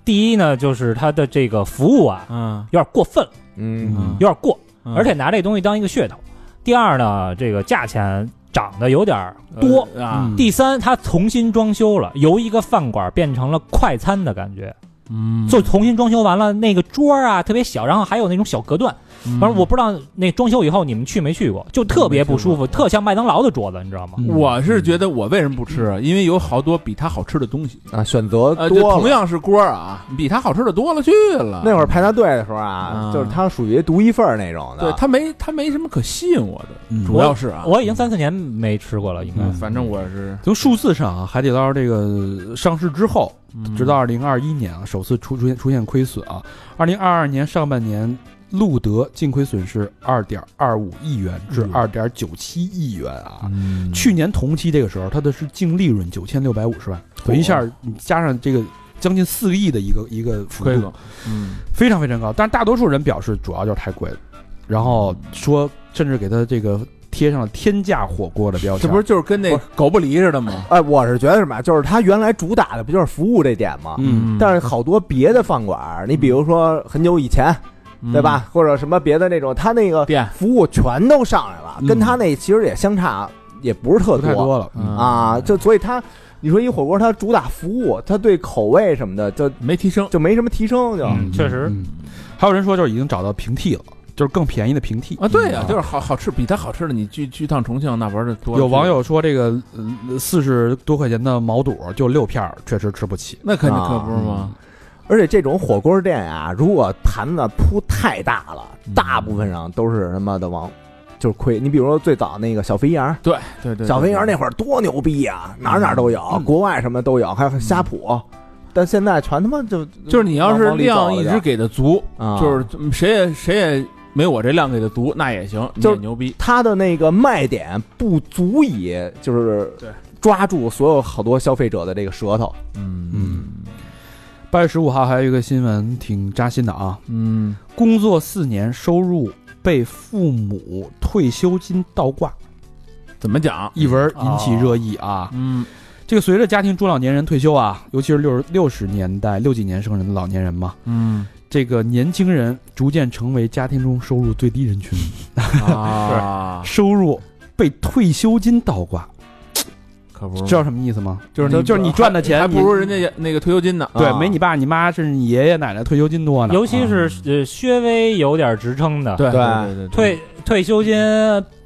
[SPEAKER 3] 第一呢，就是它的这个服务啊，
[SPEAKER 4] 嗯
[SPEAKER 3] 有点过分了，
[SPEAKER 5] 嗯
[SPEAKER 3] 有点过，
[SPEAKER 4] 嗯
[SPEAKER 3] 而且拿这东西当一个噱头。第二呢，这个价钱涨得有点多。
[SPEAKER 4] 呃啊，
[SPEAKER 1] 嗯
[SPEAKER 3] 第三，它重新装修了，由一个饭馆变成了快餐的感觉，
[SPEAKER 4] 嗯
[SPEAKER 3] 就重新装修完了，那个桌儿啊特别小，然后还有那种小隔断。
[SPEAKER 4] 嗯
[SPEAKER 3] 反正我不知道那装修以后你们去没去过，就特别不舒服，特像麦当劳的桌子，你知道吗？
[SPEAKER 1] 嗯
[SPEAKER 4] 我是觉得我为什么不吃啊？因为有好多比它好吃的东西。
[SPEAKER 5] 啊，选择
[SPEAKER 4] 呃，就
[SPEAKER 5] 多
[SPEAKER 4] 同
[SPEAKER 5] 了。
[SPEAKER 4] 样是锅儿啊，比它好吃的多了去了。
[SPEAKER 5] 那会
[SPEAKER 4] 儿
[SPEAKER 5] 儿排他队的时候啊，
[SPEAKER 4] 嗯
[SPEAKER 5] 就是他属于独一份儿那种的，
[SPEAKER 4] 对它没它没什么可吸引我的，
[SPEAKER 1] 嗯
[SPEAKER 4] 主要是啊，
[SPEAKER 3] 我已经三四年没吃过了，应该。
[SPEAKER 1] 嗯
[SPEAKER 4] 反正我是
[SPEAKER 1] 从数字上啊，海底捞这个上市之后，
[SPEAKER 4] 嗯
[SPEAKER 1] 直到二零二一年啊，首次出出现出现亏损啊。二零二二年上半年，路德净亏损是二点二五亿元
[SPEAKER 4] 嗯
[SPEAKER 1] 至二点九七亿元啊。去年同期这个时候，它的是净利润九千六百五十万，等一下你加上这个将近四个亿的一个一个幅
[SPEAKER 4] 亏
[SPEAKER 1] 度
[SPEAKER 4] 了，，嗯，
[SPEAKER 1] 非常非常高。但是大多数人表示主要就是太贵了，然后说甚至给它这个贴上了天价火锅的标签。
[SPEAKER 4] 这不是就是跟那
[SPEAKER 5] 不
[SPEAKER 4] 狗不理似的吗？
[SPEAKER 5] 哎，我是觉得什么呀，就是他原来主打的不就是服务这点吗？
[SPEAKER 1] 嗯，
[SPEAKER 5] 但是好多别的饭馆儿，你比如说很久以前，
[SPEAKER 1] 嗯
[SPEAKER 5] 对吧？或者什么别的那种，他那个
[SPEAKER 4] 变
[SPEAKER 5] 服务全都上来了，
[SPEAKER 1] 嗯
[SPEAKER 5] 跟他那其实也相差也不是特
[SPEAKER 1] 不太多了。
[SPEAKER 4] 嗯
[SPEAKER 5] 啊。就所以他，你说一火锅，它主打服务，它对口味什么的就
[SPEAKER 4] 没提升，
[SPEAKER 5] 就没什么提升，就
[SPEAKER 3] 嗯确实
[SPEAKER 1] 嗯还有人说就是已经找到平替了，就是更便宜的平替
[SPEAKER 4] 啊，对呀、
[SPEAKER 1] 嗯
[SPEAKER 4] 就是好好吃，比它好吃的，你去去趟重庆那玩的多。
[SPEAKER 1] 有网，友说这个呃四十多块钱的毛肚就六片儿，确实吃不起。
[SPEAKER 4] 那肯定
[SPEAKER 5] 啊
[SPEAKER 4] 可不是吗？
[SPEAKER 5] 而且这种火锅店啊，如果盘子铺太大了，
[SPEAKER 4] 嗯
[SPEAKER 5] 大部分上都是他妈的往就是亏。你比如说最早那个小肥羊，
[SPEAKER 4] 对对对，嗯
[SPEAKER 5] 小肥羊那
[SPEAKER 4] 儿
[SPEAKER 5] 会儿多牛逼呀、哪儿哪儿都有，国外什么都有，还有虾谱。但现在全他妈就
[SPEAKER 4] 嗯就是你要是量一直给的足，
[SPEAKER 5] 啊，
[SPEAKER 4] 就是嗯谁也谁也没我这量给的足，那也行，
[SPEAKER 5] 就是
[SPEAKER 4] 你也牛逼。
[SPEAKER 5] 它的那个卖点不足以就是
[SPEAKER 4] 对
[SPEAKER 5] 抓住所有好多消费者的这个舌头。
[SPEAKER 4] 嗯
[SPEAKER 1] 八月十五号还有一个新闻挺扎心的啊，
[SPEAKER 4] 嗯
[SPEAKER 1] 工作四年收入被父母退休金倒挂，
[SPEAKER 4] 怎么讲？
[SPEAKER 1] 一文引起热议啊。
[SPEAKER 4] 嗯
[SPEAKER 1] 这个随着家庭中老年人退休啊，尤其是六十六十年代六几年生人的老年人嘛，
[SPEAKER 4] 嗯
[SPEAKER 1] 这个年轻人逐渐成为家庭中收入最低人群。
[SPEAKER 4] 啊，
[SPEAKER 1] 收入被退休金倒挂，
[SPEAKER 4] 可不是吗，
[SPEAKER 1] 知道什么意思吗？
[SPEAKER 4] 就是
[SPEAKER 1] 就
[SPEAKER 4] 你
[SPEAKER 1] 就是你赚的钱
[SPEAKER 4] 还不如
[SPEAKER 1] 你
[SPEAKER 4] 人家那个退休金呢。
[SPEAKER 1] 对
[SPEAKER 5] 啊，
[SPEAKER 1] 没你爸你妈甚至你爷爷奶奶退休金多呢。
[SPEAKER 3] 尤其是呃，薛微有点职称的，
[SPEAKER 4] 嗯对
[SPEAKER 5] 对
[SPEAKER 4] 对对，
[SPEAKER 3] 退退休金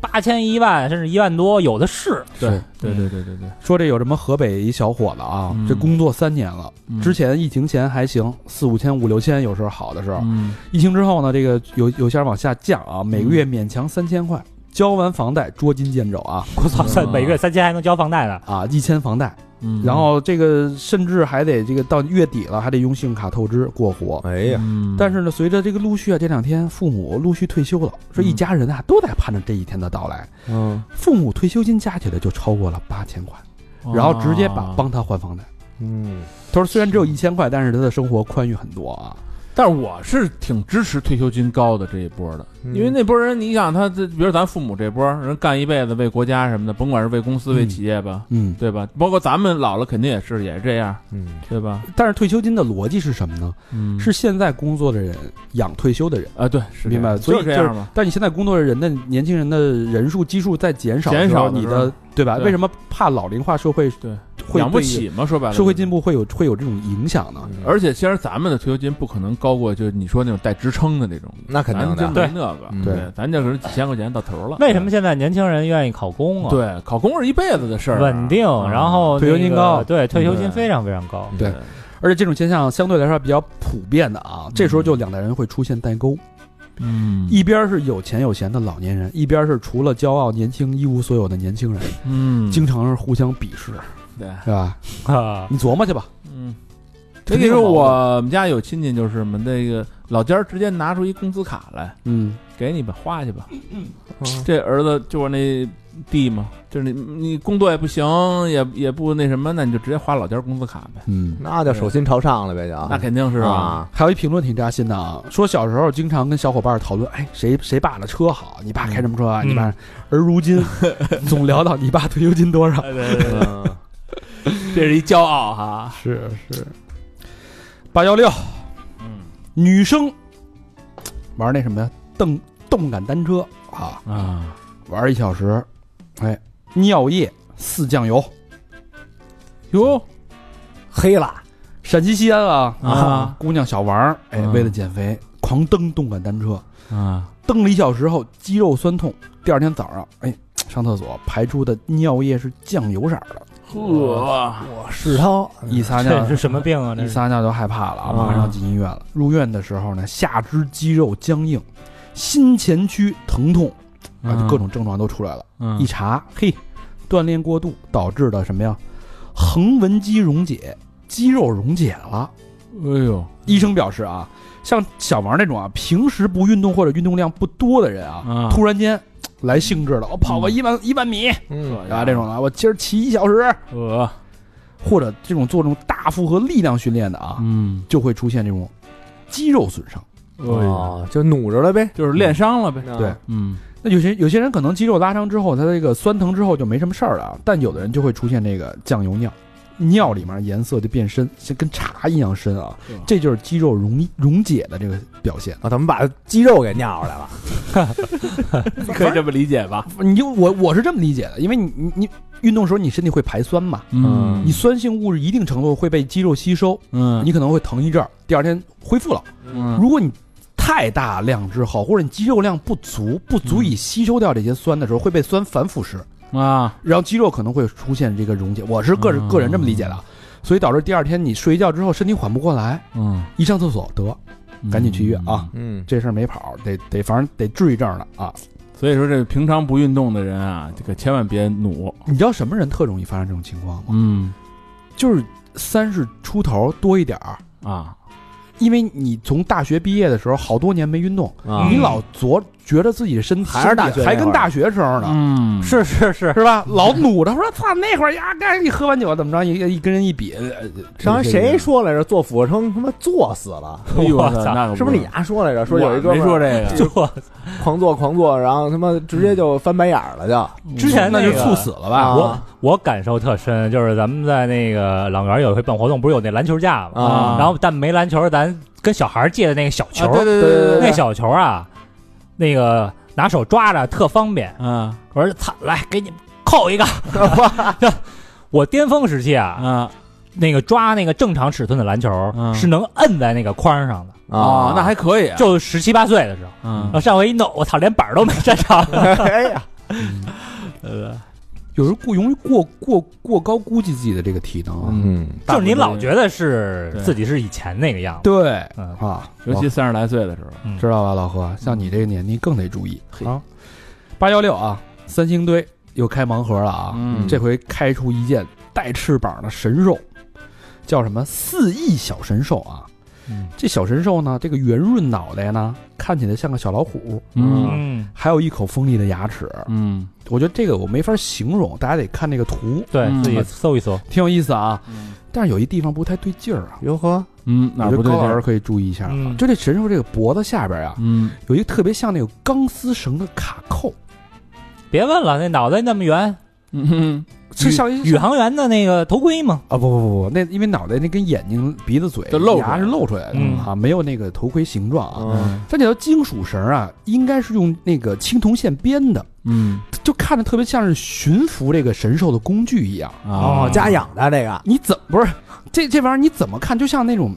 [SPEAKER 3] 八千一万甚至一万多，有的是。
[SPEAKER 4] 对
[SPEAKER 1] 是
[SPEAKER 4] 对对对对对
[SPEAKER 1] 说这有什么河北一小伙子啊，
[SPEAKER 4] 嗯
[SPEAKER 1] 这工作三年了，
[SPEAKER 4] 嗯，
[SPEAKER 1] 之前疫情前还行，四五千五六千有时候好的时候，
[SPEAKER 4] 嗯
[SPEAKER 1] 疫情之后呢，这个有有些往下降啊，每个月勉强三千块，交完房贷捉襟见肘啊
[SPEAKER 3] 我操，三每个月三千还能交房贷呢，
[SPEAKER 1] 啊，一千房贷
[SPEAKER 4] 嗯
[SPEAKER 1] 然后这个甚至还得这个到月底了，还得用信用卡透支过活。
[SPEAKER 5] 哎呀，
[SPEAKER 4] 嗯
[SPEAKER 1] 但是呢，随着这个陆续啊，这两天父母陆续退休了，说一家人啊都在盼着这一天的到来。
[SPEAKER 5] 嗯，
[SPEAKER 1] 父母退休金加起来就超过了八千块，
[SPEAKER 4] 啊哦
[SPEAKER 1] 然后直接把帮他还房贷。
[SPEAKER 5] 嗯，
[SPEAKER 1] 他说虽然只有一千块，但是他的生活宽裕很多啊。
[SPEAKER 4] 但是我是挺支持退休金高的这一波的，
[SPEAKER 5] 嗯
[SPEAKER 4] 因为那波人，你想他，这比如咱父母这波人干一辈子为国家什么的，甭管是为公司、
[SPEAKER 1] 嗯
[SPEAKER 4] 为企业吧，
[SPEAKER 1] 嗯，
[SPEAKER 4] 对吧？包括咱们老了肯定也是也是这样，
[SPEAKER 5] 嗯
[SPEAKER 4] 对吧？
[SPEAKER 1] 但是退休金的逻辑是什么呢？
[SPEAKER 4] 嗯
[SPEAKER 1] 是现在工作的人养退休的人，
[SPEAKER 4] 啊，对，是
[SPEAKER 1] 明白
[SPEAKER 4] 这样
[SPEAKER 1] 所以
[SPEAKER 4] 就是这样嘛。
[SPEAKER 1] 但你现在工作的人的年轻人的人数基数在减少的时候，
[SPEAKER 4] 减少的
[SPEAKER 1] 你
[SPEAKER 4] 时候嗯
[SPEAKER 1] 的对吧？
[SPEAKER 4] 对
[SPEAKER 1] 为什么怕老龄化社会
[SPEAKER 4] 对
[SPEAKER 1] 会
[SPEAKER 4] 养不
[SPEAKER 1] 对
[SPEAKER 4] 起嘛，说白了，
[SPEAKER 1] 社会进
[SPEAKER 4] 步。
[SPEAKER 1] 步会有会有这种影响呢？
[SPEAKER 5] 嗯
[SPEAKER 4] 而且其实咱们的退休金不可能高过，就是你说那种带支撑的那种，
[SPEAKER 5] 那肯定
[SPEAKER 4] 咱
[SPEAKER 5] 的
[SPEAKER 4] 真，没那个
[SPEAKER 5] 嗯，
[SPEAKER 1] 对，
[SPEAKER 4] 咱这可是几千块钱到头了。
[SPEAKER 3] 为什么现在年轻人愿意考公啊？，
[SPEAKER 4] 对，考公是一辈子的事儿啊，
[SPEAKER 3] 稳定，
[SPEAKER 4] 啊
[SPEAKER 3] 然后
[SPEAKER 1] 退休金
[SPEAKER 3] 那个
[SPEAKER 1] 高
[SPEAKER 3] 对，退休金
[SPEAKER 4] 对
[SPEAKER 3] 非常非常高。
[SPEAKER 1] 对而且这种现象相对来说比较普遍的啊，这时候就两代人会出现代沟，
[SPEAKER 4] 嗯
[SPEAKER 1] 一边是有钱有闲的老年人，一边是除了骄傲年轻一无所有的年轻人，
[SPEAKER 4] 嗯，
[SPEAKER 1] 经常是互相鄙视，
[SPEAKER 4] 对，
[SPEAKER 1] 是吧？
[SPEAKER 3] 啊，
[SPEAKER 1] 你琢磨去吧。
[SPEAKER 4] 嗯。
[SPEAKER 1] 肯
[SPEAKER 4] 所
[SPEAKER 1] 定
[SPEAKER 4] 以
[SPEAKER 1] 有
[SPEAKER 4] 说，
[SPEAKER 1] 矛盾
[SPEAKER 4] 我们家有亲戚就是我们那个老家儿直接拿出一工资卡来，
[SPEAKER 1] 嗯，
[SPEAKER 4] 给你吧，花去吧。
[SPEAKER 5] 嗯
[SPEAKER 4] 这儿子就是那地嘛，就是你你工作也不行，也也不那什么，那你就直接花老家儿工资卡呗。
[SPEAKER 1] 嗯，
[SPEAKER 5] 那就手心朝上了呗，就啊
[SPEAKER 4] 那肯定是啊，
[SPEAKER 5] 啊，
[SPEAKER 1] 还有一评论挺扎心的啊，说小时候经常跟小伙伴讨论，哎，谁谁爸的车好？你爸开什么车啊？
[SPEAKER 3] 嗯
[SPEAKER 1] 你爸，而如今总聊到你爸退休金 多少。
[SPEAKER 5] 嗯
[SPEAKER 4] 这是一骄傲哈。
[SPEAKER 1] 是是，八幺六
[SPEAKER 4] 嗯
[SPEAKER 1] 女生玩那什么呀，动动感单车啊，
[SPEAKER 4] 啊，
[SPEAKER 1] 玩一小时，哎，尿液四酱油，
[SPEAKER 4] 哟
[SPEAKER 5] 黑了，
[SPEAKER 1] 陕西西安啊
[SPEAKER 4] 啊
[SPEAKER 1] 姑娘小王儿，哎，
[SPEAKER 4] 嗯
[SPEAKER 1] 为了减肥狂蹬动感单车，
[SPEAKER 4] 啊，
[SPEAKER 1] 蹬了一小时后肌肉酸痛，第二天早上哎上厕所排出的尿液是酱油色儿的，
[SPEAKER 4] 呵，
[SPEAKER 5] 我世涛，
[SPEAKER 1] 一 撒
[SPEAKER 3] 这
[SPEAKER 1] 尿
[SPEAKER 3] 是什么病啊？这
[SPEAKER 1] 一
[SPEAKER 3] 是
[SPEAKER 1] 撒尿就害怕了啊，
[SPEAKER 4] 啊
[SPEAKER 1] 马上进医院了。入院的时候呢，下肢肌肉僵硬，心前区疼痛啊，就各种症状都出来了。
[SPEAKER 4] 嗯
[SPEAKER 1] 一查，嘿，锻炼过度导致的什么呀？横纹肌溶解，肌肉溶解了。
[SPEAKER 4] 哎呦，
[SPEAKER 1] 医生表示啊，像小王那种啊，平时不运动或者运动量不多的人啊，
[SPEAKER 4] 啊嗯
[SPEAKER 1] 突然间嘖来兴致了，我跑个一万一万米
[SPEAKER 5] 嗯
[SPEAKER 1] 啊这种的，我今儿骑一小时，
[SPEAKER 4] 呃，
[SPEAKER 1] 或者这种做这种大负荷力量训练的啊，
[SPEAKER 4] 嗯，
[SPEAKER 1] 就会出现这种肌肉损伤。
[SPEAKER 4] 哎呦，
[SPEAKER 5] 哦，就努着了呗，
[SPEAKER 4] 就是练伤了呗。
[SPEAKER 1] 对
[SPEAKER 4] 嗯，
[SPEAKER 1] 那有些有些人可能肌肉拉伤之后，他这个酸疼之后就没什么事儿了啊，但有的人就会出现这个酱油尿，尿里面颜色就变深，像跟茶一样深啊
[SPEAKER 4] 是吧，
[SPEAKER 1] 这就是肌肉溶溶解的这个表现。
[SPEAKER 5] 啊，咱们把肌肉给尿出来了，
[SPEAKER 4] 你可以这么理解吧？
[SPEAKER 1] 你就我我是这么理解的，因为你你你运动的时候你身体会排酸嘛，
[SPEAKER 5] 嗯
[SPEAKER 1] 你酸性物质一定程度会被肌肉吸收，
[SPEAKER 4] 嗯
[SPEAKER 1] 你可能会疼一阵儿，第二天恢复了。
[SPEAKER 4] 嗯
[SPEAKER 1] 如果你太大量之后，或者你肌肉量不足，不足以吸收掉这些酸的时候，会被酸反腐蚀。
[SPEAKER 4] 嗯啊，
[SPEAKER 1] 然后肌肉可能会出现这个溶解，我是个人、
[SPEAKER 4] 嗯
[SPEAKER 1] 个人这么理解的啊，所以导致第二天你睡一觉之后身体缓不过来，
[SPEAKER 4] 嗯，
[SPEAKER 1] 一上厕所得赶紧去医院啊，
[SPEAKER 5] 嗯，
[SPEAKER 1] 这事儿没跑，得得反正得治一阵儿了啊。
[SPEAKER 4] 所以说，这平常不运动的人啊，这个千万别努。
[SPEAKER 1] 你知道什么人特容易发生这种情况吗？
[SPEAKER 4] 嗯
[SPEAKER 1] 就是三十出头多一点儿，
[SPEAKER 4] 啊，
[SPEAKER 1] 因为你从大学毕业的时候好多年没运动，
[SPEAKER 3] 嗯
[SPEAKER 5] 啊
[SPEAKER 1] 你老琢觉得自己的身体
[SPEAKER 5] 还是大学
[SPEAKER 1] 还
[SPEAKER 5] 那会
[SPEAKER 1] 跟
[SPEAKER 5] 儿
[SPEAKER 1] 大学时候呢。
[SPEAKER 4] 嗯，
[SPEAKER 3] 是是 是，
[SPEAKER 1] 是吧？老努着说，操，那会儿呀，刚你喝完酒怎么着？一一跟人一比，呃
[SPEAKER 5] 上回谁？说来着？做俯卧撑他妈做死了，
[SPEAKER 4] 哎呦，
[SPEAKER 3] 我
[SPEAKER 4] 我
[SPEAKER 3] 操
[SPEAKER 4] 操，那可
[SPEAKER 5] 是不是你丫说来着？说有一哥
[SPEAKER 4] 我没
[SPEAKER 5] 们
[SPEAKER 4] 说
[SPEAKER 5] 儿
[SPEAKER 4] 这个，
[SPEAKER 3] 做
[SPEAKER 5] 狂做狂做，然后他妈直接就翻白眼儿了，就
[SPEAKER 1] 这
[SPEAKER 3] 之前
[SPEAKER 1] 那就
[SPEAKER 3] 个
[SPEAKER 1] 猝死了吧？
[SPEAKER 5] 啊
[SPEAKER 3] 我我感受特深，就是咱们在那个朗园有一回办活动，不是有那篮球架嘛？
[SPEAKER 5] 啊
[SPEAKER 3] 然后但没篮球，咱跟小孩借的那个小球，
[SPEAKER 4] 啊对对对
[SPEAKER 3] 那小球啊，那个拿手抓着特方便。
[SPEAKER 4] 啊
[SPEAKER 3] 我说操，来给你扣 一个。我巅峰时期啊，
[SPEAKER 4] 啊
[SPEAKER 3] 那个抓那个正常尺寸的篮球、
[SPEAKER 4] 嗯
[SPEAKER 3] 是能摁在那个框上的，
[SPEAKER 4] 啊，那还可以啊，
[SPEAKER 3] 就十七八岁的时候。
[SPEAKER 4] 嗯
[SPEAKER 3] 然后上回一弄，我操，连板儿都没站上。呃
[SPEAKER 5] 哎呀，
[SPEAKER 1] 有人过容易过过过高估计自己的这个体能啊，
[SPEAKER 5] 嗯，
[SPEAKER 3] 就是你老觉得是
[SPEAKER 4] 对
[SPEAKER 3] 自己是以前那个样子，
[SPEAKER 1] 对
[SPEAKER 3] 嗯
[SPEAKER 1] 啊，
[SPEAKER 4] 尤其三十来岁的时候，
[SPEAKER 1] 老知道吧，老何，像你这个年纪更得注意啊。八幺六啊，三星堆又开盲盒了啊，
[SPEAKER 4] 嗯
[SPEAKER 1] 这回开出一件带翅膀的神兽，叫什么四翼小神兽啊。
[SPEAKER 5] 嗯
[SPEAKER 1] 这小神兽呢，这个圆润脑袋呢，看起来像个小老虎，
[SPEAKER 4] 嗯
[SPEAKER 3] 嗯，
[SPEAKER 1] 还有一口锋利的牙齿。
[SPEAKER 4] 嗯
[SPEAKER 1] 我觉得这个我没法形容，大家得看那个图，
[SPEAKER 3] 对
[SPEAKER 4] 嗯
[SPEAKER 3] 自己搜一搜，
[SPEAKER 1] 挺有意思啊。但是有一地方不太对劲儿啊，
[SPEAKER 5] 哟呵，
[SPEAKER 4] 嗯，哪
[SPEAKER 1] 我
[SPEAKER 4] 儿
[SPEAKER 1] 觉
[SPEAKER 4] 不
[SPEAKER 1] 得
[SPEAKER 4] 对
[SPEAKER 1] 高
[SPEAKER 4] 劲
[SPEAKER 1] 老师
[SPEAKER 4] 儿？
[SPEAKER 1] 可以注意一下啊。
[SPEAKER 3] 嗯
[SPEAKER 1] 就这神兽这个脖子下边啊，
[SPEAKER 4] 嗯，
[SPEAKER 1] 有一个特别像那个钢丝绳的卡扣，
[SPEAKER 3] 别问了，那脑袋那么圆，
[SPEAKER 4] 嗯
[SPEAKER 1] 是像一
[SPEAKER 3] 宇航员的那个头盔嘛，
[SPEAKER 1] 啊不不不不，那因为脑袋那跟眼睛、鼻子、嘴、
[SPEAKER 4] 就露出来
[SPEAKER 1] 牙是露出来的、
[SPEAKER 3] 嗯
[SPEAKER 1] 啊，没有那个头盔形状啊。
[SPEAKER 5] 嗯，
[SPEAKER 1] 但这条金属绳啊，应该是用那个青铜线编的，
[SPEAKER 4] 嗯
[SPEAKER 1] 就看着特别像是驯服这个神兽的工具一样。
[SPEAKER 4] 啊
[SPEAKER 5] 哦，家养的这个，
[SPEAKER 1] 你怎不是这这玩意儿你怎么看？就像那种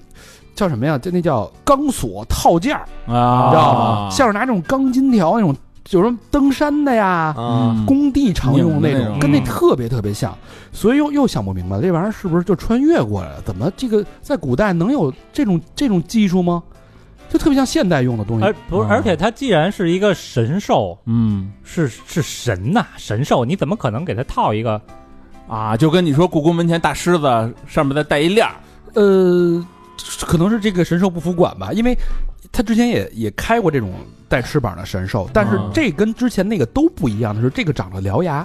[SPEAKER 1] 叫什么呀？就那叫钢索套件儿，
[SPEAKER 4] 啊，
[SPEAKER 1] 你知道吗？像是拿那种钢筋条那种，有什么登山的呀，
[SPEAKER 5] 啊，
[SPEAKER 4] 嗯
[SPEAKER 1] 工地常嗯用那
[SPEAKER 4] 拧的那
[SPEAKER 1] 种，
[SPEAKER 4] 种
[SPEAKER 1] 跟那
[SPEAKER 3] 嗯
[SPEAKER 1] 特别特别像，所以又又想不明白了，这玩意儿是不是就穿越过来了？怎么这个在古代能有这种这种技术吗？就特别像现代用的东西
[SPEAKER 3] 而，不是，
[SPEAKER 4] 嗯
[SPEAKER 3] 而且它既然是一个神兽，
[SPEAKER 4] 嗯
[SPEAKER 3] 是是神呐、神兽，你怎么可能给它套一个？
[SPEAKER 4] 啊，就跟你说故宫门前大狮子上面再带一链儿，
[SPEAKER 1] 呃，可能是这个神兽不服管吧，因为他之前也也开过这种带翅膀的神兽，但是
[SPEAKER 4] 嗯
[SPEAKER 1] 这跟之前那个都不一样的是，这个长了獠牙，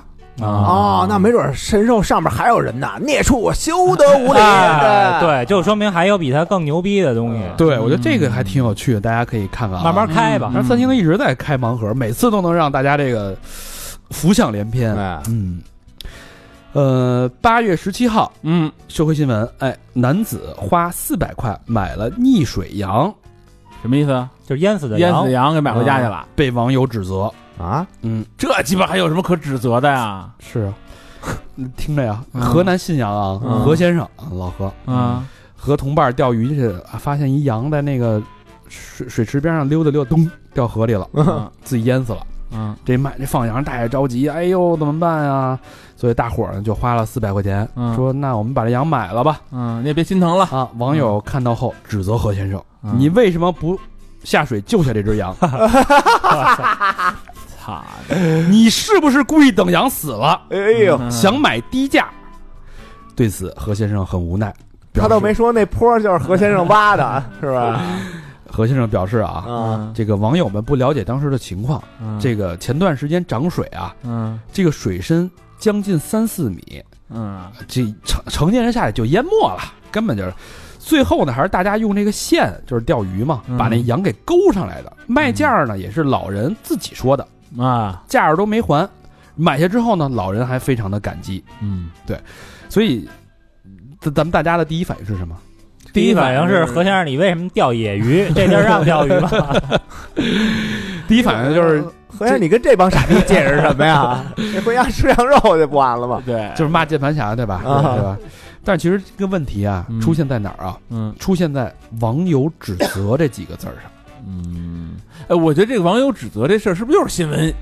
[SPEAKER 4] 啊
[SPEAKER 5] 哦，那没准神兽上面还有人呢，孽畜我休得 无礼。
[SPEAKER 3] 哎，，对，就说明还有比它更牛逼的东西，
[SPEAKER 1] 对我觉得这个还挺有趣的，大家可以嗯看看啊。
[SPEAKER 3] 慢慢开吧。
[SPEAKER 1] 但是三星一直在开盲盒，每次都能让大家这个浮想联翩。
[SPEAKER 5] 哎，
[SPEAKER 1] 嗯，呃，八月十七号，
[SPEAKER 4] 嗯
[SPEAKER 1] 社会新闻，哎，男子花四百块买了溺水羊，
[SPEAKER 4] 什么意思啊？
[SPEAKER 3] 就是淹死的
[SPEAKER 4] 淹死
[SPEAKER 3] 羊
[SPEAKER 4] 的，羊给买回家去了，
[SPEAKER 1] 被网友指责。
[SPEAKER 5] 啊，
[SPEAKER 1] 嗯，
[SPEAKER 4] 这鸡巴还有什么可指责的呀？
[SPEAKER 1] 是啊， 听着呀，河南信阳啊，
[SPEAKER 4] 嗯
[SPEAKER 1] 何先生，老何，嗯
[SPEAKER 4] 啊，
[SPEAKER 1] 和同伴钓鱼去，啊发现一羊在那个水水池边上溜达溜达，咚，掉河里了，
[SPEAKER 4] 嗯
[SPEAKER 1] 自己淹死了。
[SPEAKER 4] 嗯
[SPEAKER 1] 这卖这放羊大爷着急，哎呦，怎么办呀？所以大伙儿呢就花了四百块钱，
[SPEAKER 4] 嗯
[SPEAKER 1] 说那我们把这羊买了吧。
[SPEAKER 4] 嗯，你也别心疼了，
[SPEAKER 1] 啊！网友看到后啊指责何先生：“
[SPEAKER 4] 嗯
[SPEAKER 1] 你为什么不下水救下这只 羊？
[SPEAKER 4] 操，
[SPEAKER 1] 你是不是故意等羊死了，
[SPEAKER 5] 哎呦，
[SPEAKER 4] 嗯
[SPEAKER 1] 想买低价？”对此，何先生很无奈，表
[SPEAKER 5] 他
[SPEAKER 1] 示
[SPEAKER 5] 都没说那坡就是何先生挖的，是吧？
[SPEAKER 1] 何先生表示啊，
[SPEAKER 5] 啊，
[SPEAKER 1] 这个网友们不了解当时的情况。
[SPEAKER 4] 嗯
[SPEAKER 1] 这个前段时间涨水啊，
[SPEAKER 4] 嗯
[SPEAKER 1] 这个水深将近三四米，
[SPEAKER 4] 嗯
[SPEAKER 1] 这成成年人下去就淹没了，根本就是。最后呢，还是大家用这个线，就是钓鱼嘛，
[SPEAKER 4] 嗯
[SPEAKER 1] 把那羊给勾上来的。卖价呢，也是老人自己说的。
[SPEAKER 4] 啊
[SPEAKER 1] 价儿都没还。买下之后呢，老人还非常的感激。
[SPEAKER 4] 嗯，
[SPEAKER 1] 所以，咱咱们大家的第一反应是什么？
[SPEAKER 3] 第一反应是何先生，你为什么钓野鱼？这地儿让钓鱼吗？
[SPEAKER 1] 第一反应就是
[SPEAKER 5] 何先生，你跟这帮傻逼解释什么呀？ 你回家吃羊肉去不完了吗？
[SPEAKER 4] 对，
[SPEAKER 1] 就是骂键盘侠，对吧？
[SPEAKER 5] 啊
[SPEAKER 1] 对吧？但是其实这个问题啊，
[SPEAKER 4] 嗯
[SPEAKER 1] 出现在哪儿啊？
[SPEAKER 4] 嗯
[SPEAKER 1] 出现在“网友指责”这几个字儿上。
[SPEAKER 4] 嗯，哎，我觉得这个网友指责这事儿是不是又是新闻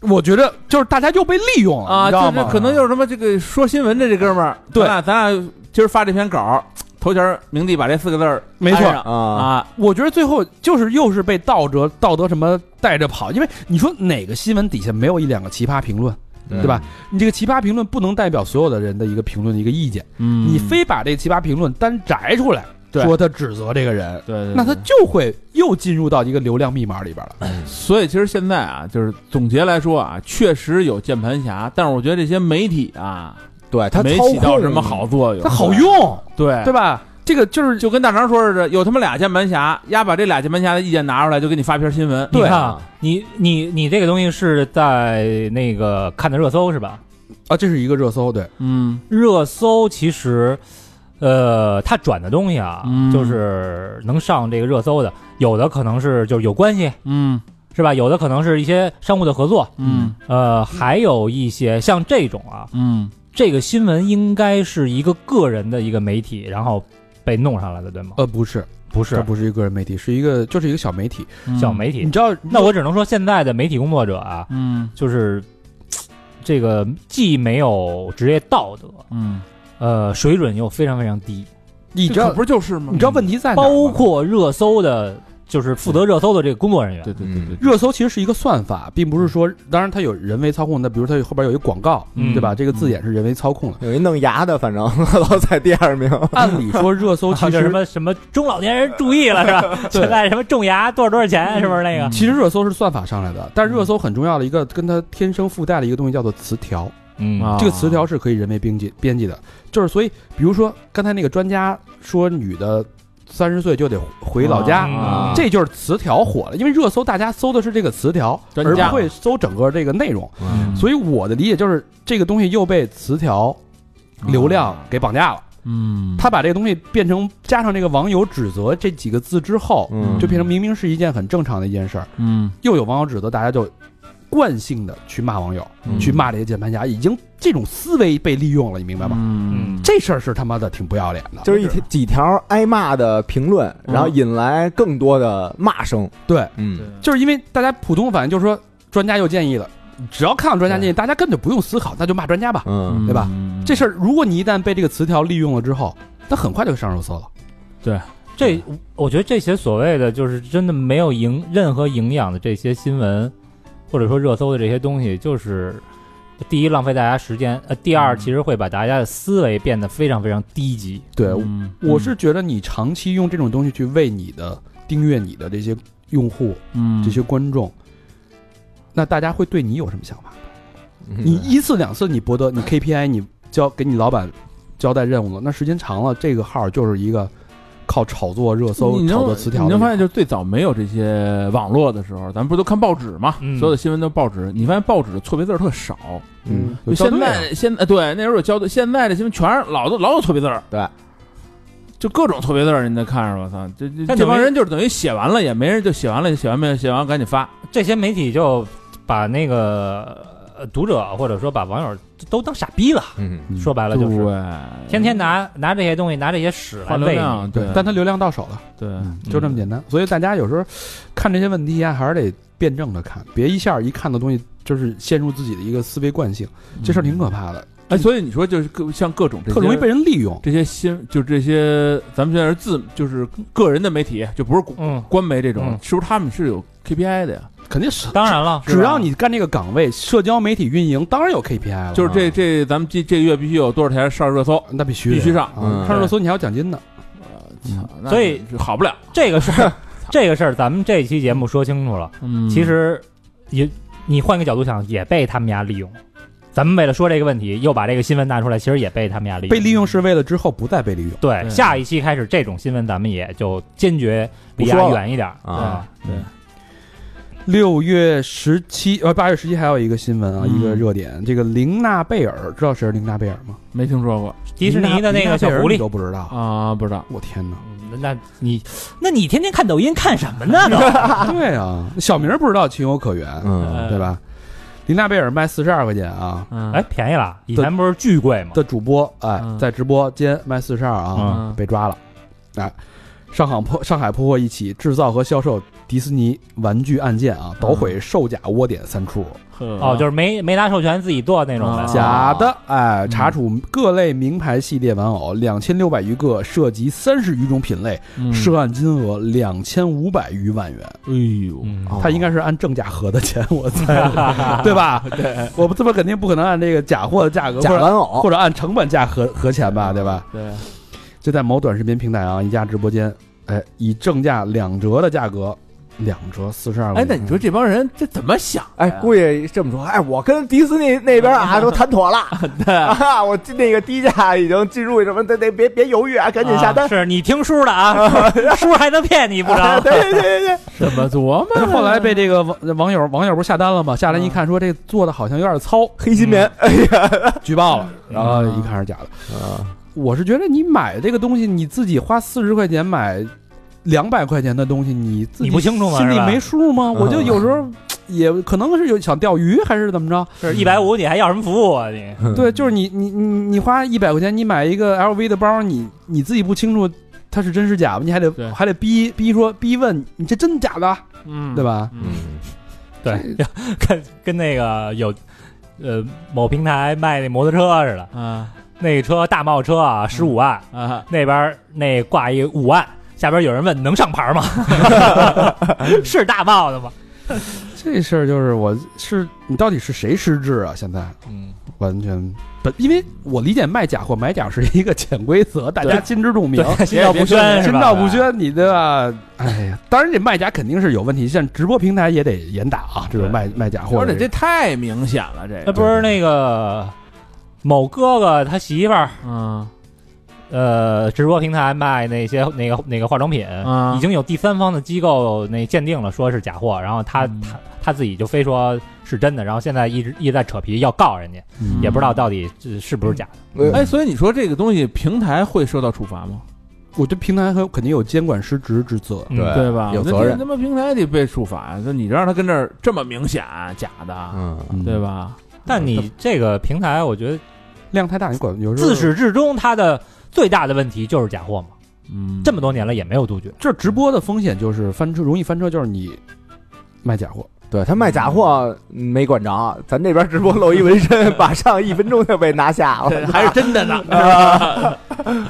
[SPEAKER 1] 我觉得就是大家又被利用了，你
[SPEAKER 4] 啊？
[SPEAKER 1] 知道
[SPEAKER 4] 就是
[SPEAKER 1] 吗？
[SPEAKER 4] 可能就是他妈这个说新闻的这哥们儿，
[SPEAKER 1] 对
[SPEAKER 4] 咱俩咱俩今儿发这篇稿儿，头前儿明帝把这四个字儿
[SPEAKER 1] 没错
[SPEAKER 4] 安上
[SPEAKER 5] 啊，
[SPEAKER 4] 啊，
[SPEAKER 1] 我觉得最后就是又是被道德道德什么带着跑，因为你说哪个新闻底下没有一两个奇葩评论？
[SPEAKER 5] 对
[SPEAKER 1] 吧？你这个奇葩评论不能代表所有的人的一个评论的一个意见。
[SPEAKER 4] 嗯
[SPEAKER 1] 你非把这奇葩评论单摘出来，
[SPEAKER 4] 对
[SPEAKER 1] 说他指责这个人，
[SPEAKER 4] 对对，
[SPEAKER 1] 那他
[SPEAKER 4] 对
[SPEAKER 1] 就会又进入到一个流量密码里边了。
[SPEAKER 4] 所以其实现在啊，就是总结来说啊，确实有键盘侠，但是我觉得这些媒体啊，
[SPEAKER 5] 对他
[SPEAKER 4] 没
[SPEAKER 5] 操
[SPEAKER 4] 起到
[SPEAKER 5] 控
[SPEAKER 4] 什么好作用，
[SPEAKER 1] 他好，用，
[SPEAKER 4] 对
[SPEAKER 1] 对。吧？这个就是
[SPEAKER 4] 就跟大肠说似的，有他妈俩键盘侠，丫把这俩键盘侠的意见拿出来，就给你发篇新闻。
[SPEAKER 3] 你
[SPEAKER 1] 对
[SPEAKER 3] 看啊，你你你这个东西是在那个看的热搜是吧？
[SPEAKER 1] 啊，这是一个热搜，对，
[SPEAKER 4] 嗯
[SPEAKER 3] 热搜其实，呃，它转的东西啊，
[SPEAKER 4] 嗯
[SPEAKER 3] 就是能上这个热搜的，有的可能是就是有关系，
[SPEAKER 4] 嗯
[SPEAKER 3] 是吧？有的可能是一些商务的合作，
[SPEAKER 4] 嗯
[SPEAKER 3] 呃，还有一些像这种啊，
[SPEAKER 4] 嗯，
[SPEAKER 3] 这个新闻应该是一个个人的一个媒体，然后被弄上来的，对吗？
[SPEAKER 1] 呃，不是，
[SPEAKER 3] 不
[SPEAKER 1] 这
[SPEAKER 3] 是
[SPEAKER 1] 不是一个个人媒体，是一个就是一个小媒体。
[SPEAKER 3] 小媒体
[SPEAKER 1] 你，知道，
[SPEAKER 3] 那我只能说现在的媒体工作者啊，
[SPEAKER 4] 嗯
[SPEAKER 3] 就是嘖这个既没有职业道德，
[SPEAKER 4] 嗯，
[SPEAKER 3] 呃，水准又非常非常低，
[SPEAKER 1] 你
[SPEAKER 4] 你
[SPEAKER 1] 知道
[SPEAKER 4] 不，就是吗
[SPEAKER 1] 你知道问题在哪儿吗
[SPEAKER 3] 包括热搜的就是负责热搜的这个工作人员。
[SPEAKER 4] 对对对对，
[SPEAKER 1] 热搜其实是一个算法，并不是说，当然它有人为操控的，比如它有后边有一广告，
[SPEAKER 3] 嗯
[SPEAKER 1] 对吧？这个字眼是人为操控的。
[SPEAKER 5] 有一弄牙的，反正 老在第二名。
[SPEAKER 1] 按理说热 搜
[SPEAKER 3] 啊
[SPEAKER 1] 其
[SPEAKER 3] 叫什
[SPEAKER 1] 实
[SPEAKER 3] 么什么中老年人注意了是吧？现在什么种牙多少多少钱是不是那个？
[SPEAKER 1] 其实热搜是算法上来的，
[SPEAKER 3] 嗯
[SPEAKER 1] 但是热搜很重要的一个跟它天生附带的一个东西叫做词条，
[SPEAKER 3] 嗯
[SPEAKER 4] 啊
[SPEAKER 1] 这个词条是可以人为编辑编辑的，就是所以，比如说刚才那个专家说女的三十岁就得回老家，
[SPEAKER 3] 啊
[SPEAKER 1] 这就是词条火了，因为热搜大家搜的是这个词条，
[SPEAKER 4] 专
[SPEAKER 1] 而
[SPEAKER 4] 家
[SPEAKER 1] 不会搜整个这个内容。
[SPEAKER 5] 嗯
[SPEAKER 1] 所以我的理解就是，这个东西又被词条流量
[SPEAKER 3] 啊
[SPEAKER 1] 给绑架了。
[SPEAKER 4] 嗯，
[SPEAKER 1] 他把这个东西变成加上这个网友指责这几个字之后，
[SPEAKER 5] 嗯
[SPEAKER 1] 就变成明明是一件很正常的一件事儿，
[SPEAKER 4] 嗯
[SPEAKER 1] 又有网友指责，大家就惯性的去骂网友，
[SPEAKER 4] 嗯
[SPEAKER 1] 去骂这些键盘侠，已经这种思维被利用了，你明白吗？
[SPEAKER 4] 嗯
[SPEAKER 1] 这事儿是他妈的挺不要脸的，
[SPEAKER 5] 就是一几条挨骂的评论，
[SPEAKER 4] 嗯
[SPEAKER 5] 然后引来更多的骂声。
[SPEAKER 1] 对，
[SPEAKER 5] 嗯，
[SPEAKER 1] 就是因为大家普通反应就是说，专家又建议了，只要看到专家建议，大家根本就不用思考，那就骂专家吧。
[SPEAKER 5] 嗯，
[SPEAKER 1] 对吧？这事儿如果你一旦被这个词条利用了之后，它很快就上热搜了。
[SPEAKER 3] 这我觉得这些所谓的就是真的没有营任何营养的这些新闻，或者说热搜的这些东西，就是第一浪费大家时间，呃，第二
[SPEAKER 4] 嗯
[SPEAKER 3] 其实会把大家的思维变得非常非常低级。
[SPEAKER 1] 对，
[SPEAKER 4] 嗯
[SPEAKER 2] 嗯
[SPEAKER 1] 我是觉得你长期用这种东西去为你的订阅你的这些用户、
[SPEAKER 4] 嗯
[SPEAKER 1] 这些观众，那大家会对你有什么想法？
[SPEAKER 5] 嗯
[SPEAKER 1] 你一次两次你博得你 KPI 你交给你老板交代任务了，那时间长了，这个号就是一个靠炒作热搜、
[SPEAKER 4] 你能
[SPEAKER 1] 炒作词条的
[SPEAKER 4] 你
[SPEAKER 1] 一个。
[SPEAKER 4] 能发现，就是最早没有这些网络的时候，咱们不都看报纸嘛？
[SPEAKER 3] 嗯
[SPEAKER 4] 所有的新闻都是报纸，你发现报纸错别字儿特少。
[SPEAKER 5] 嗯，
[SPEAKER 1] 有
[SPEAKER 4] 就
[SPEAKER 1] 校对
[SPEAKER 4] 现
[SPEAKER 1] 啊
[SPEAKER 4] 在现在对那时候有校对，现在的新闻全是老的老有错别字儿，
[SPEAKER 5] 对，
[SPEAKER 4] 就各种错别字儿，你再看着我操，这这
[SPEAKER 3] 但
[SPEAKER 4] 这
[SPEAKER 3] 等于
[SPEAKER 4] 帮人就是等于写完了也没人就写完了，写完没写完赶紧发，
[SPEAKER 3] 这些媒体就把那个呃读者或者说把网友都当傻逼了，
[SPEAKER 5] 嗯，
[SPEAKER 1] 嗯
[SPEAKER 3] 说白了就是
[SPEAKER 4] 对，
[SPEAKER 3] 天天拿拿这些东西拿这些屎来
[SPEAKER 4] 换流
[SPEAKER 3] 喂你。
[SPEAKER 4] 量，对，
[SPEAKER 1] 但它流量到手了，
[SPEAKER 4] 对，
[SPEAKER 3] 嗯
[SPEAKER 1] 就这么简单。所以大家有时候看这些问题啊，还是得辩证着看，别一下一看的东西就是陷入自己的一个思维惯性，这事儿挺可怕的，
[SPEAKER 4] 哎，所以你说就是各像各种这
[SPEAKER 1] 特
[SPEAKER 4] 些
[SPEAKER 1] 容易被人利用。
[SPEAKER 4] 这些新就这些，咱们现在是自就是个人的媒体，就不是官
[SPEAKER 3] 嗯，
[SPEAKER 4] 官媒这种，
[SPEAKER 3] 嗯
[SPEAKER 4] 是不是他们是有 KPI 的呀？
[SPEAKER 1] 肯定是，啊
[SPEAKER 3] 当然了，
[SPEAKER 1] 只要 你干这个岗位，社交媒体运营当然有 KPI 了，
[SPEAKER 4] 就是这这咱们这这个月必须有多少台上热搜，
[SPEAKER 1] 那必须
[SPEAKER 4] 必须上，
[SPEAKER 5] 嗯
[SPEAKER 1] 上热搜你还有奖金呢。
[SPEAKER 4] 操啊那
[SPEAKER 3] 所以
[SPEAKER 4] 是好不了。
[SPEAKER 3] 这个事儿，这个事儿咱们这期节目说清楚了。
[SPEAKER 4] 嗯
[SPEAKER 3] 其实也你换个角度想，也被他们家利用。咱们为了说这个问题，又把这个新闻拿出来，其实也被他们家利用。
[SPEAKER 1] 被利用是为了之后不再被利用。
[SPEAKER 3] 对，
[SPEAKER 4] 对
[SPEAKER 3] 下一期开始，这种新闻咱们也就坚决离
[SPEAKER 5] 不
[SPEAKER 3] 他
[SPEAKER 5] 说了
[SPEAKER 3] 远一点儿
[SPEAKER 5] 啊。
[SPEAKER 3] 对
[SPEAKER 4] 对
[SPEAKER 1] 六月十七，呃，八月十七还有一个新闻啊，
[SPEAKER 4] 嗯
[SPEAKER 1] 一个热点，这个玲娜贝尔，知道谁是玲娜贝尔吗？
[SPEAKER 4] 没听说过
[SPEAKER 3] 迪士尼的那
[SPEAKER 1] 玲娜
[SPEAKER 3] 个
[SPEAKER 1] 贝
[SPEAKER 3] 小
[SPEAKER 1] 尔
[SPEAKER 3] 狐
[SPEAKER 1] 你
[SPEAKER 3] 狸，
[SPEAKER 1] 都不知道，
[SPEAKER 4] 啊，不知道。
[SPEAKER 1] 我天哪！
[SPEAKER 3] 嗯那你那你天天看抖音看什么呢？都
[SPEAKER 1] 对啊，小名儿不知道情有可原，
[SPEAKER 5] 嗯，
[SPEAKER 1] 对吧？玲娜贝尔卖四十二块钱啊
[SPEAKER 4] 嗯
[SPEAKER 3] 呃哎，，便宜了，以前不是巨贵吗？
[SPEAKER 1] 的主播，哎，
[SPEAKER 4] 嗯
[SPEAKER 1] 在直播间卖四十二啊，
[SPEAKER 4] 嗯
[SPEAKER 1] 被抓了，哎。上海破上海破获一起制造和销售迪士尼玩具案件啊，捣毁售假窝点三处，
[SPEAKER 3] 哦，就是没没拿授权自己做那种
[SPEAKER 4] 啊
[SPEAKER 3] 的。
[SPEAKER 1] 假的，哎，查处各类名牌系列玩偶两千六百余个，涉及三十余种品类，
[SPEAKER 2] 嗯
[SPEAKER 4] 是，
[SPEAKER 1] 涉案金额两千五百余万元。
[SPEAKER 4] 哎呦，
[SPEAKER 3] 嗯
[SPEAKER 5] 哦
[SPEAKER 1] 他应该是按正价合的钱，我猜的，对吧？对，我不这么肯定不可能按这个假货的价格，
[SPEAKER 5] 假
[SPEAKER 1] 或者
[SPEAKER 5] 玩偶
[SPEAKER 1] 或，者按成本价合合钱吧，对吧？
[SPEAKER 4] 对，
[SPEAKER 1] 就在某短视频平台啊，一家直播间，哎，以正价两折的价格，两折四十二块
[SPEAKER 4] 哎
[SPEAKER 1] 钱。，
[SPEAKER 4] 那你说这帮人这怎么想的
[SPEAKER 5] 哎
[SPEAKER 4] 呀？，
[SPEAKER 5] 估计这么说，哎，我跟迪士尼那边啊都谈妥了， 啊，我那个低价已经进入什么，得得别别犹豫啊，赶紧下单
[SPEAKER 3] 啊。是你听叔的啊，叔还能骗你不
[SPEAKER 5] 啊
[SPEAKER 3] 着。
[SPEAKER 5] 对对对对，
[SPEAKER 4] 怎么琢磨？
[SPEAKER 1] 后来被这个网网友网友不是下单了吗？下单一看说这做的好像有点糙，嗯
[SPEAKER 5] 黑心棉
[SPEAKER 1] 举报了，哎
[SPEAKER 3] 嗯
[SPEAKER 1] 嗯然后一看是假的。
[SPEAKER 5] 啊，
[SPEAKER 1] 我是觉得你买这个东西，你自己花四十块钱买两百块钱的东西，你自己
[SPEAKER 3] 你不清楚吗
[SPEAKER 1] 心里
[SPEAKER 3] 是吧
[SPEAKER 1] 没数吗？
[SPEAKER 5] 嗯
[SPEAKER 1] 我就有时候也可能是有想钓鱼还是怎么着？
[SPEAKER 3] 是一百五，你还要什么服务啊你？
[SPEAKER 1] 对，就是你你你你花一百块钱你买一个 LV 的包，你你自己不清楚它是真是假吧？你还
[SPEAKER 4] 对
[SPEAKER 1] 得还得逼逼说逼问你这真假的，
[SPEAKER 4] 嗯
[SPEAKER 1] 对？吧？
[SPEAKER 5] 嗯，
[SPEAKER 3] 对， 跟跟那个有呃某平台卖那摩托车似的，
[SPEAKER 4] 啊
[SPEAKER 5] 嗯
[SPEAKER 3] 那车大贸车啊，十五万，
[SPEAKER 4] 啊，
[SPEAKER 3] 那边儿那挂一五万，下边有人问能上牌 吗？是大帽子吗？
[SPEAKER 1] 这事儿就是我是你到底是谁失智啊？现在
[SPEAKER 3] 嗯，
[SPEAKER 1] 完全本，因为我理解卖假货买假是一个潜规则，大家心知肚明，
[SPEAKER 3] 对，心照不宣是
[SPEAKER 1] 心
[SPEAKER 3] 吧？
[SPEAKER 1] 照不宣，啊你对吧？哎呀，当然这卖假肯定是有问题，像直播平台也得严打啊，这种卖卖假货
[SPEAKER 4] 而
[SPEAKER 1] 的人。
[SPEAKER 4] 且这太明显了，这
[SPEAKER 3] 那
[SPEAKER 4] 个
[SPEAKER 3] 不是那个某哥哥他媳妇儿，
[SPEAKER 4] 嗯
[SPEAKER 3] 呃，直播平台卖那些那个那个化妆品，
[SPEAKER 4] 啊
[SPEAKER 3] 已经有第三方的机构那鉴定了，说是假货，然后他、
[SPEAKER 4] 嗯
[SPEAKER 3] 他他自己就非说是真的，然后现在一直一直在扯皮要告人家，
[SPEAKER 1] 嗯
[SPEAKER 3] 也不知道到底是是不是假的。
[SPEAKER 4] 哎，所以你说这个东西平台会受到处罚吗？
[SPEAKER 1] 我觉得平台很肯定有监管失职之责，
[SPEAKER 3] 嗯
[SPEAKER 5] 对
[SPEAKER 4] 对吧？
[SPEAKER 5] 有
[SPEAKER 4] 哦那
[SPEAKER 5] 责
[SPEAKER 4] 这
[SPEAKER 5] 任
[SPEAKER 4] 他妈平台得被处罚，那你让他跟这儿这么明显啊假的，
[SPEAKER 5] 嗯，
[SPEAKER 1] 嗯
[SPEAKER 4] 对？吧？
[SPEAKER 3] 但你这个平台，我觉得
[SPEAKER 1] 量太大，你管有时候
[SPEAKER 3] 自始至终它的最大的问题就是假货嘛，
[SPEAKER 4] 嗯，
[SPEAKER 3] 这么多年了也没有杜绝。
[SPEAKER 1] 这直播的风险就是翻车，容易翻车就是你卖假货，
[SPEAKER 5] 对他卖假货没管着，咱这边直播露一纹身， 马上一分钟就被拿下了。
[SPEAKER 4] 还是真的呢，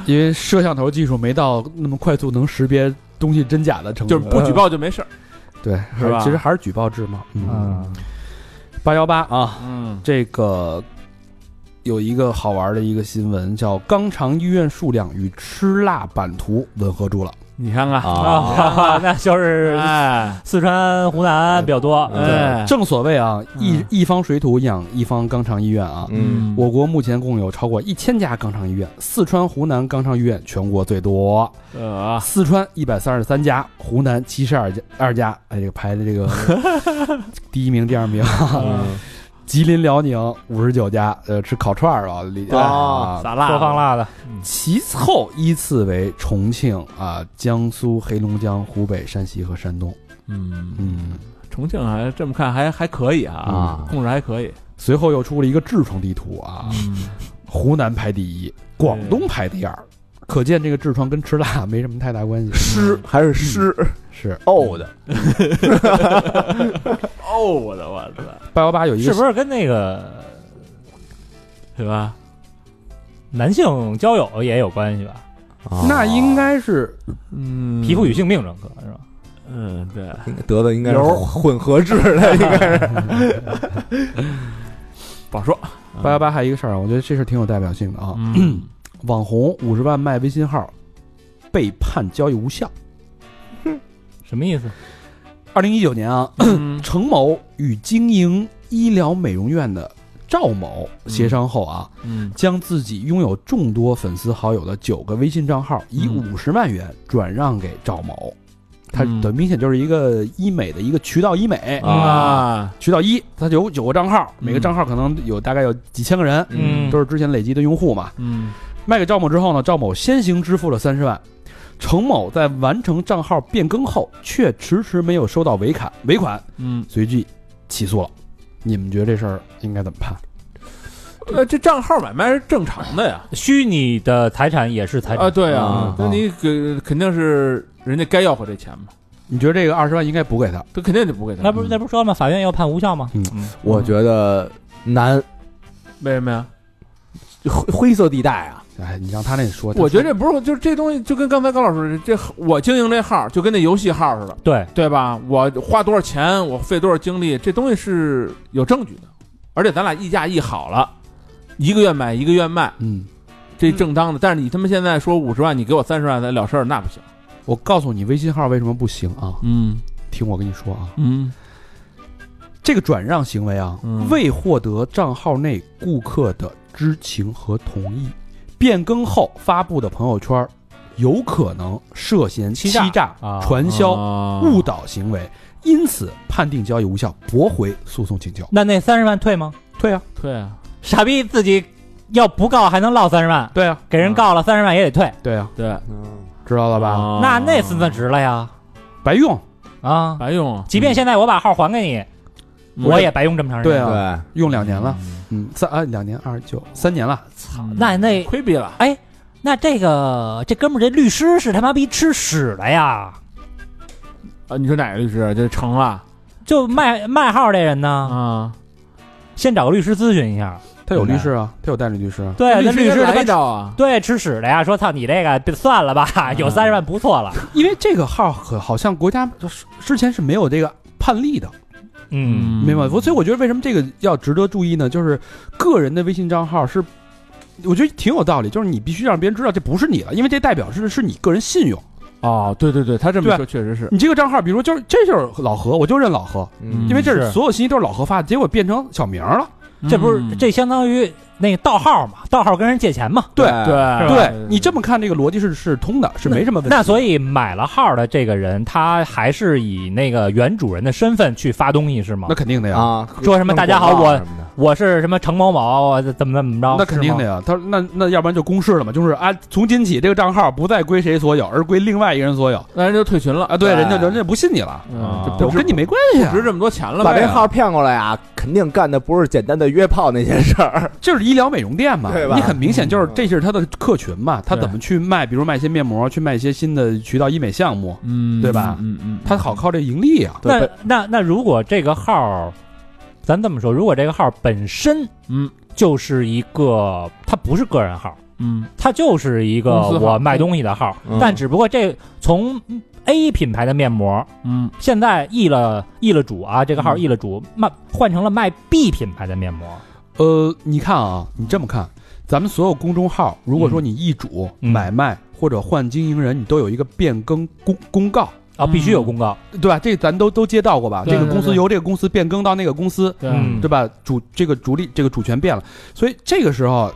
[SPEAKER 1] 因为摄像头技术没到那么快速能识别东西真假的程度，
[SPEAKER 4] 就是不举报就没事儿。
[SPEAKER 1] 呃对，
[SPEAKER 4] 是吧
[SPEAKER 1] 还其实还是举报制嘛。嗯，
[SPEAKER 5] 嗯
[SPEAKER 1] 八幺八啊，
[SPEAKER 4] 嗯
[SPEAKER 1] 这个有一个好玩的一个新闻，叫“肛肠医院数量与吃辣版图吻合住了
[SPEAKER 4] 你看看，
[SPEAKER 5] 啊，
[SPEAKER 3] 啊， 那就是
[SPEAKER 4] 哎，
[SPEAKER 3] 四川、湖南比较多。
[SPEAKER 4] 哎”。
[SPEAKER 1] 正所谓啊，一
[SPEAKER 4] 嗯
[SPEAKER 1] 一方水土养一方肛肠医院啊。
[SPEAKER 5] 嗯，
[SPEAKER 1] 我国目前共有超过一千家肛肠医院，四川、湖南肛肠医院全国最多，
[SPEAKER 4] 呃，
[SPEAKER 1] 四川一百三十三家，湖南七十二家二家，哎，这个排的这个第一名、第二名， 吉林、辽宁五十九家，呃，吃烤串儿啊，里
[SPEAKER 5] 哦
[SPEAKER 1] 啊，
[SPEAKER 4] 撒辣
[SPEAKER 3] 多放辣的，
[SPEAKER 1] 其后依次为重庆啊、江苏、黑龙江、湖北、山西和山东。
[SPEAKER 4] 嗯，
[SPEAKER 1] 嗯，
[SPEAKER 4] 重庆还这么看还还可以啊，
[SPEAKER 5] 啊，
[SPEAKER 4] 控制还可以。
[SPEAKER 1] 随后又出了一个痔疮地图啊，湖南排第一，广东排第二，可见这个痔疮跟吃辣没什么太大关 系。
[SPEAKER 5] 湿还是湿
[SPEAKER 1] 是
[SPEAKER 5] 呕的，
[SPEAKER 4] 哦，我的我操，
[SPEAKER 1] 八幺八有一
[SPEAKER 3] 是
[SPEAKER 1] 个
[SPEAKER 3] 不是跟那个
[SPEAKER 4] 是吧？
[SPEAKER 3] 男性交友也有关系吧？
[SPEAKER 5] 哦
[SPEAKER 1] 那应该是
[SPEAKER 4] 嗯
[SPEAKER 3] 皮肤与性病专科是吧？
[SPEAKER 4] 嗯，对，
[SPEAKER 5] 得的应该是混合制的，应该是
[SPEAKER 4] 不好说。
[SPEAKER 1] 八幺八还有一个事儿啊，我觉得这事儿挺有代表性的啊。
[SPEAKER 4] 嗯，
[SPEAKER 1] 网红五十万卖微信号被判交易无效。
[SPEAKER 3] 什么意思？
[SPEAKER 1] 二零一九年啊， 程某与经营医疗美容院的赵某协商后啊，
[SPEAKER 4] 嗯
[SPEAKER 1] 将自己拥有众多粉丝好友的九个微信账号，以
[SPEAKER 4] 嗯
[SPEAKER 1] 五十万元转让给赵某。他
[SPEAKER 4] 嗯
[SPEAKER 1] 等明显就是一个医美的一个渠道医美
[SPEAKER 5] 啊
[SPEAKER 4] 啊，
[SPEAKER 1] 渠道医，他有九个账号，每个
[SPEAKER 4] 嗯
[SPEAKER 1] 账号可能有大概有几千个人，
[SPEAKER 3] 嗯
[SPEAKER 1] 都是之前累积的用户嘛。
[SPEAKER 4] 嗯
[SPEAKER 1] 卖给赵某之后呢，赵某先行支付了三十万，程某在完成账号变更后，却迟迟没有收到尾款，尾款
[SPEAKER 4] 嗯，
[SPEAKER 1] 随即起诉了。你们觉得这事儿应该怎么判？
[SPEAKER 4] 呃，这账号买卖是正常的呀。
[SPEAKER 3] 虚拟的财产也是财产
[SPEAKER 4] 啊，对呀
[SPEAKER 5] 啊，
[SPEAKER 4] 那你给肯定是人家该要回这钱嘛，
[SPEAKER 1] 你觉得这个二十万应该补给他？
[SPEAKER 4] 他肯定得补给
[SPEAKER 3] 那
[SPEAKER 4] 他。
[SPEAKER 3] 不是那不是说了吗？法院要判无效吗？
[SPEAKER 1] 嗯
[SPEAKER 5] 我觉得难，
[SPEAKER 4] 为什么呀？
[SPEAKER 5] 灰灰色地带啊，
[SPEAKER 1] 哎，你让他那说，
[SPEAKER 4] 我觉得这不是，就是这东西就跟刚才高老师这，我经营这号就跟那游戏号似的，
[SPEAKER 3] 对，
[SPEAKER 4] 对吧？我花多少钱，我费多少精力，这东西是有证据的，而且咱俩议价议好了，一个月买一个月卖，
[SPEAKER 1] 嗯，
[SPEAKER 4] 这正当的。但是你他妈现在说五十万，你给我三十万咱了事儿，那不行。
[SPEAKER 1] 我告诉你微信号为什么不行啊？
[SPEAKER 4] 嗯
[SPEAKER 1] 听我跟你说啊，
[SPEAKER 4] 嗯
[SPEAKER 1] 这个转让行为啊，
[SPEAKER 4] 嗯
[SPEAKER 1] 未获得账号内顾客的知情和同意，变更后发布的朋友圈儿，有可能涉嫌欺
[SPEAKER 3] 欺诈啊
[SPEAKER 1] 传销、
[SPEAKER 4] 啊
[SPEAKER 1] 误导行为，因此判定交易无效，驳回诉讼请求。
[SPEAKER 3] 那那三十万退吗？
[SPEAKER 1] 退啊，
[SPEAKER 4] 对啊，
[SPEAKER 3] 傻逼自己要不告还能落三十万，
[SPEAKER 1] 对啊，
[SPEAKER 3] 给人告了三十万也得退，
[SPEAKER 1] 对啊，
[SPEAKER 4] 对，
[SPEAKER 5] 嗯
[SPEAKER 1] 知道了吧？
[SPEAKER 4] 啊
[SPEAKER 3] 那那次算值了呀
[SPEAKER 1] 白用，
[SPEAKER 3] 啊！
[SPEAKER 4] 白用啊，嗯
[SPEAKER 3] 即便现在我把号还给你，我也白用这么长时间。
[SPEAKER 1] 对啊
[SPEAKER 5] 对，
[SPEAKER 1] 用两年了，嗯，三啊两年二十九三年了，
[SPEAKER 4] 操
[SPEAKER 3] 那那
[SPEAKER 4] 亏逼了。
[SPEAKER 3] 哎，那这个这哥们儿这律师是他妈逼吃屎的呀！
[SPEAKER 4] 啊！你说哪个律师？这成了
[SPEAKER 3] 就卖卖号这人呢，
[SPEAKER 4] 啊？
[SPEAKER 3] 先找个律师咨询一下，
[SPEAKER 1] 他有律师啊，他有代理律师啊。
[SPEAKER 3] 对，那律师他
[SPEAKER 5] 来
[SPEAKER 3] 妈
[SPEAKER 5] 一刀啊，
[SPEAKER 3] 对吃屎的呀，说操你这个算了吧，有三十万不错了。
[SPEAKER 1] 因为这个号可好像国家就是之前是没有这个判例的，
[SPEAKER 3] 嗯，
[SPEAKER 1] 明白吗？所以我觉得为什么这个要值得注意呢？就是个人的微信账号是，我觉得挺有道理，就是你必须让别人知道这不是你的，因为这代表是是你个人信用。
[SPEAKER 4] 哦，对对对，他这么
[SPEAKER 1] 对
[SPEAKER 4] 说确实是，
[SPEAKER 1] 你这个账号，比如就是这就是老何，我就认老何，
[SPEAKER 4] 嗯
[SPEAKER 1] 因为这是
[SPEAKER 3] 是
[SPEAKER 1] 所有信息都是老何发的，结果变成小明了。
[SPEAKER 2] 嗯
[SPEAKER 3] 这不
[SPEAKER 4] 嗯
[SPEAKER 3] 是这相当于那个盗号嘛，盗号跟人借钱嘛。
[SPEAKER 1] 对
[SPEAKER 3] 对吧
[SPEAKER 1] 对你这么看，这个逻辑是是通的，是没什么问题。
[SPEAKER 3] 那所以买了号的这个人，他还是以那个原主人的身份去发东西是吗
[SPEAKER 1] 那？肯定的呀，
[SPEAKER 5] 啊，
[SPEAKER 3] 说什么大家好，
[SPEAKER 5] 弄广
[SPEAKER 3] 我
[SPEAKER 5] 告什么的
[SPEAKER 3] 我是什么程某某，我怎么怎么着？
[SPEAKER 1] 那肯定的
[SPEAKER 3] 啊是吗。
[SPEAKER 1] 呀。他说那那要不然就公示了嘛，就是啊，从今起这个账号不再归谁所有，而归另外一个人所有
[SPEAKER 4] 那人就退群了，
[SPEAKER 1] 啊。对，
[SPEAKER 5] 对
[SPEAKER 1] 人家人家不信你了，
[SPEAKER 4] 嗯
[SPEAKER 3] 啊
[SPEAKER 4] 这
[SPEAKER 1] 我
[SPEAKER 4] 不是
[SPEAKER 1] 跟你没关系啊
[SPEAKER 4] 值。这么多钱了呗，
[SPEAKER 5] 把这号骗过来啊，肯定干的不是简单的约炮那些事儿，
[SPEAKER 1] 就是医疗美容店嘛，
[SPEAKER 5] 对吧
[SPEAKER 1] 你很明显就是
[SPEAKER 5] 嗯
[SPEAKER 1] 这是他的客群嘛，他怎么去卖，比如卖一些面膜，去卖一些新的渠道医美项目，
[SPEAKER 4] 嗯，
[SPEAKER 1] 对吧
[SPEAKER 4] 嗯嗯，
[SPEAKER 1] 他好靠这盈利啊。
[SPEAKER 5] 对
[SPEAKER 3] 那那那如果这个号，咱这么说，如果这个号本身
[SPEAKER 4] 嗯
[SPEAKER 3] 就是一个，它不是个人号，
[SPEAKER 4] 嗯
[SPEAKER 3] 它就是一个
[SPEAKER 4] 公司号
[SPEAKER 3] 我卖东西的号，
[SPEAKER 5] 嗯
[SPEAKER 3] 但只不过这从 A 品牌的面膜，
[SPEAKER 4] 嗯，
[SPEAKER 3] 现在易了易了主啊，这个号
[SPEAKER 4] 嗯
[SPEAKER 3] 易了主卖换成了卖 B 品牌的面膜，啊
[SPEAKER 1] 呃，你看啊，你这么看，咱们所有公众号，如果说你易主、
[SPEAKER 3] 嗯
[SPEAKER 1] 买卖或者换经营人，你都有一个变更公公告，
[SPEAKER 3] 啊，必须有
[SPEAKER 4] 嗯
[SPEAKER 3] 公告，
[SPEAKER 1] 对吧？这咱都都接到过吧？
[SPEAKER 4] 对
[SPEAKER 1] 这个
[SPEAKER 4] 对
[SPEAKER 1] 公司
[SPEAKER 4] 对
[SPEAKER 1] 由这个公司变更到那个公司，
[SPEAKER 4] 对
[SPEAKER 3] 嗯
[SPEAKER 1] 对吧？主这个主力这个主权变了，所以这个时候，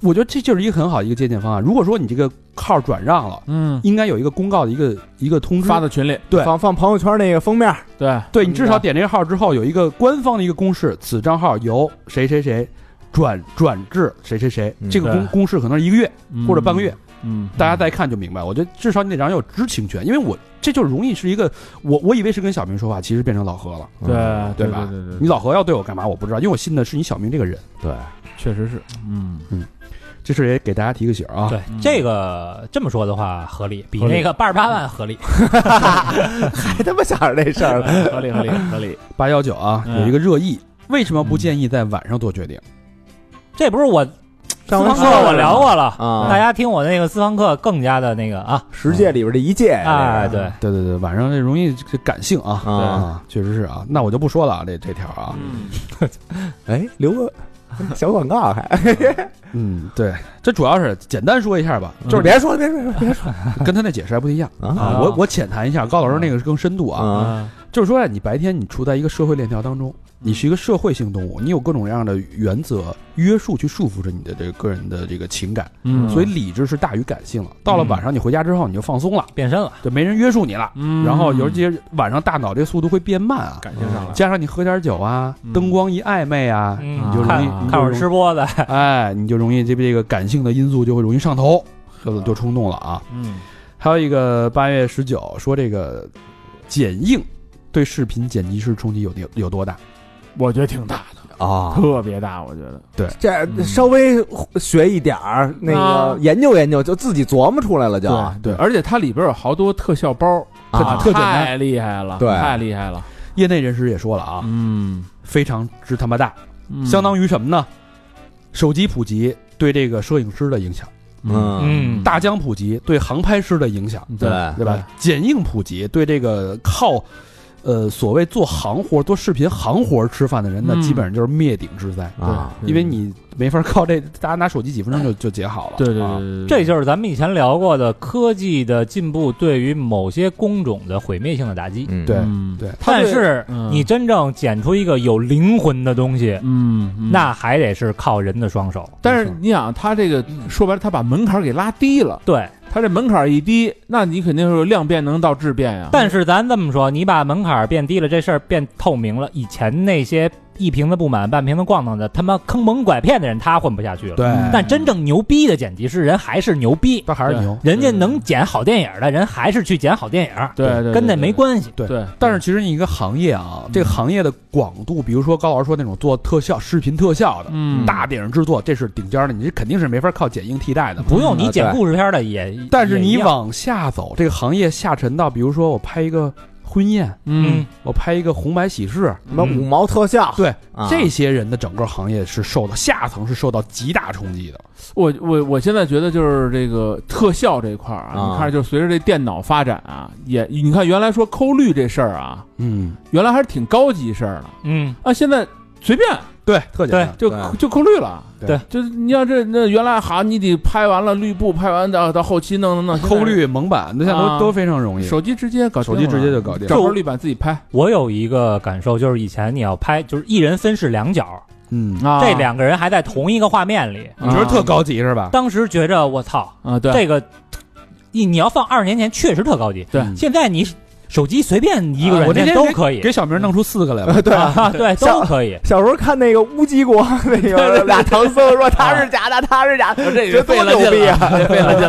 [SPEAKER 1] 我觉得这就是一个很好的一个借鉴方案。如果说你这个号转让了。
[SPEAKER 4] 嗯，
[SPEAKER 1] 应该有一个公告的一个一个通知
[SPEAKER 4] 发到群里，
[SPEAKER 1] 对
[SPEAKER 5] 放放朋友圈那个封面，
[SPEAKER 4] 对，
[SPEAKER 1] 对你至少点这个号之后有一个官方的一个公示，此账号由谁谁谁转转至谁谁谁，
[SPEAKER 5] 嗯
[SPEAKER 1] 这个公
[SPEAKER 4] 对
[SPEAKER 1] 公示可能是一个月或者半个月，，
[SPEAKER 4] 嗯，
[SPEAKER 1] 大家再看就明白。我觉得至少你得让人有知情权，因为我这就容易是一个我我以为是跟小明说话，其实变成老何了。
[SPEAKER 3] 嗯
[SPEAKER 4] 对
[SPEAKER 1] 对吧
[SPEAKER 4] 吧？对对
[SPEAKER 1] 你老何要对我干嘛？我不知道，因为我信的是你小明这个人。
[SPEAKER 5] 对，
[SPEAKER 4] 确实是，嗯，
[SPEAKER 1] 这事也给大家提个醒啊。
[SPEAKER 3] 对，
[SPEAKER 4] 嗯
[SPEAKER 3] 这个这么说的话合理，比
[SPEAKER 4] 合理
[SPEAKER 3] 那个八十八万合理，
[SPEAKER 5] 还他妈想着这事儿了，
[SPEAKER 4] 合理合理合理，
[SPEAKER 1] 八幺九啊，
[SPEAKER 4] 嗯
[SPEAKER 1] 有一个热议，为什么不建议在晚上做决定？
[SPEAKER 3] 这不是我
[SPEAKER 5] 上回
[SPEAKER 3] 私
[SPEAKER 5] 说
[SPEAKER 3] 房课
[SPEAKER 5] 了
[SPEAKER 3] 我聊过了，
[SPEAKER 5] 啊
[SPEAKER 3] 大家听我那个私房课更加的那个啊，
[SPEAKER 5] 十届里边的一啊届，
[SPEAKER 3] 哎对，
[SPEAKER 1] 对对对，晚上这容易这感性啊
[SPEAKER 5] 啊
[SPEAKER 1] 确实是啊。那我就不说了啊，这这条啊，
[SPEAKER 4] 嗯，
[SPEAKER 5] 哎，留个小广告 还，
[SPEAKER 1] 嗯，对，这主要是简单说一下吧，就是
[SPEAKER 5] 别说了，别说了，别说了
[SPEAKER 1] 跟他那解释还不一样
[SPEAKER 5] 啊
[SPEAKER 1] 啊。
[SPEAKER 3] 啊
[SPEAKER 1] 我我浅谈一下，高老师那个是更深度啊，
[SPEAKER 5] 啊，
[SPEAKER 1] 就是说呀，你白天你处在一个社会链条当中，你是一个社会性动物，你有各种各样的原则约束去束缚着你的这个个人的这个情感，
[SPEAKER 4] 嗯
[SPEAKER 1] 所以理智是大于感性了。到了晚上你回家之后你就放松了，
[SPEAKER 3] 变身了，
[SPEAKER 1] 就没人约束你了。
[SPEAKER 4] 嗯
[SPEAKER 1] 然后尤其是晚上大脑这个速度会变慢啊，
[SPEAKER 4] 感情上了，
[SPEAKER 1] 加上你喝点酒啊，
[SPEAKER 4] 嗯
[SPEAKER 1] 灯光一暧昧啊，
[SPEAKER 3] 嗯
[SPEAKER 4] 你
[SPEAKER 1] 就容易
[SPEAKER 3] 看
[SPEAKER 1] 你
[SPEAKER 3] 看
[SPEAKER 1] 就
[SPEAKER 3] 会
[SPEAKER 1] 容
[SPEAKER 3] 儿
[SPEAKER 1] 易
[SPEAKER 3] 吃播的，
[SPEAKER 1] 哎，你就容易这这个感性的因素就会容易上头，就就冲动了啊。
[SPEAKER 4] 嗯
[SPEAKER 1] 还有一个八月十九说这个剪映对视频剪辑师冲击有有有多大？
[SPEAKER 4] 我觉得挺大的，
[SPEAKER 5] 啊，嗯
[SPEAKER 4] 特别大，我觉得，
[SPEAKER 5] 这稍微学一点儿，那个
[SPEAKER 4] 啊
[SPEAKER 5] 研究研究，就自己琢磨出来了，就
[SPEAKER 1] 对
[SPEAKER 4] 而且它里边有好多特效包，
[SPEAKER 5] 啊
[SPEAKER 4] 啊
[SPEAKER 1] 特简单
[SPEAKER 4] 太厉害了，
[SPEAKER 5] 对
[SPEAKER 4] 太厉害了，
[SPEAKER 1] 业内人士也说了啊，
[SPEAKER 4] 嗯，
[SPEAKER 1] 非常之他妈大，相当
[SPEAKER 4] 于
[SPEAKER 1] 于什么呢？手机普及对这个摄影师的影响，
[SPEAKER 3] 嗯
[SPEAKER 1] 大疆普及对航拍师的影响，
[SPEAKER 5] 对，
[SPEAKER 1] 对吧？剪映普及对这个靠。呃，所谓做行活、做视频行活吃饭的人，那
[SPEAKER 4] 嗯
[SPEAKER 1] 基本上就是灭顶之灾。
[SPEAKER 5] 啊，
[SPEAKER 1] 因为你没法靠这，大家拿手机几分钟就就截好了。
[SPEAKER 4] 对对
[SPEAKER 1] 啊
[SPEAKER 4] 对对，
[SPEAKER 3] 这就是咱们以前聊过的科技的进步对于某些工种的毁灭性的打击。
[SPEAKER 5] 嗯
[SPEAKER 1] 对
[SPEAKER 4] 嗯
[SPEAKER 1] 对，他
[SPEAKER 3] 但
[SPEAKER 1] 对
[SPEAKER 3] 是
[SPEAKER 4] 嗯
[SPEAKER 3] 你真正剪出一个有灵魂的东西，
[SPEAKER 4] 嗯，嗯
[SPEAKER 3] 那还得是靠人的双手。
[SPEAKER 4] 但是你想，他这个说白了，他把门槛给拉低了。
[SPEAKER 3] 对，
[SPEAKER 4] 他这门槛一低，那你肯定是量变能到质变呀。
[SPEAKER 3] 但是咱这么说，你把门槛变低了，这事儿变透明了。以前那些一瓶子不满半瓶子逛荡的，他妈坑蒙拐骗的人，他混不下去了。
[SPEAKER 1] 对，
[SPEAKER 3] 但真正牛逼的剪辑师，人还是牛逼，
[SPEAKER 1] 他还是
[SPEAKER 4] 对
[SPEAKER 1] 牛。
[SPEAKER 3] 人家能剪好电影的人，还是去剪好电影，
[SPEAKER 4] 对对对
[SPEAKER 3] 跟那没
[SPEAKER 4] 系。
[SPEAKER 3] 关系。
[SPEAKER 1] 对
[SPEAKER 4] 对，
[SPEAKER 1] 但是其实你一个行业啊，这个行业的广度，比如说高老师说那种做特效、视频特效的，
[SPEAKER 4] 嗯
[SPEAKER 1] 大电影制作，这是顶尖的，你这肯定是没法靠剪映替代的嘛。
[SPEAKER 3] 不用
[SPEAKER 5] 嗯
[SPEAKER 3] 你
[SPEAKER 5] 啊
[SPEAKER 3] 剪
[SPEAKER 5] 对
[SPEAKER 3] 故事片的也，
[SPEAKER 1] 但是
[SPEAKER 3] 也一
[SPEAKER 1] 你
[SPEAKER 3] 样
[SPEAKER 1] 往下走，这个行业下沉到，比如说我拍一个婚宴，
[SPEAKER 3] 嗯，
[SPEAKER 1] 我拍一个红白喜事，
[SPEAKER 5] 什么五毛特效，
[SPEAKER 1] 对，
[SPEAKER 5] 啊
[SPEAKER 1] 这些人的整个行业是受到下层是受到极大冲击的。
[SPEAKER 4] 我我我现在觉得就是这个特效这一块儿
[SPEAKER 5] 啊
[SPEAKER 4] 啊，你看就随着这电脑发展啊，也你看原来说抠绿这事儿啊，
[SPEAKER 1] 嗯，
[SPEAKER 4] 原来还是挺高级事儿的
[SPEAKER 3] 嗯，
[SPEAKER 4] 啊，现在随便
[SPEAKER 1] 对，
[SPEAKER 5] 特简单，
[SPEAKER 4] 就
[SPEAKER 5] 对
[SPEAKER 4] 就抠绿了。
[SPEAKER 1] 对，
[SPEAKER 4] 就是你要这那原来好，你得拍完了绿布，拍完到到后期弄弄弄
[SPEAKER 1] 抠，绿蒙版，那现在都
[SPEAKER 4] 啊
[SPEAKER 1] 都非常容易，
[SPEAKER 4] 手机直接搞定
[SPEAKER 1] 手
[SPEAKER 4] 了，
[SPEAKER 1] 机直接就搞定。
[SPEAKER 4] 整个绿版自己拍
[SPEAKER 3] 我有一个感受，就是以前你要拍，就是一人分饰两角，
[SPEAKER 1] 嗯，
[SPEAKER 4] 啊
[SPEAKER 3] 这两个人还在同一个画面里，
[SPEAKER 1] 你觉得特高级是吧？
[SPEAKER 3] 当时觉着我操，
[SPEAKER 4] 啊，对，
[SPEAKER 3] 这个你你要放二十年前确实特高级，
[SPEAKER 4] 对
[SPEAKER 1] 嗯
[SPEAKER 3] 现在你手机随便一个
[SPEAKER 1] 啊我
[SPEAKER 3] 软
[SPEAKER 1] 那
[SPEAKER 3] 件
[SPEAKER 1] 天
[SPEAKER 3] 都可以，
[SPEAKER 1] 给小明弄出四个来吧。
[SPEAKER 5] 对。
[SPEAKER 3] 啊，对，
[SPEAKER 5] 像
[SPEAKER 3] 都可以。
[SPEAKER 5] 小时候看那个乌鸡国 那个俩唐僧说他是假的，他是假的，
[SPEAKER 4] 啊这
[SPEAKER 5] 这多牛逼啊！
[SPEAKER 4] 费了劲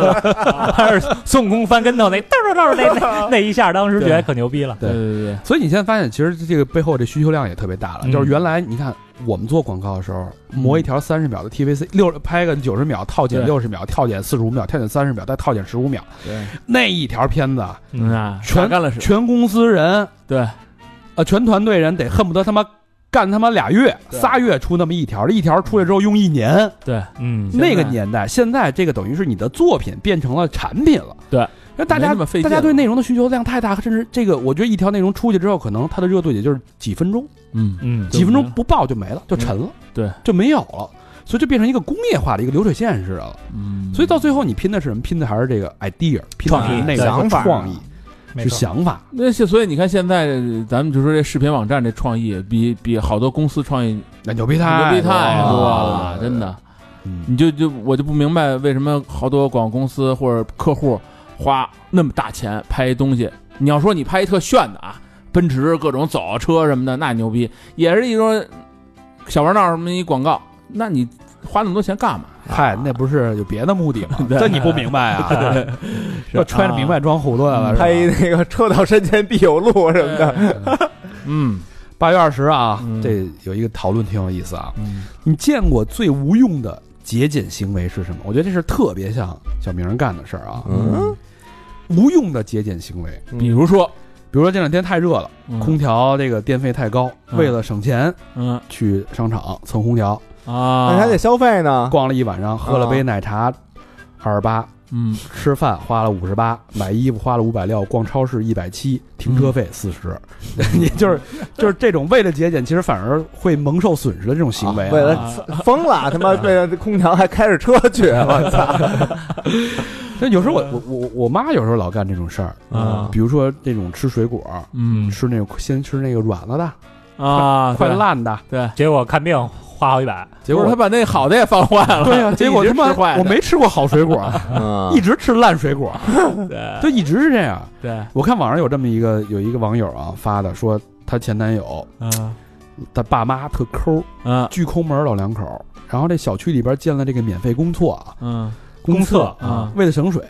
[SPEAKER 4] 了，
[SPEAKER 3] 还是孙悟空翻跟头那嘚儿嘚儿那那那一下，当时觉得可牛逼了。
[SPEAKER 1] 对
[SPEAKER 4] 对对对，
[SPEAKER 1] 所以你现在发现，其实这个背后这需求量也特别大了。
[SPEAKER 3] 嗯
[SPEAKER 1] 就是原来你看我们做广告的时候，磨一条三十秒的 TVC，六拍个九十秒，套减
[SPEAKER 4] 嗯对
[SPEAKER 1] 六十秒，套减四十五秒，套减三十秒，再套减十五秒，
[SPEAKER 4] 对，
[SPEAKER 1] 那一条片子啊
[SPEAKER 4] 嗯啊，
[SPEAKER 1] 全
[SPEAKER 4] 干了事，
[SPEAKER 1] 全公司人
[SPEAKER 4] 对，
[SPEAKER 1] 呃全团队人得恨不得他妈干他妈俩月
[SPEAKER 4] 对
[SPEAKER 1] 仨月出那么一条，一条出来之后用一年。
[SPEAKER 3] 嗯
[SPEAKER 4] 现在
[SPEAKER 1] 那个年代，现在这个等于是你的作品变成了产品了。
[SPEAKER 4] 对，
[SPEAKER 1] 那大
[SPEAKER 4] 没
[SPEAKER 1] 家
[SPEAKER 4] 那么费劲
[SPEAKER 1] 大家对内容的需求量太大，甚至这个我觉得一条内容出去之后，可能它的热度也就是几分钟。
[SPEAKER 4] 嗯，
[SPEAKER 3] 嗯
[SPEAKER 1] 几分钟不爆就没了，就沉了，
[SPEAKER 4] 对，
[SPEAKER 1] 就没有了，所以就变成一个工业化的一个流水线似的了。
[SPEAKER 4] 嗯
[SPEAKER 1] 所以到最后你拼的是什么？拼的还是这个 idea，拼的
[SPEAKER 3] 创意
[SPEAKER 1] 是内
[SPEAKER 5] 想
[SPEAKER 1] 容
[SPEAKER 5] 法
[SPEAKER 1] 和创意，
[SPEAKER 3] 没
[SPEAKER 1] 是
[SPEAKER 3] 错
[SPEAKER 1] 想法。
[SPEAKER 4] 那些，所以你看，现在咱们就说这视频网站这创意，比比好多公司创意
[SPEAKER 1] 那牛逼
[SPEAKER 4] 牛
[SPEAKER 1] 太
[SPEAKER 4] 逼太
[SPEAKER 1] 多
[SPEAKER 4] 多
[SPEAKER 1] 了
[SPEAKER 4] 了，真的。
[SPEAKER 1] 嗯，
[SPEAKER 4] 你就就我就不明白为什么好多广告公司或者客户花那么大钱拍一东西。你要说你拍一特炫的啊，奔驰各种走车什么的，那牛逼，也是一种小玩闹什么一广告，那你花那么多钱干嘛？
[SPEAKER 1] 嗨，那不是有别的目的 吗？这你不明白啊？
[SPEAKER 4] 是
[SPEAKER 1] 要揣着明白装糊涂了，是吧
[SPEAKER 5] 拍一哎那个车到山前必有路什么的，
[SPEAKER 4] 的， 嗯
[SPEAKER 1] 八月二十啊
[SPEAKER 4] 嗯，
[SPEAKER 1] 这有一个讨论挺有意思啊。
[SPEAKER 4] 嗯
[SPEAKER 1] 你见过最无用的节俭行为是什么？我觉得这是特别像小明干的事儿啊，
[SPEAKER 5] 嗯，
[SPEAKER 1] 无用的节俭行为。
[SPEAKER 4] 比如说
[SPEAKER 1] 比如说这两天太热了，空调这个电费太高，
[SPEAKER 4] 嗯
[SPEAKER 1] 为了省钱
[SPEAKER 4] 嗯
[SPEAKER 1] 去商场蹭空调，
[SPEAKER 4] 啊，
[SPEAKER 5] 那还得消费呢，
[SPEAKER 1] 逛了一晚上，喝了杯奶茶，二十八，
[SPEAKER 4] 嗯
[SPEAKER 1] 吃饭花了五十八，买衣服花了五百六，逛超市一百七，停车
[SPEAKER 4] 嗯
[SPEAKER 1] 费四十。 你就是就是这种为了节俭，其实反而会蒙受损失的这种行为啊、
[SPEAKER 5] 为了疯了，他妈为了空调还开着车去， 我操！
[SPEAKER 1] 但有时候我我我我妈有时候老干这种事儿，
[SPEAKER 4] 嗯啊
[SPEAKER 1] 比如说这种吃水果，
[SPEAKER 4] 嗯
[SPEAKER 1] 吃那种先吃那个软了的，
[SPEAKER 4] 啊，
[SPEAKER 3] 嗯
[SPEAKER 1] 快
[SPEAKER 4] 对
[SPEAKER 1] 烂的，
[SPEAKER 4] 对，
[SPEAKER 3] 结果看病花好几百，
[SPEAKER 1] 结果
[SPEAKER 4] 不是他把那好的也放坏了，
[SPEAKER 1] 对呀、啊结果他
[SPEAKER 4] 一直吃
[SPEAKER 1] 妈
[SPEAKER 4] 坏的啊
[SPEAKER 1] 我没吃过好水果，
[SPEAKER 5] 嗯
[SPEAKER 1] 一直吃烂水果，
[SPEAKER 4] 对
[SPEAKER 1] 就一直是这样。
[SPEAKER 4] 对，
[SPEAKER 1] 我看网上有这么一个有一个网友啊发的，说她前男友
[SPEAKER 4] 嗯
[SPEAKER 1] 他爸妈特抠，
[SPEAKER 3] 啊
[SPEAKER 4] 嗯
[SPEAKER 1] 巨抠门儿老两口儿，然后这小区里边建了这个免费公厕啊，
[SPEAKER 4] 嗯，
[SPEAKER 1] 公厕
[SPEAKER 4] 公
[SPEAKER 1] 啊
[SPEAKER 4] 厕啊，
[SPEAKER 1] 为了省水，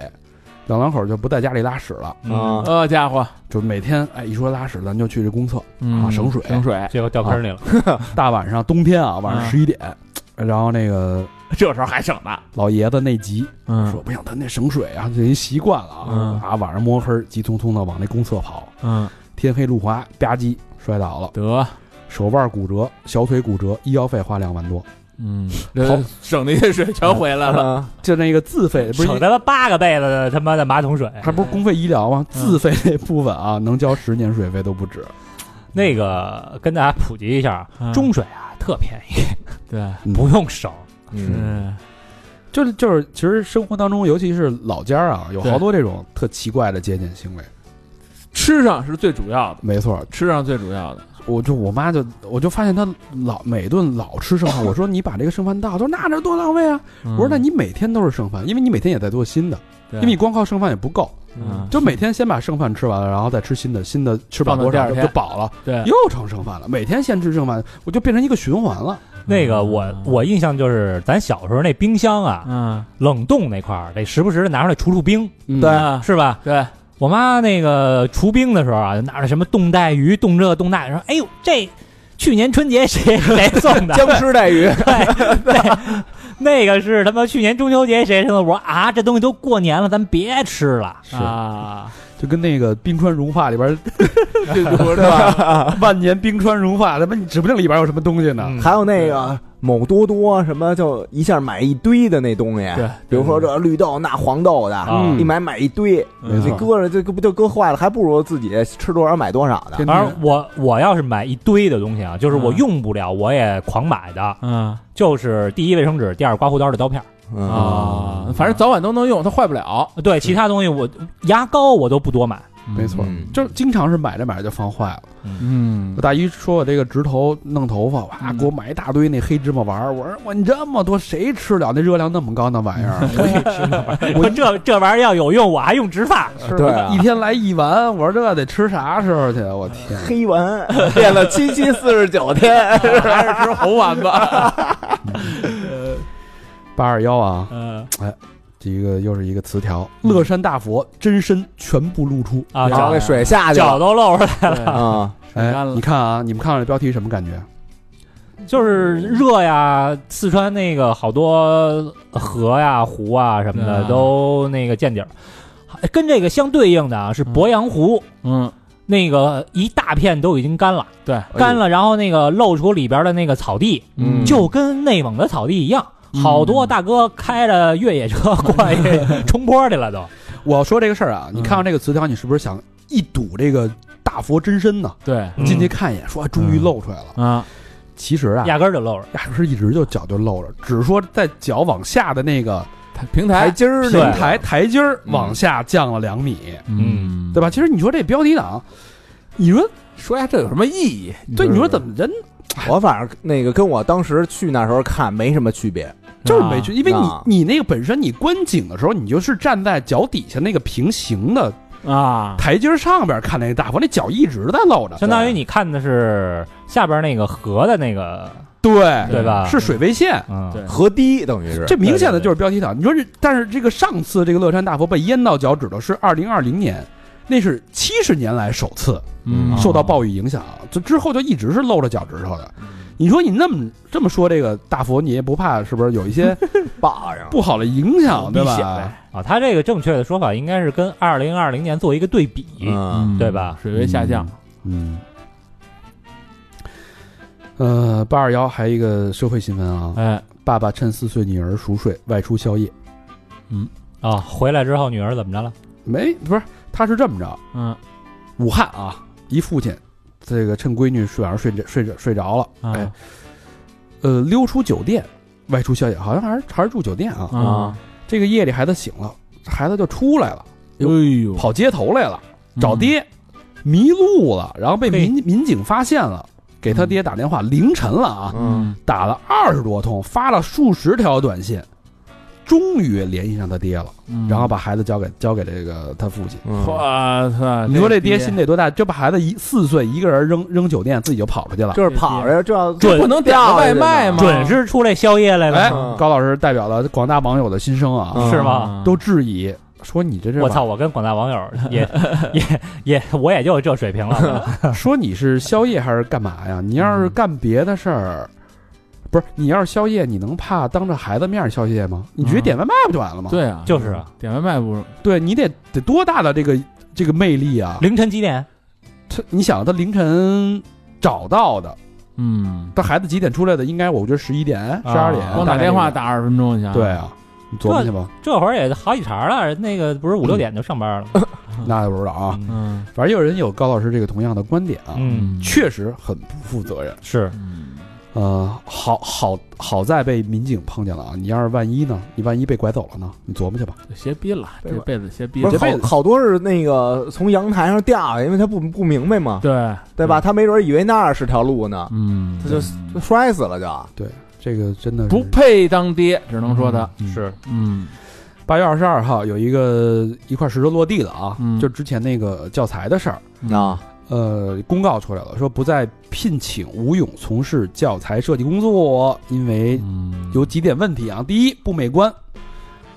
[SPEAKER 1] 老两口儿就不在家里拉屎了，
[SPEAKER 5] 啊
[SPEAKER 3] 嗯
[SPEAKER 4] 好家伙，
[SPEAKER 1] 就每天哎一说拉屎，咱就去这公厕，啊
[SPEAKER 4] 嗯
[SPEAKER 1] 省水
[SPEAKER 4] 省水，
[SPEAKER 3] 结果掉坑里了。
[SPEAKER 1] 大晚上冬天啊晚上
[SPEAKER 4] 嗯
[SPEAKER 1] 十一点，然后那个
[SPEAKER 4] 这时候还省呢，
[SPEAKER 1] 老爷子内急，
[SPEAKER 4] 嗯
[SPEAKER 1] 说不行，他那省水啊，这人习惯了啊
[SPEAKER 4] 嗯，
[SPEAKER 1] 啊晚上摸黑儿急匆匆的往那公厕跑，
[SPEAKER 4] 嗯，
[SPEAKER 1] 天黑路滑，吧唧摔倒了，
[SPEAKER 4] 得，
[SPEAKER 1] 手腕骨折，小腿骨折，医药费花两万多，
[SPEAKER 4] 嗯，这省那些水全回来了，
[SPEAKER 5] 嗯
[SPEAKER 1] 就那个自费不是
[SPEAKER 3] 省他妈八个被子的他妈的马桶水，
[SPEAKER 1] 还不是公费医疗吗？自费那部分啊，能交十年水费都不止。
[SPEAKER 3] 那个跟大家普及一下，
[SPEAKER 2] 嗯
[SPEAKER 3] 中水啊特便宜，
[SPEAKER 4] 对，
[SPEAKER 3] 不用省。
[SPEAKER 5] 嗯
[SPEAKER 4] 嗯
[SPEAKER 1] 就是就是，其实生活当中，尤其是老家儿啊，有
[SPEAKER 4] 对
[SPEAKER 1] 好多这种特奇怪的节俭行为。
[SPEAKER 4] 吃上是最主要的，
[SPEAKER 1] 没错，
[SPEAKER 4] 吃上最主要的，
[SPEAKER 1] 我就我妈就我就发现她老每顿老吃剩饭，我说你把这个剩饭倒，她说那这多浪费啊！我说那你每天都是剩饭，因为你每天也在做新的，
[SPEAKER 4] 嗯对啊
[SPEAKER 1] 因为你光靠剩饭也不够，
[SPEAKER 4] 嗯
[SPEAKER 1] 就每天先把剩饭吃完了，然后再吃新的，新的吃饱
[SPEAKER 4] 放到
[SPEAKER 1] 多
[SPEAKER 4] 第
[SPEAKER 1] 少
[SPEAKER 4] 二
[SPEAKER 1] 就
[SPEAKER 4] 天
[SPEAKER 1] 就饱了，
[SPEAKER 4] 对
[SPEAKER 1] 又成剩饭了。每天先吃剩饭，我就变成一个循环了。
[SPEAKER 3] 那个我我印象就是咱小时候那冰箱啊，
[SPEAKER 4] 嗯，
[SPEAKER 3] 冷冻那块儿得时不时的拿出来除除冰，
[SPEAKER 1] 嗯
[SPEAKER 5] 对
[SPEAKER 3] 是吧？
[SPEAKER 4] 对，
[SPEAKER 3] 我妈那个除冰的时候啊，拿着什么冻带鱼、冻这冻那，说：“哎呦，这去年春节谁谁送的？
[SPEAKER 5] 僵尸带 鱼，
[SPEAKER 3] 那个是他妈去年中秋节谁送的？”我说：“啊，这东西都过年了，咱别吃了。
[SPEAKER 1] 是
[SPEAKER 4] 啊，
[SPEAKER 1] 就跟那个冰川融化里 边儿
[SPEAKER 4] 对对吧？
[SPEAKER 1] 万年冰川融化，他妈你指不定里边有什么东西呢。
[SPEAKER 3] 嗯
[SPEAKER 5] 还有那个某多多什么，就一下买一堆的那东西，啊
[SPEAKER 4] 对，啊
[SPEAKER 5] 比如说这绿豆那黄豆的，
[SPEAKER 1] 嗯
[SPEAKER 5] 一买买一堆，
[SPEAKER 4] 嗯
[SPEAKER 1] 没
[SPEAKER 5] 你
[SPEAKER 1] 错
[SPEAKER 5] 搁着这这不就搁坏了，还不如自己吃多少买多少的。
[SPEAKER 1] 天
[SPEAKER 3] 而
[SPEAKER 1] 天
[SPEAKER 3] 我我要是买一堆的东西啊，就是我
[SPEAKER 4] 嗯
[SPEAKER 3] 用不了我也狂买的，
[SPEAKER 4] 嗯
[SPEAKER 3] 就是第一卫生纸，第二刮胡刀的刀片儿。
[SPEAKER 5] 嗯
[SPEAKER 4] 啊，反正早晚都能用，它坏 不了。
[SPEAKER 3] 对，其他东西我牙膏我都不多买。
[SPEAKER 1] 没错
[SPEAKER 5] 嗯
[SPEAKER 1] 就经常是买着买着就放坏了。
[SPEAKER 4] 嗯
[SPEAKER 1] 我，大姨说我这个直头弄头发，哇，
[SPEAKER 4] 嗯
[SPEAKER 1] 给我买一大堆那黑芝麻丸儿。我说我你这么多谁吃了？那热量那么高那玩意
[SPEAKER 4] 嗯
[SPEAKER 1] 儿，
[SPEAKER 3] 我这这玩意儿要有用，我还用植发。
[SPEAKER 1] 是
[SPEAKER 5] 对
[SPEAKER 1] 吧
[SPEAKER 5] 啊
[SPEAKER 1] 一天来一碗。我说这得吃啥时候去？我天，
[SPEAKER 5] 黑 丸练了七七四十 九天，
[SPEAKER 4] 还是吃红丸吧。
[SPEAKER 1] 八二幺啊，
[SPEAKER 3] 嗯
[SPEAKER 1] 这一个又是一个词条，
[SPEAKER 4] 嗯
[SPEAKER 1] 乐山大佛真身全部露出。
[SPEAKER 3] 啊，
[SPEAKER 5] 然后
[SPEAKER 3] 脚
[SPEAKER 5] 给水下去
[SPEAKER 3] 脚
[SPEAKER 5] 了
[SPEAKER 3] 都露出来，
[SPEAKER 5] 啊，
[SPEAKER 1] 哎
[SPEAKER 4] 干了，
[SPEAKER 1] 你看啊，你们看到这标题什么感觉？
[SPEAKER 3] 就是热呀，四川那个好多河呀、湖啊什么的、
[SPEAKER 4] 嗯
[SPEAKER 3] 都那个见底儿。哎跟这个相对应的啊是
[SPEAKER 4] 嗯
[SPEAKER 3] 鄱阳湖，
[SPEAKER 4] 嗯，
[SPEAKER 3] 那个一大片都已经干了，
[SPEAKER 4] 对，
[SPEAKER 3] 干了，然后那个露出里边的那个草地，
[SPEAKER 5] 嗯
[SPEAKER 3] 就跟内蒙的草地一样，
[SPEAKER 4] 嗯
[SPEAKER 3] 好多大哥开着越野车过去冲坡去了都。
[SPEAKER 1] 我说这个事儿啊，你
[SPEAKER 4] 嗯
[SPEAKER 1] 看到这个词条，你是不是想一睹这个大佛真身呢？
[SPEAKER 4] 对
[SPEAKER 3] 嗯
[SPEAKER 1] 进去看一眼，说啊终于露出来了。
[SPEAKER 4] 啊，
[SPEAKER 1] 其实啊，
[SPEAKER 3] 压根儿就露着，
[SPEAKER 1] 压根儿一直就脚就露着，只是说在脚往下的那个
[SPEAKER 4] 平
[SPEAKER 5] 台
[SPEAKER 4] 台，
[SPEAKER 5] 阶儿
[SPEAKER 1] 平
[SPEAKER 5] 那
[SPEAKER 3] 对
[SPEAKER 5] 个
[SPEAKER 1] 台台阶儿
[SPEAKER 5] 嗯
[SPEAKER 1] 往下降了两米，
[SPEAKER 3] 嗯
[SPEAKER 1] 对吧？其实你说这标题党，你说
[SPEAKER 4] 说呀，这有什么意义？
[SPEAKER 1] 对，你说怎
[SPEAKER 4] 么
[SPEAKER 1] 么人
[SPEAKER 5] 我反正那个跟我当时去那时候看没什么区别，
[SPEAKER 1] 就是没去？因为你
[SPEAKER 5] 啊
[SPEAKER 1] 你那个本身你观景的时候，你就是站在脚底下那个平行的
[SPEAKER 4] 啊？
[SPEAKER 1] 台阶儿上边看那个大佛，那脚一直在露着，
[SPEAKER 3] 相当于你看的是下边那个河的那个，
[SPEAKER 1] 对
[SPEAKER 3] 对吧？
[SPEAKER 1] 哎是水位线。
[SPEAKER 3] 啊嗯，
[SPEAKER 4] 对
[SPEAKER 5] 河堤等于是
[SPEAKER 1] 这明显的
[SPEAKER 3] 对对对
[SPEAKER 1] 就是标题党。你说这，但是这个上次这个乐山大佛被淹到脚趾头是二零二零年，那是七十年来首次。
[SPEAKER 5] 嗯
[SPEAKER 1] 受到暴雨影响，就之后就一直是露着脚趾头的。你说你那么这么说，这个大佛你也不怕是不是有一些
[SPEAKER 5] 坝上
[SPEAKER 1] 不好的影响，对吧？
[SPEAKER 3] 啊，他这个正确的说法应该是跟二零二零年做一个对比，
[SPEAKER 5] 嗯，
[SPEAKER 3] 对吧
[SPEAKER 4] 水位下降，
[SPEAKER 1] 嗯。呃，八二幺还有一个社会新闻啊，
[SPEAKER 4] 哎，
[SPEAKER 1] 爸爸趁四岁女儿熟睡外出宵夜，
[SPEAKER 3] 啊，回来之后女儿怎么着了？
[SPEAKER 1] 没不是他是这么着，
[SPEAKER 4] 嗯
[SPEAKER 1] 武汉啊，一父亲这个趁闺女睡晚上睡着睡着睡着了，哎
[SPEAKER 4] 啊，
[SPEAKER 1] 呃，溜出酒店外出宵夜，好像还是还是住酒店啊，
[SPEAKER 4] 啊，
[SPEAKER 1] 这个夜里孩子醒了，孩子就出来了，
[SPEAKER 4] 哎呦，
[SPEAKER 1] 跑街头来了，
[SPEAKER 4] 嗯
[SPEAKER 1] 找爹，迷路了，然后被
[SPEAKER 3] 嘿
[SPEAKER 1] 民民警发现了，给他爹打电话，凌晨了啊，
[SPEAKER 5] 嗯，
[SPEAKER 1] 打了二十多通，发了数十条短信，终于联系上他爹了，
[SPEAKER 4] 嗯
[SPEAKER 1] 然后把孩子交给交给这个他父亲。
[SPEAKER 5] 嗯
[SPEAKER 4] 我操！
[SPEAKER 1] 你说这爹心得多大？就把孩子一四岁一个人扔扔酒店，自己就跑出去了。
[SPEAKER 5] 就是跑着就要
[SPEAKER 3] 准
[SPEAKER 4] 不能点个外卖吗？
[SPEAKER 3] 准是出来宵夜来
[SPEAKER 1] 哎
[SPEAKER 3] 了，
[SPEAKER 5] 嗯，
[SPEAKER 1] 高老师代表了广大网友的心声啊，
[SPEAKER 5] 嗯
[SPEAKER 3] 是吗？
[SPEAKER 1] 都质疑说你这是
[SPEAKER 3] 我操！我跟广大网 友也也也，我也就这水平 了。
[SPEAKER 1] 啊说你是宵夜还是干嘛呀？
[SPEAKER 3] 嗯
[SPEAKER 1] 你要是干别的事儿，不是你要是宵夜，你能怕当着孩子面儿宵夜吗？你直
[SPEAKER 3] 啊
[SPEAKER 1] 接
[SPEAKER 4] 嗯
[SPEAKER 1] 点外卖不就完了吗？
[SPEAKER 4] 对啊，
[SPEAKER 3] 就是啊
[SPEAKER 4] 点外卖不容
[SPEAKER 1] 对，你得得多大的这个这个魅力啊！
[SPEAKER 3] 凌晨几点？
[SPEAKER 1] 他你想他凌晨找到的，
[SPEAKER 4] 嗯，
[SPEAKER 1] 他孩子几点出来的？应该我觉得十一点、
[SPEAKER 3] 啊
[SPEAKER 1] 十二点，
[SPEAKER 4] 光打电话。打二十分钟去，
[SPEAKER 1] 对，啊，你琢磨去吧，
[SPEAKER 3] 这会儿也好几茬了，那个不是
[SPEAKER 1] 嗯
[SPEAKER 3] 五六点就上班了吗？
[SPEAKER 1] 那不知道啊。
[SPEAKER 3] 嗯
[SPEAKER 4] 嗯
[SPEAKER 1] 反正有人有高老师这个同样的观点啊，
[SPEAKER 3] 嗯，
[SPEAKER 1] 确实很不负责任。
[SPEAKER 3] 是
[SPEAKER 4] 嗯
[SPEAKER 1] 呃，好好好在被民警碰见了啊！你要是万一呢？你万一被拐走了呢？你琢磨去吧。
[SPEAKER 4] 就歇逼了，
[SPEAKER 5] 对
[SPEAKER 4] 这辈子歇逼
[SPEAKER 5] 不
[SPEAKER 4] 了
[SPEAKER 5] 是，
[SPEAKER 1] 这辈
[SPEAKER 5] 好
[SPEAKER 1] 子
[SPEAKER 5] 好多是那个从阳台上掉下来，因为他不不明白嘛，
[SPEAKER 4] 对
[SPEAKER 5] 对
[SPEAKER 1] 嗯
[SPEAKER 5] 吧？？他没准以为那儿是条路呢，
[SPEAKER 4] 嗯，
[SPEAKER 5] 他就就摔死了就。
[SPEAKER 1] 这个真的是
[SPEAKER 4] 不配当爹，只能说他，
[SPEAKER 3] 是，
[SPEAKER 4] 嗯
[SPEAKER 1] 八月二十二号有一个一块石头落地的啊，
[SPEAKER 4] 嗯
[SPEAKER 1] 就之前那个教材的事儿，
[SPEAKER 5] 啊，
[SPEAKER 1] 呃，公告出来了，说不再聘请吴勇从事教材设计工作，因为
[SPEAKER 4] 嗯
[SPEAKER 1] 有几点问题啊：第一，不美观，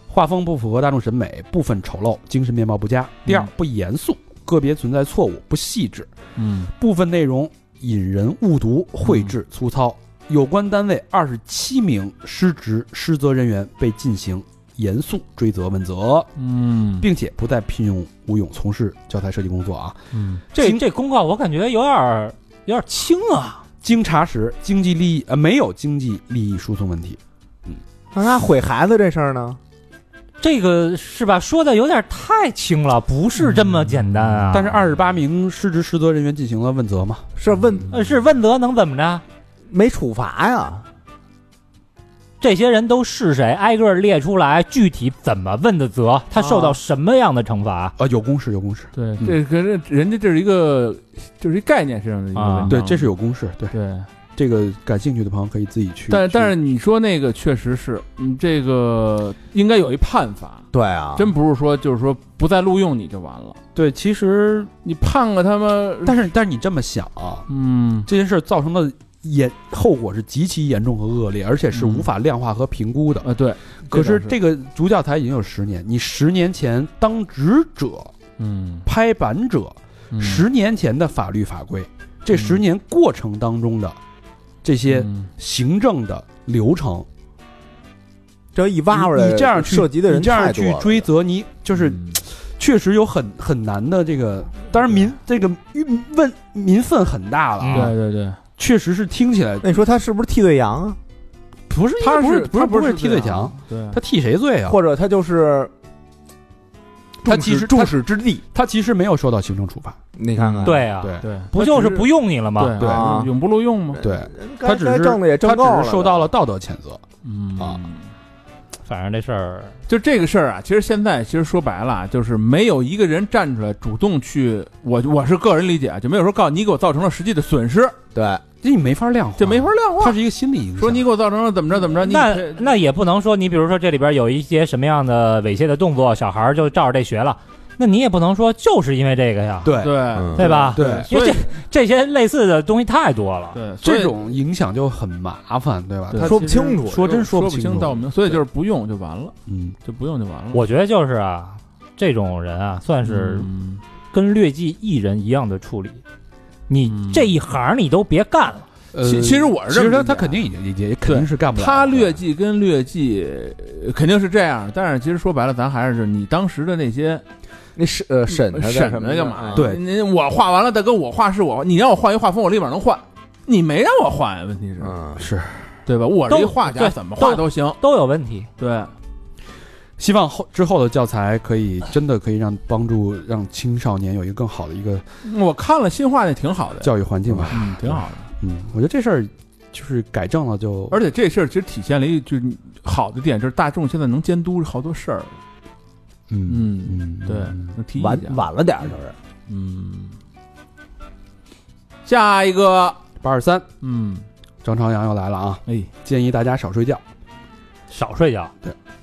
[SPEAKER 1] 画风不符合大众审美，部分丑陋，精神面貌不佳；第二
[SPEAKER 4] 嗯，
[SPEAKER 1] 不严肃，个别存在错误，不细致，
[SPEAKER 4] 嗯
[SPEAKER 1] 部分内容引人误读，绘制粗糙。有关单位二十七名失职失责人员被进行严肃追责问责，
[SPEAKER 4] 嗯
[SPEAKER 1] 并且不再聘用吴勇从事教材设计工作啊。
[SPEAKER 4] 嗯
[SPEAKER 3] 这
[SPEAKER 1] 经
[SPEAKER 3] 这公告我感觉有点儿有点儿轻啊，
[SPEAKER 1] 经查实，经济利益呃没有经济利益输送问题，
[SPEAKER 5] 那他毁孩子这事儿呢？
[SPEAKER 3] 这个是吧？说的有点太轻了，不是这么简单啊。
[SPEAKER 1] 嗯但是二十八名失职失责人员进行了问责嘛，
[SPEAKER 5] 是问
[SPEAKER 3] 呃是问责能怎么着？
[SPEAKER 5] 没处罚呀？
[SPEAKER 3] 这些人都是谁？挨个儿列出来，具体怎么问的责，他受到什么样的惩罚？
[SPEAKER 1] 啊，有公示有公示，
[SPEAKER 4] 对，
[SPEAKER 1] 嗯
[SPEAKER 4] 这可是人家这是一个，就是一概念上的一个
[SPEAKER 3] 啊
[SPEAKER 4] 文章
[SPEAKER 1] 对，这是有公示，对
[SPEAKER 4] 对，
[SPEAKER 1] 这个感兴趣的朋友可以自己去。
[SPEAKER 4] 但
[SPEAKER 1] 去
[SPEAKER 4] 但是你说那个确实是，嗯，这个应该有一判罚，
[SPEAKER 5] 对啊，
[SPEAKER 4] 真不是说就是说不再录用你就完了，
[SPEAKER 1] 对，其实
[SPEAKER 4] 你判个他妈，
[SPEAKER 1] 但是但是你这么想啊，
[SPEAKER 4] 嗯，
[SPEAKER 1] 这件事儿造成的严后果是极其严重和恶劣，而且是无法量化和评估的。
[SPEAKER 4] 啊对，
[SPEAKER 1] 可是
[SPEAKER 4] 嗯倒
[SPEAKER 1] 这个主教材已经有十年，你十年前当执者、
[SPEAKER 4] 嗯，
[SPEAKER 1] 拍板者，
[SPEAKER 4] 嗯
[SPEAKER 1] 十年前的法律法规，这十年过程当中的这些
[SPEAKER 4] 嗯
[SPEAKER 1] 行政的流程，
[SPEAKER 5] 这一挖出来，
[SPEAKER 1] 你你这样去
[SPEAKER 5] 涉及的人
[SPEAKER 1] 你这样
[SPEAKER 5] 太多
[SPEAKER 1] 去
[SPEAKER 5] 了
[SPEAKER 1] 追责你，就是
[SPEAKER 4] 嗯
[SPEAKER 1] 确实有很很难的这个。当然民这个运问民愤很大了啊，
[SPEAKER 4] 对对对，
[SPEAKER 1] 确实是听起来
[SPEAKER 5] 那你说他是不是替罪羊啊？
[SPEAKER 1] 不是
[SPEAKER 4] 他
[SPEAKER 1] 不是
[SPEAKER 4] 不
[SPEAKER 1] 是
[SPEAKER 4] 不
[SPEAKER 1] 不
[SPEAKER 4] 是
[SPEAKER 1] 替罪
[SPEAKER 4] 这样啊
[SPEAKER 1] 强，，
[SPEAKER 4] 对，
[SPEAKER 1] 他替谁罪啊？
[SPEAKER 5] 或者他就是
[SPEAKER 1] 他其实
[SPEAKER 5] 众矢之的？
[SPEAKER 1] 他其实没有受到行政处罚，
[SPEAKER 5] 你看看，
[SPEAKER 3] 对啊，
[SPEAKER 1] 对
[SPEAKER 4] 对
[SPEAKER 3] 不就是不用你了吗？
[SPEAKER 4] 对
[SPEAKER 5] 啊
[SPEAKER 4] 永不录用吗？
[SPEAKER 1] 对
[SPEAKER 5] 该
[SPEAKER 1] 他只是
[SPEAKER 5] 该挣的也挣
[SPEAKER 1] 他
[SPEAKER 5] 够了
[SPEAKER 1] 只是受到了道德谴责。
[SPEAKER 4] 嗯
[SPEAKER 1] 啊
[SPEAKER 3] 反正这事儿
[SPEAKER 4] 就这个事儿啊，其实现在其实说白了啊，就是没有一个人站出来主动去，我我是个人理解啊，就没有说告诉你给我造成了实际的损失，
[SPEAKER 5] 对，
[SPEAKER 1] 这你没法量化，
[SPEAKER 4] 这没法量
[SPEAKER 1] 它
[SPEAKER 4] 化。
[SPEAKER 1] 是一个心理影响。
[SPEAKER 4] 说你给我造成了怎么着怎么着，你
[SPEAKER 3] 那
[SPEAKER 4] 这
[SPEAKER 3] 那也不能说你，比如说这里边有一些什么样的猥亵的动作，小孩儿就照着这学了，那你也不能说就是因为这个呀，
[SPEAKER 1] 对
[SPEAKER 4] 对
[SPEAKER 5] 嗯
[SPEAKER 3] 对吧？
[SPEAKER 1] 对
[SPEAKER 3] 因
[SPEAKER 4] 所
[SPEAKER 3] 为
[SPEAKER 4] 以
[SPEAKER 3] 这这些类似的东西太多了。
[SPEAKER 4] 对所以
[SPEAKER 1] 这种影响就很麻烦，对吧？
[SPEAKER 4] 对
[SPEAKER 1] 他
[SPEAKER 5] 说不清楚
[SPEAKER 1] 说真
[SPEAKER 4] 说
[SPEAKER 1] 不
[SPEAKER 4] 清
[SPEAKER 1] 楚
[SPEAKER 4] 道不明，所以就是不用就完了，
[SPEAKER 1] 嗯，
[SPEAKER 4] 就不用就完了。
[SPEAKER 3] 我觉得就是啊，这种人啊，算是
[SPEAKER 4] 嗯
[SPEAKER 3] 跟劣迹艺人一样的处理。
[SPEAKER 4] 嗯
[SPEAKER 3] 你这一行你都别干了，
[SPEAKER 1] 呃
[SPEAKER 4] 其其实我是
[SPEAKER 1] 其
[SPEAKER 4] 这么
[SPEAKER 1] 实他
[SPEAKER 4] 理解
[SPEAKER 1] 他肯定也也也肯定是干不了的。
[SPEAKER 4] 他劣迹跟劣迹呃肯定是这样，但是其实说白了，咱还是就是你当时的那些
[SPEAKER 5] 那审呃审他
[SPEAKER 4] 嗯审
[SPEAKER 5] 什
[SPEAKER 4] 他
[SPEAKER 5] 么的嗯
[SPEAKER 4] 干嘛呀？
[SPEAKER 1] 对
[SPEAKER 4] 你我画完了，大哥，我画是我，你让我换一画风，我立马能换。你没让我换，问题是，
[SPEAKER 5] 嗯，
[SPEAKER 1] 是
[SPEAKER 4] 对吧？我这一
[SPEAKER 3] 都
[SPEAKER 4] 画家
[SPEAKER 3] 对
[SPEAKER 4] 怎么画都行，
[SPEAKER 3] 都有问题。
[SPEAKER 4] 对，
[SPEAKER 1] 希望后之后的教材可以真的可以让帮助让青少年有一个更好的一个
[SPEAKER 4] 我看了新画那挺好的，
[SPEAKER 1] 教育环境吧。
[SPEAKER 4] 嗯，挺好的。
[SPEAKER 1] 嗯，我觉得这事儿就是改正了就，
[SPEAKER 4] 而且这事儿其实体现了一句好的点，就是大众现在能监督好多事儿，
[SPEAKER 1] 嗯
[SPEAKER 4] 嗯，
[SPEAKER 1] 嗯
[SPEAKER 4] 对，能提意
[SPEAKER 5] 晚
[SPEAKER 4] 见，
[SPEAKER 5] 晚了点儿就是。
[SPEAKER 4] 嗯。下一个，
[SPEAKER 1] 八二三
[SPEAKER 4] 嗯，
[SPEAKER 1] 张朝阳又来了啊！
[SPEAKER 4] 哎，
[SPEAKER 1] 建议大家少睡觉。
[SPEAKER 3] 少睡觉，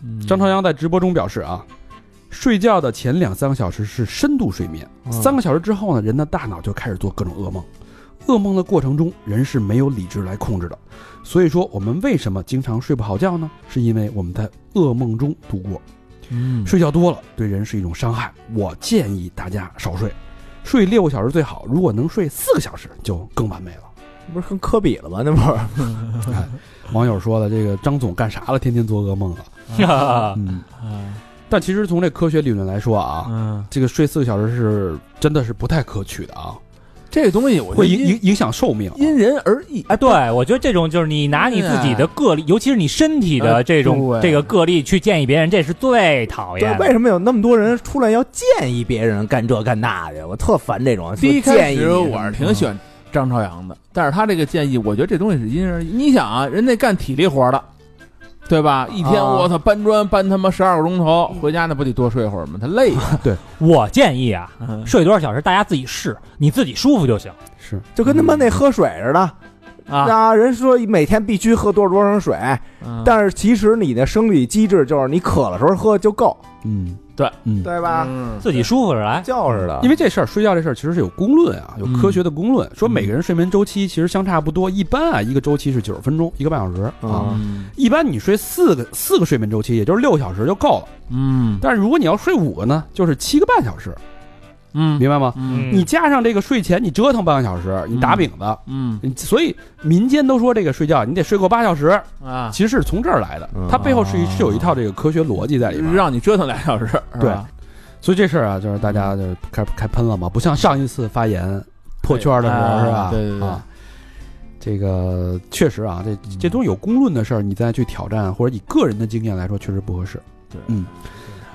[SPEAKER 4] 嗯
[SPEAKER 1] 张朝阳在直播中表示啊，睡觉的前两三个小时是深度睡眠，
[SPEAKER 4] 哦
[SPEAKER 1] 三个小时之后呢，人的大脑就开始做各种噩梦。噩梦的过程中，人是没有理智来控制的。所以说，我们为什么经常睡不好觉呢？是因为我们在噩梦中度过。
[SPEAKER 4] 嗯
[SPEAKER 1] 睡觉多了对人是一种伤害。我建议大家少睡，睡六个小时最好，如果能睡四个小时就更完美了。
[SPEAKER 5] 不是跟科比了吗？那不是
[SPEAKER 1] 网友说了，这个张总干啥了？天天做噩梦了。嗯，但其实从这科学理论来说啊，
[SPEAKER 4] 嗯，
[SPEAKER 1] 这个睡四个小时是真的是不太可取的啊，
[SPEAKER 4] 这个东西我觉
[SPEAKER 1] 会
[SPEAKER 4] 得
[SPEAKER 1] 影
[SPEAKER 4] 因
[SPEAKER 1] 影影响寿命啊。
[SPEAKER 4] 因人而异。
[SPEAKER 3] 哎，对，我觉得这种就是你拿你自己的个例，尤其是你身体的这种、
[SPEAKER 4] 呃对
[SPEAKER 3] 这个个例去建议别人，这是最讨
[SPEAKER 5] 对
[SPEAKER 3] 厌，
[SPEAKER 5] 为
[SPEAKER 3] 的。
[SPEAKER 5] 什么有那么多人出来要建议别人干这干那的？我特烦这种。
[SPEAKER 4] 第一
[SPEAKER 5] 说
[SPEAKER 4] 开
[SPEAKER 5] 建议
[SPEAKER 4] 始
[SPEAKER 5] 你嗯
[SPEAKER 4] 我是挺喜欢张朝阳的，但是他这个建议，我觉得这东西是因人而异。你想啊，人家干体力活的，对吧？一天
[SPEAKER 5] 啊
[SPEAKER 4] 我操搬砖搬他妈十二个钟头，回家那不得多睡会儿吗？他累呀。
[SPEAKER 3] 我建议啊，
[SPEAKER 4] 嗯
[SPEAKER 3] 睡多少小时大家自己试，你自己舒服就行。
[SPEAKER 1] 是，
[SPEAKER 5] 就跟他妈那喝水似的
[SPEAKER 4] 啊，
[SPEAKER 5] 啊！人说每天必须喝多少多少水，
[SPEAKER 4] 嗯
[SPEAKER 5] 但是其实你的生理机制就是你渴的时候喝就够，
[SPEAKER 1] 嗯，
[SPEAKER 4] 对，
[SPEAKER 1] 嗯，
[SPEAKER 5] 对吧？
[SPEAKER 4] 嗯
[SPEAKER 3] 自己舒服着来。
[SPEAKER 5] 就是的，
[SPEAKER 1] 因为这事儿睡觉这事儿其实是有公论啊，有
[SPEAKER 4] 嗯
[SPEAKER 1] 科学的公论，说每个人睡眠周期其实相差不多，一般啊一个周期是九十分钟，一个半小时啊。
[SPEAKER 4] 嗯
[SPEAKER 1] 一般你睡四个四个睡眠周期，也就是六个小时就够了。
[SPEAKER 4] 嗯
[SPEAKER 1] 但是如果你要睡五个呢，就是七个半小时。
[SPEAKER 4] 嗯
[SPEAKER 1] 明白吗？
[SPEAKER 4] 嗯
[SPEAKER 1] 你加上这个睡前你折腾半个小时，你打饼子，
[SPEAKER 4] 嗯
[SPEAKER 1] 你所以民间都说这个睡觉你得睡够八小时，
[SPEAKER 4] 啊，哦
[SPEAKER 1] 其实是从这儿来的
[SPEAKER 5] 嗯，
[SPEAKER 1] 它背后是一是有一套这个科学逻辑在里面。
[SPEAKER 4] 让你折腾俩小时，是吧
[SPEAKER 1] 所以这事儿啊，就是大家
[SPEAKER 4] 嗯
[SPEAKER 1] 就开始开喷了嘛，不像上一次发言破圈的时候
[SPEAKER 4] 哎
[SPEAKER 1] 是吧？
[SPEAKER 4] 对对嗯对
[SPEAKER 1] 啊，这个确实啊，这这东西有公论的事儿，你再去挑战或者以个人的经验来说，确实不合适。
[SPEAKER 4] 对
[SPEAKER 1] 嗯，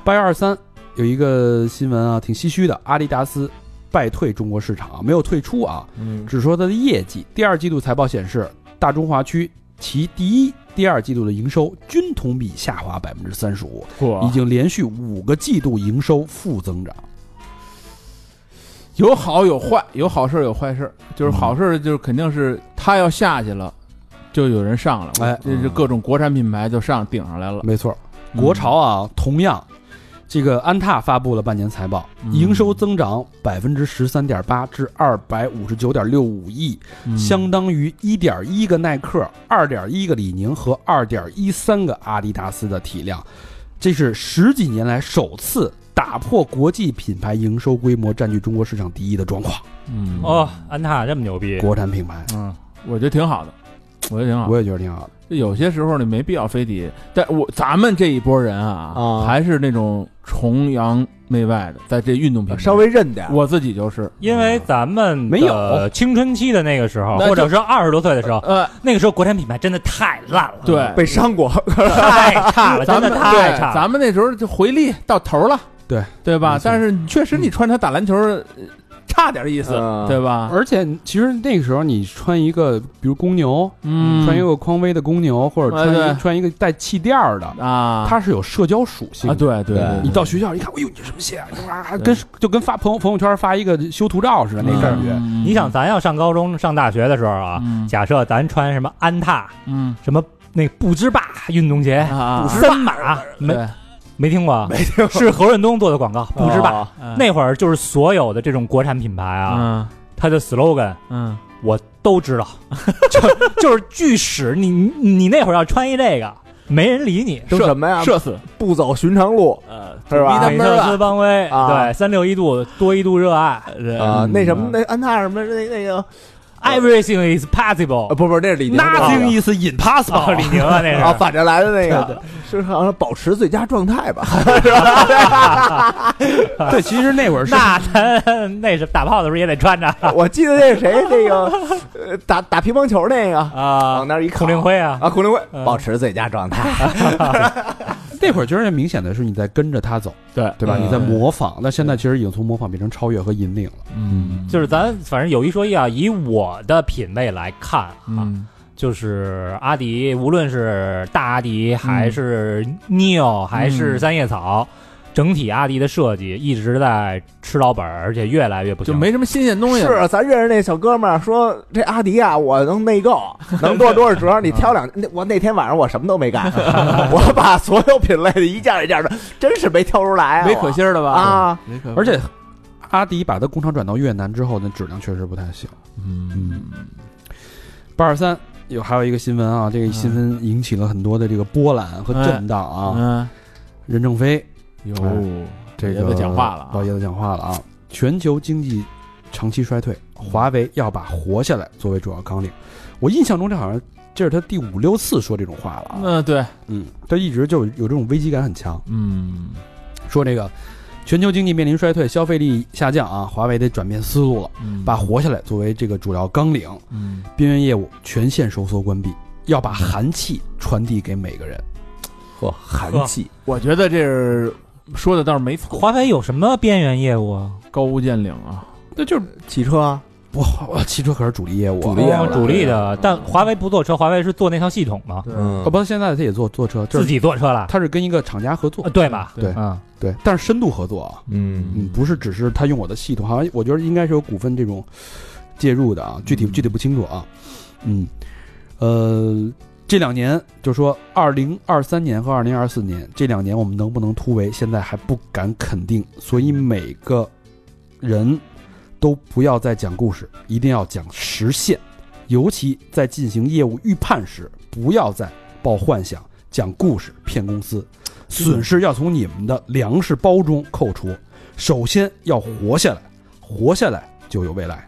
[SPEAKER 1] 八月二三有一个新闻啊，挺唏嘘的，阿迪达斯败退中国市场，没有退出啊，
[SPEAKER 5] 嗯
[SPEAKER 1] 只说它的业绩。第二季度财报显示，大中华区其第一、第二季度的营收均同比下滑百分之三十五，
[SPEAKER 2] 啊
[SPEAKER 1] 已经连续五个季度营收负增长。
[SPEAKER 4] 有好有坏，有好事儿有坏事儿，就是好事儿就是肯定是他要下去了，就有人上了，
[SPEAKER 1] 哎
[SPEAKER 4] 这是各种国产品牌就上顶上来了，
[SPEAKER 1] 没错，国潮啊，同样，这个安踏发布了半年财报，
[SPEAKER 4] 嗯
[SPEAKER 1] 营收增长百分之十三点八至二百五十九点六五亿，
[SPEAKER 4] 嗯
[SPEAKER 1] 相当于一点一个耐克、二点一个李宁和二点一三个阿迪达斯的体量，这是十几年来首次打破国际品牌营收规模占据中国市场第一的状况。
[SPEAKER 4] 嗯
[SPEAKER 3] 哦，安踏这么牛逼，
[SPEAKER 1] 国产品牌，
[SPEAKER 4] 嗯，我觉得挺好的，我觉得挺好的
[SPEAKER 1] 我也觉得挺好的。
[SPEAKER 4] 有些时候你没必要非得，但我咱们这一波人啊，
[SPEAKER 5] 啊
[SPEAKER 4] 还是那种崇洋媚外的，在这运动品牌
[SPEAKER 5] 稍微认点儿，
[SPEAKER 4] 我自己就是，
[SPEAKER 3] 因为咱们的
[SPEAKER 1] 没有
[SPEAKER 3] 青春期的那个时候，
[SPEAKER 4] 那就
[SPEAKER 3] 或者是二十多岁的时候，
[SPEAKER 4] 呃，
[SPEAKER 3] 那个时候国产品牌真的太烂了，
[SPEAKER 4] 对，
[SPEAKER 5] 被伤过，
[SPEAKER 3] 太差 了，真
[SPEAKER 4] 咱
[SPEAKER 3] 的
[SPEAKER 4] 们
[SPEAKER 3] 太
[SPEAKER 4] 对，
[SPEAKER 3] 差了。
[SPEAKER 4] 咱们那时候就回力到头了，
[SPEAKER 1] 对
[SPEAKER 4] 对吧
[SPEAKER 1] 没？错
[SPEAKER 4] 但是你确实你穿它打篮球，呃差点意思，
[SPEAKER 5] 嗯
[SPEAKER 4] 对吧？
[SPEAKER 1] 而且其实那个时候你穿一个，比如公牛，
[SPEAKER 4] 嗯，
[SPEAKER 1] 穿一个匡威的公牛，或者穿一
[SPEAKER 4] 哎
[SPEAKER 1] 个
[SPEAKER 4] 对
[SPEAKER 1] 穿一个带气垫儿的，
[SPEAKER 4] 啊，
[SPEAKER 1] 它是有社交属性
[SPEAKER 4] 啊，
[SPEAKER 1] 的。
[SPEAKER 4] 对对
[SPEAKER 5] 对
[SPEAKER 1] 你到学校一看，哎呦，你什么鞋啊？哇，
[SPEAKER 4] 对
[SPEAKER 1] 跟就跟发朋友朋友圈发一个修图照似的那
[SPEAKER 4] 嗯
[SPEAKER 1] 感觉。
[SPEAKER 4] 嗯
[SPEAKER 3] 你想，咱要上高中、上大学的时候啊，
[SPEAKER 4] 嗯
[SPEAKER 3] 假设咱穿什么安踏、
[SPEAKER 4] 嗯
[SPEAKER 3] 什么那布之霸运动鞋、
[SPEAKER 4] 啊，
[SPEAKER 3] 森马，没
[SPEAKER 4] 对
[SPEAKER 3] 没听过？没听过，是侯润东做的广告，布之霸。
[SPEAKER 5] 啊
[SPEAKER 4] 嗯
[SPEAKER 3] 那会儿就是所有的这种国产品牌啊，
[SPEAKER 4] 嗯
[SPEAKER 3] 它的 slogan
[SPEAKER 4] 嗯
[SPEAKER 3] 我都知道， 就就是巨屎。你你你那会儿要穿一这个，没人理你。
[SPEAKER 5] 都什么呀？
[SPEAKER 4] 射死，
[SPEAKER 5] 不走寻常路
[SPEAKER 4] 呃，
[SPEAKER 5] 是吧
[SPEAKER 3] 美特斯邦威，
[SPEAKER 5] 啊
[SPEAKER 3] 对，三六一度多一度热爱
[SPEAKER 5] 啊，那什么
[SPEAKER 4] 嗯
[SPEAKER 5] 那安踏什么那那个
[SPEAKER 3] ，Everything is
[SPEAKER 5] 啊，
[SPEAKER 3] possible。
[SPEAKER 5] 不不，那是李宁的那个
[SPEAKER 1] Nothing is
[SPEAKER 3] 啊，李
[SPEAKER 1] impossible。
[SPEAKER 3] 宁啊，那
[SPEAKER 5] 啊，
[SPEAKER 3] 是。
[SPEAKER 5] 反着来的那
[SPEAKER 3] 对
[SPEAKER 5] 个， 是好像保持最佳状态吧？
[SPEAKER 1] 对，其实那会儿是
[SPEAKER 3] 那咱 那是打炮的时候也得穿着
[SPEAKER 5] 我记得那谁那个呃打打乒乓球那个
[SPEAKER 3] 啊
[SPEAKER 5] 往，那儿一
[SPEAKER 3] 孔
[SPEAKER 5] 靠
[SPEAKER 3] 令辉啊，
[SPEAKER 5] 啊，孔令辉
[SPEAKER 3] 嗯
[SPEAKER 5] 保持最佳状态，
[SPEAKER 1] 那会儿，其实明显的是你在跟着他走，
[SPEAKER 4] 对
[SPEAKER 1] 对吧？
[SPEAKER 5] 嗯
[SPEAKER 1] 你在模仿。那现在其实已经从模仿变成超越和引领了。
[SPEAKER 4] 嗯
[SPEAKER 3] 就是咱反正有一说一啊，以我的品味来看啊，
[SPEAKER 4] 嗯
[SPEAKER 3] 就是阿迪，无论是大阿迪还是 Neo 还是三叶草，整体阿迪的设计一直在吃老本儿，而且越来越不行。
[SPEAKER 4] 就没什么新鲜东西了，
[SPEAKER 5] 是啊咱认识那小哥们儿说这阿迪啊，我能内购，能多少多少折，你挑两。那我那天晚上我什么都没干， 我把所有品类的一件一件的，真是没挑出来啊，
[SPEAKER 4] 没可
[SPEAKER 5] 我
[SPEAKER 4] 心儿了吧？
[SPEAKER 5] 啊，
[SPEAKER 4] 没可，
[SPEAKER 1] 而且，阿迪把它工厂转到越南之后，那质量确实不太行。
[SPEAKER 4] 嗯
[SPEAKER 1] 八二三有还有一个新闻啊，这
[SPEAKER 4] 嗯
[SPEAKER 1] 个新闻引起了很多的这个波澜和震荡啊。
[SPEAKER 4] 嗯，
[SPEAKER 1] 任正非
[SPEAKER 4] 有
[SPEAKER 1] 哎这
[SPEAKER 4] 老
[SPEAKER 1] 个
[SPEAKER 4] 爷子讲话了啊
[SPEAKER 1] 老爷子讲话了啊！全球经济长期衰退，华为要把活下来作为主要纲领。我印象中这好像这是他第五六次说这种话了啊。
[SPEAKER 4] 嗯对，
[SPEAKER 1] 嗯，他一直就有这种危机感很强，
[SPEAKER 4] 嗯
[SPEAKER 1] 说这个全球经济面临衰退，消费力下降啊，华为得转变思路了，
[SPEAKER 3] 嗯
[SPEAKER 1] 把活下来作为这个主要纲领，
[SPEAKER 4] 嗯
[SPEAKER 1] 边缘业务全线收缩关闭，要把寒气传递给每个人。
[SPEAKER 5] 呵，寒气，
[SPEAKER 4] 我觉得这是说的倒是没错，
[SPEAKER 3] 华为有什么边缘业务啊？
[SPEAKER 4] 高屋建瓴啊，
[SPEAKER 1] 那就是
[SPEAKER 5] 汽车啊，
[SPEAKER 1] 不，我汽车可是主力业务啊，
[SPEAKER 5] 主力业务
[SPEAKER 3] 哦主力的
[SPEAKER 5] 嗯，
[SPEAKER 3] 但华为不做车，华为是做那套系统嘛，
[SPEAKER 5] 嗯
[SPEAKER 1] 哦，不，现在他也做坐车，就
[SPEAKER 3] 自
[SPEAKER 1] 是
[SPEAKER 3] 己做车了，
[SPEAKER 1] 他是跟一个厂家合作
[SPEAKER 3] 啊，对吧？
[SPEAKER 1] 对
[SPEAKER 3] 嗯，
[SPEAKER 1] 对，但是深度合作啊，
[SPEAKER 5] 嗯
[SPEAKER 1] 嗯，不是只是他用我的系统，好像我觉得应该是有股份这种介入的啊，具体
[SPEAKER 4] 嗯
[SPEAKER 1] 具体不清楚啊，嗯，呃，这两年就说二零二三年和二零二四年这两年我们能不能突围，现在还不敢肯定，所以每个人都不要再讲故事，一定要讲实现，尤其在进行业务预判时，不要再抱幻想。讲故事骗公司，损失要从你们的粮食包中扣除。首先要活下来，活下来就有未来。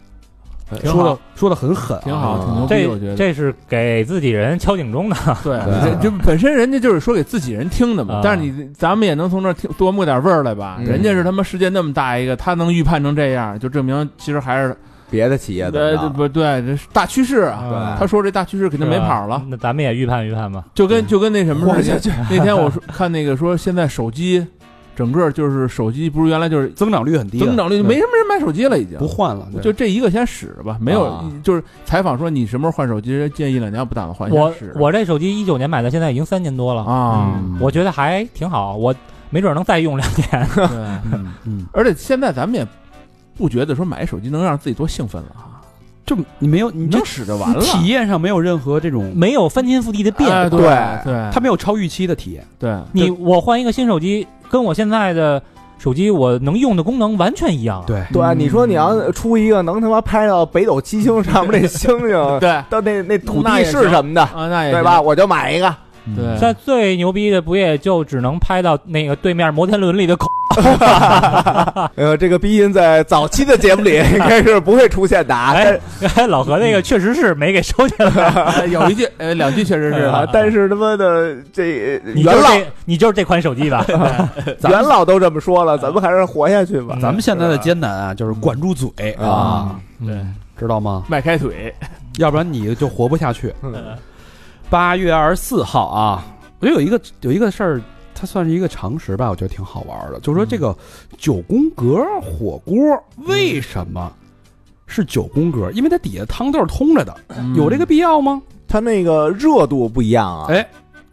[SPEAKER 4] 挺
[SPEAKER 1] 说
[SPEAKER 4] 好
[SPEAKER 1] 的，说的很狠啊，
[SPEAKER 4] 挺好，
[SPEAKER 5] 啊
[SPEAKER 4] 挺牛逼，我觉
[SPEAKER 3] 这
[SPEAKER 4] 得。
[SPEAKER 3] 这是给自己人敲警钟的，
[SPEAKER 4] 对
[SPEAKER 5] 对，
[SPEAKER 4] 这就本身人家就是说给自己人听的嘛
[SPEAKER 3] 啊，
[SPEAKER 4] 但是你咱们也能从这儿听多摸点味儿来吧。
[SPEAKER 5] 嗯
[SPEAKER 4] 人家是他妈世界那么大一个，他能预判成这样，就证明其实还是
[SPEAKER 5] 别的企业怎么
[SPEAKER 4] 呃
[SPEAKER 5] 样？
[SPEAKER 4] 不对，这是大趋势啊。
[SPEAKER 5] 对
[SPEAKER 4] 他说这大趋势肯定没跑
[SPEAKER 3] 是吧啊
[SPEAKER 4] 了，
[SPEAKER 3] 那咱们也预判预判吧。
[SPEAKER 4] 就跟就跟那什么
[SPEAKER 5] 活
[SPEAKER 4] 似
[SPEAKER 5] 下
[SPEAKER 4] 的。
[SPEAKER 5] 去，
[SPEAKER 4] 那天我说看那个说现在手机，整个就是手机不是原来就是
[SPEAKER 1] 增长率很低的，
[SPEAKER 4] 增长率
[SPEAKER 1] 对
[SPEAKER 4] 没什么人买手机了，已经
[SPEAKER 1] 不换了，
[SPEAKER 4] 就
[SPEAKER 1] 对
[SPEAKER 4] 这一个先使着吧，没有
[SPEAKER 5] 啊
[SPEAKER 4] 就是采访说你什么时候换手机，人家建议两年不打算换，
[SPEAKER 3] 我
[SPEAKER 4] 先使着
[SPEAKER 3] 我这手机一九年买的，现在已经三年多了，
[SPEAKER 4] 啊，
[SPEAKER 1] 嗯
[SPEAKER 3] 我觉得还挺好，我没准能再用两年。
[SPEAKER 4] 对。
[SPEAKER 1] 嗯嗯，
[SPEAKER 4] 而且现在咱们也不觉得说买手机能让自己多兴奋了啊，
[SPEAKER 1] 就你没有你嗯
[SPEAKER 4] 你
[SPEAKER 1] 这
[SPEAKER 4] 能使着完了，
[SPEAKER 1] 体验上没有任何这种，
[SPEAKER 3] 没有翻天覆地的变化。
[SPEAKER 4] 哎对
[SPEAKER 5] 对
[SPEAKER 4] 对，
[SPEAKER 1] 它没有超预期的体验，
[SPEAKER 4] 对
[SPEAKER 3] 你我换一个新手机，跟我现在的手机我能用的功能完全一样。，
[SPEAKER 1] 对，
[SPEAKER 5] 对，你说你要出一个能他妈拍到北斗七星上面那星 星，
[SPEAKER 4] 对
[SPEAKER 5] 到那那土
[SPEAKER 4] 那
[SPEAKER 5] 地
[SPEAKER 4] 也行
[SPEAKER 5] 是什么的，
[SPEAKER 4] 啊，那也
[SPEAKER 5] 对
[SPEAKER 4] 行
[SPEAKER 5] 吧？？我就买一个。
[SPEAKER 4] 对，
[SPEAKER 3] 现在最牛逼的不也就只能拍到那个对面摩天轮里的狗？
[SPEAKER 5] 呃，这个鼻音在早期的节目里应该是不会出现的啊，
[SPEAKER 3] 哎，哎 老何那个确实是没给收起来。
[SPEAKER 4] 哎有一句呃两句确实
[SPEAKER 5] 但
[SPEAKER 4] 是
[SPEAKER 5] 是啊，但是他妈的这
[SPEAKER 3] 你
[SPEAKER 5] 元
[SPEAKER 3] 就是
[SPEAKER 5] 老
[SPEAKER 3] 这，你就是这款手机 吧？
[SPEAKER 1] 咱
[SPEAKER 5] 元老都这么说了，咱们还是活下去吧。
[SPEAKER 1] 咱们现在的艰难啊，嗯就是嗯管住嘴
[SPEAKER 5] 啊，
[SPEAKER 4] 对
[SPEAKER 3] 嗯
[SPEAKER 1] 知道吗？
[SPEAKER 4] 迈开腿，
[SPEAKER 1] 要不然你就活不下去。
[SPEAKER 5] 嗯
[SPEAKER 1] 八月二十四号啊，我觉得有一个有一个事儿，它算是一个常识吧，我觉得挺好玩的。就是说，这个九宫格火锅为什么是九宫格？因为它底下汤都是通着的，有这个必要吗？
[SPEAKER 5] 它那个热度不一样啊，
[SPEAKER 1] 哎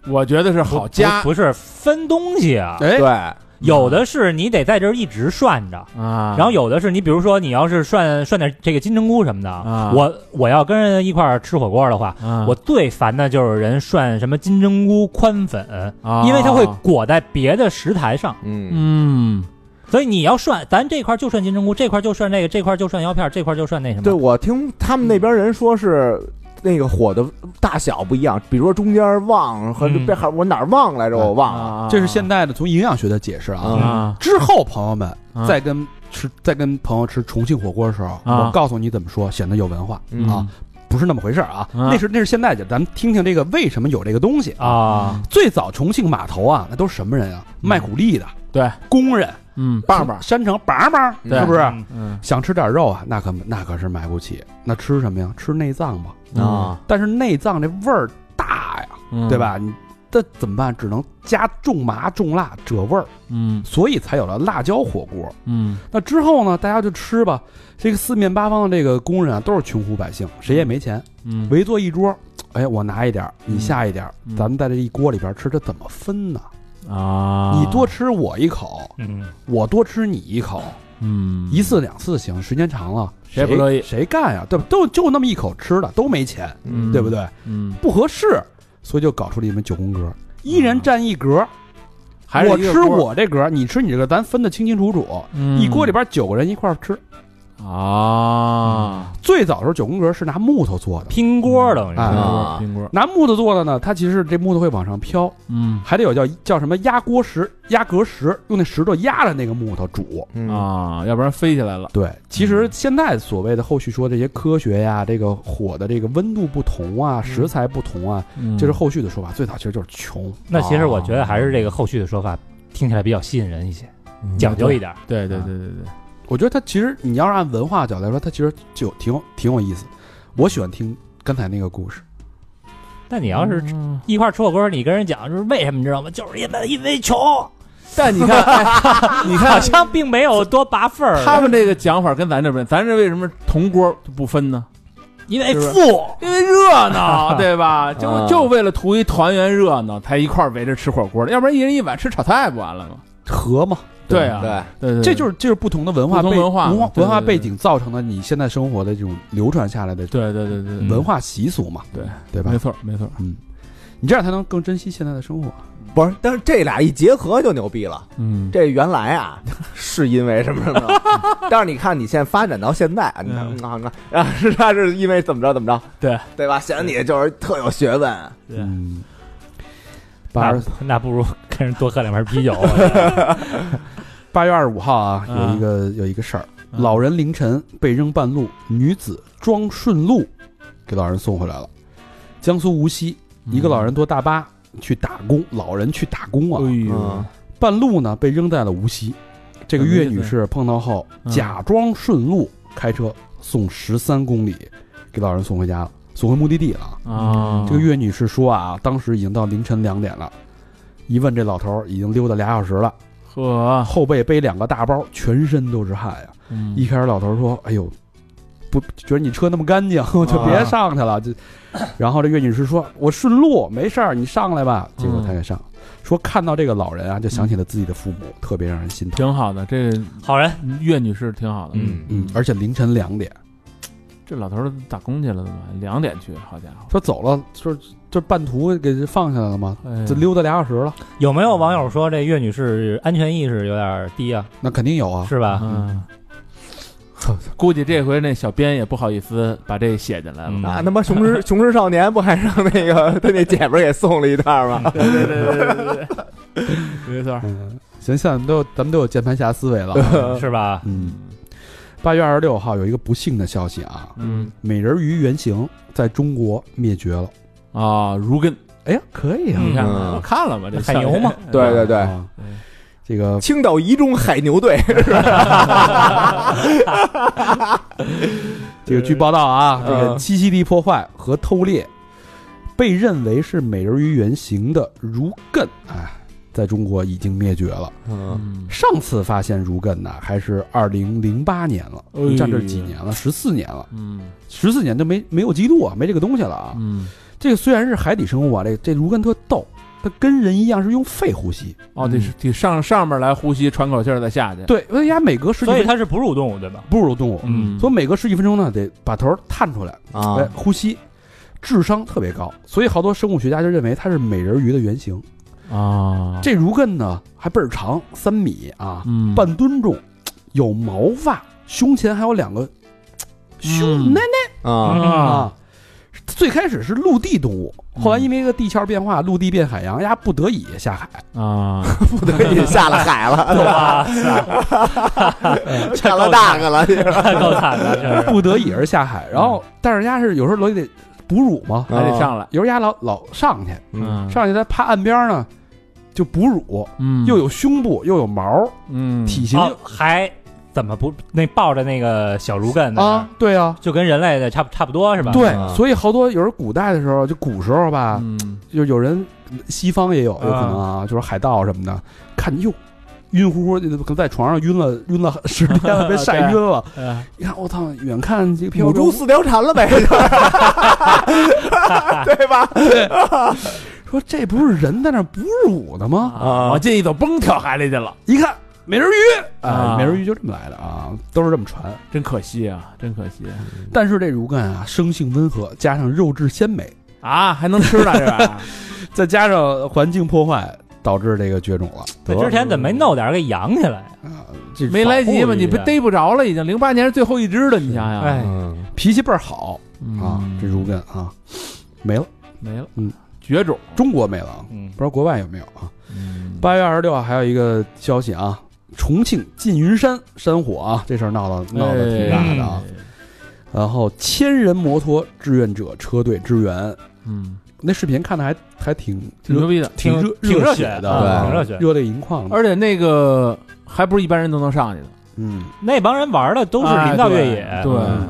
[SPEAKER 4] 嗯，我觉得是好家
[SPEAKER 3] 不不是分东西啊，
[SPEAKER 1] 哎，
[SPEAKER 5] 对，
[SPEAKER 3] 有的是你得在这儿一直涮着，
[SPEAKER 4] 啊，
[SPEAKER 3] 然后有的是你比如说你要是涮涮点这个金针菇什么的，
[SPEAKER 4] 啊
[SPEAKER 3] 我我要跟人一块儿吃火锅的话，
[SPEAKER 4] 啊
[SPEAKER 3] 我最烦的就是人涮什么金针菇宽粉，
[SPEAKER 4] 啊
[SPEAKER 3] 因为它会裹在别的食材上，
[SPEAKER 5] 嗯，
[SPEAKER 4] 嗯
[SPEAKER 3] 所以你要涮，咱这块儿就涮金针菇，这块儿就涮这个，这块儿就涮腰片儿，这块儿就涮那什么。
[SPEAKER 5] 对我听他们那边人说是。那个火的大小不一样，比如说中间旺和
[SPEAKER 3] 嗯
[SPEAKER 5] 这还我哪儿旺来着？我忘了。
[SPEAKER 4] 啊，
[SPEAKER 1] 这是现代的从营养学的解释啊。
[SPEAKER 5] 嗯
[SPEAKER 4] 啊
[SPEAKER 1] 之后朋友们
[SPEAKER 4] 啊
[SPEAKER 1] 再跟吃再跟朋友吃重庆火锅的时候，
[SPEAKER 4] 啊
[SPEAKER 1] 我告诉你怎么说，显得有文化，
[SPEAKER 5] 嗯
[SPEAKER 1] 啊，不是那么回事儿啊。
[SPEAKER 4] 啊
[SPEAKER 1] 那是那是现在的，咱们听听这个为什么有这个东西。
[SPEAKER 3] 啊，
[SPEAKER 1] 最早重庆码头啊，那都是什么人啊？卖苦力的，
[SPEAKER 4] 嗯对，
[SPEAKER 1] 工人，
[SPEAKER 4] 嗯棒棒，
[SPEAKER 1] 山城棒棒，
[SPEAKER 5] 对
[SPEAKER 1] 是不是？
[SPEAKER 3] 嗯
[SPEAKER 4] 嗯
[SPEAKER 1] 想吃点肉啊，那可那可是买不起，那吃什么呀？吃内脏吧。
[SPEAKER 5] 啊，
[SPEAKER 1] 但是内脏这味儿大呀，
[SPEAKER 4] 嗯
[SPEAKER 1] 对？吧？你这怎么办？只能加重麻重辣遮味儿，
[SPEAKER 4] 嗯
[SPEAKER 1] 所以才有了辣椒火锅。
[SPEAKER 4] 嗯
[SPEAKER 1] 那之后呢，大家就吃吧。这个四面八方的这个工人啊，都是穷苦百姓，谁也没钱，
[SPEAKER 4] 嗯，
[SPEAKER 1] 围坐一桌。哎，我拿一点儿，你
[SPEAKER 4] 嗯
[SPEAKER 1] 下一点儿，
[SPEAKER 4] 嗯
[SPEAKER 1] 咱们在这一锅里边吃，这怎么分呢？
[SPEAKER 4] 啊，
[SPEAKER 1] 你多吃我一口，
[SPEAKER 3] 嗯，
[SPEAKER 1] 我多吃你一口，
[SPEAKER 4] 嗯
[SPEAKER 1] 一次两次行，时间长了
[SPEAKER 4] 谁不乐意
[SPEAKER 1] 谁干呀？对吧？都就那么一口吃的，都没钱，
[SPEAKER 4] 嗯
[SPEAKER 1] 对不对？
[SPEAKER 4] 嗯
[SPEAKER 1] 不合适，所以就搞出了你们九宫格，一人占一格。
[SPEAKER 4] 啊还是
[SPEAKER 1] 我
[SPEAKER 4] 一个
[SPEAKER 1] 吃
[SPEAKER 4] 锅嗯
[SPEAKER 1] 我这格，你吃你这个，咱分得清清楚楚。一锅里边九个人一块儿吃。
[SPEAKER 4] 边啊，
[SPEAKER 1] 最早的时候，九宫格是拿木头做的，
[SPEAKER 3] 拼锅等于是
[SPEAKER 1] 啊
[SPEAKER 5] 啊
[SPEAKER 4] 冰锅，
[SPEAKER 1] 拿木头做的呢，它其实这木头会往上飘，
[SPEAKER 4] 嗯
[SPEAKER 1] 还得有叫叫什么压锅石、压格石，用那石头压着那个木头煮。
[SPEAKER 5] 嗯
[SPEAKER 4] 啊，要不然飞起来了，
[SPEAKER 1] 对，其实现在所谓的后续说这些科学呀，这个火的这个温度不同
[SPEAKER 4] 嗯
[SPEAKER 1] 啊，食材不同啊，这是后续的说法。最早其实就是穷，啊
[SPEAKER 3] 那其实我觉得还是这个后续的说法听起来比较吸引人一些，
[SPEAKER 4] 嗯
[SPEAKER 3] 讲究一点儿。
[SPEAKER 4] 对对对对对，
[SPEAKER 1] 我觉得它其实你要是按文化角度来说，它其实就挺有挺有意思。我喜欢听刚才那个故事，
[SPEAKER 3] 但你要是一块儿吃火锅，你跟人讲就是为什么，你知道吗？就是因为因为穷，
[SPEAKER 4] 但你看，哎你
[SPEAKER 3] 好
[SPEAKER 4] 看
[SPEAKER 3] 像并没有多拔份儿。
[SPEAKER 4] 他们这个讲法跟咱这边，咱这为什么铜锅就不分呢？
[SPEAKER 3] 因为
[SPEAKER 4] 是吧
[SPEAKER 3] 富，
[SPEAKER 4] 因为热闹， 对吧？
[SPEAKER 5] 啊
[SPEAKER 4] 就就为了图一团圆热闹，才一块儿围着吃火锅的，要不然一人一碗吃炒菜不完了吗？
[SPEAKER 1] 和嘛，
[SPEAKER 4] 对啊，
[SPEAKER 5] 对，
[SPEAKER 4] 对对，
[SPEAKER 1] 这就是这是不同的文化
[SPEAKER 4] 不同
[SPEAKER 1] 背
[SPEAKER 4] 文化
[SPEAKER 1] 文化
[SPEAKER 4] 对对
[SPEAKER 1] 文化
[SPEAKER 4] 对
[SPEAKER 1] 背景造成的你现在生活的这种流传下来的
[SPEAKER 4] 对对对对对，
[SPEAKER 1] 文化习俗嘛，
[SPEAKER 4] 对
[SPEAKER 1] 嗯对吧
[SPEAKER 4] 没？错没错，
[SPEAKER 1] 你这样才能更珍惜现在的生活。
[SPEAKER 5] 不是，但是这俩一结合就牛逼了。
[SPEAKER 4] 嗯，
[SPEAKER 5] 这原来 啊，是因为什么 什么着，但是你看你现在发展到现在，啊，你看
[SPEAKER 4] 嗯
[SPEAKER 5] 啊，啊啊是他是因为怎么着怎么着，
[SPEAKER 4] 对
[SPEAKER 5] 对啊吧？显得你就是特有学问，
[SPEAKER 4] 对
[SPEAKER 1] 嗯，八
[SPEAKER 3] 那
[SPEAKER 1] 十
[SPEAKER 3] 那不如 跟人多喝两瓶啤酒。
[SPEAKER 1] 八月二十五号啊，有
[SPEAKER 4] 啊
[SPEAKER 1] 一个有一个事儿，
[SPEAKER 4] 嗯
[SPEAKER 1] 老人凌晨被扔半路，女子装顺路给老人送回来了。江苏无锡，一个老人坐大巴去打工，老人去打工啊，
[SPEAKER 4] 嗯，哎
[SPEAKER 5] 嗯
[SPEAKER 4] 呦，
[SPEAKER 1] 半路呢被扔在了无锡。这个岳女士碰到后，
[SPEAKER 4] 嗯
[SPEAKER 1] 假装顺路开车送十三公里，给老人送回家了，送回目的地了啊。
[SPEAKER 4] 啊，
[SPEAKER 1] 这个岳女士说啊，当时已经到凌晨两点了，一问这老头儿已经溜达俩小时了，
[SPEAKER 4] 呵，
[SPEAKER 1] 后背背两个大包，全身都是汗呀。
[SPEAKER 4] 嗯
[SPEAKER 1] 一开始老头儿说：“哎呦，不觉得你车那么干净， 就别上去 了。就然后这岳女士说：“我顺路，没事儿，你上来吧。”结果他也上，说看到这个老人啊，就想起了自己的父母，特别让人心疼。
[SPEAKER 4] 挺好的，这个
[SPEAKER 3] 好人，
[SPEAKER 4] 岳女士挺好的，
[SPEAKER 5] 嗯
[SPEAKER 1] 嗯，而且凌晨两点，
[SPEAKER 4] 这老头儿打工去了，怎么两点去？好家伙，
[SPEAKER 1] 说走了，说这半途给放下来了吗？
[SPEAKER 4] 哎
[SPEAKER 1] 这溜达俩小时了，
[SPEAKER 3] 有没有网友说这岳女士安全意识有点低啊？
[SPEAKER 1] 那肯定有啊。
[SPEAKER 3] 是吧？
[SPEAKER 4] 嗯，估计这回那小编也不好意思把这写进来了。
[SPEAKER 3] 嗯
[SPEAKER 5] 那啊他妈雄 狮雄狮少年不还让那个 他那姐们儿给送了一袋
[SPEAKER 3] 嗯
[SPEAKER 5] 吗？
[SPEAKER 4] 对对对对对对，没错。
[SPEAKER 1] 嗯，行，现在咱们都有咱们都有键盘侠思维 了。
[SPEAKER 3] 是吧？
[SPEAKER 1] 嗯，八月二十六号有一个不幸的消息啊，
[SPEAKER 4] 嗯
[SPEAKER 1] 美人鱼原型在中国灭绝了。
[SPEAKER 4] 啊，如根，
[SPEAKER 1] 哎呀，可以啊，
[SPEAKER 4] 你看
[SPEAKER 5] 嗯
[SPEAKER 4] 我看了吗？这
[SPEAKER 3] 海牛嘛
[SPEAKER 4] 嘛，
[SPEAKER 5] 对对对，
[SPEAKER 1] 啊，这个
[SPEAKER 5] 青岛一中海牛队，
[SPEAKER 1] 这个据报道啊，这
[SPEAKER 5] 嗯
[SPEAKER 1] 个栖息地破坏和偷猎被认为是美人鱼原型的如艮，哎，在中国已经灭绝了。
[SPEAKER 5] 嗯，
[SPEAKER 4] 嗯，
[SPEAKER 1] 上次发现如艮呢，还是二零零八年了
[SPEAKER 4] 哎呦，
[SPEAKER 1] 站这几年了，十四年了，
[SPEAKER 4] 嗯
[SPEAKER 1] 十四年都没没有记录啊，没这个东西了啊。
[SPEAKER 4] 嗯，
[SPEAKER 1] 这个虽然是海底生物啊，这这如艮特逗，它跟人一样是用肺呼吸。
[SPEAKER 4] 哦，得是得上上面来呼吸，喘口气儿再下去。
[SPEAKER 1] 对，因为它每隔十几
[SPEAKER 3] 所以
[SPEAKER 1] 分钟
[SPEAKER 3] 它是哺乳动物对吧？
[SPEAKER 1] 哺乳动物，
[SPEAKER 4] 嗯，
[SPEAKER 1] 所以每隔十几分钟呢得把头探出来，
[SPEAKER 5] 啊
[SPEAKER 1] 哎，呼吸，智商特别高，所以好多生物学家就认为它是美人鱼的原型。
[SPEAKER 4] 啊，
[SPEAKER 1] 这如艮呢还倍儿长，三米啊，
[SPEAKER 4] 嗯
[SPEAKER 1] 半吨重，有毛发，胸前还有两个胸
[SPEAKER 4] 嗯
[SPEAKER 1] 那
[SPEAKER 5] 啊
[SPEAKER 3] 嗯
[SPEAKER 4] 啊，
[SPEAKER 1] 啊。最开始是陆地动物，后来因为一个地壳变化，陆地变海洋，呀不得已下海。
[SPEAKER 4] 啊，
[SPEAKER 5] 不得已下了海了，
[SPEAKER 3] 哇 塞，
[SPEAKER 5] 下了大个了，
[SPEAKER 3] 够惨的，这是。
[SPEAKER 1] 不得已而下海，然后但是人家是有时候老得哺乳嘛，
[SPEAKER 4] 还得上来。
[SPEAKER 1] 有时候人家老老上去，
[SPEAKER 5] 嗯，
[SPEAKER 1] 上去他趴岸边儿呢就哺乳，
[SPEAKER 4] 嗯，
[SPEAKER 1] 又有胸部又有毛，
[SPEAKER 4] 嗯
[SPEAKER 1] 体型
[SPEAKER 3] 哦，还怎么不那抱着那个小儒艮呢？
[SPEAKER 1] 啊，对啊，
[SPEAKER 3] 就跟人类的差不差不多是吧？
[SPEAKER 1] 对
[SPEAKER 5] 啊，
[SPEAKER 1] 所以好多有人古代的时候，就古时候吧，
[SPEAKER 4] 嗯
[SPEAKER 1] 就有人西方也有有可能啊，就是海盗什么的，看哟。晕乎乎，可能在床上晕了，晕了十天了，被晒晕了。
[SPEAKER 3] 呃
[SPEAKER 4] 哎
[SPEAKER 1] 你看，我操，远看这个漂
[SPEAKER 5] 母
[SPEAKER 1] 流
[SPEAKER 5] 猪四貂蝉了呗，对吧？
[SPEAKER 1] 说这不是人在那儿哺乳呢吗？
[SPEAKER 4] 啊，往进一走，嘣跳海里去了，
[SPEAKER 1] 一看美人鱼，
[SPEAKER 4] 啊
[SPEAKER 1] 啊，美人鱼就这么来的啊，都是这么传。
[SPEAKER 4] 真可惜啊，真可惜
[SPEAKER 1] 但是这儒艮啊，生性温和，加上肉质鲜美，
[SPEAKER 4] 啊，还能吃呢，这玩 意儿
[SPEAKER 1] 再加上环境破坏，导致这个绝种了。
[SPEAKER 3] 对，之前怎么没弄点儿给养起来？
[SPEAKER 1] 啊，这
[SPEAKER 4] 没来及嘛，你
[SPEAKER 3] 保护
[SPEAKER 4] 不
[SPEAKER 3] 欲啊
[SPEAKER 4] 逮不着了，已经零八年是最后一只了，你想想，
[SPEAKER 3] 哎
[SPEAKER 5] 嗯，
[SPEAKER 1] 脾气倍儿好
[SPEAKER 4] 嗯
[SPEAKER 1] 啊，这儒艮啊，没了，
[SPEAKER 4] 没了，
[SPEAKER 1] 嗯，
[SPEAKER 4] 绝种，
[SPEAKER 1] 中国没了，啊，
[SPEAKER 3] 嗯
[SPEAKER 1] 不知道国外有没有啊？
[SPEAKER 4] 嗯
[SPEAKER 1] 八月二十六号还有一个消息啊，重庆缙云山山火啊，这事儿闹得闹得挺大的啊。然后千人摩托志愿者车队支援，
[SPEAKER 4] 嗯，
[SPEAKER 1] 那视频看的还还挺
[SPEAKER 4] 挺牛
[SPEAKER 1] 热
[SPEAKER 4] 逼的，嗯
[SPEAKER 1] 挺热
[SPEAKER 3] 挺热
[SPEAKER 1] 血
[SPEAKER 3] 血
[SPEAKER 5] 啊
[SPEAKER 1] 的，
[SPEAKER 3] 挺热血。
[SPEAKER 1] 热泪盈眶的。
[SPEAKER 4] 而且那个还不是一般人都能上去的，
[SPEAKER 1] 嗯，
[SPEAKER 3] 那帮人玩的都是
[SPEAKER 4] 哎
[SPEAKER 3] 林道
[SPEAKER 4] 对
[SPEAKER 3] 越野，
[SPEAKER 4] 对
[SPEAKER 1] 嗯，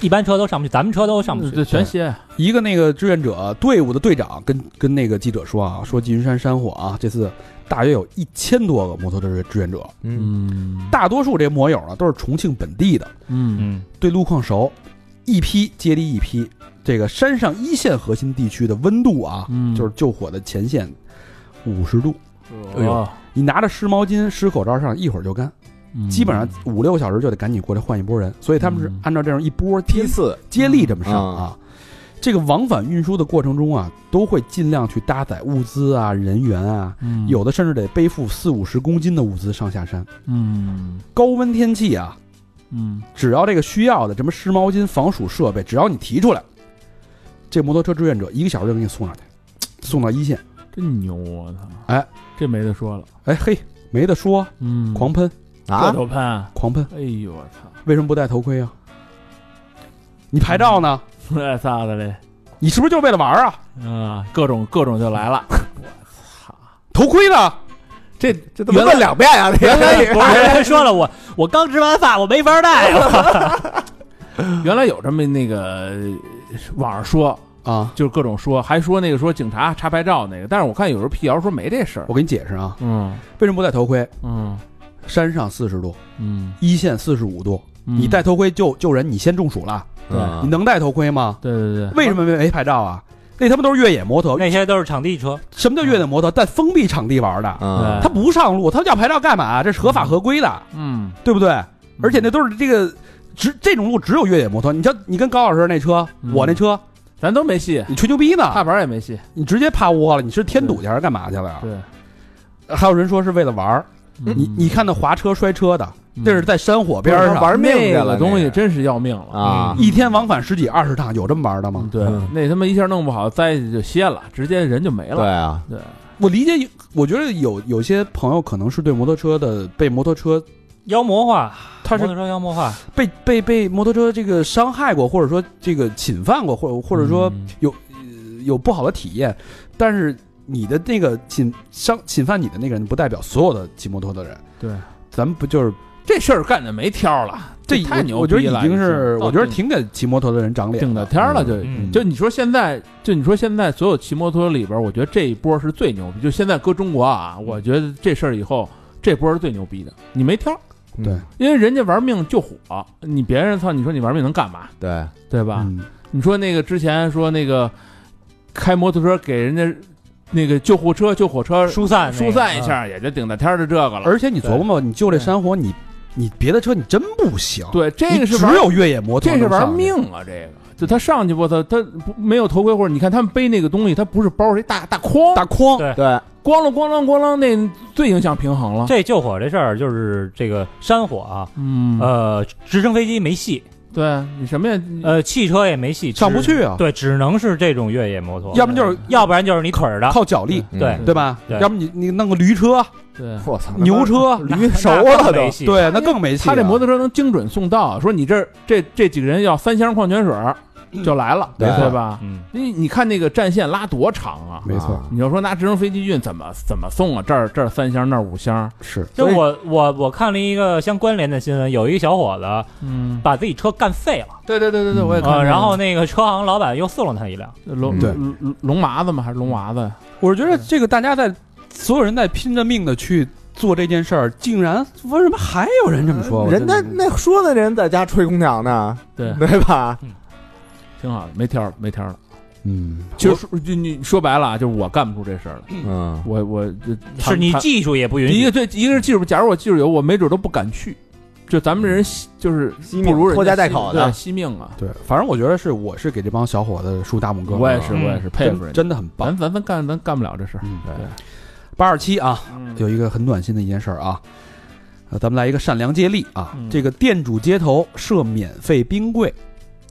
[SPEAKER 3] 一般车都上不去，咱们车都上不
[SPEAKER 4] 嗯
[SPEAKER 3] 去
[SPEAKER 4] 对，。全歇，
[SPEAKER 1] 一个那个志愿者队伍的队长跟跟那个记者说啊，说缙云山山火啊，这次大约有一千多个摩托车志愿者，
[SPEAKER 5] 嗯
[SPEAKER 4] 嗯
[SPEAKER 1] 大多数这摩友呢啊都是重庆本地的，
[SPEAKER 4] 嗯
[SPEAKER 3] 嗯，
[SPEAKER 1] 对路况熟，一批接力一批。这个山上一线核心地区的温度啊，
[SPEAKER 4] 嗯
[SPEAKER 1] 就是救火的前线，五十度。
[SPEAKER 4] 哎呦，
[SPEAKER 1] 你拿着湿毛巾、湿口罩上，一会儿就干，
[SPEAKER 4] 嗯
[SPEAKER 1] 基本上五六个小时就得赶紧过来换一波人。所以他们是
[SPEAKER 4] 嗯
[SPEAKER 1] 按照这样一波
[SPEAKER 5] 批
[SPEAKER 1] 接
[SPEAKER 5] 次
[SPEAKER 1] 接力这么上
[SPEAKER 5] 嗯
[SPEAKER 1] 啊。这个往返运输的过程中啊，都会尽量去搭载物资啊、人员啊，
[SPEAKER 4] 嗯
[SPEAKER 1] 有的甚至得背负四五十公斤的物资上下山。
[SPEAKER 4] 嗯
[SPEAKER 1] 高温天气啊，
[SPEAKER 4] 嗯
[SPEAKER 1] 只要这个需要的什么湿毛巾、防暑设备，只要你提出来，这摩托车志愿者一个小时就给你送上去，送到一线。
[SPEAKER 4] 真牛，我操！
[SPEAKER 1] 哎，
[SPEAKER 4] 这没得说了，
[SPEAKER 1] 哎嘿，没得说，
[SPEAKER 4] 嗯，
[SPEAKER 1] 狂喷，
[SPEAKER 5] 啊，
[SPEAKER 4] 手喷啊，
[SPEAKER 1] 狂喷，
[SPEAKER 4] 哎呦我操，
[SPEAKER 1] 为什么不戴头盔啊？你牌照呢？
[SPEAKER 4] 我操哎的嘞，
[SPEAKER 1] 你是不是就是为了玩儿啊？
[SPEAKER 4] 啊，各种各种就来了，
[SPEAKER 1] 头盔呢？
[SPEAKER 5] 这这怎
[SPEAKER 4] 原来
[SPEAKER 5] 问两遍啊？原 来
[SPEAKER 3] 我还说了，我我刚植完发，我没法
[SPEAKER 4] 哎
[SPEAKER 3] 戴。
[SPEAKER 4] 原来有这么那个网上说，
[SPEAKER 1] 啊，
[SPEAKER 4] 就是各种说，还说那个说警察查牌照那个，但是我看有时候辟谣说没这事儿，
[SPEAKER 1] 我给你解释啊，
[SPEAKER 4] 嗯
[SPEAKER 1] 为什么不戴头盔？
[SPEAKER 4] 嗯
[SPEAKER 1] 山上四十度，
[SPEAKER 4] 嗯，
[SPEAKER 1] 一线四十五度，
[SPEAKER 4] 你
[SPEAKER 1] 你戴头盔救救人，你先中暑了，
[SPEAKER 4] 啊
[SPEAKER 5] 嗯
[SPEAKER 1] 你能戴头盔 吗？
[SPEAKER 4] 对对对，
[SPEAKER 1] 为什么没没牌照啊？那他们都是越野摩托，
[SPEAKER 3] 那些都是场地车，
[SPEAKER 1] 什么叫越野摩托？在封闭场地玩的，
[SPEAKER 5] 嗯
[SPEAKER 4] 嗯
[SPEAKER 1] 他不上路，他们要牌照干嘛？这是合法合规的，
[SPEAKER 4] 嗯，
[SPEAKER 1] 对不对？而且那都是这个只这种路只有越野摩托。你像你跟高老师那车，
[SPEAKER 4] 嗯啊
[SPEAKER 1] 我那车，
[SPEAKER 4] 咱都没戏，
[SPEAKER 1] 你吹牛逼呢
[SPEAKER 4] 踏？板也没戏，
[SPEAKER 1] 你直接趴窝了，你是添堵去还是干嘛去了呀？
[SPEAKER 4] 对，嗯
[SPEAKER 1] 还有人说是为了玩儿，啊你你看那划车摔车的，那是在山火边上
[SPEAKER 5] 玩命去
[SPEAKER 4] 那
[SPEAKER 5] 了
[SPEAKER 4] 个东西真是要命了嗯
[SPEAKER 5] 啊
[SPEAKER 1] 一天往返十几二十趟，有这么玩的吗？
[SPEAKER 4] 对，那他妈一下弄不好栽下去就歇了，直接人就没
[SPEAKER 5] 对
[SPEAKER 4] 了。
[SPEAKER 5] 啊，
[SPEAKER 4] 对，
[SPEAKER 1] 我理解，我觉得有有些朋友可能是对摩托车的被摩托车，
[SPEAKER 3] 妖魔化，
[SPEAKER 1] 他是
[SPEAKER 3] 摩托车妖魔化，
[SPEAKER 1] 被被被摩托车这个伤害过，或者说这个侵犯过，或者或者说
[SPEAKER 4] 嗯
[SPEAKER 1] 有、呃有不好的体验，但是你的那个侵伤侵犯你的那个人，不代表所有的骑摩托的人。
[SPEAKER 4] 对，
[SPEAKER 1] 咱们不就是
[SPEAKER 4] 这事儿干的没挑了，
[SPEAKER 1] 这
[SPEAKER 4] 太牛
[SPEAKER 1] 我
[SPEAKER 4] 逼
[SPEAKER 1] 觉
[SPEAKER 4] 了！哦
[SPEAKER 1] 得已经是
[SPEAKER 4] 这
[SPEAKER 1] 我觉得挺给骑摩托的人长脸
[SPEAKER 4] 顶到天儿了，就
[SPEAKER 3] 嗯
[SPEAKER 4] 就你说现在，就你说现在所有骑摩托里边儿，我觉得这一波是最牛逼。就现在搁中国啊，我觉得这事儿以后这波是最牛逼的，你没挑，
[SPEAKER 1] 对
[SPEAKER 4] 因为人家玩命救火，你别人操，你说你玩命能干嘛，
[SPEAKER 5] 对，
[SPEAKER 4] 对吧？
[SPEAKER 1] 嗯
[SPEAKER 4] 你说那个之前说那个开摩托车给人家那个救护车、救火车疏
[SPEAKER 3] 疏散那个
[SPEAKER 4] 散嗯一，下，也就顶到天儿的这个了。
[SPEAKER 1] 而且你琢磨，你就这山火，你你别的车你真不行。，
[SPEAKER 4] 对，这个是
[SPEAKER 1] 只
[SPEAKER 4] 玩
[SPEAKER 1] 有越野摩托
[SPEAKER 4] 这
[SPEAKER 1] 能
[SPEAKER 4] 是
[SPEAKER 1] 上去，
[SPEAKER 4] 玩命啊！这个就他上去，我操，他不没有头盔或者你看他们背那个东西，他不是包，是一大大筐，
[SPEAKER 1] 大筐
[SPEAKER 3] 对
[SPEAKER 5] 对，
[SPEAKER 4] 咣啷咣啷咣啷，那最影响平衡了。
[SPEAKER 3] 这救火这事儿就是这个山火啊，
[SPEAKER 4] 嗯，
[SPEAKER 3] 呃，直升飞机没戏，
[SPEAKER 4] 对你什么呀？
[SPEAKER 3] 呃，汽车也没戏，
[SPEAKER 1] 上不
[SPEAKER 3] 只。
[SPEAKER 1] 去啊。
[SPEAKER 3] 对，只能是这种越野摩托，
[SPEAKER 1] 要不
[SPEAKER 4] 嗯
[SPEAKER 1] 就是
[SPEAKER 3] 要不然就是你腿儿的，
[SPEAKER 1] 靠脚力，
[SPEAKER 3] 对
[SPEAKER 5] 嗯
[SPEAKER 1] 对吧？
[SPEAKER 3] 对
[SPEAKER 1] 要不你你弄个驴车、
[SPEAKER 4] 对，
[SPEAKER 5] 我操，
[SPEAKER 1] 牛车，
[SPEAKER 3] 那
[SPEAKER 5] 驴熟
[SPEAKER 3] 那更
[SPEAKER 5] 了都啊
[SPEAKER 3] 没，戏。
[SPEAKER 1] 对，那更没戏了。
[SPEAKER 4] 他这摩托车能精准送到，说你这这这几个人要三箱矿泉水儿就来了，
[SPEAKER 5] 对
[SPEAKER 4] 对吧？
[SPEAKER 3] 嗯，
[SPEAKER 4] 你你看那个战线拉多长啊！
[SPEAKER 1] 没错
[SPEAKER 5] 啊
[SPEAKER 4] 你要说拿直升飞机运怎么怎么送啊？这儿这儿三箱，那儿五箱，
[SPEAKER 1] 是
[SPEAKER 3] 就
[SPEAKER 5] 所以
[SPEAKER 3] 我我我看了一个相关联的新闻，有一个小伙子
[SPEAKER 4] 嗯，啊
[SPEAKER 3] 把自己车干废了，
[SPEAKER 4] 对对对对对，我也看
[SPEAKER 3] 呃，
[SPEAKER 4] 见
[SPEAKER 3] 然后
[SPEAKER 4] 了
[SPEAKER 3] 那个车行老板又送了他一辆，
[SPEAKER 4] 龙
[SPEAKER 1] 对
[SPEAKER 4] 龙龙麻子吗？还是龙娃子？
[SPEAKER 1] 我是觉得
[SPEAKER 4] 嗯
[SPEAKER 1] 这个大家在所有人在拼着命的去做这件事儿，竟然为什么还有人这么
[SPEAKER 4] 嗯
[SPEAKER 1] 说？我
[SPEAKER 5] 人
[SPEAKER 1] 真
[SPEAKER 5] 家
[SPEAKER 1] 的
[SPEAKER 5] 那说的人在家吹空调呢，
[SPEAKER 4] 对，
[SPEAKER 5] 对吧？
[SPEAKER 4] 挺好的，没挑了，没挑了。
[SPEAKER 1] 嗯，
[SPEAKER 4] 其实说就你说白了啊，就是我干不出这事儿来，
[SPEAKER 5] 嗯，
[SPEAKER 4] 我我这
[SPEAKER 3] 是
[SPEAKER 4] 谈
[SPEAKER 3] 你
[SPEAKER 4] 谈
[SPEAKER 3] 技术也不允
[SPEAKER 4] 一
[SPEAKER 3] 许
[SPEAKER 4] 个。对，一个是技术，假如我技术有，我没准都不敢去。就咱们人惜就是
[SPEAKER 5] 惜
[SPEAKER 4] 不
[SPEAKER 5] 命
[SPEAKER 4] 如人
[SPEAKER 5] 拖家
[SPEAKER 4] 惜
[SPEAKER 5] 带口的
[SPEAKER 4] 对，惜命啊！
[SPEAKER 1] 对，反正我觉得是，我是给这帮小伙子竖大拇哥。
[SPEAKER 4] 我也是，
[SPEAKER 1] 嗯
[SPEAKER 4] 我也是佩服
[SPEAKER 1] 真
[SPEAKER 4] 人家。
[SPEAKER 1] 真的很棒
[SPEAKER 4] 咱。咱咱干咱干不了这事儿。
[SPEAKER 1] 嗯，
[SPEAKER 4] 对
[SPEAKER 1] 八二七啊，
[SPEAKER 4] 嗯
[SPEAKER 1] 有一个很暖心的一件事儿啊。呃，咱们来一个善良接力啊！
[SPEAKER 4] 嗯
[SPEAKER 1] 这个店主街头设免费冰柜，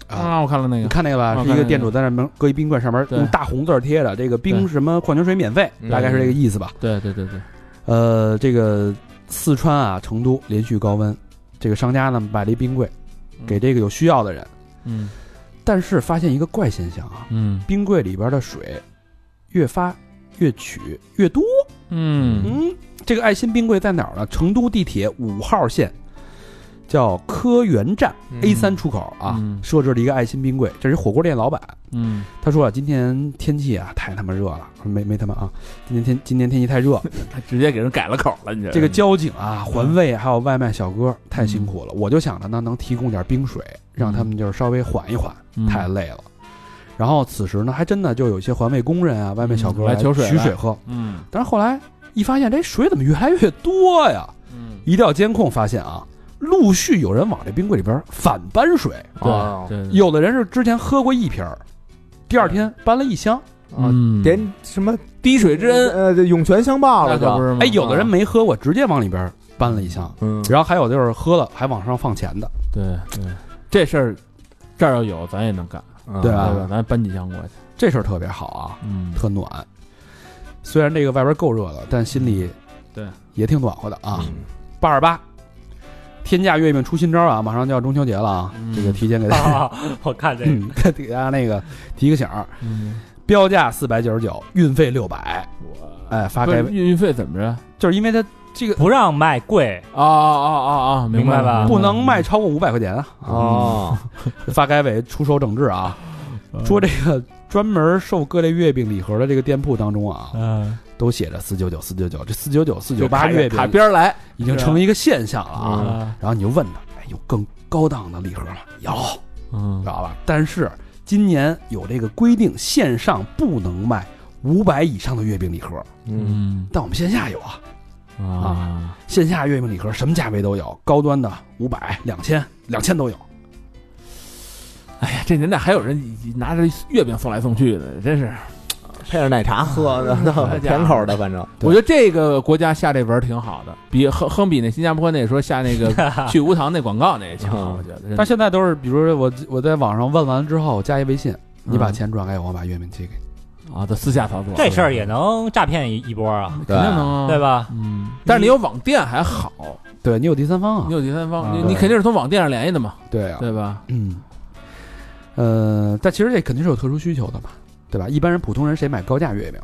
[SPEAKER 1] 啊，
[SPEAKER 4] 啊，我看了那
[SPEAKER 1] 你
[SPEAKER 4] 个，
[SPEAKER 1] 看那个吧，
[SPEAKER 4] 我
[SPEAKER 1] 是一
[SPEAKER 4] 看那
[SPEAKER 1] 个
[SPEAKER 4] 个
[SPEAKER 1] 店主在那门搁一冰柜，上面
[SPEAKER 4] 对
[SPEAKER 1] 用大红字儿贴着这个冰什么矿泉水免费，
[SPEAKER 5] 嗯
[SPEAKER 1] 大概是这个意思吧。
[SPEAKER 4] 对对对对，
[SPEAKER 1] 呃，这个四川啊，成都连续高温，这个商家呢买了一冰柜给这个有需要的人，
[SPEAKER 4] 嗯
[SPEAKER 1] 但是发现一个怪现象啊，
[SPEAKER 4] 嗯
[SPEAKER 1] 冰柜里边的水越发越取越多。
[SPEAKER 4] 嗯
[SPEAKER 1] 嗯，这个爱心冰柜在哪儿呢？成都地铁五号线。叫科园站 A 三出口啊，
[SPEAKER 4] 嗯
[SPEAKER 1] 设置了一个爱心冰柜。这是火锅店老板，
[SPEAKER 4] 嗯
[SPEAKER 1] 他说啊，今天天气啊太他妈热了，没没他妈啊，今天天今天天气太 热，
[SPEAKER 4] 嗯，直接给人改了口了，你这
[SPEAKER 1] 这个交警啊、环卫还有外卖小哥太辛苦
[SPEAKER 4] 嗯
[SPEAKER 1] 了，我就想着呢能提供点冰水，让他们就是稍微缓一缓，
[SPEAKER 4] 嗯
[SPEAKER 1] 太累了。然后此时呢，还真的就有一些环卫工人啊、外卖小哥
[SPEAKER 4] 嗯来
[SPEAKER 1] 取
[SPEAKER 4] 求水
[SPEAKER 1] 取
[SPEAKER 4] 来
[SPEAKER 1] 水喝，
[SPEAKER 4] 嗯
[SPEAKER 1] 但是后来一发现这水怎么越来越多呀？
[SPEAKER 4] 嗯，
[SPEAKER 1] 一调监控发现啊，陆续有人往这冰柜里边反搬水，
[SPEAKER 5] 啊
[SPEAKER 4] 对对，
[SPEAKER 1] 有的人是之前喝过一瓶儿，第二天搬了一箱，
[SPEAKER 5] 啊
[SPEAKER 4] 嗯
[SPEAKER 5] 点什么
[SPEAKER 4] 滴水之恩，
[SPEAKER 5] 呃涌泉相报
[SPEAKER 4] 那
[SPEAKER 5] 了
[SPEAKER 4] 可不
[SPEAKER 5] 就，
[SPEAKER 4] 是吗？
[SPEAKER 1] 哎，有的人没喝过，直接往里边搬了一箱。
[SPEAKER 5] 嗯，
[SPEAKER 1] 然后还有就是喝了还往上放钱的，
[SPEAKER 4] 对对，这事儿这儿要有咱也能干，
[SPEAKER 1] 对
[SPEAKER 4] 嗯对
[SPEAKER 1] 吧
[SPEAKER 4] 吧？咱搬几箱过去，
[SPEAKER 1] 这事儿特别好啊，
[SPEAKER 4] 嗯，
[SPEAKER 1] 特暖。虽然这个外边够热了，但心里
[SPEAKER 4] 对
[SPEAKER 1] 也挺暖和的啊
[SPEAKER 5] 嗯。
[SPEAKER 1] 八二八，天价月饼出新招啊！马上就要中秋节了啊，
[SPEAKER 4] 嗯
[SPEAKER 1] 这个提前给大 家、
[SPEAKER 3] 啊， 我看这个
[SPEAKER 1] 嗯给大家那个提个醒儿，
[SPEAKER 4] 嗯，
[SPEAKER 1] 标价四百九十九，运费六百，哎，发
[SPEAKER 4] 不
[SPEAKER 1] 给
[SPEAKER 4] 是运运费怎么着？
[SPEAKER 1] 就是因为它这个
[SPEAKER 3] 不让卖贵，
[SPEAKER 4] 啊啊啊啊！
[SPEAKER 3] 明
[SPEAKER 4] 白
[SPEAKER 3] 白吧
[SPEAKER 4] 了
[SPEAKER 1] 不能卖。超过五百块钱啊，
[SPEAKER 5] 哦，
[SPEAKER 1] 发改委出手整治啊。说这个专门售各类月饼礼盒的这个店铺当中啊，
[SPEAKER 3] 嗯，
[SPEAKER 1] 都写着四九九四九九，这四九九四
[SPEAKER 4] 就
[SPEAKER 1] 九八
[SPEAKER 4] 卡
[SPEAKER 1] 月
[SPEAKER 4] 卡
[SPEAKER 1] 饼
[SPEAKER 4] 边儿来
[SPEAKER 1] 已经成了一个现象了啊。
[SPEAKER 4] 啊，
[SPEAKER 1] 然后你就问他，哎，有更高档的礼盒吗？有，
[SPEAKER 4] 嗯
[SPEAKER 1] 知，道吧？但是今年有这个规定，线上不能卖五百以上的月饼礼盒，
[SPEAKER 5] 嗯，
[SPEAKER 4] 嗯
[SPEAKER 1] 但我们线下有啊，
[SPEAKER 4] 啊，
[SPEAKER 1] 线下月饼礼盒什么价位都有，高端的五百、两千、两千都有。
[SPEAKER 4] 哎呀，这年代还有人拿着月饼送来送去的，真是。
[SPEAKER 5] 配着奶茶喝，那甜口的，反正
[SPEAKER 1] 对
[SPEAKER 4] 我觉得这个国家下这文儿挺好的，比亨亨比那新加坡那说下那个去无糖那广告那强，
[SPEAKER 5] 嗯
[SPEAKER 4] 我觉得真的。
[SPEAKER 1] 但现在都是，比如说我我在网上问完之后，加一微信，你把
[SPEAKER 4] 嗯
[SPEAKER 1] 钱转给我，我把月饼寄给你。
[SPEAKER 4] 啊，这私下操作
[SPEAKER 3] 这事儿也能诈骗一一波啊，
[SPEAKER 4] 肯定能啊
[SPEAKER 3] 对？吧？
[SPEAKER 4] 嗯，但是你有网店还好，
[SPEAKER 1] 对你有第三方啊
[SPEAKER 4] 你？有第三方，
[SPEAKER 1] 啊
[SPEAKER 4] 你
[SPEAKER 1] 对
[SPEAKER 4] 你肯定是从网店上联系的嘛，
[SPEAKER 1] 对啊，
[SPEAKER 4] 对吧？
[SPEAKER 1] 嗯，呃，但其实这肯定是有特殊需求的嘛，对吧？一般人普通人谁买高价月饼，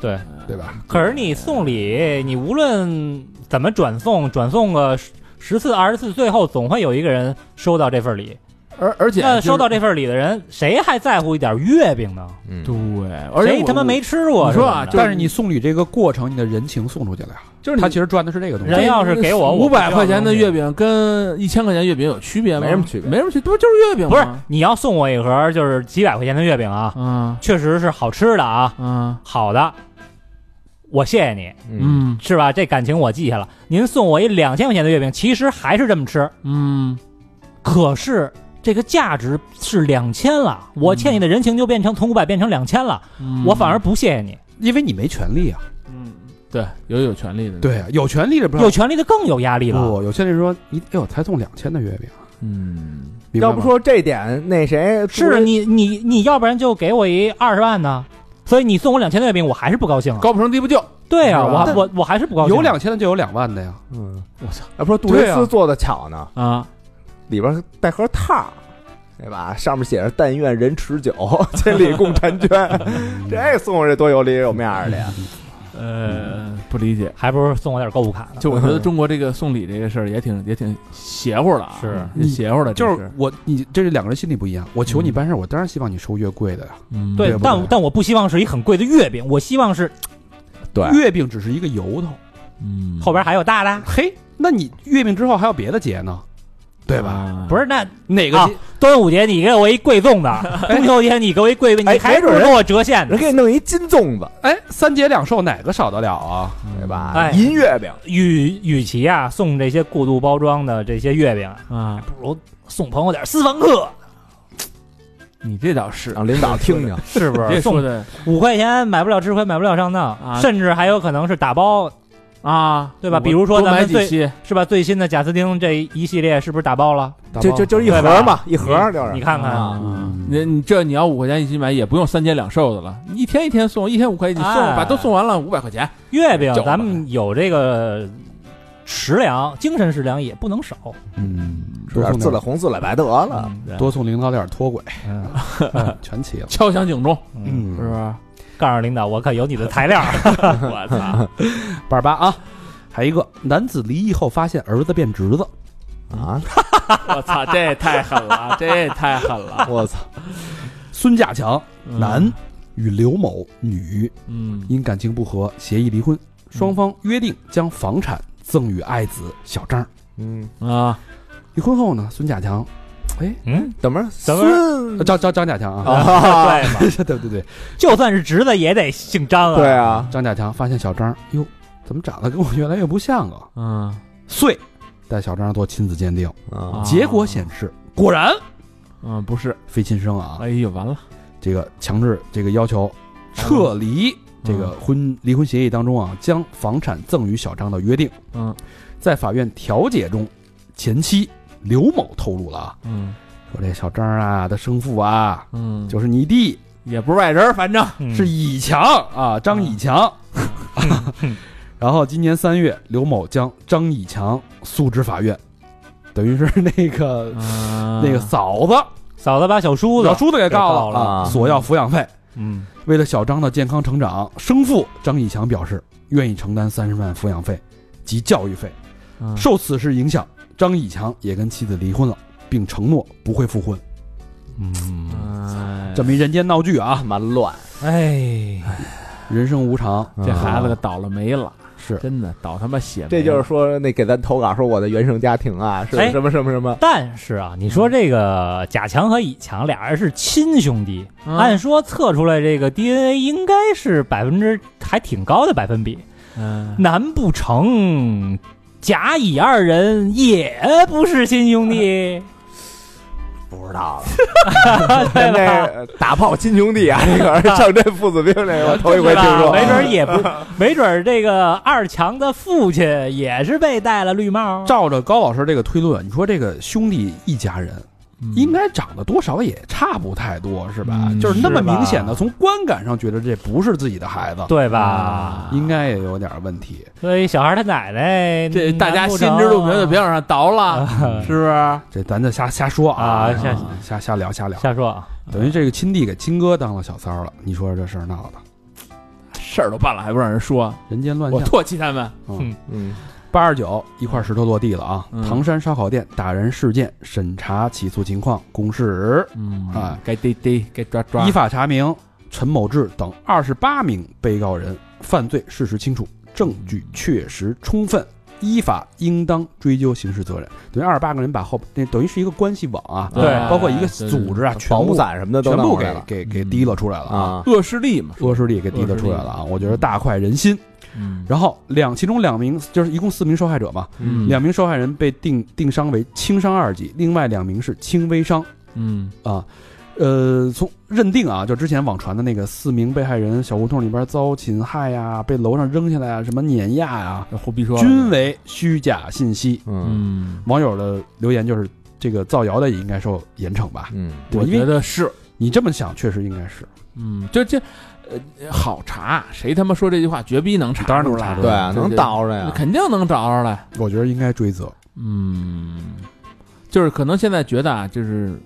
[SPEAKER 3] 对。
[SPEAKER 1] 对吧？
[SPEAKER 3] 可是你送礼，你无论怎么转送，转送个十十次、二十次，最后总会有一个人收到这份礼。
[SPEAKER 4] 而而且
[SPEAKER 3] 那
[SPEAKER 4] 就是
[SPEAKER 3] 收到这份礼的人，谁还在乎一点月饼呢？
[SPEAKER 5] 嗯
[SPEAKER 4] 对，哎而且
[SPEAKER 3] 谁
[SPEAKER 4] 我
[SPEAKER 3] 他妈没吃过
[SPEAKER 4] 你
[SPEAKER 3] 什么
[SPEAKER 4] 说
[SPEAKER 3] 的？
[SPEAKER 4] 啊就是
[SPEAKER 1] 但是你送礼这个过程，你的人情送出去了呀，
[SPEAKER 4] 就是你
[SPEAKER 1] 他其实赚的是这个东西。
[SPEAKER 3] 人要是给我
[SPEAKER 4] 五
[SPEAKER 3] 我不需要
[SPEAKER 4] 百块钱的
[SPEAKER 3] 东西
[SPEAKER 4] 月饼跟一千块钱月饼有区别吗？
[SPEAKER 5] 没什么区别
[SPEAKER 4] 没什么区，不就是月饼
[SPEAKER 3] 不是
[SPEAKER 4] 吗？
[SPEAKER 3] 你要送我一盒就是几百块钱的月饼啊，
[SPEAKER 4] 嗯
[SPEAKER 3] 确实是好吃的啊，
[SPEAKER 4] 嗯
[SPEAKER 3] 好的，我谢谢你，
[SPEAKER 5] 嗯
[SPEAKER 4] 嗯
[SPEAKER 3] 是吧？这感情我记下了。您送我一两千块钱的月饼，其实还是这么吃，
[SPEAKER 4] 嗯，
[SPEAKER 3] 可是这个价值是两千了，我欠你的人情就变成从五百变成两千了，
[SPEAKER 4] 嗯
[SPEAKER 3] 我反而不谢谢你。
[SPEAKER 1] 因为你没权利啊。
[SPEAKER 4] 嗯，对，有有权利的，
[SPEAKER 1] 对，啊，有权利的不是
[SPEAKER 3] 有权利的更有压力了，
[SPEAKER 1] 不有权利说你哎呦才送两千的月饼，啊
[SPEAKER 4] 嗯，
[SPEAKER 1] 明白
[SPEAKER 5] 要
[SPEAKER 1] 吗
[SPEAKER 5] 不说这点，那谁
[SPEAKER 3] 是你你你要不然就给我一二十万呢。所以你送我两千的月饼，我还是不高兴啊！
[SPEAKER 4] 高不成低不就，
[SPEAKER 3] 对啊，
[SPEAKER 5] 是吧
[SPEAKER 3] 我我我还是不高兴啊。
[SPEAKER 1] 有两千的就有两万的呀。
[SPEAKER 5] 嗯，
[SPEAKER 4] 我操
[SPEAKER 5] 要不说杜蕾
[SPEAKER 1] 对啊
[SPEAKER 5] 斯做的巧呢，
[SPEAKER 4] 啊！
[SPEAKER 5] 里边带盒套儿，对吧？上面写着“但愿人持久， 千里共婵娟”， 这送我这多有里有面儿的呀！嗯
[SPEAKER 4] 呃，不理解。
[SPEAKER 3] 还不如送我点购物卡呢。
[SPEAKER 4] 就我觉得中国这个送礼这个事儿也挺也挺邪乎的啊，
[SPEAKER 3] 是
[SPEAKER 4] 挺邪乎的这
[SPEAKER 1] 就
[SPEAKER 4] 事儿，
[SPEAKER 1] 是我你这是两个人心里不一样。我求你办事儿，我当然希望你收越贵的呀。
[SPEAKER 4] 嗯
[SPEAKER 3] 对
[SPEAKER 1] 对，不
[SPEAKER 3] 但
[SPEAKER 1] 对
[SPEAKER 3] 但我不希望是一很贵的月饼，我希望是
[SPEAKER 5] 对
[SPEAKER 1] 月饼只是一个由头，
[SPEAKER 4] 嗯
[SPEAKER 3] 后边还有大的。
[SPEAKER 1] 嘿，那你月饼之后还有别的节呢，对吧？
[SPEAKER 4] 啊
[SPEAKER 3] 不是，那
[SPEAKER 1] 哪个
[SPEAKER 3] 啊
[SPEAKER 1] 节
[SPEAKER 3] 端午节你给我一贵粽的，中秋节你给我一贵，
[SPEAKER 5] 哎
[SPEAKER 3] 你还
[SPEAKER 5] 没
[SPEAKER 3] 不
[SPEAKER 5] 准
[SPEAKER 3] 如
[SPEAKER 5] 人
[SPEAKER 3] 给我折现
[SPEAKER 5] 人
[SPEAKER 3] 呢。
[SPEAKER 5] 给你弄一金粽子，
[SPEAKER 1] 哎三节两寿哪个少得了啊？
[SPEAKER 5] 对吧？
[SPEAKER 3] 哎
[SPEAKER 5] 银月饼，
[SPEAKER 3] 与与其啊送这些过度包装的这些月饼啊，
[SPEAKER 4] 啊，
[SPEAKER 3] 不如送朋友点私房课，
[SPEAKER 4] 你这倒是，
[SPEAKER 5] 让领导听听。
[SPEAKER 3] 是不
[SPEAKER 4] 这
[SPEAKER 3] 是？
[SPEAKER 4] 说
[SPEAKER 3] 送
[SPEAKER 4] 的
[SPEAKER 3] 五块钱买不了吃亏，买不了上当，
[SPEAKER 4] 啊
[SPEAKER 3] 甚至还有可能是打包，
[SPEAKER 4] 啊，
[SPEAKER 3] 对吧
[SPEAKER 4] 我
[SPEAKER 3] 比如说
[SPEAKER 4] 多
[SPEAKER 3] 咱
[SPEAKER 4] 买
[SPEAKER 3] 们
[SPEAKER 4] 几
[SPEAKER 3] 最
[SPEAKER 4] 期，
[SPEAKER 3] 是吧？最新的贾斯汀这一系列是不是打包了？
[SPEAKER 1] 打
[SPEAKER 5] 就
[SPEAKER 1] 包
[SPEAKER 5] 就就是一
[SPEAKER 3] 对
[SPEAKER 5] 盒
[SPEAKER 3] 吧
[SPEAKER 5] 嘛，一盒儿
[SPEAKER 3] 你
[SPEAKER 5] 就是
[SPEAKER 3] 你看看
[SPEAKER 4] 啊
[SPEAKER 1] 嗯
[SPEAKER 4] 你你这你要五块钱一起买，也不用三天两售的了，一天一天送，一天五块钱，你送
[SPEAKER 3] 哎
[SPEAKER 4] 把都送完了，五百块钱，
[SPEAKER 3] 月饼
[SPEAKER 4] 叫，
[SPEAKER 3] 咱们有这个食粮，精神食粮也不能少。
[SPEAKER 1] 嗯，
[SPEAKER 5] 有
[SPEAKER 1] 多
[SPEAKER 5] 点
[SPEAKER 1] 送
[SPEAKER 5] 自
[SPEAKER 1] 点
[SPEAKER 5] 来红自来白得了。
[SPEAKER 4] 嗯
[SPEAKER 1] 多送领导点脱轨， 嗯全齐了。
[SPEAKER 4] 敲响警钟，
[SPEAKER 3] 嗯，
[SPEAKER 4] 是不是？
[SPEAKER 3] 告诉领导，我可有你的材 料。我操！
[SPEAKER 1] 八十八啊，还一个男子离异后发现儿子变侄子，
[SPEAKER 5] 啊！
[SPEAKER 4] 我操，这也太狠了，这也太狠了，
[SPEAKER 5] 啊我操！
[SPEAKER 1] 孙家强男与刘某女
[SPEAKER 4] 嗯，
[SPEAKER 1] 因感情不和协议离婚，双方约定将房产赠与爱子小张。
[SPEAKER 5] 嗯，
[SPEAKER 4] 嗯啊，
[SPEAKER 1] 离婚后呢，孙家强，哎，
[SPEAKER 3] 嗯，
[SPEAKER 5] 怎么着？
[SPEAKER 3] 怎么着
[SPEAKER 5] 孙
[SPEAKER 1] 呃张张张家强 啊，
[SPEAKER 5] 啊？
[SPEAKER 3] 对嘛，
[SPEAKER 1] 对对对，
[SPEAKER 3] 就算是侄子也得姓张啊。
[SPEAKER 5] 对，啊，
[SPEAKER 1] 张家强发现小张，哟，怎么长得跟我越来越不像啊？
[SPEAKER 4] 嗯，
[SPEAKER 1] 遂带小张做亲子鉴定，
[SPEAKER 5] 啊
[SPEAKER 1] 结果显示果然
[SPEAKER 4] 嗯，不是，
[SPEAKER 1] 非亲生啊。
[SPEAKER 4] 哎呦，完了，
[SPEAKER 1] 这个强制这个要求撤
[SPEAKER 4] 嗯
[SPEAKER 1] 离这个婚离婚协议当中啊，将房产赠与小张的约定，
[SPEAKER 4] 嗯
[SPEAKER 1] 在法院调解中，前妻刘某透露了啊，
[SPEAKER 4] 嗯
[SPEAKER 1] 说这小张啊，他生父啊
[SPEAKER 4] 嗯，
[SPEAKER 1] 就是你弟，
[SPEAKER 4] 也不是外人儿，反正
[SPEAKER 1] 是以强啊，张以强。嗯 然后今年三月，刘某将张以强诉至法院，等于是那个、 那
[SPEAKER 4] 那
[SPEAKER 1] 个嫂子
[SPEAKER 3] 嫂子把小叔
[SPEAKER 1] 小
[SPEAKER 3] 子，
[SPEAKER 1] 啊叔子给告
[SPEAKER 3] 告
[SPEAKER 1] 了，
[SPEAKER 3] 了
[SPEAKER 5] 啊，
[SPEAKER 1] 索要抚养费。
[SPEAKER 3] 嗯，
[SPEAKER 1] 为了小张的健康成长，生父张以强表示愿意承担三十万抚养费及教育费。受此事影响，张以强也跟妻子离婚了，并承诺不会复婚。
[SPEAKER 3] 嗯，
[SPEAKER 1] 这么一人间闹剧啊，
[SPEAKER 5] 蛮乱，
[SPEAKER 3] 哎，
[SPEAKER 1] 人生无常，
[SPEAKER 4] 这孩子
[SPEAKER 5] 嗯
[SPEAKER 4] 可倒了霉了，
[SPEAKER 1] 是
[SPEAKER 4] 真的倒他妈血霉了。
[SPEAKER 5] 这就是说那给咱投稿说我的原生家庭啊是
[SPEAKER 3] 哎
[SPEAKER 5] 什么什么什么，
[SPEAKER 3] 但是啊，你
[SPEAKER 4] 嗯
[SPEAKER 3] 说这个贾强和乙强俩人是亲兄弟，
[SPEAKER 4] 嗯
[SPEAKER 3] 按说测出来这个 DNA 应该是百分之还挺高的百分比，
[SPEAKER 4] 嗯
[SPEAKER 3] 难不成甲乙二人也不是亲兄 弟？
[SPEAKER 5] 不知 道了。咱这打炮亲兄弟啊，这个上阵父子兵这个我头一回听
[SPEAKER 3] 是吧
[SPEAKER 5] 说，啊
[SPEAKER 3] 没准儿也 不，没准儿这个二强的父亲也是被戴了绿帽。
[SPEAKER 1] 照着高老师这个推论，你说这个兄弟一家人
[SPEAKER 3] 嗯
[SPEAKER 1] 应该长得多少也差不太多，是吧？
[SPEAKER 4] 嗯
[SPEAKER 1] 就是那么
[SPEAKER 3] 是吧
[SPEAKER 1] 明显的，从观感上觉得这不是自己的孩子，
[SPEAKER 3] 对吧？
[SPEAKER 4] 啊
[SPEAKER 1] 应该也有点问题。
[SPEAKER 3] 所以小孩他奶奶，
[SPEAKER 4] 这大家
[SPEAKER 3] 难不啊
[SPEAKER 4] 心
[SPEAKER 3] 成
[SPEAKER 4] 知肚明 的，别往上倒了，是不是？
[SPEAKER 1] 这咱就瞎瞎说
[SPEAKER 3] 啊瞎
[SPEAKER 1] 瞎瞎聊瞎聊，
[SPEAKER 3] 瞎说啊！
[SPEAKER 1] 等于这个亲弟给亲哥当了小三儿了。你说这事儿闹的，
[SPEAKER 4] 事儿都办了还不让人说，
[SPEAKER 1] 人间乱
[SPEAKER 4] 我
[SPEAKER 1] 象。
[SPEAKER 4] 唾弃他们。
[SPEAKER 5] 嗯，
[SPEAKER 1] 八十九一块石头落地了啊！
[SPEAKER 4] 嗯
[SPEAKER 1] 唐山烧烤店打人事件审查起诉情况公示，
[SPEAKER 4] 嗯
[SPEAKER 1] 啊，
[SPEAKER 4] 该逮逮，该抓抓
[SPEAKER 1] 依。法查明陈某志等二十八名被告人犯罪事实清楚，证据确实充分，依法应当追究刑事责任。等于二十八个人把后那等于是一个关系网啊，
[SPEAKER 3] 对
[SPEAKER 1] 包括一个组织啊，全
[SPEAKER 5] 保护
[SPEAKER 1] 部
[SPEAKER 5] 伞什么的都
[SPEAKER 1] 全部
[SPEAKER 5] 弄过
[SPEAKER 1] 给
[SPEAKER 5] 来了
[SPEAKER 1] 给
[SPEAKER 4] 嗯
[SPEAKER 1] 给提了出来了！
[SPEAKER 5] 啊，
[SPEAKER 4] 恶势力嘛，
[SPEAKER 1] 恶势力给提了出来了啊！我觉得大快人心。
[SPEAKER 4] 嗯
[SPEAKER 1] 然后两其中两名就是一共四名受害者嘛，
[SPEAKER 4] 嗯
[SPEAKER 1] 两名受害人被定定伤为轻伤二级，另外两名是轻微伤
[SPEAKER 4] 嗯
[SPEAKER 1] 啊。呃，从认定啊，就之前网传的那个四名被害人小胡同里边遭侵害呀、被楼上扔下来啊，什么碾压呀、
[SPEAKER 4] 这胡逼说了
[SPEAKER 1] 均为虚假信息。
[SPEAKER 5] 嗯
[SPEAKER 4] 嗯，
[SPEAKER 1] 网友的留言就是，这个造谣的也应该受严惩吧？
[SPEAKER 5] 嗯，
[SPEAKER 1] 对
[SPEAKER 4] 我
[SPEAKER 1] 因为
[SPEAKER 4] 觉得是，
[SPEAKER 1] 你这么想，确实应该是。
[SPEAKER 4] 嗯，就这，呃，好查，谁他妈说这句话，绝逼能查出来，
[SPEAKER 1] 当然能查出
[SPEAKER 5] 对
[SPEAKER 1] 来
[SPEAKER 5] 啊，能倒着呀，
[SPEAKER 4] 肯定能找着来。
[SPEAKER 1] 我觉得应该追责，
[SPEAKER 4] 嗯，就是可能现在觉得啊，就是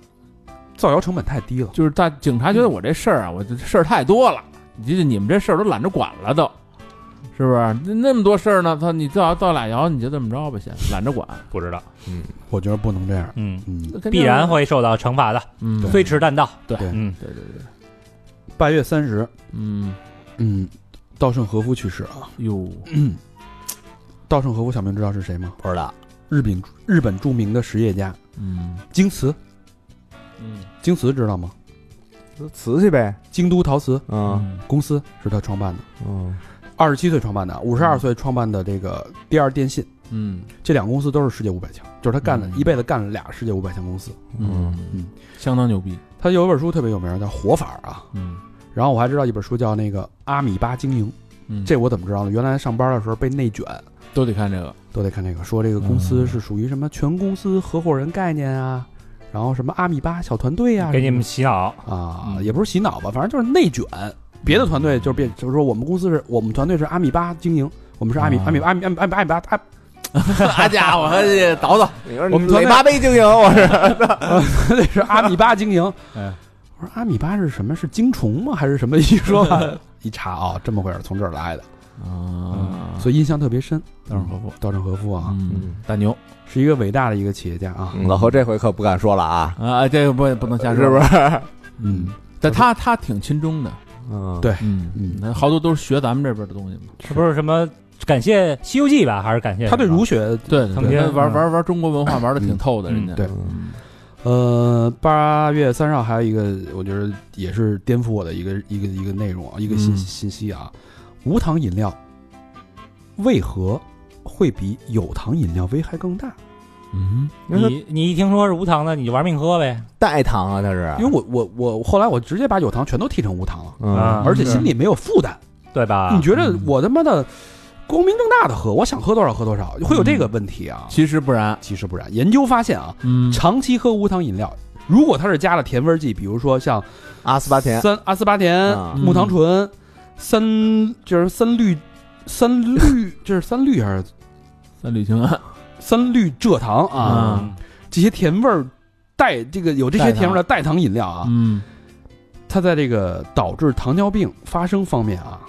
[SPEAKER 1] 造谣成本太低了。
[SPEAKER 4] 就是大警察觉得我这事儿啊，我这事儿太多了，你这你们这事儿都懒着管了都。是不是那那么多事儿呢？操，你造谣造俩谣，你就这么着吧，先懒着管，
[SPEAKER 3] 不知道，
[SPEAKER 1] 我觉得不能这样。
[SPEAKER 3] 嗯，
[SPEAKER 1] 嗯，
[SPEAKER 3] 必然。会受到惩罚的，
[SPEAKER 4] 嗯，
[SPEAKER 3] 虽迟但到。
[SPEAKER 4] 对
[SPEAKER 3] 嗯，
[SPEAKER 4] 对对对，
[SPEAKER 1] 八月三十，
[SPEAKER 4] 嗯，
[SPEAKER 1] 嗯，稻盛和夫去世啊。
[SPEAKER 4] 哟，嗯
[SPEAKER 1] 稻盛和夫，小明知道是谁吗？
[SPEAKER 5] 不知道，
[SPEAKER 1] 日本日本著名的实业家
[SPEAKER 4] 嗯
[SPEAKER 1] 京瓷，
[SPEAKER 4] 嗯
[SPEAKER 1] 京瓷知道吗？
[SPEAKER 5] 瓷器呗，
[SPEAKER 1] 京都陶瓷
[SPEAKER 5] 嗯
[SPEAKER 1] 公司是他创办的，
[SPEAKER 5] 嗯
[SPEAKER 1] 二十七岁创办的，五十二岁创办的这个第二电信，
[SPEAKER 4] 嗯
[SPEAKER 1] 这两个公司都是世界五百强，就是他干了
[SPEAKER 4] 嗯
[SPEAKER 1] 一辈子干了俩世界五百强公司。
[SPEAKER 4] 嗯，相当牛逼。
[SPEAKER 1] 他有一本书特别有名，叫《活法》啊。
[SPEAKER 4] 嗯
[SPEAKER 1] 然后我还知道一本书叫那个《阿米巴经营》，
[SPEAKER 4] 嗯，
[SPEAKER 1] 这我怎么知道呢？原来上班的时候被内卷，
[SPEAKER 4] 都得看这个。
[SPEAKER 1] 都得看这个，说这个公司是属于什么全公司合伙人概念啊，然后什么阿米巴小团队啊，
[SPEAKER 3] 给你们洗脑。
[SPEAKER 1] 啊，
[SPEAKER 4] 嗯
[SPEAKER 1] 也不是洗脑吧，反正就是内卷。别的团队就是变，就是说我们公司是我们团队是阿米巴经营，我们是阿米
[SPEAKER 4] 啊
[SPEAKER 1] 阿米阿米阿米阿米阿米巴阿
[SPEAKER 4] 好家伙，这倒倒，
[SPEAKER 5] 你说
[SPEAKER 1] 我们团队
[SPEAKER 5] 雷八杯经营，我是
[SPEAKER 1] 那是阿米巴经营。
[SPEAKER 4] 嗯
[SPEAKER 1] 我说阿米巴是什么？是精虫吗？还是什么？一说吧，一查啊，这么回事，从这儿来的，
[SPEAKER 4] 啊
[SPEAKER 1] 所以印象特别深。
[SPEAKER 4] 稻盛和夫
[SPEAKER 1] 稻盛和夫啊，
[SPEAKER 4] 嗯，大牛
[SPEAKER 1] 是一个伟大的一个企业家啊。
[SPEAKER 5] 嗯老何这回可不敢说了啊，
[SPEAKER 4] 啊，这个不不能瞎
[SPEAKER 5] 是
[SPEAKER 4] 说，
[SPEAKER 5] 不？是？
[SPEAKER 1] 嗯，
[SPEAKER 4] 但他他挺亲中的，
[SPEAKER 5] 嗯，
[SPEAKER 1] 对
[SPEAKER 4] 嗯
[SPEAKER 1] 嗯
[SPEAKER 4] 那好多都是学咱们这边的东西嘛。
[SPEAKER 3] 这不是什么感谢《西游记》吧？还是感谢
[SPEAKER 1] 他对
[SPEAKER 3] 什么
[SPEAKER 1] 儒学，
[SPEAKER 4] 对，
[SPEAKER 3] 曾经
[SPEAKER 4] 对玩玩玩中国文化玩的挺透的，
[SPEAKER 3] 嗯
[SPEAKER 4] 人家
[SPEAKER 1] 对呃，八月三十号还有一个，我觉得也是颠覆我的一个一个一个内容啊，一个信
[SPEAKER 4] 嗯
[SPEAKER 1] 信息啊，无糖饮料为何会比有糖饮料危害更大？
[SPEAKER 4] 嗯，
[SPEAKER 3] 你你一听说是无糖的，你就玩命喝呗。
[SPEAKER 5] 代糖啊，他是
[SPEAKER 1] 因为，我我我后来我直接把有糖全都剔成无糖了，
[SPEAKER 5] 嗯
[SPEAKER 3] 啊
[SPEAKER 1] 而且心里没有负担。
[SPEAKER 3] 对吧？
[SPEAKER 1] 你觉得
[SPEAKER 4] 嗯
[SPEAKER 1] 我他妈的光明正大的喝，我想喝多少喝多少，会有这个问题啊？
[SPEAKER 4] 其实不然，
[SPEAKER 1] 其实不然，研究发现啊，
[SPEAKER 4] 嗯
[SPEAKER 1] 长期喝无糖饮料，如果它是加了甜味剂，比如说像
[SPEAKER 5] 阿斯巴甜，
[SPEAKER 1] 三阿斯巴甜、
[SPEAKER 5] 嗯
[SPEAKER 1] 木糖醇、三就是三氯、三氯，这是三氯还是
[SPEAKER 4] 三氯氰胺，
[SPEAKER 1] 三氯蔗糖啊，
[SPEAKER 4] 啊嗯
[SPEAKER 1] 这些甜味儿带这个有这些
[SPEAKER 4] 代糖
[SPEAKER 1] 甜味儿的代糖饮料啊，
[SPEAKER 4] 嗯
[SPEAKER 1] 它在这个导致糖尿病发生方面啊，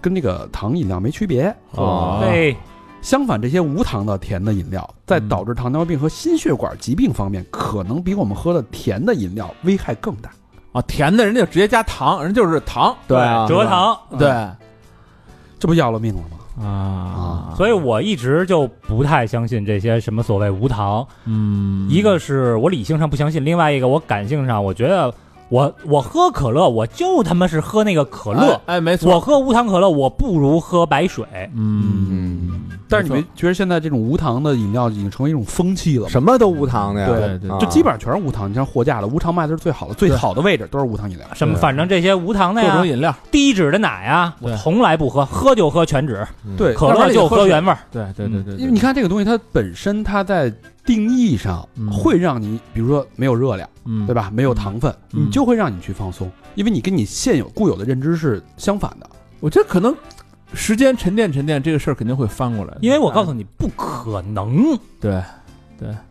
[SPEAKER 1] 跟这个糖饮料没区别。
[SPEAKER 4] 嗯
[SPEAKER 5] 哦
[SPEAKER 3] 对，
[SPEAKER 1] 相反，这些无糖的甜的饮料，在
[SPEAKER 4] 嗯
[SPEAKER 1] 导致糖尿病和心血管疾病方面，可能比我们喝的甜的饮料危害更大。
[SPEAKER 4] 啊，甜的人家就直接加糖，人就是糖，
[SPEAKER 5] 对啊，
[SPEAKER 3] 蔗糖，
[SPEAKER 4] 对
[SPEAKER 1] 这不要了命了吗？
[SPEAKER 4] 啊
[SPEAKER 3] 所以我一直就不太相信这些什么所谓无糖，
[SPEAKER 4] 嗯，
[SPEAKER 3] 一个是我理性上不相信，另外一个我感性上，我觉得我我喝可乐，我就他妈是喝那个可乐，
[SPEAKER 4] 哎，哎没错，
[SPEAKER 3] 我喝无糖可乐，我不如喝白水。
[SPEAKER 4] 嗯，
[SPEAKER 1] 但是你
[SPEAKER 4] 没
[SPEAKER 1] 们
[SPEAKER 4] 错
[SPEAKER 1] 觉得现在这种无糖的饮料已经成为一种风气了吗？
[SPEAKER 5] 什么都无糖的呀，
[SPEAKER 4] 对对
[SPEAKER 5] 啊
[SPEAKER 1] 就基本上全是无糖，你像货架的无糖卖的是最好的，最好的位置都是无糖饮料。
[SPEAKER 3] 什么，反正这些无糖的
[SPEAKER 4] 各种
[SPEAKER 3] 呀，嗯
[SPEAKER 4] 饮料，
[SPEAKER 3] 低脂的奶啊，我
[SPEAKER 4] 对
[SPEAKER 3] 从来不喝，喝就喝全脂，
[SPEAKER 5] 嗯
[SPEAKER 1] 对
[SPEAKER 3] 可乐就喝原味儿。
[SPEAKER 4] 对对对对，
[SPEAKER 1] 因为你看这个东西，它本身它在定义上
[SPEAKER 4] 嗯
[SPEAKER 1] 会让你，比如说没有热量，
[SPEAKER 4] 嗯，
[SPEAKER 1] 对吧？没有糖分，
[SPEAKER 4] 嗯
[SPEAKER 1] 你就会让你去放松，因为你跟你现有固有的认知是相反的。
[SPEAKER 4] 我觉得可能时间沉淀沉淀，这个事儿肯定会翻过来的。嗯
[SPEAKER 3] 因为我告诉
[SPEAKER 4] 你，
[SPEAKER 3] 你，不可能，
[SPEAKER 4] 对，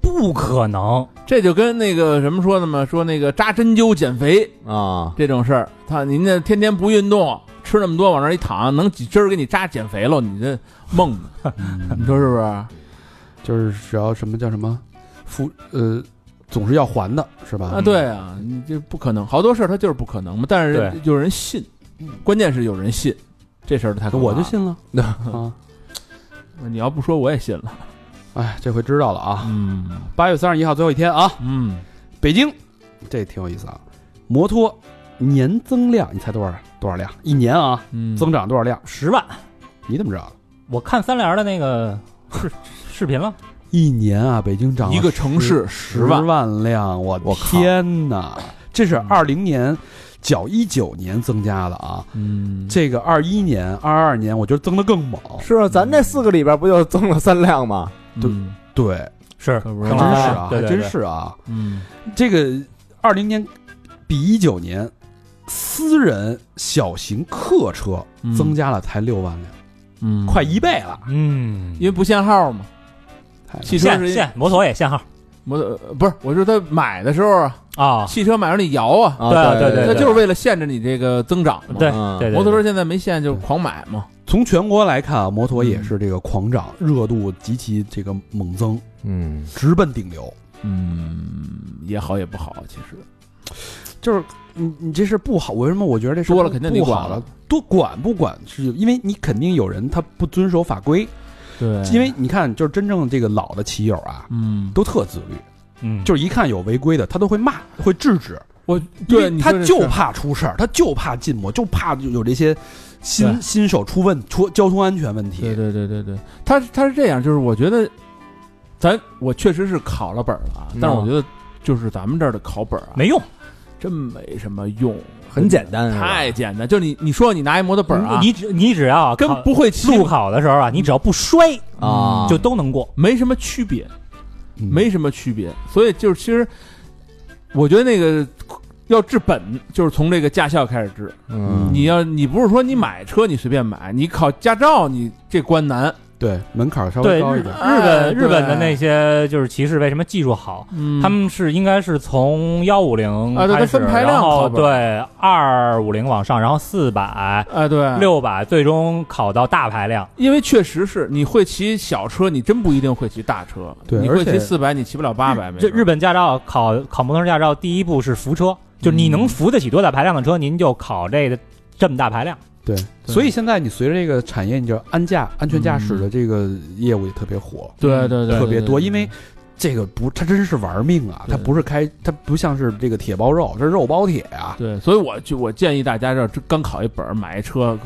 [SPEAKER 3] 不可能，
[SPEAKER 4] 这就跟那个什么说的嘛，说那个扎针灸减肥
[SPEAKER 5] 啊，
[SPEAKER 4] 这种事儿，他您这天天不运动，吃那么多往那儿一躺，能几针儿给你扎减肥了，你这梦，
[SPEAKER 1] 嗯
[SPEAKER 4] 你说是不是？
[SPEAKER 1] 就是只要什么叫什么付呃，总是要还的，是吧？嗯
[SPEAKER 4] 啊，对啊，你这不可能，好多事儿它就是不可能嘛。但是
[SPEAKER 3] 对
[SPEAKER 4] 有人信，关键是有人信这事儿太可怕
[SPEAKER 1] 嗯我
[SPEAKER 4] 了
[SPEAKER 1] 就，信 了啊！
[SPEAKER 4] 你要不说我也信了。
[SPEAKER 1] 哎，这回知道了啊！
[SPEAKER 4] 嗯
[SPEAKER 1] 八月三十一号最后一天啊，
[SPEAKER 4] 嗯，
[SPEAKER 1] 北京，这挺有意思啊。摩托年增量，你猜多少？多少辆？一年啊，
[SPEAKER 4] 嗯
[SPEAKER 1] 增长多少辆？
[SPEAKER 3] 十万。
[SPEAKER 1] 你怎么知道的？
[SPEAKER 3] 我看三联的那个视视频了，
[SPEAKER 1] 一年啊，北京涨了
[SPEAKER 4] 一个城市
[SPEAKER 1] 十
[SPEAKER 4] 十万，嗯
[SPEAKER 1] 万辆，我
[SPEAKER 5] 我靠
[SPEAKER 1] 天哪！这是二零年较一九年增加的啊，
[SPEAKER 4] 嗯，
[SPEAKER 1] 这个二一年、二二年，我觉得增的更猛。
[SPEAKER 5] 是啊，咱这四个里边不就增了三辆吗？
[SPEAKER 1] 对
[SPEAKER 4] 嗯
[SPEAKER 1] 对，
[SPEAKER 3] 是
[SPEAKER 4] 可不
[SPEAKER 1] 还
[SPEAKER 4] 是
[SPEAKER 1] 真
[SPEAKER 4] 吗
[SPEAKER 1] 是啊，
[SPEAKER 3] 对
[SPEAKER 1] 还
[SPEAKER 3] 对
[SPEAKER 1] 真
[SPEAKER 3] 对
[SPEAKER 1] 是啊。
[SPEAKER 4] 嗯
[SPEAKER 1] 这个二零年比一九年，私人小型客车
[SPEAKER 4] 嗯
[SPEAKER 1] 增加了才六万辆，
[SPEAKER 4] 嗯，
[SPEAKER 1] 快一倍了。
[SPEAKER 3] 嗯
[SPEAKER 4] 因为不限号嘛。
[SPEAKER 1] 太
[SPEAKER 4] 汽车
[SPEAKER 3] 限
[SPEAKER 4] 是一
[SPEAKER 3] 限摩托也限号
[SPEAKER 4] 摩托呃不是，我说他买的时候啊，
[SPEAKER 3] 啊，
[SPEAKER 4] 汽车买时候你摇啊，
[SPEAKER 5] 啊，
[SPEAKER 3] 对
[SPEAKER 5] 对
[SPEAKER 3] 对对
[SPEAKER 4] 那
[SPEAKER 3] 对
[SPEAKER 4] 就是为了限制你这个增长嘛。
[SPEAKER 3] 对
[SPEAKER 5] 嗯
[SPEAKER 3] 对对，
[SPEAKER 4] 摩托车
[SPEAKER 3] 对
[SPEAKER 4] 现在没限就狂买嘛。
[SPEAKER 1] 从全国来看啊，摩托也是这个狂涨，
[SPEAKER 4] 嗯
[SPEAKER 1] 热度极其这个猛增，
[SPEAKER 5] 嗯，
[SPEAKER 1] 直奔顶流。
[SPEAKER 4] 嗯，也好也不好，其实
[SPEAKER 1] 就是你你这事不好，为什么我觉得这事
[SPEAKER 4] 多了肯定得
[SPEAKER 1] 不
[SPEAKER 4] 管
[SPEAKER 1] 好
[SPEAKER 4] 了
[SPEAKER 1] 了？多管不管是因为你肯定有人他不遵守法规，
[SPEAKER 4] 对
[SPEAKER 1] 因为你看就是真正这个老的骑友啊，
[SPEAKER 4] 嗯，
[SPEAKER 1] 都特自律，
[SPEAKER 3] 嗯，
[SPEAKER 1] 就是一看有违规的他都会骂，会制止，
[SPEAKER 4] 我
[SPEAKER 1] 因
[SPEAKER 4] 对
[SPEAKER 1] 为
[SPEAKER 4] 你
[SPEAKER 1] 他
[SPEAKER 4] 说这
[SPEAKER 1] 就是怕出事儿，他就怕禁摩，就怕有这些新
[SPEAKER 4] 对
[SPEAKER 1] 新手出问出交通安全问题。
[SPEAKER 4] 对对对对对，他是他是这样，就是我觉得咱我确实是考了本儿了啊，但是我觉得就是咱们这儿的考本儿啊，
[SPEAKER 3] 没用，
[SPEAKER 4] 真没什么用，
[SPEAKER 5] 很简单，是吧
[SPEAKER 4] 太简单。就是你你说你拿一摩托本儿啊，
[SPEAKER 3] 你只你只要
[SPEAKER 4] 跟
[SPEAKER 3] 考
[SPEAKER 4] 不会骑
[SPEAKER 3] 路考的时候啊，你只要不摔，
[SPEAKER 5] 啊，
[SPEAKER 3] 就都能过。
[SPEAKER 4] 没什么区别，
[SPEAKER 1] 嗯
[SPEAKER 4] 没什么区别。所以就是其实我觉得那个。要治本，就是从这个驾校开始治。
[SPEAKER 5] 嗯，
[SPEAKER 4] 你要你不是说你买车你随便买，你考驾照你这关难。
[SPEAKER 1] 对门槛儿稍
[SPEAKER 3] 对
[SPEAKER 1] 微高
[SPEAKER 3] 日
[SPEAKER 1] 一
[SPEAKER 3] 日
[SPEAKER 1] 点。
[SPEAKER 4] 哎
[SPEAKER 3] 本日本的
[SPEAKER 4] 对
[SPEAKER 3] 那些就是骑士为什么技术好？
[SPEAKER 4] 嗯
[SPEAKER 3] 他们是应该是从幺五零
[SPEAKER 4] 啊对
[SPEAKER 3] 开
[SPEAKER 4] 它
[SPEAKER 3] 始，
[SPEAKER 4] 分排量
[SPEAKER 3] 然后
[SPEAKER 4] 考本
[SPEAKER 3] 对二五零往上，然后四百、
[SPEAKER 4] 啊，对，
[SPEAKER 3] 六百，最终考到大排量。
[SPEAKER 4] 因为确实是你会骑小车，你真不一定会骑大车。
[SPEAKER 1] 对
[SPEAKER 4] 你会
[SPEAKER 1] 而且
[SPEAKER 4] 骑四百，你骑不了八百。没
[SPEAKER 3] 这
[SPEAKER 4] 准儿
[SPEAKER 3] 日本驾照考考摩托车驾照，第一步是扶车，就你能扶得起多大排量的车，您就考这个这么大排量。
[SPEAKER 1] 对，所以现在你随着这个产业，你就安驾安全
[SPEAKER 4] 嗯
[SPEAKER 1] 驾驶的这个业务也特别火。
[SPEAKER 3] 嗯
[SPEAKER 4] 对对对
[SPEAKER 1] 特别多，因为
[SPEAKER 4] 对
[SPEAKER 1] 这个不，它真是玩命啊！
[SPEAKER 4] 对
[SPEAKER 1] 它不是开，它不像是这个铁包肉，这是肉包铁啊。
[SPEAKER 4] 对，所以我就我建议大家，这刚考一本儿，买一车，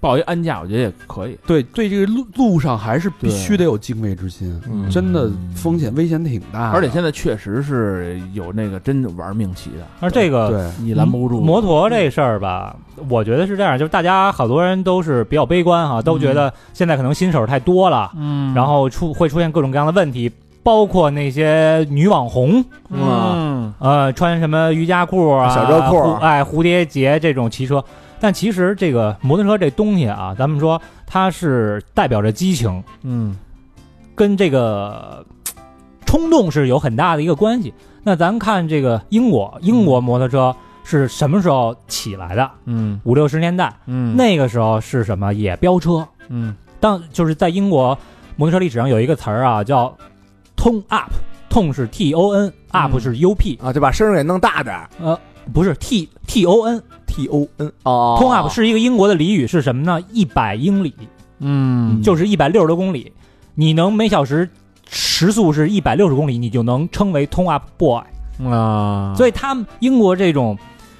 [SPEAKER 4] 报一安驾，我觉得也可以。
[SPEAKER 1] 对，对这个路路上还是必
[SPEAKER 4] 对
[SPEAKER 1] 须得有敬畏之心，
[SPEAKER 5] 嗯
[SPEAKER 1] 真的风险危险挺大的。
[SPEAKER 4] 而且现在确实是有那个真玩命骑的，
[SPEAKER 3] 而这个
[SPEAKER 1] 对，
[SPEAKER 4] 你拦不住。
[SPEAKER 3] 摩托这事儿吧，我觉得是这样，就是大家好多人都是比较悲观哈，都觉得现在可能新手太多了，
[SPEAKER 4] 嗯，
[SPEAKER 3] 然后出会出现各种各样的问题，包括那些女网红，
[SPEAKER 4] 嗯，
[SPEAKER 3] 呃，穿什么瑜伽裤啊、
[SPEAKER 5] 小热裤
[SPEAKER 3] 蝴哎，蝴蝶结这种骑车。但其实这个摩托车这东西啊，咱们说它是代表着激情，
[SPEAKER 4] 嗯，
[SPEAKER 3] 跟这个呃冲动是有很大的一个关系。那咱看这个英国，英国摩托车是什么时候起来的？
[SPEAKER 4] 嗯
[SPEAKER 3] 五六十年代，
[SPEAKER 4] 嗯
[SPEAKER 3] 那个时候是什么？也飙车。
[SPEAKER 4] 嗯
[SPEAKER 3] 当就是在英国摩托车历史上有一个词儿啊，叫 “ton up”。痛是 T O N，up
[SPEAKER 4] 嗯
[SPEAKER 3] 是 U P，、
[SPEAKER 5] 啊，就把声儿给弄大点儿
[SPEAKER 3] 不是 T T O N。
[SPEAKER 5] ，T O N 哦
[SPEAKER 3] ton up 是一个英国的俚语，是什么呢？一百英里，
[SPEAKER 4] 嗯
[SPEAKER 3] 就是一百六十多公里。你能每小时时速是一百六十公里，你就能称为 ton up boy。
[SPEAKER 4] 啊，
[SPEAKER 3] 所以他们英国这种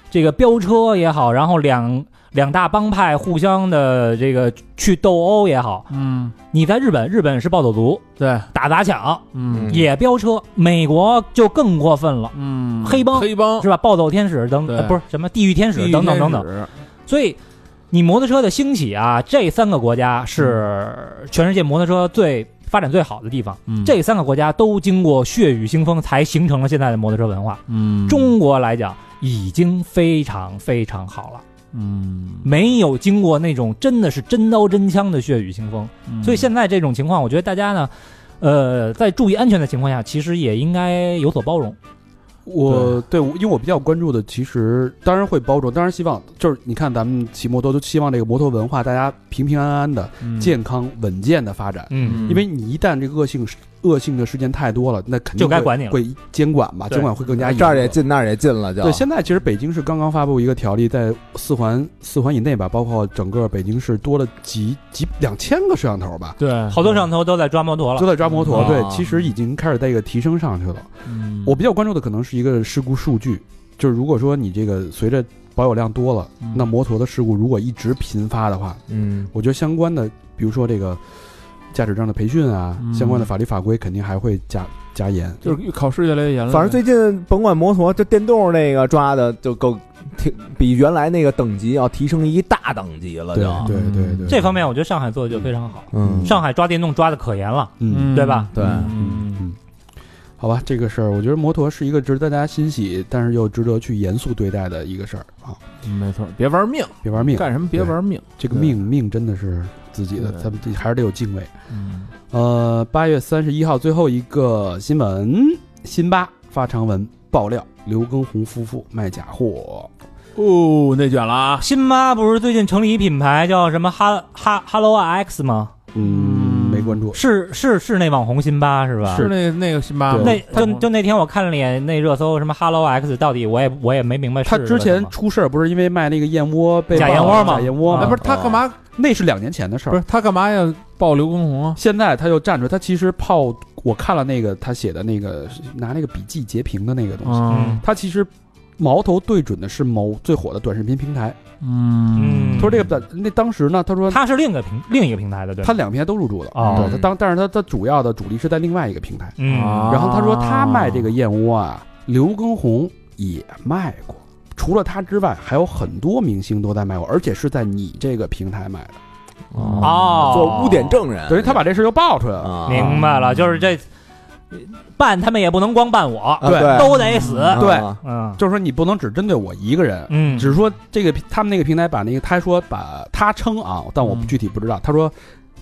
[SPEAKER 3] 这个飙车也好，然后两两大帮派互相的这个去斗殴也好，
[SPEAKER 4] 嗯
[SPEAKER 3] 你在日本，日本是暴走族，
[SPEAKER 4] 对，
[SPEAKER 3] 打砸抢
[SPEAKER 4] 嗯
[SPEAKER 3] 也飙车，美国就更过分了。
[SPEAKER 4] 嗯，
[SPEAKER 3] 黑帮
[SPEAKER 4] 黑帮
[SPEAKER 3] 是吧？暴走天使等，
[SPEAKER 4] 对
[SPEAKER 3] 呃不是什么地狱天使等等等等，
[SPEAKER 4] 等，
[SPEAKER 3] 所以你摩托车的兴起啊，这三个国家是全世界摩托车最发展最好的地方。
[SPEAKER 4] 嗯
[SPEAKER 3] 这三个国家都经过血雨腥风，才形成了现在的摩托车文化。
[SPEAKER 4] 嗯
[SPEAKER 3] 中国来讲，已经非常非常好了，
[SPEAKER 4] 嗯，
[SPEAKER 3] 没有经过那种真的是真刀真枪的血雨腥风。
[SPEAKER 4] 嗯
[SPEAKER 3] 所以现在这种情况，我觉得大家呢，呃，在注意安全的情况下，其实也应该有所包容。
[SPEAKER 1] 我对我因为我比较关注的，其实当然会包容，当然希望就是你看咱们骑摩托都希望这个摩托文化大家平平安安的、
[SPEAKER 4] 嗯
[SPEAKER 1] 健康稳健的发展。
[SPEAKER 4] 嗯
[SPEAKER 1] 因为你一旦这个恶性恶性的事件太多了，那肯定
[SPEAKER 3] 就该
[SPEAKER 1] 会
[SPEAKER 3] 管你了
[SPEAKER 1] 会监管吧，
[SPEAKER 3] 对
[SPEAKER 1] 监管会更加严。
[SPEAKER 5] 这儿也。进那儿也进了，就
[SPEAKER 1] 对，现在其实北京市刚刚发布一个条例，在四环四环以内吧，包括整个北京市多了几几两千个摄像头吧，
[SPEAKER 4] 对
[SPEAKER 3] 好多摄像头都在抓摩托了
[SPEAKER 1] 都。在抓摩托。
[SPEAKER 5] 嗯
[SPEAKER 1] 对
[SPEAKER 5] 啊，
[SPEAKER 1] 其实已经开始在一个提升上去了。我比较关注的可能是一个事故数据，就是如果说你这个随着保有量多了，
[SPEAKER 4] 嗯
[SPEAKER 1] 那摩托的事故如果一直频发的话，
[SPEAKER 5] 嗯
[SPEAKER 1] 我觉得相关的，比如说这个驾驶证的培训啊，
[SPEAKER 4] 嗯
[SPEAKER 1] 相关的法律法规肯定还会加加严。
[SPEAKER 4] 就是考试越来越严了，
[SPEAKER 5] 反正最近甭管摩托，这电动那个抓的就够，挺比原来那个等级要提升一大等级了，
[SPEAKER 1] 对
[SPEAKER 5] 就
[SPEAKER 1] 对对对，
[SPEAKER 3] 这方面，我觉得上海做的就非常好。
[SPEAKER 5] 嗯
[SPEAKER 3] 上海抓电动抓的可严了，
[SPEAKER 1] 嗯，
[SPEAKER 3] 对吧
[SPEAKER 5] 对
[SPEAKER 4] 嗯嗯
[SPEAKER 1] 好吧，这个事儿，我觉得摩托是一个值得大家欣喜，但是又值得去严肃对待的一个事儿啊！
[SPEAKER 4] 嗯没错，别玩命，
[SPEAKER 1] 别玩命，
[SPEAKER 4] 干什么别
[SPEAKER 1] 对
[SPEAKER 4] 玩命，
[SPEAKER 1] 这个命命真的是自己的，
[SPEAKER 4] 对
[SPEAKER 1] 咱们自己还是得有敬畏。
[SPEAKER 4] 嗯
[SPEAKER 1] 呃，八月三十一号最后一个新闻，辛巴发长文爆料刘畊宏夫妇卖假货，嗯
[SPEAKER 4] 哦，内卷了啊，
[SPEAKER 3] 辛妈不是最近成立一品牌叫什么哈哈 Hello X 吗？
[SPEAKER 1] 嗯，没关注，
[SPEAKER 3] 是是是那网红辛巴是吧？
[SPEAKER 4] 是。那那个辛巴吗，
[SPEAKER 3] 那
[SPEAKER 4] 他
[SPEAKER 3] 就就那天我看了眼那热搜，什么 Hello X，到底我也我也没明白是
[SPEAKER 1] 他之
[SPEAKER 3] 什
[SPEAKER 1] 前
[SPEAKER 3] 么
[SPEAKER 1] 出事儿不是因为卖那个燕窝被
[SPEAKER 3] 假
[SPEAKER 1] 爆
[SPEAKER 3] 燕
[SPEAKER 1] 了
[SPEAKER 3] 窝嘛
[SPEAKER 1] 假燕窝
[SPEAKER 4] 哎
[SPEAKER 1] 嘛，
[SPEAKER 4] 不是他干嘛
[SPEAKER 1] 那啊是两年前的事
[SPEAKER 4] 不
[SPEAKER 1] 儿
[SPEAKER 4] 是。他干嘛要爆刘畊宏啊？
[SPEAKER 1] 现在他又站出来，他其实泡，我看了那个他写的那个拿那个笔记截屏的那个东西，
[SPEAKER 4] 啊
[SPEAKER 3] 嗯
[SPEAKER 1] 他其实矛头对准的是某最火的短视频平台。
[SPEAKER 4] 嗯
[SPEAKER 1] 他说这个短那当时呢，他说
[SPEAKER 3] 他是另一个平另一个平台的，对吧
[SPEAKER 1] 他两平台都入驻了，
[SPEAKER 3] 哦
[SPEAKER 1] 对他当但是他他主要的主力是在另外一个平台。
[SPEAKER 3] 嗯
[SPEAKER 4] 啊
[SPEAKER 1] 然后他说他卖这个燕窝啊，刘畊宏也卖过，除了他之外，还有很多明星都在卖过，而且是在你这个平台卖的，
[SPEAKER 4] 啊
[SPEAKER 3] 哦，
[SPEAKER 5] 做污点证人，
[SPEAKER 1] 等于他把这事又爆出来了。
[SPEAKER 5] 啊，
[SPEAKER 3] 明白了，就是这办他们也不能光办我，
[SPEAKER 5] 啊对
[SPEAKER 3] 都得死。
[SPEAKER 1] 对
[SPEAKER 5] 啊
[SPEAKER 3] 嗯
[SPEAKER 1] 就是说你不能只针对我一个人，
[SPEAKER 3] 嗯，
[SPEAKER 1] 只是说这个他们那个平台把那个他说把他称啊，但我
[SPEAKER 4] 嗯
[SPEAKER 1] 具体不知道，他说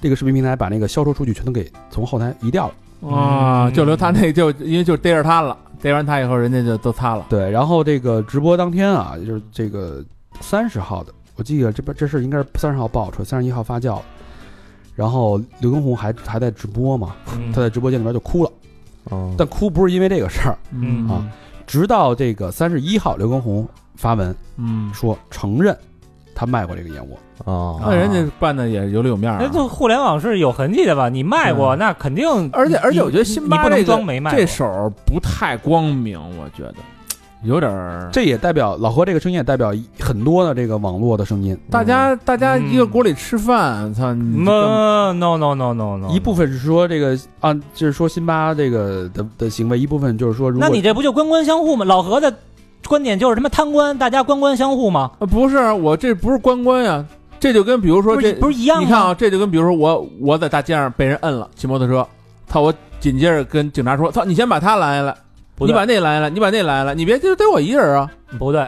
[SPEAKER 1] 这个视频平台把那个销售数据全都给从后台移掉了。
[SPEAKER 4] 啊，
[SPEAKER 3] 嗯
[SPEAKER 4] 就留他那就因为就逮着他了，逮完他以后人家就都擦了。
[SPEAKER 1] 对，然后这个直播当天啊，就是这个三十号的，我记得这边这事儿应该是三十号爆出来，三十一号发酵了。然后刘畊宏还还在直播嘛，
[SPEAKER 3] 嗯
[SPEAKER 1] 他在直播间里边就哭了，
[SPEAKER 5] 嗯
[SPEAKER 1] 但哭不是因为这个事儿，
[SPEAKER 3] 嗯
[SPEAKER 1] 啊直到这个三十一号，刘畊宏发文
[SPEAKER 4] 嗯，
[SPEAKER 1] 说承认他卖过这个燕窝，
[SPEAKER 5] 啊
[SPEAKER 4] 那人家办的也有里有面儿
[SPEAKER 3] 那
[SPEAKER 4] 啊。
[SPEAKER 3] 就互联网是有痕迹的吧？你卖过，
[SPEAKER 4] 嗯
[SPEAKER 3] 那肯定。
[SPEAKER 4] 而且而且，
[SPEAKER 3] 你
[SPEAKER 4] 我觉得辛
[SPEAKER 3] 你
[SPEAKER 4] 巴
[SPEAKER 3] 不
[SPEAKER 4] 这
[SPEAKER 3] 能
[SPEAKER 4] 个
[SPEAKER 3] 装没卖过。
[SPEAKER 4] 这手儿不太光明，我觉得有点儿。
[SPEAKER 1] 这也代表老何这个声音也代表很多的这个网络的声音，
[SPEAKER 4] 大家大家
[SPEAKER 3] 嗯
[SPEAKER 4] 一个锅里吃饭，操你这
[SPEAKER 3] 么
[SPEAKER 4] 么
[SPEAKER 3] no no no no no，
[SPEAKER 1] 一部分是说这个啊，就是说辛巴这个的的行为，一部分就是说如
[SPEAKER 3] 那
[SPEAKER 1] 果
[SPEAKER 3] 你这不就官官相护吗？老何的观点就是他妈贪官，大家官官相护吗？
[SPEAKER 4] 啊不是我这不是关关呀，这就跟比如说
[SPEAKER 3] 不
[SPEAKER 4] 这
[SPEAKER 3] 是不是一样吗？
[SPEAKER 4] 你看啊，这就跟比如说我我在大街上被人摁了，骑摩托车，操我紧接着跟警察说，操你先把他拦下来，
[SPEAKER 3] 不
[SPEAKER 4] 你
[SPEAKER 3] 对
[SPEAKER 4] 把那拦下来，你把那拦下来，你别就逮我一人啊。
[SPEAKER 3] 嗯不对，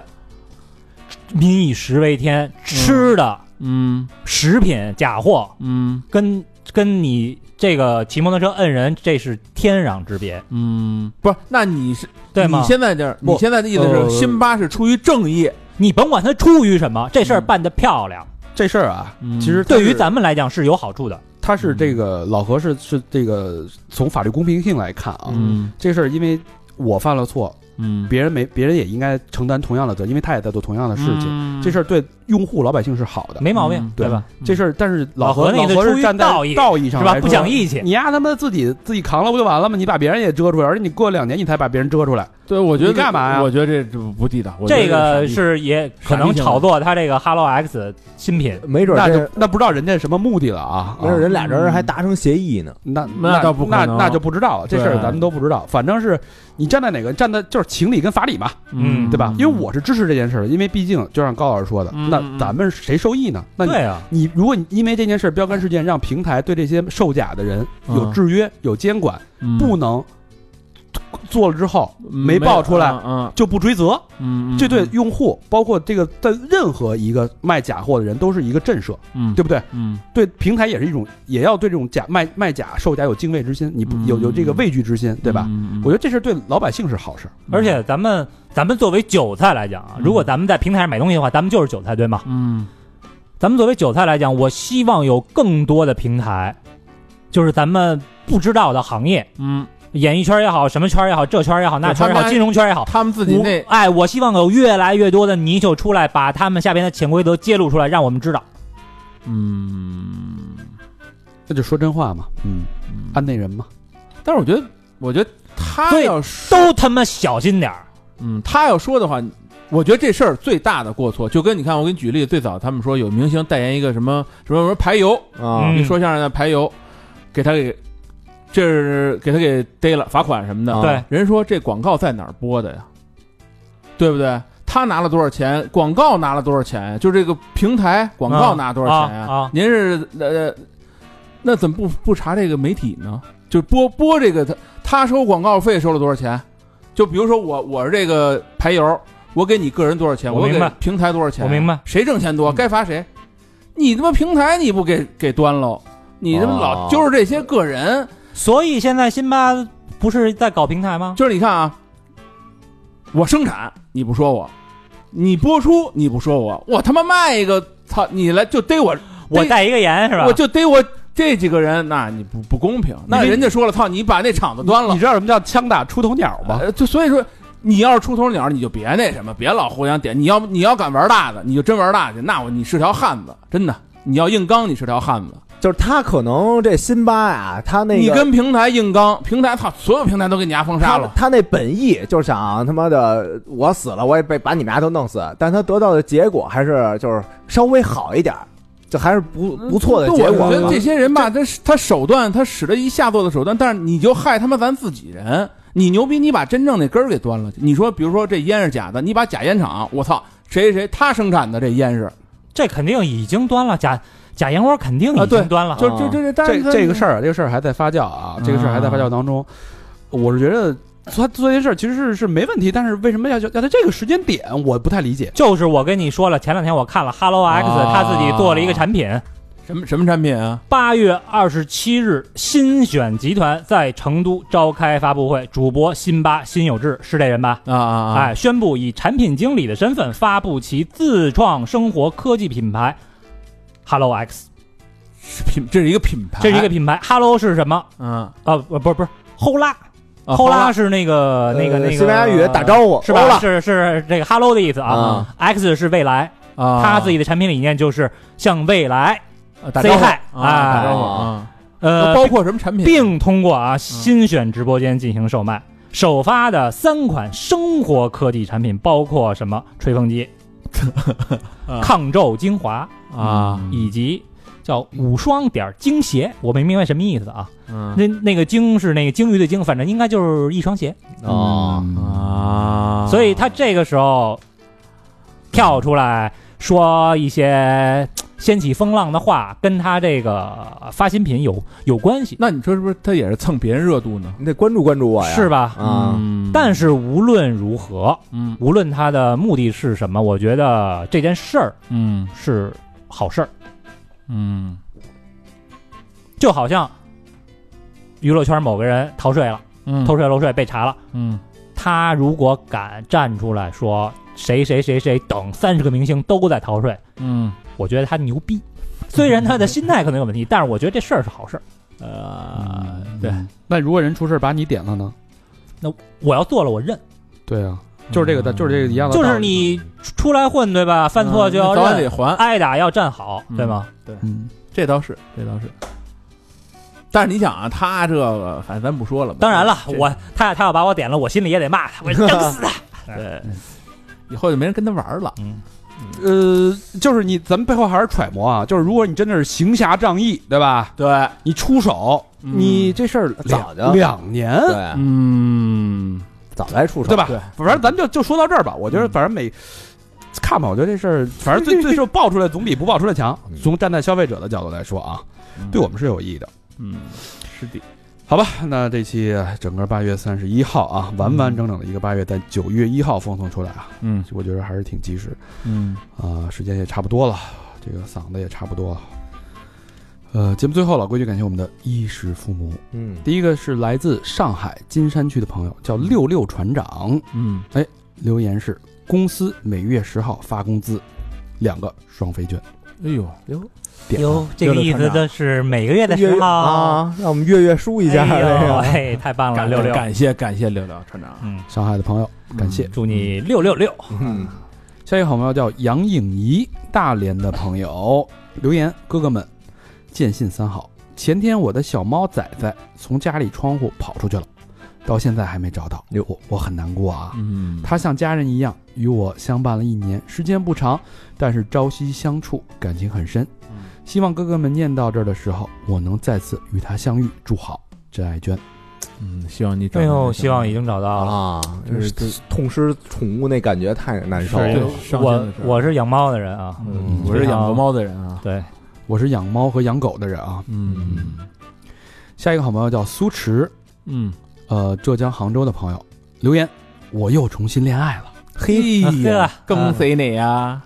[SPEAKER 3] 民以食为天，吃的
[SPEAKER 4] 嗯
[SPEAKER 3] 食品假货
[SPEAKER 4] 嗯
[SPEAKER 3] 跟跟你这个骑摩托车摁人，这是天壤之别，
[SPEAKER 4] 嗯，不是，那你是
[SPEAKER 3] 对吗
[SPEAKER 4] 你？现在这儿，
[SPEAKER 5] 不
[SPEAKER 4] 你现在的意思
[SPEAKER 1] 呃
[SPEAKER 4] 是，辛巴是出于正义，
[SPEAKER 3] 你甭管他出于什么，这事儿办得漂亮，
[SPEAKER 1] 这事儿啊，
[SPEAKER 4] 嗯
[SPEAKER 1] 其实它
[SPEAKER 3] 对于
[SPEAKER 1] 是
[SPEAKER 3] 咱们来讲是有好处的。
[SPEAKER 1] 他是这
[SPEAKER 3] 嗯
[SPEAKER 1] 个老何是是这个从法律公平性来看啊，
[SPEAKER 4] 嗯
[SPEAKER 1] 这事儿因为我犯了错，
[SPEAKER 4] 嗯，
[SPEAKER 1] 别人没别人也应该承担同样的责，因为他也在做同样的事情。
[SPEAKER 4] 情
[SPEAKER 1] 这事儿对用户老百姓是好的，
[SPEAKER 3] 嗯没毛病
[SPEAKER 4] 嗯，
[SPEAKER 1] 对
[SPEAKER 3] 吧？？
[SPEAKER 1] 这事儿但是老
[SPEAKER 3] 老
[SPEAKER 1] 何
[SPEAKER 3] 何那个
[SPEAKER 1] 何
[SPEAKER 3] 出
[SPEAKER 1] 是
[SPEAKER 3] 于
[SPEAKER 1] 站在
[SPEAKER 3] 道义
[SPEAKER 1] 道义上
[SPEAKER 3] 是吧？
[SPEAKER 1] 来
[SPEAKER 3] 不
[SPEAKER 1] 说
[SPEAKER 3] 讲义气，
[SPEAKER 1] 你丫他妈自己自己扛了不就完了吗？你把别人也遮出来，而且你过两年你才把别人遮出来，
[SPEAKER 4] 对，我觉得
[SPEAKER 1] 你干嘛呀
[SPEAKER 4] 我觉得这这不地道。我觉得
[SPEAKER 3] 这个
[SPEAKER 4] 傻逼
[SPEAKER 3] 是也可能炒作他这个 Hello X 新品，
[SPEAKER 5] 没准
[SPEAKER 1] 那
[SPEAKER 5] 儿
[SPEAKER 1] 就啊
[SPEAKER 5] 这
[SPEAKER 1] 那不知道人家什么目的了啊？
[SPEAKER 5] 没准儿人俩人还达成协议呢。
[SPEAKER 1] 那
[SPEAKER 4] 那倒不可
[SPEAKER 1] 那
[SPEAKER 4] 能
[SPEAKER 1] 那就不知道了，这事儿
[SPEAKER 4] 对
[SPEAKER 1] 咱们都不知道。反正是你站在哪个站在就是情理跟法理嘛，
[SPEAKER 3] 嗯
[SPEAKER 1] 对吧？因为我是支持这件事儿的，因为毕竟就像高老师说的，
[SPEAKER 4] 嗯
[SPEAKER 1] 那
[SPEAKER 4] 嗯
[SPEAKER 1] 咱们谁受益呢？那你
[SPEAKER 3] 对啊，
[SPEAKER 1] 你如果你因为这件事儿标杆事件让平台对这些售假的人
[SPEAKER 4] 嗯
[SPEAKER 1] 有制约、有监管，
[SPEAKER 4] 嗯
[SPEAKER 1] 不能做了之后没
[SPEAKER 4] 没
[SPEAKER 1] 爆出来
[SPEAKER 4] 嗯
[SPEAKER 1] 就不追责，
[SPEAKER 4] 嗯，嗯
[SPEAKER 1] 这对用户包括这个在任何一个卖假货的人都是一个震慑，
[SPEAKER 4] 嗯
[SPEAKER 1] 对不对？
[SPEAKER 4] 嗯
[SPEAKER 1] 对平台也是一种，也要对这种假卖卖假售假有敬畏之心，你不
[SPEAKER 4] 嗯
[SPEAKER 1] 有有这个畏惧之心，对吧？？
[SPEAKER 4] 嗯嗯嗯
[SPEAKER 1] 我觉得这事儿对老百姓是好事儿，
[SPEAKER 3] 而且咱们咱们作为韭菜来讲啊，
[SPEAKER 4] 嗯
[SPEAKER 3] 如果咱们在平台上买东西的话，咱们就是韭菜，对吗？
[SPEAKER 4] 嗯
[SPEAKER 3] 咱们作为韭菜来讲，我希望有更多的平台，就是咱们不知道的行业，
[SPEAKER 4] 嗯，
[SPEAKER 3] 演艺圈也好，什么圈也好，这圈也好，那圈也
[SPEAKER 4] 他
[SPEAKER 3] 好，
[SPEAKER 4] 们
[SPEAKER 3] 金融圈也好。
[SPEAKER 4] 他们自己
[SPEAKER 3] 我
[SPEAKER 4] 那
[SPEAKER 3] 哎，我希望有越来越多的泥鳅出来，把他们下边的潜规则揭露出来，让我们知道。
[SPEAKER 4] 嗯，
[SPEAKER 1] 那就说真话嘛，嗯，
[SPEAKER 4] 嗯
[SPEAKER 1] 安内人嘛。
[SPEAKER 4] 但是我觉得，我觉得他
[SPEAKER 3] 所以
[SPEAKER 4] 要说，
[SPEAKER 3] 都他妈小心点儿，
[SPEAKER 4] 嗯，他要说的话，我觉得这事儿最大的过错，就跟你看，我给你举例，最早他们说有明星代言一个什么什么什么排油，
[SPEAKER 5] 啊
[SPEAKER 3] 嗯
[SPEAKER 4] 你说相声的排油，给他给这是给他给逮了罚款什么的，
[SPEAKER 5] 啊
[SPEAKER 3] 对，
[SPEAKER 4] 人说这广告在哪儿播的呀？对不对？他拿了多少钱？广告拿了多少钱？就这个平台广告拿多少钱
[SPEAKER 3] 啊啊啊
[SPEAKER 4] 您是呃，那怎么不不查这个媒体呢？就播播这个他他收广告费收了多少钱？就比如说我我是这个排油，我给你个人多少钱？
[SPEAKER 3] 我
[SPEAKER 4] 我给
[SPEAKER 3] 明白
[SPEAKER 4] 平台多少钱？啊
[SPEAKER 3] 我明白。
[SPEAKER 4] 谁挣钱多
[SPEAKER 3] 嗯
[SPEAKER 4] 该罚谁。你他妈平台你不给给端喽？你他妈老
[SPEAKER 5] 哦
[SPEAKER 4] 揪着这些个人，
[SPEAKER 3] 所以现在辛巴不是在搞平台吗？
[SPEAKER 4] 就是你看啊，我生产你不说我，你播出你不说我，我他妈卖一个操你来就逮我，
[SPEAKER 3] 我代一个言是吧？
[SPEAKER 4] 我就逮我这几个人，那你不不公平。那
[SPEAKER 1] 这
[SPEAKER 4] 人家说了，操你把那厂子端 了
[SPEAKER 1] 你，知道什么叫枪打出头鸟吗？
[SPEAKER 4] 呃就所以说。你要是出头鸟，你就别那什么，别老互相点。你要你要敢玩大的，你就真玩大去。那我你是条汉子，真的。你要硬刚，你是条汉子。
[SPEAKER 5] 就是他可能这辛巴呀，他那个
[SPEAKER 4] 你跟平台硬刚，平台操，所有平台都给你家封杀
[SPEAKER 5] 他
[SPEAKER 4] 了。
[SPEAKER 5] 他那本意就是想他妈的，我死了我也被把你们俩都弄死，但他得到的结果还是就是稍微好一点儿，就还是不不错的
[SPEAKER 4] 嗯对
[SPEAKER 5] 结
[SPEAKER 4] 我
[SPEAKER 5] 果
[SPEAKER 4] 觉得
[SPEAKER 5] 嘛
[SPEAKER 4] 这。些人吧，他是他手段，他使了一下作的手段，但是你就害他妈咱自己人。你牛逼，你把真正那根儿给端了去。你说，比如说这烟是假的，你把假烟厂，我操，谁谁谁他生产的这烟是
[SPEAKER 3] 这肯定已经端了，假假烟花肯定
[SPEAKER 4] 啊
[SPEAKER 3] 已
[SPEAKER 4] 对
[SPEAKER 3] 经端了。
[SPEAKER 4] 就就就这，但
[SPEAKER 1] 这
[SPEAKER 4] 是
[SPEAKER 1] 这个事儿，这个事儿还在发酵啊，这个事儿还在发酵当中。我是觉得他做这事儿其实是是没问题，但是为什么要要要在这个时间点，我不太理解。
[SPEAKER 3] 就是我跟你说了，前两天我看了 Hello X，、
[SPEAKER 4] 啊
[SPEAKER 3] 他自己做了一个产品。
[SPEAKER 4] 什么什么产品啊？
[SPEAKER 3] 八月二十七日，新选集团在成都召开发布会，主播辛巴辛有志是这人吧？
[SPEAKER 4] 啊啊啊！
[SPEAKER 3] 哎，宣布以产品经理的身份发布其自创生活科技品牌 Hello X，
[SPEAKER 4] 品，这是一个品
[SPEAKER 5] 啊
[SPEAKER 4] 牌，
[SPEAKER 3] 这是一个品牌。Hello 是什么？
[SPEAKER 4] 嗯，
[SPEAKER 3] 啊，不不不是，后拉，
[SPEAKER 4] 啊
[SPEAKER 3] 后拉是那个那个
[SPEAKER 5] 呃
[SPEAKER 3] 那个呃
[SPEAKER 5] 西班牙语打招呼
[SPEAKER 3] 是
[SPEAKER 5] 欧
[SPEAKER 3] 吧？
[SPEAKER 5] 了
[SPEAKER 3] 是是这个 “hello” 的意思啊。X 是未来，
[SPEAKER 4] 啊，
[SPEAKER 3] 他自己的产品理念就是向未来。
[SPEAKER 4] 啊打招呼
[SPEAKER 3] say hi，
[SPEAKER 4] 啊，打招呼
[SPEAKER 5] 哎
[SPEAKER 4] 啊，
[SPEAKER 3] 呃，
[SPEAKER 4] 包括什么产品？
[SPEAKER 3] 并通过啊新选直播间进行售卖。
[SPEAKER 4] 嗯
[SPEAKER 3] 首发的三款生活科技产品包括什么？吹风 机、
[SPEAKER 4] 啊
[SPEAKER 3] 抗皱精华
[SPEAKER 4] 啊，
[SPEAKER 3] 以及叫五双点儿精鞋。我没明白什么意思啊。
[SPEAKER 4] 嗯
[SPEAKER 3] 那那个精是那个鲸鱼的鲸，反正应该就是一双鞋。
[SPEAKER 1] 嗯
[SPEAKER 5] 哦，
[SPEAKER 4] 啊，
[SPEAKER 3] 所以他这个时候跳出来说一些掀起风浪的话，跟他这个发新品有有关系，
[SPEAKER 4] 那你说是不是他也是蹭别人热度呢？
[SPEAKER 5] 你得关注关注我呀，
[SPEAKER 3] 是吧？
[SPEAKER 5] 啊，
[SPEAKER 4] 嗯
[SPEAKER 3] 但是无论如何，
[SPEAKER 4] 嗯
[SPEAKER 3] 无论他的目的是什么，我觉得这件事儿
[SPEAKER 4] 嗯
[SPEAKER 3] 是好事儿。
[SPEAKER 4] 嗯
[SPEAKER 3] 就好像娱乐圈某个人逃税了，
[SPEAKER 4] 嗯
[SPEAKER 3] 偷税漏税被查了，
[SPEAKER 4] 嗯
[SPEAKER 3] 他如果敢站出来说谁谁谁谁等三十个明星都在逃税，
[SPEAKER 4] 嗯，
[SPEAKER 3] 我觉得他牛逼。虽然他的心态可能有问题，但是我觉得这事儿是好事儿。呃
[SPEAKER 4] 啊
[SPEAKER 1] 对，那如果人出事儿把你点了呢？
[SPEAKER 3] 我要做了，我认。
[SPEAKER 1] 对啊，就是这个的，
[SPEAKER 4] 嗯
[SPEAKER 1] 就是这个一样的道
[SPEAKER 3] 就
[SPEAKER 1] 理，
[SPEAKER 3] 是你出来混，对吧？犯错就要
[SPEAKER 4] 早晚得
[SPEAKER 3] 认，
[SPEAKER 4] 还，
[SPEAKER 3] 挨打要站好，
[SPEAKER 4] 嗯
[SPEAKER 3] 对吗？
[SPEAKER 1] 嗯，
[SPEAKER 4] 这倒是，这倒是。但是你想啊，他这个反正咱不说了吧。
[SPEAKER 3] 当然了，
[SPEAKER 4] 这
[SPEAKER 3] 我他要他要把我点了，我心里也得骂他，我整死嗯他。
[SPEAKER 4] 对，以后就没人跟他玩了。
[SPEAKER 3] 嗯，
[SPEAKER 1] 呃，就是你咱们背后还是揣摩啊，就是如果你真的是行侠仗义，对吧？
[SPEAKER 4] 对，
[SPEAKER 1] 你出手，
[SPEAKER 4] 嗯
[SPEAKER 1] 你这事儿
[SPEAKER 5] 早
[SPEAKER 1] 两
[SPEAKER 5] 就
[SPEAKER 1] 两年，
[SPEAKER 5] 对，
[SPEAKER 4] 嗯，
[SPEAKER 5] 早该出手，
[SPEAKER 1] 对吧？
[SPEAKER 4] 对
[SPEAKER 1] 反正咱们就就说到这儿吧。我觉得反正每看吧，我觉得这事儿反正最最后爆出来总比不爆出来强。从站在消费者的角度来说啊，对我们是有益的。
[SPEAKER 4] 嗯，是的，
[SPEAKER 1] 好吧，那这期整个八月三十一号啊，完完整整的一个八月，在九月一号放送出来啊，
[SPEAKER 4] 嗯
[SPEAKER 1] 我觉得还是挺及时
[SPEAKER 4] 嗯，
[SPEAKER 1] 啊、时间也差不多了，这个嗓子也差不多了。呃，节目最后老规矩，感谢我们的衣食父母。
[SPEAKER 5] 嗯，
[SPEAKER 1] 第一个是来自上海金山区的朋友，叫六六船长，
[SPEAKER 4] 嗯，
[SPEAKER 1] 留言是：公司每月十号发工资，两个双飞券。
[SPEAKER 4] 哎呦，
[SPEAKER 1] 点了
[SPEAKER 3] 哟，这个意思就是每个月的十
[SPEAKER 5] 月
[SPEAKER 3] 号，
[SPEAKER 5] 啊，让我们月月输一下，
[SPEAKER 3] 哎呦
[SPEAKER 5] 这个
[SPEAKER 3] 哎，太棒了，
[SPEAKER 4] 感
[SPEAKER 3] 六六，
[SPEAKER 4] 感谢感谢六六船长，
[SPEAKER 3] 嗯，
[SPEAKER 1] 上海的朋友，感
[SPEAKER 4] 嗯
[SPEAKER 1] 谢。
[SPEAKER 3] 祝你六六六，
[SPEAKER 5] 嗯，
[SPEAKER 1] 下一个好朋友叫杨颖怡，大连的朋友留言：哥哥们，见信三好。前天我的小猫仔仔从家里窗户跑出去了，到现在还没找到，我我很难过啊。
[SPEAKER 4] 嗯，
[SPEAKER 1] 它像家人一样与我相伴了一年，时间不长，但是朝夕相处，感情很深。希望哥哥们念到这儿的时候，我能再次与他相遇。祝好，真爱娟。
[SPEAKER 4] 嗯，希望你找
[SPEAKER 3] 哎
[SPEAKER 4] 到
[SPEAKER 3] 呦，
[SPEAKER 4] 那
[SPEAKER 3] 希望已经找到了。
[SPEAKER 5] 啊，
[SPEAKER 4] 这是
[SPEAKER 5] 这痛失宠物那感觉太难受
[SPEAKER 4] 嗯是
[SPEAKER 5] 了
[SPEAKER 4] 对，伤心
[SPEAKER 3] 我
[SPEAKER 4] 的事儿
[SPEAKER 3] 我是养猫的人啊，
[SPEAKER 4] 嗯，我是养过猫的人啊，
[SPEAKER 3] 对，
[SPEAKER 1] 我是养猫和养狗的人啊。
[SPEAKER 4] 嗯
[SPEAKER 1] 下一个好朋友叫苏池，
[SPEAKER 4] 嗯，
[SPEAKER 1] 呃，浙江杭州的朋友留言：我又重新恋爱了，
[SPEAKER 4] 嘿
[SPEAKER 3] 啊对
[SPEAKER 4] 呀
[SPEAKER 3] 了，
[SPEAKER 4] 恭喜你啊！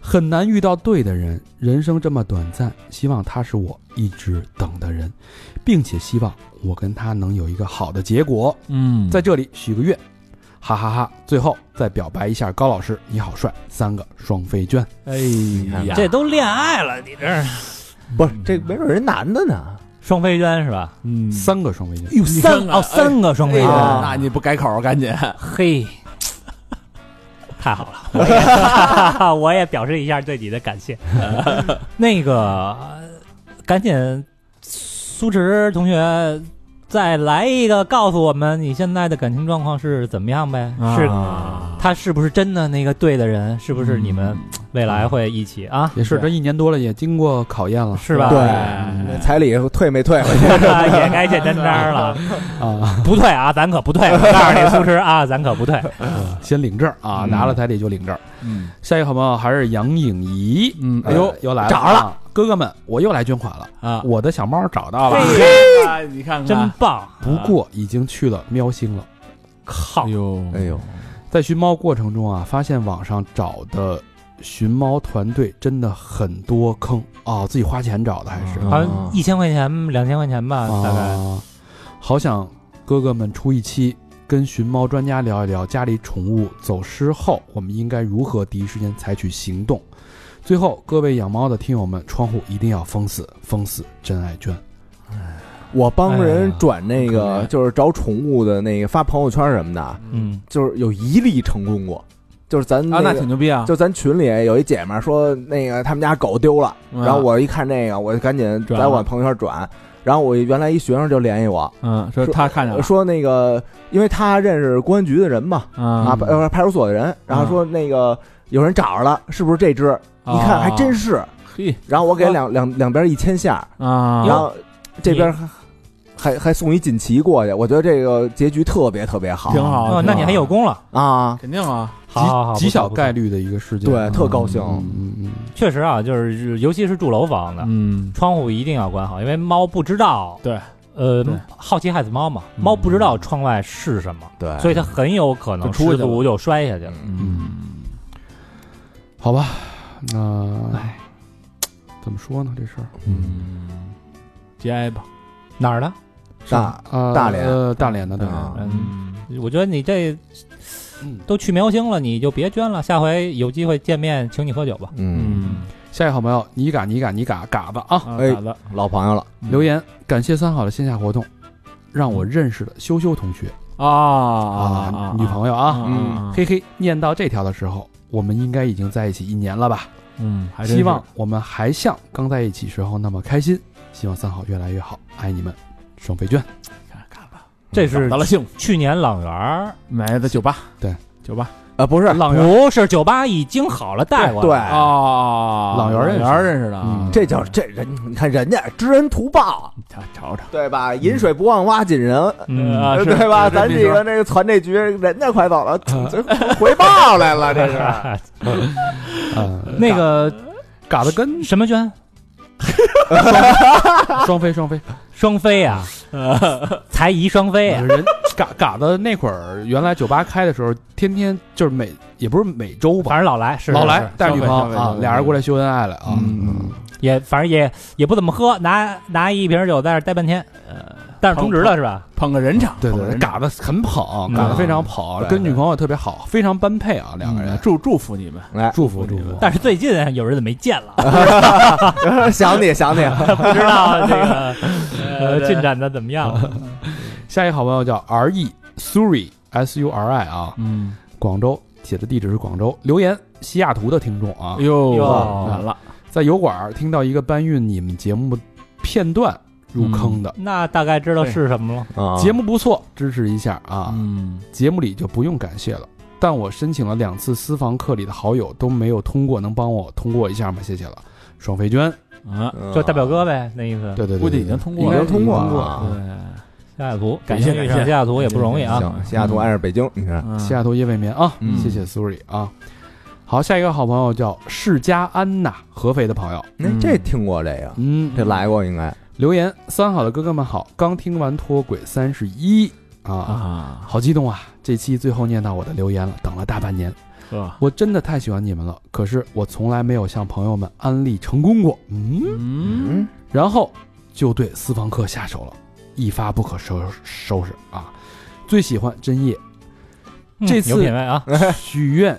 [SPEAKER 1] 很难遇到对的人，人生这么短暂，希望他是我一直等的人，并且希望我跟他能有一个好的结果。
[SPEAKER 4] 嗯，
[SPEAKER 1] 在这里许个愿，哈哈哈最后再表白一下高老师，你好帅，三个双飞娟。
[SPEAKER 4] 哎
[SPEAKER 5] 呀
[SPEAKER 4] 呀，
[SPEAKER 3] 这都恋爱了，你这是
[SPEAKER 5] 不是这没准人男的呢，
[SPEAKER 3] 双飞娟是吧？
[SPEAKER 4] 嗯
[SPEAKER 1] 三个双飞娟，
[SPEAKER 3] 有
[SPEAKER 4] 你
[SPEAKER 3] 三
[SPEAKER 4] 看看
[SPEAKER 3] 哦，三个双飞
[SPEAKER 4] 哎
[SPEAKER 3] 娟，
[SPEAKER 4] 呀那你不改口赶紧，
[SPEAKER 3] 嘿，太好了我也， 我也表示一下对你的感谢。 那个，赶紧，苏池同学再来一个，告诉我们你现在的感情状况是怎么样呗？是
[SPEAKER 4] 啊
[SPEAKER 3] 他是不是真的那个对的人？是不是你们未来会一起啊？
[SPEAKER 1] 也是这一年多了，也经过考验了，
[SPEAKER 3] 是吧？
[SPEAKER 5] 对
[SPEAKER 4] 哎
[SPEAKER 5] 彩礼退没退回去？
[SPEAKER 3] 也该见真章了，
[SPEAKER 1] 啊，
[SPEAKER 3] 不退啊，咱可不退！ 我告诉你，苏池啊，咱可不退。
[SPEAKER 1] 先领证啊，
[SPEAKER 4] 嗯
[SPEAKER 1] 拿了彩礼就领证。
[SPEAKER 4] 嗯
[SPEAKER 1] 下一个好朋友还是杨颖怡，
[SPEAKER 4] 嗯，
[SPEAKER 1] 哎呦，又来了，
[SPEAKER 4] 找着
[SPEAKER 1] 了，哥哥们，我又来捐款了，
[SPEAKER 3] 啊，
[SPEAKER 1] 我的小猫找到了，
[SPEAKER 4] 哎你看看，
[SPEAKER 3] 真棒！啊
[SPEAKER 1] 不过已经去了喵星了。
[SPEAKER 3] 靠
[SPEAKER 4] 哎，呦，
[SPEAKER 5] 哎呦，
[SPEAKER 1] 在寻猫过程中啊，发现网上找的寻猫团队真的很多坑啊、自己花钱找的还是，
[SPEAKER 4] 啊
[SPEAKER 3] 好像一千块钱、两千块钱吧，
[SPEAKER 4] 哦
[SPEAKER 3] 大概。
[SPEAKER 1] 啊，好想哥哥们出一期跟寻猫专家聊一聊家里宠物走失后，我们应该如何第一时间采取行动。最后，各位养猫的听友们，窗户一定要封死，封死真爱 娟。
[SPEAKER 5] 我帮人转那
[SPEAKER 4] 哎
[SPEAKER 5] 个
[SPEAKER 4] 呀
[SPEAKER 5] 就是找宠物的那个发朋友圈什么的，
[SPEAKER 3] 嗯，
[SPEAKER 5] 就是有一例成功过，就是咱
[SPEAKER 4] 啊，那
[SPEAKER 5] 个
[SPEAKER 4] 挺牛逼啊！
[SPEAKER 5] 就咱群里有一姐们儿说，那个他们家狗丢了，
[SPEAKER 4] 嗯
[SPEAKER 5] 然后我一看这个，我就赶紧
[SPEAKER 4] 转
[SPEAKER 5] 在我朋友圈转。然后我原来一学生就联系我，
[SPEAKER 4] 嗯，说他看见了
[SPEAKER 5] 说那个，因为他认识公安局的人嘛，啊，
[SPEAKER 4] 啊，
[SPEAKER 5] 呃，派出所的人，然后说那个有人找着了，是不是这只？
[SPEAKER 4] 啊
[SPEAKER 5] 一看还真
[SPEAKER 4] 是
[SPEAKER 5] 是。
[SPEAKER 4] 嘿
[SPEAKER 5] 然后我给两两两边一千下，
[SPEAKER 4] 啊，
[SPEAKER 5] 然后这边还还还送一锦旗过去，我觉得这个结局特别特别好，
[SPEAKER 4] 挺好
[SPEAKER 3] 哦，
[SPEAKER 4] 挺
[SPEAKER 3] 那你
[SPEAKER 4] 好
[SPEAKER 3] 还有功了，
[SPEAKER 5] 啊，
[SPEAKER 4] 肯定啊，
[SPEAKER 3] 好好好，
[SPEAKER 1] 极极
[SPEAKER 3] 不错
[SPEAKER 1] 小
[SPEAKER 3] 不错
[SPEAKER 1] 概率的一个事件。
[SPEAKER 5] 对，特高兴。
[SPEAKER 1] 嗯嗯
[SPEAKER 3] 确实啊，就是尤其是住楼房的，
[SPEAKER 4] 嗯，
[SPEAKER 3] 窗户一定要关好，因为猫不知道。
[SPEAKER 4] 对，
[SPEAKER 3] 呃
[SPEAKER 4] 对，
[SPEAKER 3] 好奇害死猫嘛，
[SPEAKER 4] 嗯
[SPEAKER 3] 猫不知道窗外是什么，
[SPEAKER 5] 对，
[SPEAKER 3] 所以它很有可能
[SPEAKER 4] 就出去
[SPEAKER 3] 失
[SPEAKER 4] 了
[SPEAKER 3] 足就摔下去了。
[SPEAKER 4] 嗯，
[SPEAKER 1] 嗯，好吧，那
[SPEAKER 4] 嗯
[SPEAKER 1] 怎么说呢？这事儿
[SPEAKER 4] 节哀吧，
[SPEAKER 3] 哪儿呢？
[SPEAKER 5] 大
[SPEAKER 1] 呃
[SPEAKER 5] 大连
[SPEAKER 1] 呃大连的大连
[SPEAKER 5] 啊
[SPEAKER 1] 的，
[SPEAKER 3] 嗯，我觉得你这
[SPEAKER 1] 嗯
[SPEAKER 3] 都去苗星了，你就别捐了，下回有机会见面，请你喝酒吧。
[SPEAKER 5] 嗯，
[SPEAKER 1] 下一个好朋友你嘎你嘎你嘎嘎子啊，
[SPEAKER 3] 啊
[SPEAKER 5] 哎
[SPEAKER 3] 好的，
[SPEAKER 5] 老朋友了，
[SPEAKER 1] 留言感谢三好的线下活动，让我认识了羞羞同学
[SPEAKER 4] 啊啊
[SPEAKER 1] 女朋友啊，
[SPEAKER 4] 嗯，
[SPEAKER 1] 嘿嘿，念到这条的时候，我们应该已经在一起一年了吧？
[SPEAKER 4] 嗯，还真是
[SPEAKER 1] 希望我们还像刚在一起时候那么开心。希望三好越来越好，爱你们，双飞卷。
[SPEAKER 4] 看看吧，
[SPEAKER 3] 这是
[SPEAKER 4] 找到了幸福，
[SPEAKER 3] 去年朗园儿，
[SPEAKER 4] 买的酒吧，
[SPEAKER 1] 对
[SPEAKER 4] 酒吧
[SPEAKER 5] 啊，不是，
[SPEAKER 1] 朗园，
[SPEAKER 3] 不是酒吧已经好了，带过来
[SPEAKER 5] 对
[SPEAKER 4] 啊，
[SPEAKER 1] 朗园认识
[SPEAKER 4] 园认识的啊
[SPEAKER 1] 嗯，
[SPEAKER 5] 这叫这人，你看人家知恩图报，
[SPEAKER 4] 瞧瞧瞧，
[SPEAKER 5] 对吧？饮水不忘挖井人，
[SPEAKER 3] 嗯
[SPEAKER 4] 啊是
[SPEAKER 5] 对吧？
[SPEAKER 4] 是嗯
[SPEAKER 5] 咱
[SPEAKER 4] 这
[SPEAKER 5] 几
[SPEAKER 4] 时候
[SPEAKER 5] 个那个传这局，人家快走了，这回报来了，这是。
[SPEAKER 1] 呃，
[SPEAKER 3] 那个
[SPEAKER 1] 嘎子跟
[SPEAKER 3] 什么娟
[SPEAKER 1] 双飞双飞，
[SPEAKER 3] 双飞啊，才艺双飞啊，
[SPEAKER 1] 呃人嘎嘎子那会儿原来酒吧开的时候，天天就是每也不是每周吧，
[SPEAKER 3] 反正老来是
[SPEAKER 1] 老
[SPEAKER 3] 是
[SPEAKER 1] 来
[SPEAKER 3] 是
[SPEAKER 1] 带着女朋
[SPEAKER 4] 双飞
[SPEAKER 1] 友
[SPEAKER 4] 双
[SPEAKER 1] 啊
[SPEAKER 4] 飞，
[SPEAKER 1] 俩人过来秀恩爱来啊。
[SPEAKER 5] 嗯
[SPEAKER 3] 也反正也也不怎么喝，拿拿一瓶酒在那儿待半天，呃但是充值了是吧？
[SPEAKER 4] 捧个人场，
[SPEAKER 1] 对
[SPEAKER 4] 捧个
[SPEAKER 1] 对，
[SPEAKER 4] 人场
[SPEAKER 1] 嘎子很捧，
[SPEAKER 3] 嗯
[SPEAKER 1] 嘎子非常捧，
[SPEAKER 5] 对
[SPEAKER 1] 跟女朋友特别好，非常般配啊，两个人
[SPEAKER 4] 嗯。祝祝福你们，
[SPEAKER 5] 来，
[SPEAKER 1] 祝福祝福，
[SPEAKER 3] 但是最近有日子没见了，
[SPEAKER 5] 想你想你，
[SPEAKER 3] 不知道 这个呃进展的怎么样了？
[SPEAKER 1] 下一个好朋友叫 R E Suri S U R I 啊，
[SPEAKER 4] 嗯，
[SPEAKER 1] 广州写的地址是广州，留言西雅图的听众啊，
[SPEAKER 4] 哟，
[SPEAKER 3] 哟
[SPEAKER 4] 难了，
[SPEAKER 1] 在油管儿听到一个搬运你们节目片段入坑的。
[SPEAKER 3] 那大概知道是什么了。
[SPEAKER 5] 啊
[SPEAKER 1] 节目不错，支持一下啊！
[SPEAKER 4] 嗯，
[SPEAKER 1] 节目里就不用感谢了，但我申请了两次私房课里的好友都没有通过，能帮我通过一下吗？谢谢了，爽飞娟。
[SPEAKER 4] 啊，
[SPEAKER 5] 嗯
[SPEAKER 3] 就大表哥呗，那意思。
[SPEAKER 1] 对对对，
[SPEAKER 4] 估计已经
[SPEAKER 1] 对
[SPEAKER 4] 通
[SPEAKER 1] 对
[SPEAKER 4] 过了
[SPEAKER 1] 应该
[SPEAKER 5] 已经通过了
[SPEAKER 4] 对
[SPEAKER 5] 啊，
[SPEAKER 1] 嗯
[SPEAKER 3] 西雅图，
[SPEAKER 4] 感谢
[SPEAKER 3] 北京遇
[SPEAKER 4] 感谢
[SPEAKER 3] 上西雅图也不容易啊。
[SPEAKER 5] 行，西雅图挨着北京，你看，哎
[SPEAKER 4] 嗯
[SPEAKER 1] 西雅图夜未眠啊，
[SPEAKER 5] 嗯
[SPEAKER 1] 谢谢苏瑞啊。好，下一个好朋友叫世家安娜，合肥的朋友，
[SPEAKER 5] 哎，
[SPEAKER 4] 嗯
[SPEAKER 5] 这听过这个，
[SPEAKER 1] 嗯，
[SPEAKER 5] 这来过应该。
[SPEAKER 1] 留言：三好的哥哥们好，刚听完脱轨三十一啊，
[SPEAKER 4] 啊，
[SPEAKER 1] 好激动啊！这期最后念到我的留言了，等了大半年，
[SPEAKER 4] 呵，
[SPEAKER 1] 我真的太喜欢你们了。可是我从来没有向朋友们安利成功过，嗯，
[SPEAKER 4] 嗯，
[SPEAKER 5] 嗯，
[SPEAKER 1] 然后就对私房课下手了，一发不可收收拾啊！最喜欢真夜
[SPEAKER 3] 嗯
[SPEAKER 1] 这次
[SPEAKER 3] 有品位啊，
[SPEAKER 1] 许愿，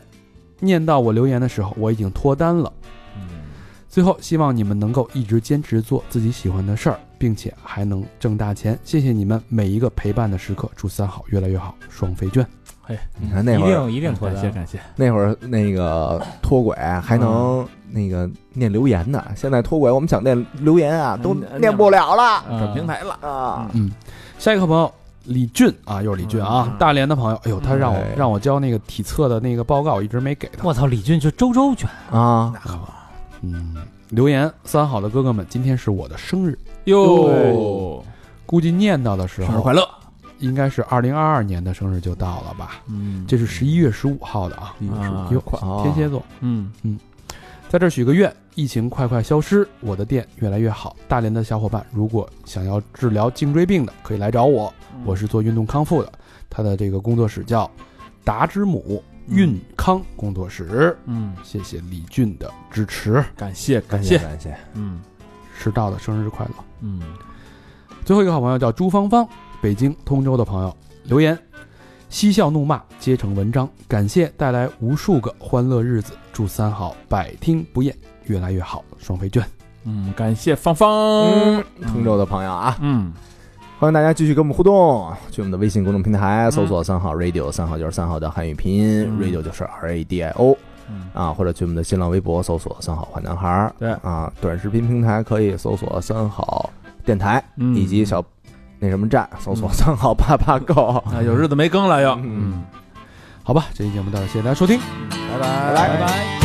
[SPEAKER 1] 念到我留言的时候，我已经脱单了。最后，希望你们能够一直坚持做自己喜欢的事儿，并且还能挣大钱。谢谢你们每一个陪伴的时刻，祝三好越来越好，双飞卷。
[SPEAKER 5] 你
[SPEAKER 4] 哎
[SPEAKER 5] 看
[SPEAKER 3] 一
[SPEAKER 5] 那会儿
[SPEAKER 3] 定一定脱
[SPEAKER 4] 感谢
[SPEAKER 3] 单。
[SPEAKER 4] 嗯感谢，
[SPEAKER 5] 那会儿那个脱轨还
[SPEAKER 4] 嗯
[SPEAKER 5] 能那个念留言呢，现在脱轨我们想念留言啊，
[SPEAKER 4] 嗯
[SPEAKER 5] 都念不了了
[SPEAKER 3] 嗯
[SPEAKER 4] 转平嗯台了，
[SPEAKER 5] 啊。
[SPEAKER 1] 嗯，下一个朋友李俊啊，又是李俊啊，
[SPEAKER 4] 嗯
[SPEAKER 1] 大连的朋友。哎呦，他让我
[SPEAKER 5] 哎
[SPEAKER 1] 让我交那个体测的那个报告，我一直没给他。
[SPEAKER 3] 我操，李俊就周周卷，
[SPEAKER 5] 啊，
[SPEAKER 1] 嗯，留言三好的哥哥们，今天是我的生日，
[SPEAKER 4] 哟，
[SPEAKER 1] 估计念到的时
[SPEAKER 4] 生日
[SPEAKER 1] 候
[SPEAKER 4] 快乐，
[SPEAKER 1] 应该是二零二二年的生日就到了吧？
[SPEAKER 4] 嗯
[SPEAKER 1] 这是十一月十五号的啊，
[SPEAKER 4] 啊
[SPEAKER 1] 哟，
[SPEAKER 5] 快
[SPEAKER 1] 天蝎座。
[SPEAKER 4] 嗯，
[SPEAKER 1] 在这儿许个愿，疫情快快消失，我的店越来越好。大连的小伙伴，如果想要治疗颈椎病的，可以来找我，我是做运动康复的。他的这个工作室叫达之母运康工作室。
[SPEAKER 4] 嗯，
[SPEAKER 1] 谢谢李俊的支持，
[SPEAKER 4] 感谢感
[SPEAKER 5] 感谢
[SPEAKER 4] 谢，
[SPEAKER 5] 感谢，
[SPEAKER 4] 嗯
[SPEAKER 1] 迟到的生日快乐。
[SPEAKER 4] 嗯，
[SPEAKER 1] 最后一个好朋友叫朱芳芳，北京通州的朋友留言，嬉笑怒骂皆成文章，感谢带来无数个欢乐日子，祝三好百听不厌，越来越好，双飞卷。
[SPEAKER 4] 嗯，感谢芳芳
[SPEAKER 5] 嗯，，通州的朋友啊，
[SPEAKER 4] 嗯，
[SPEAKER 5] 欢迎大家继续跟我们互动，去我们的微信公众平台搜索“三号 radio”，三号就是三号的汉语拼音
[SPEAKER 4] 嗯
[SPEAKER 5] ，radio 就是 R A D I O
[SPEAKER 4] 嗯
[SPEAKER 5] 啊，或者去我们的新浪微博搜索“三好坏男孩儿”，
[SPEAKER 4] 对
[SPEAKER 5] 啊，短视频平台可以搜索“三好电台”
[SPEAKER 4] 嗯
[SPEAKER 5] 以及小那什么站搜索“三好八八购
[SPEAKER 4] 啊，有日子没更了又，
[SPEAKER 5] 嗯
[SPEAKER 1] 好吧，这期节目到这儿，谢谢大家收听。
[SPEAKER 5] 拜拜拜拜。
[SPEAKER 4] 拜。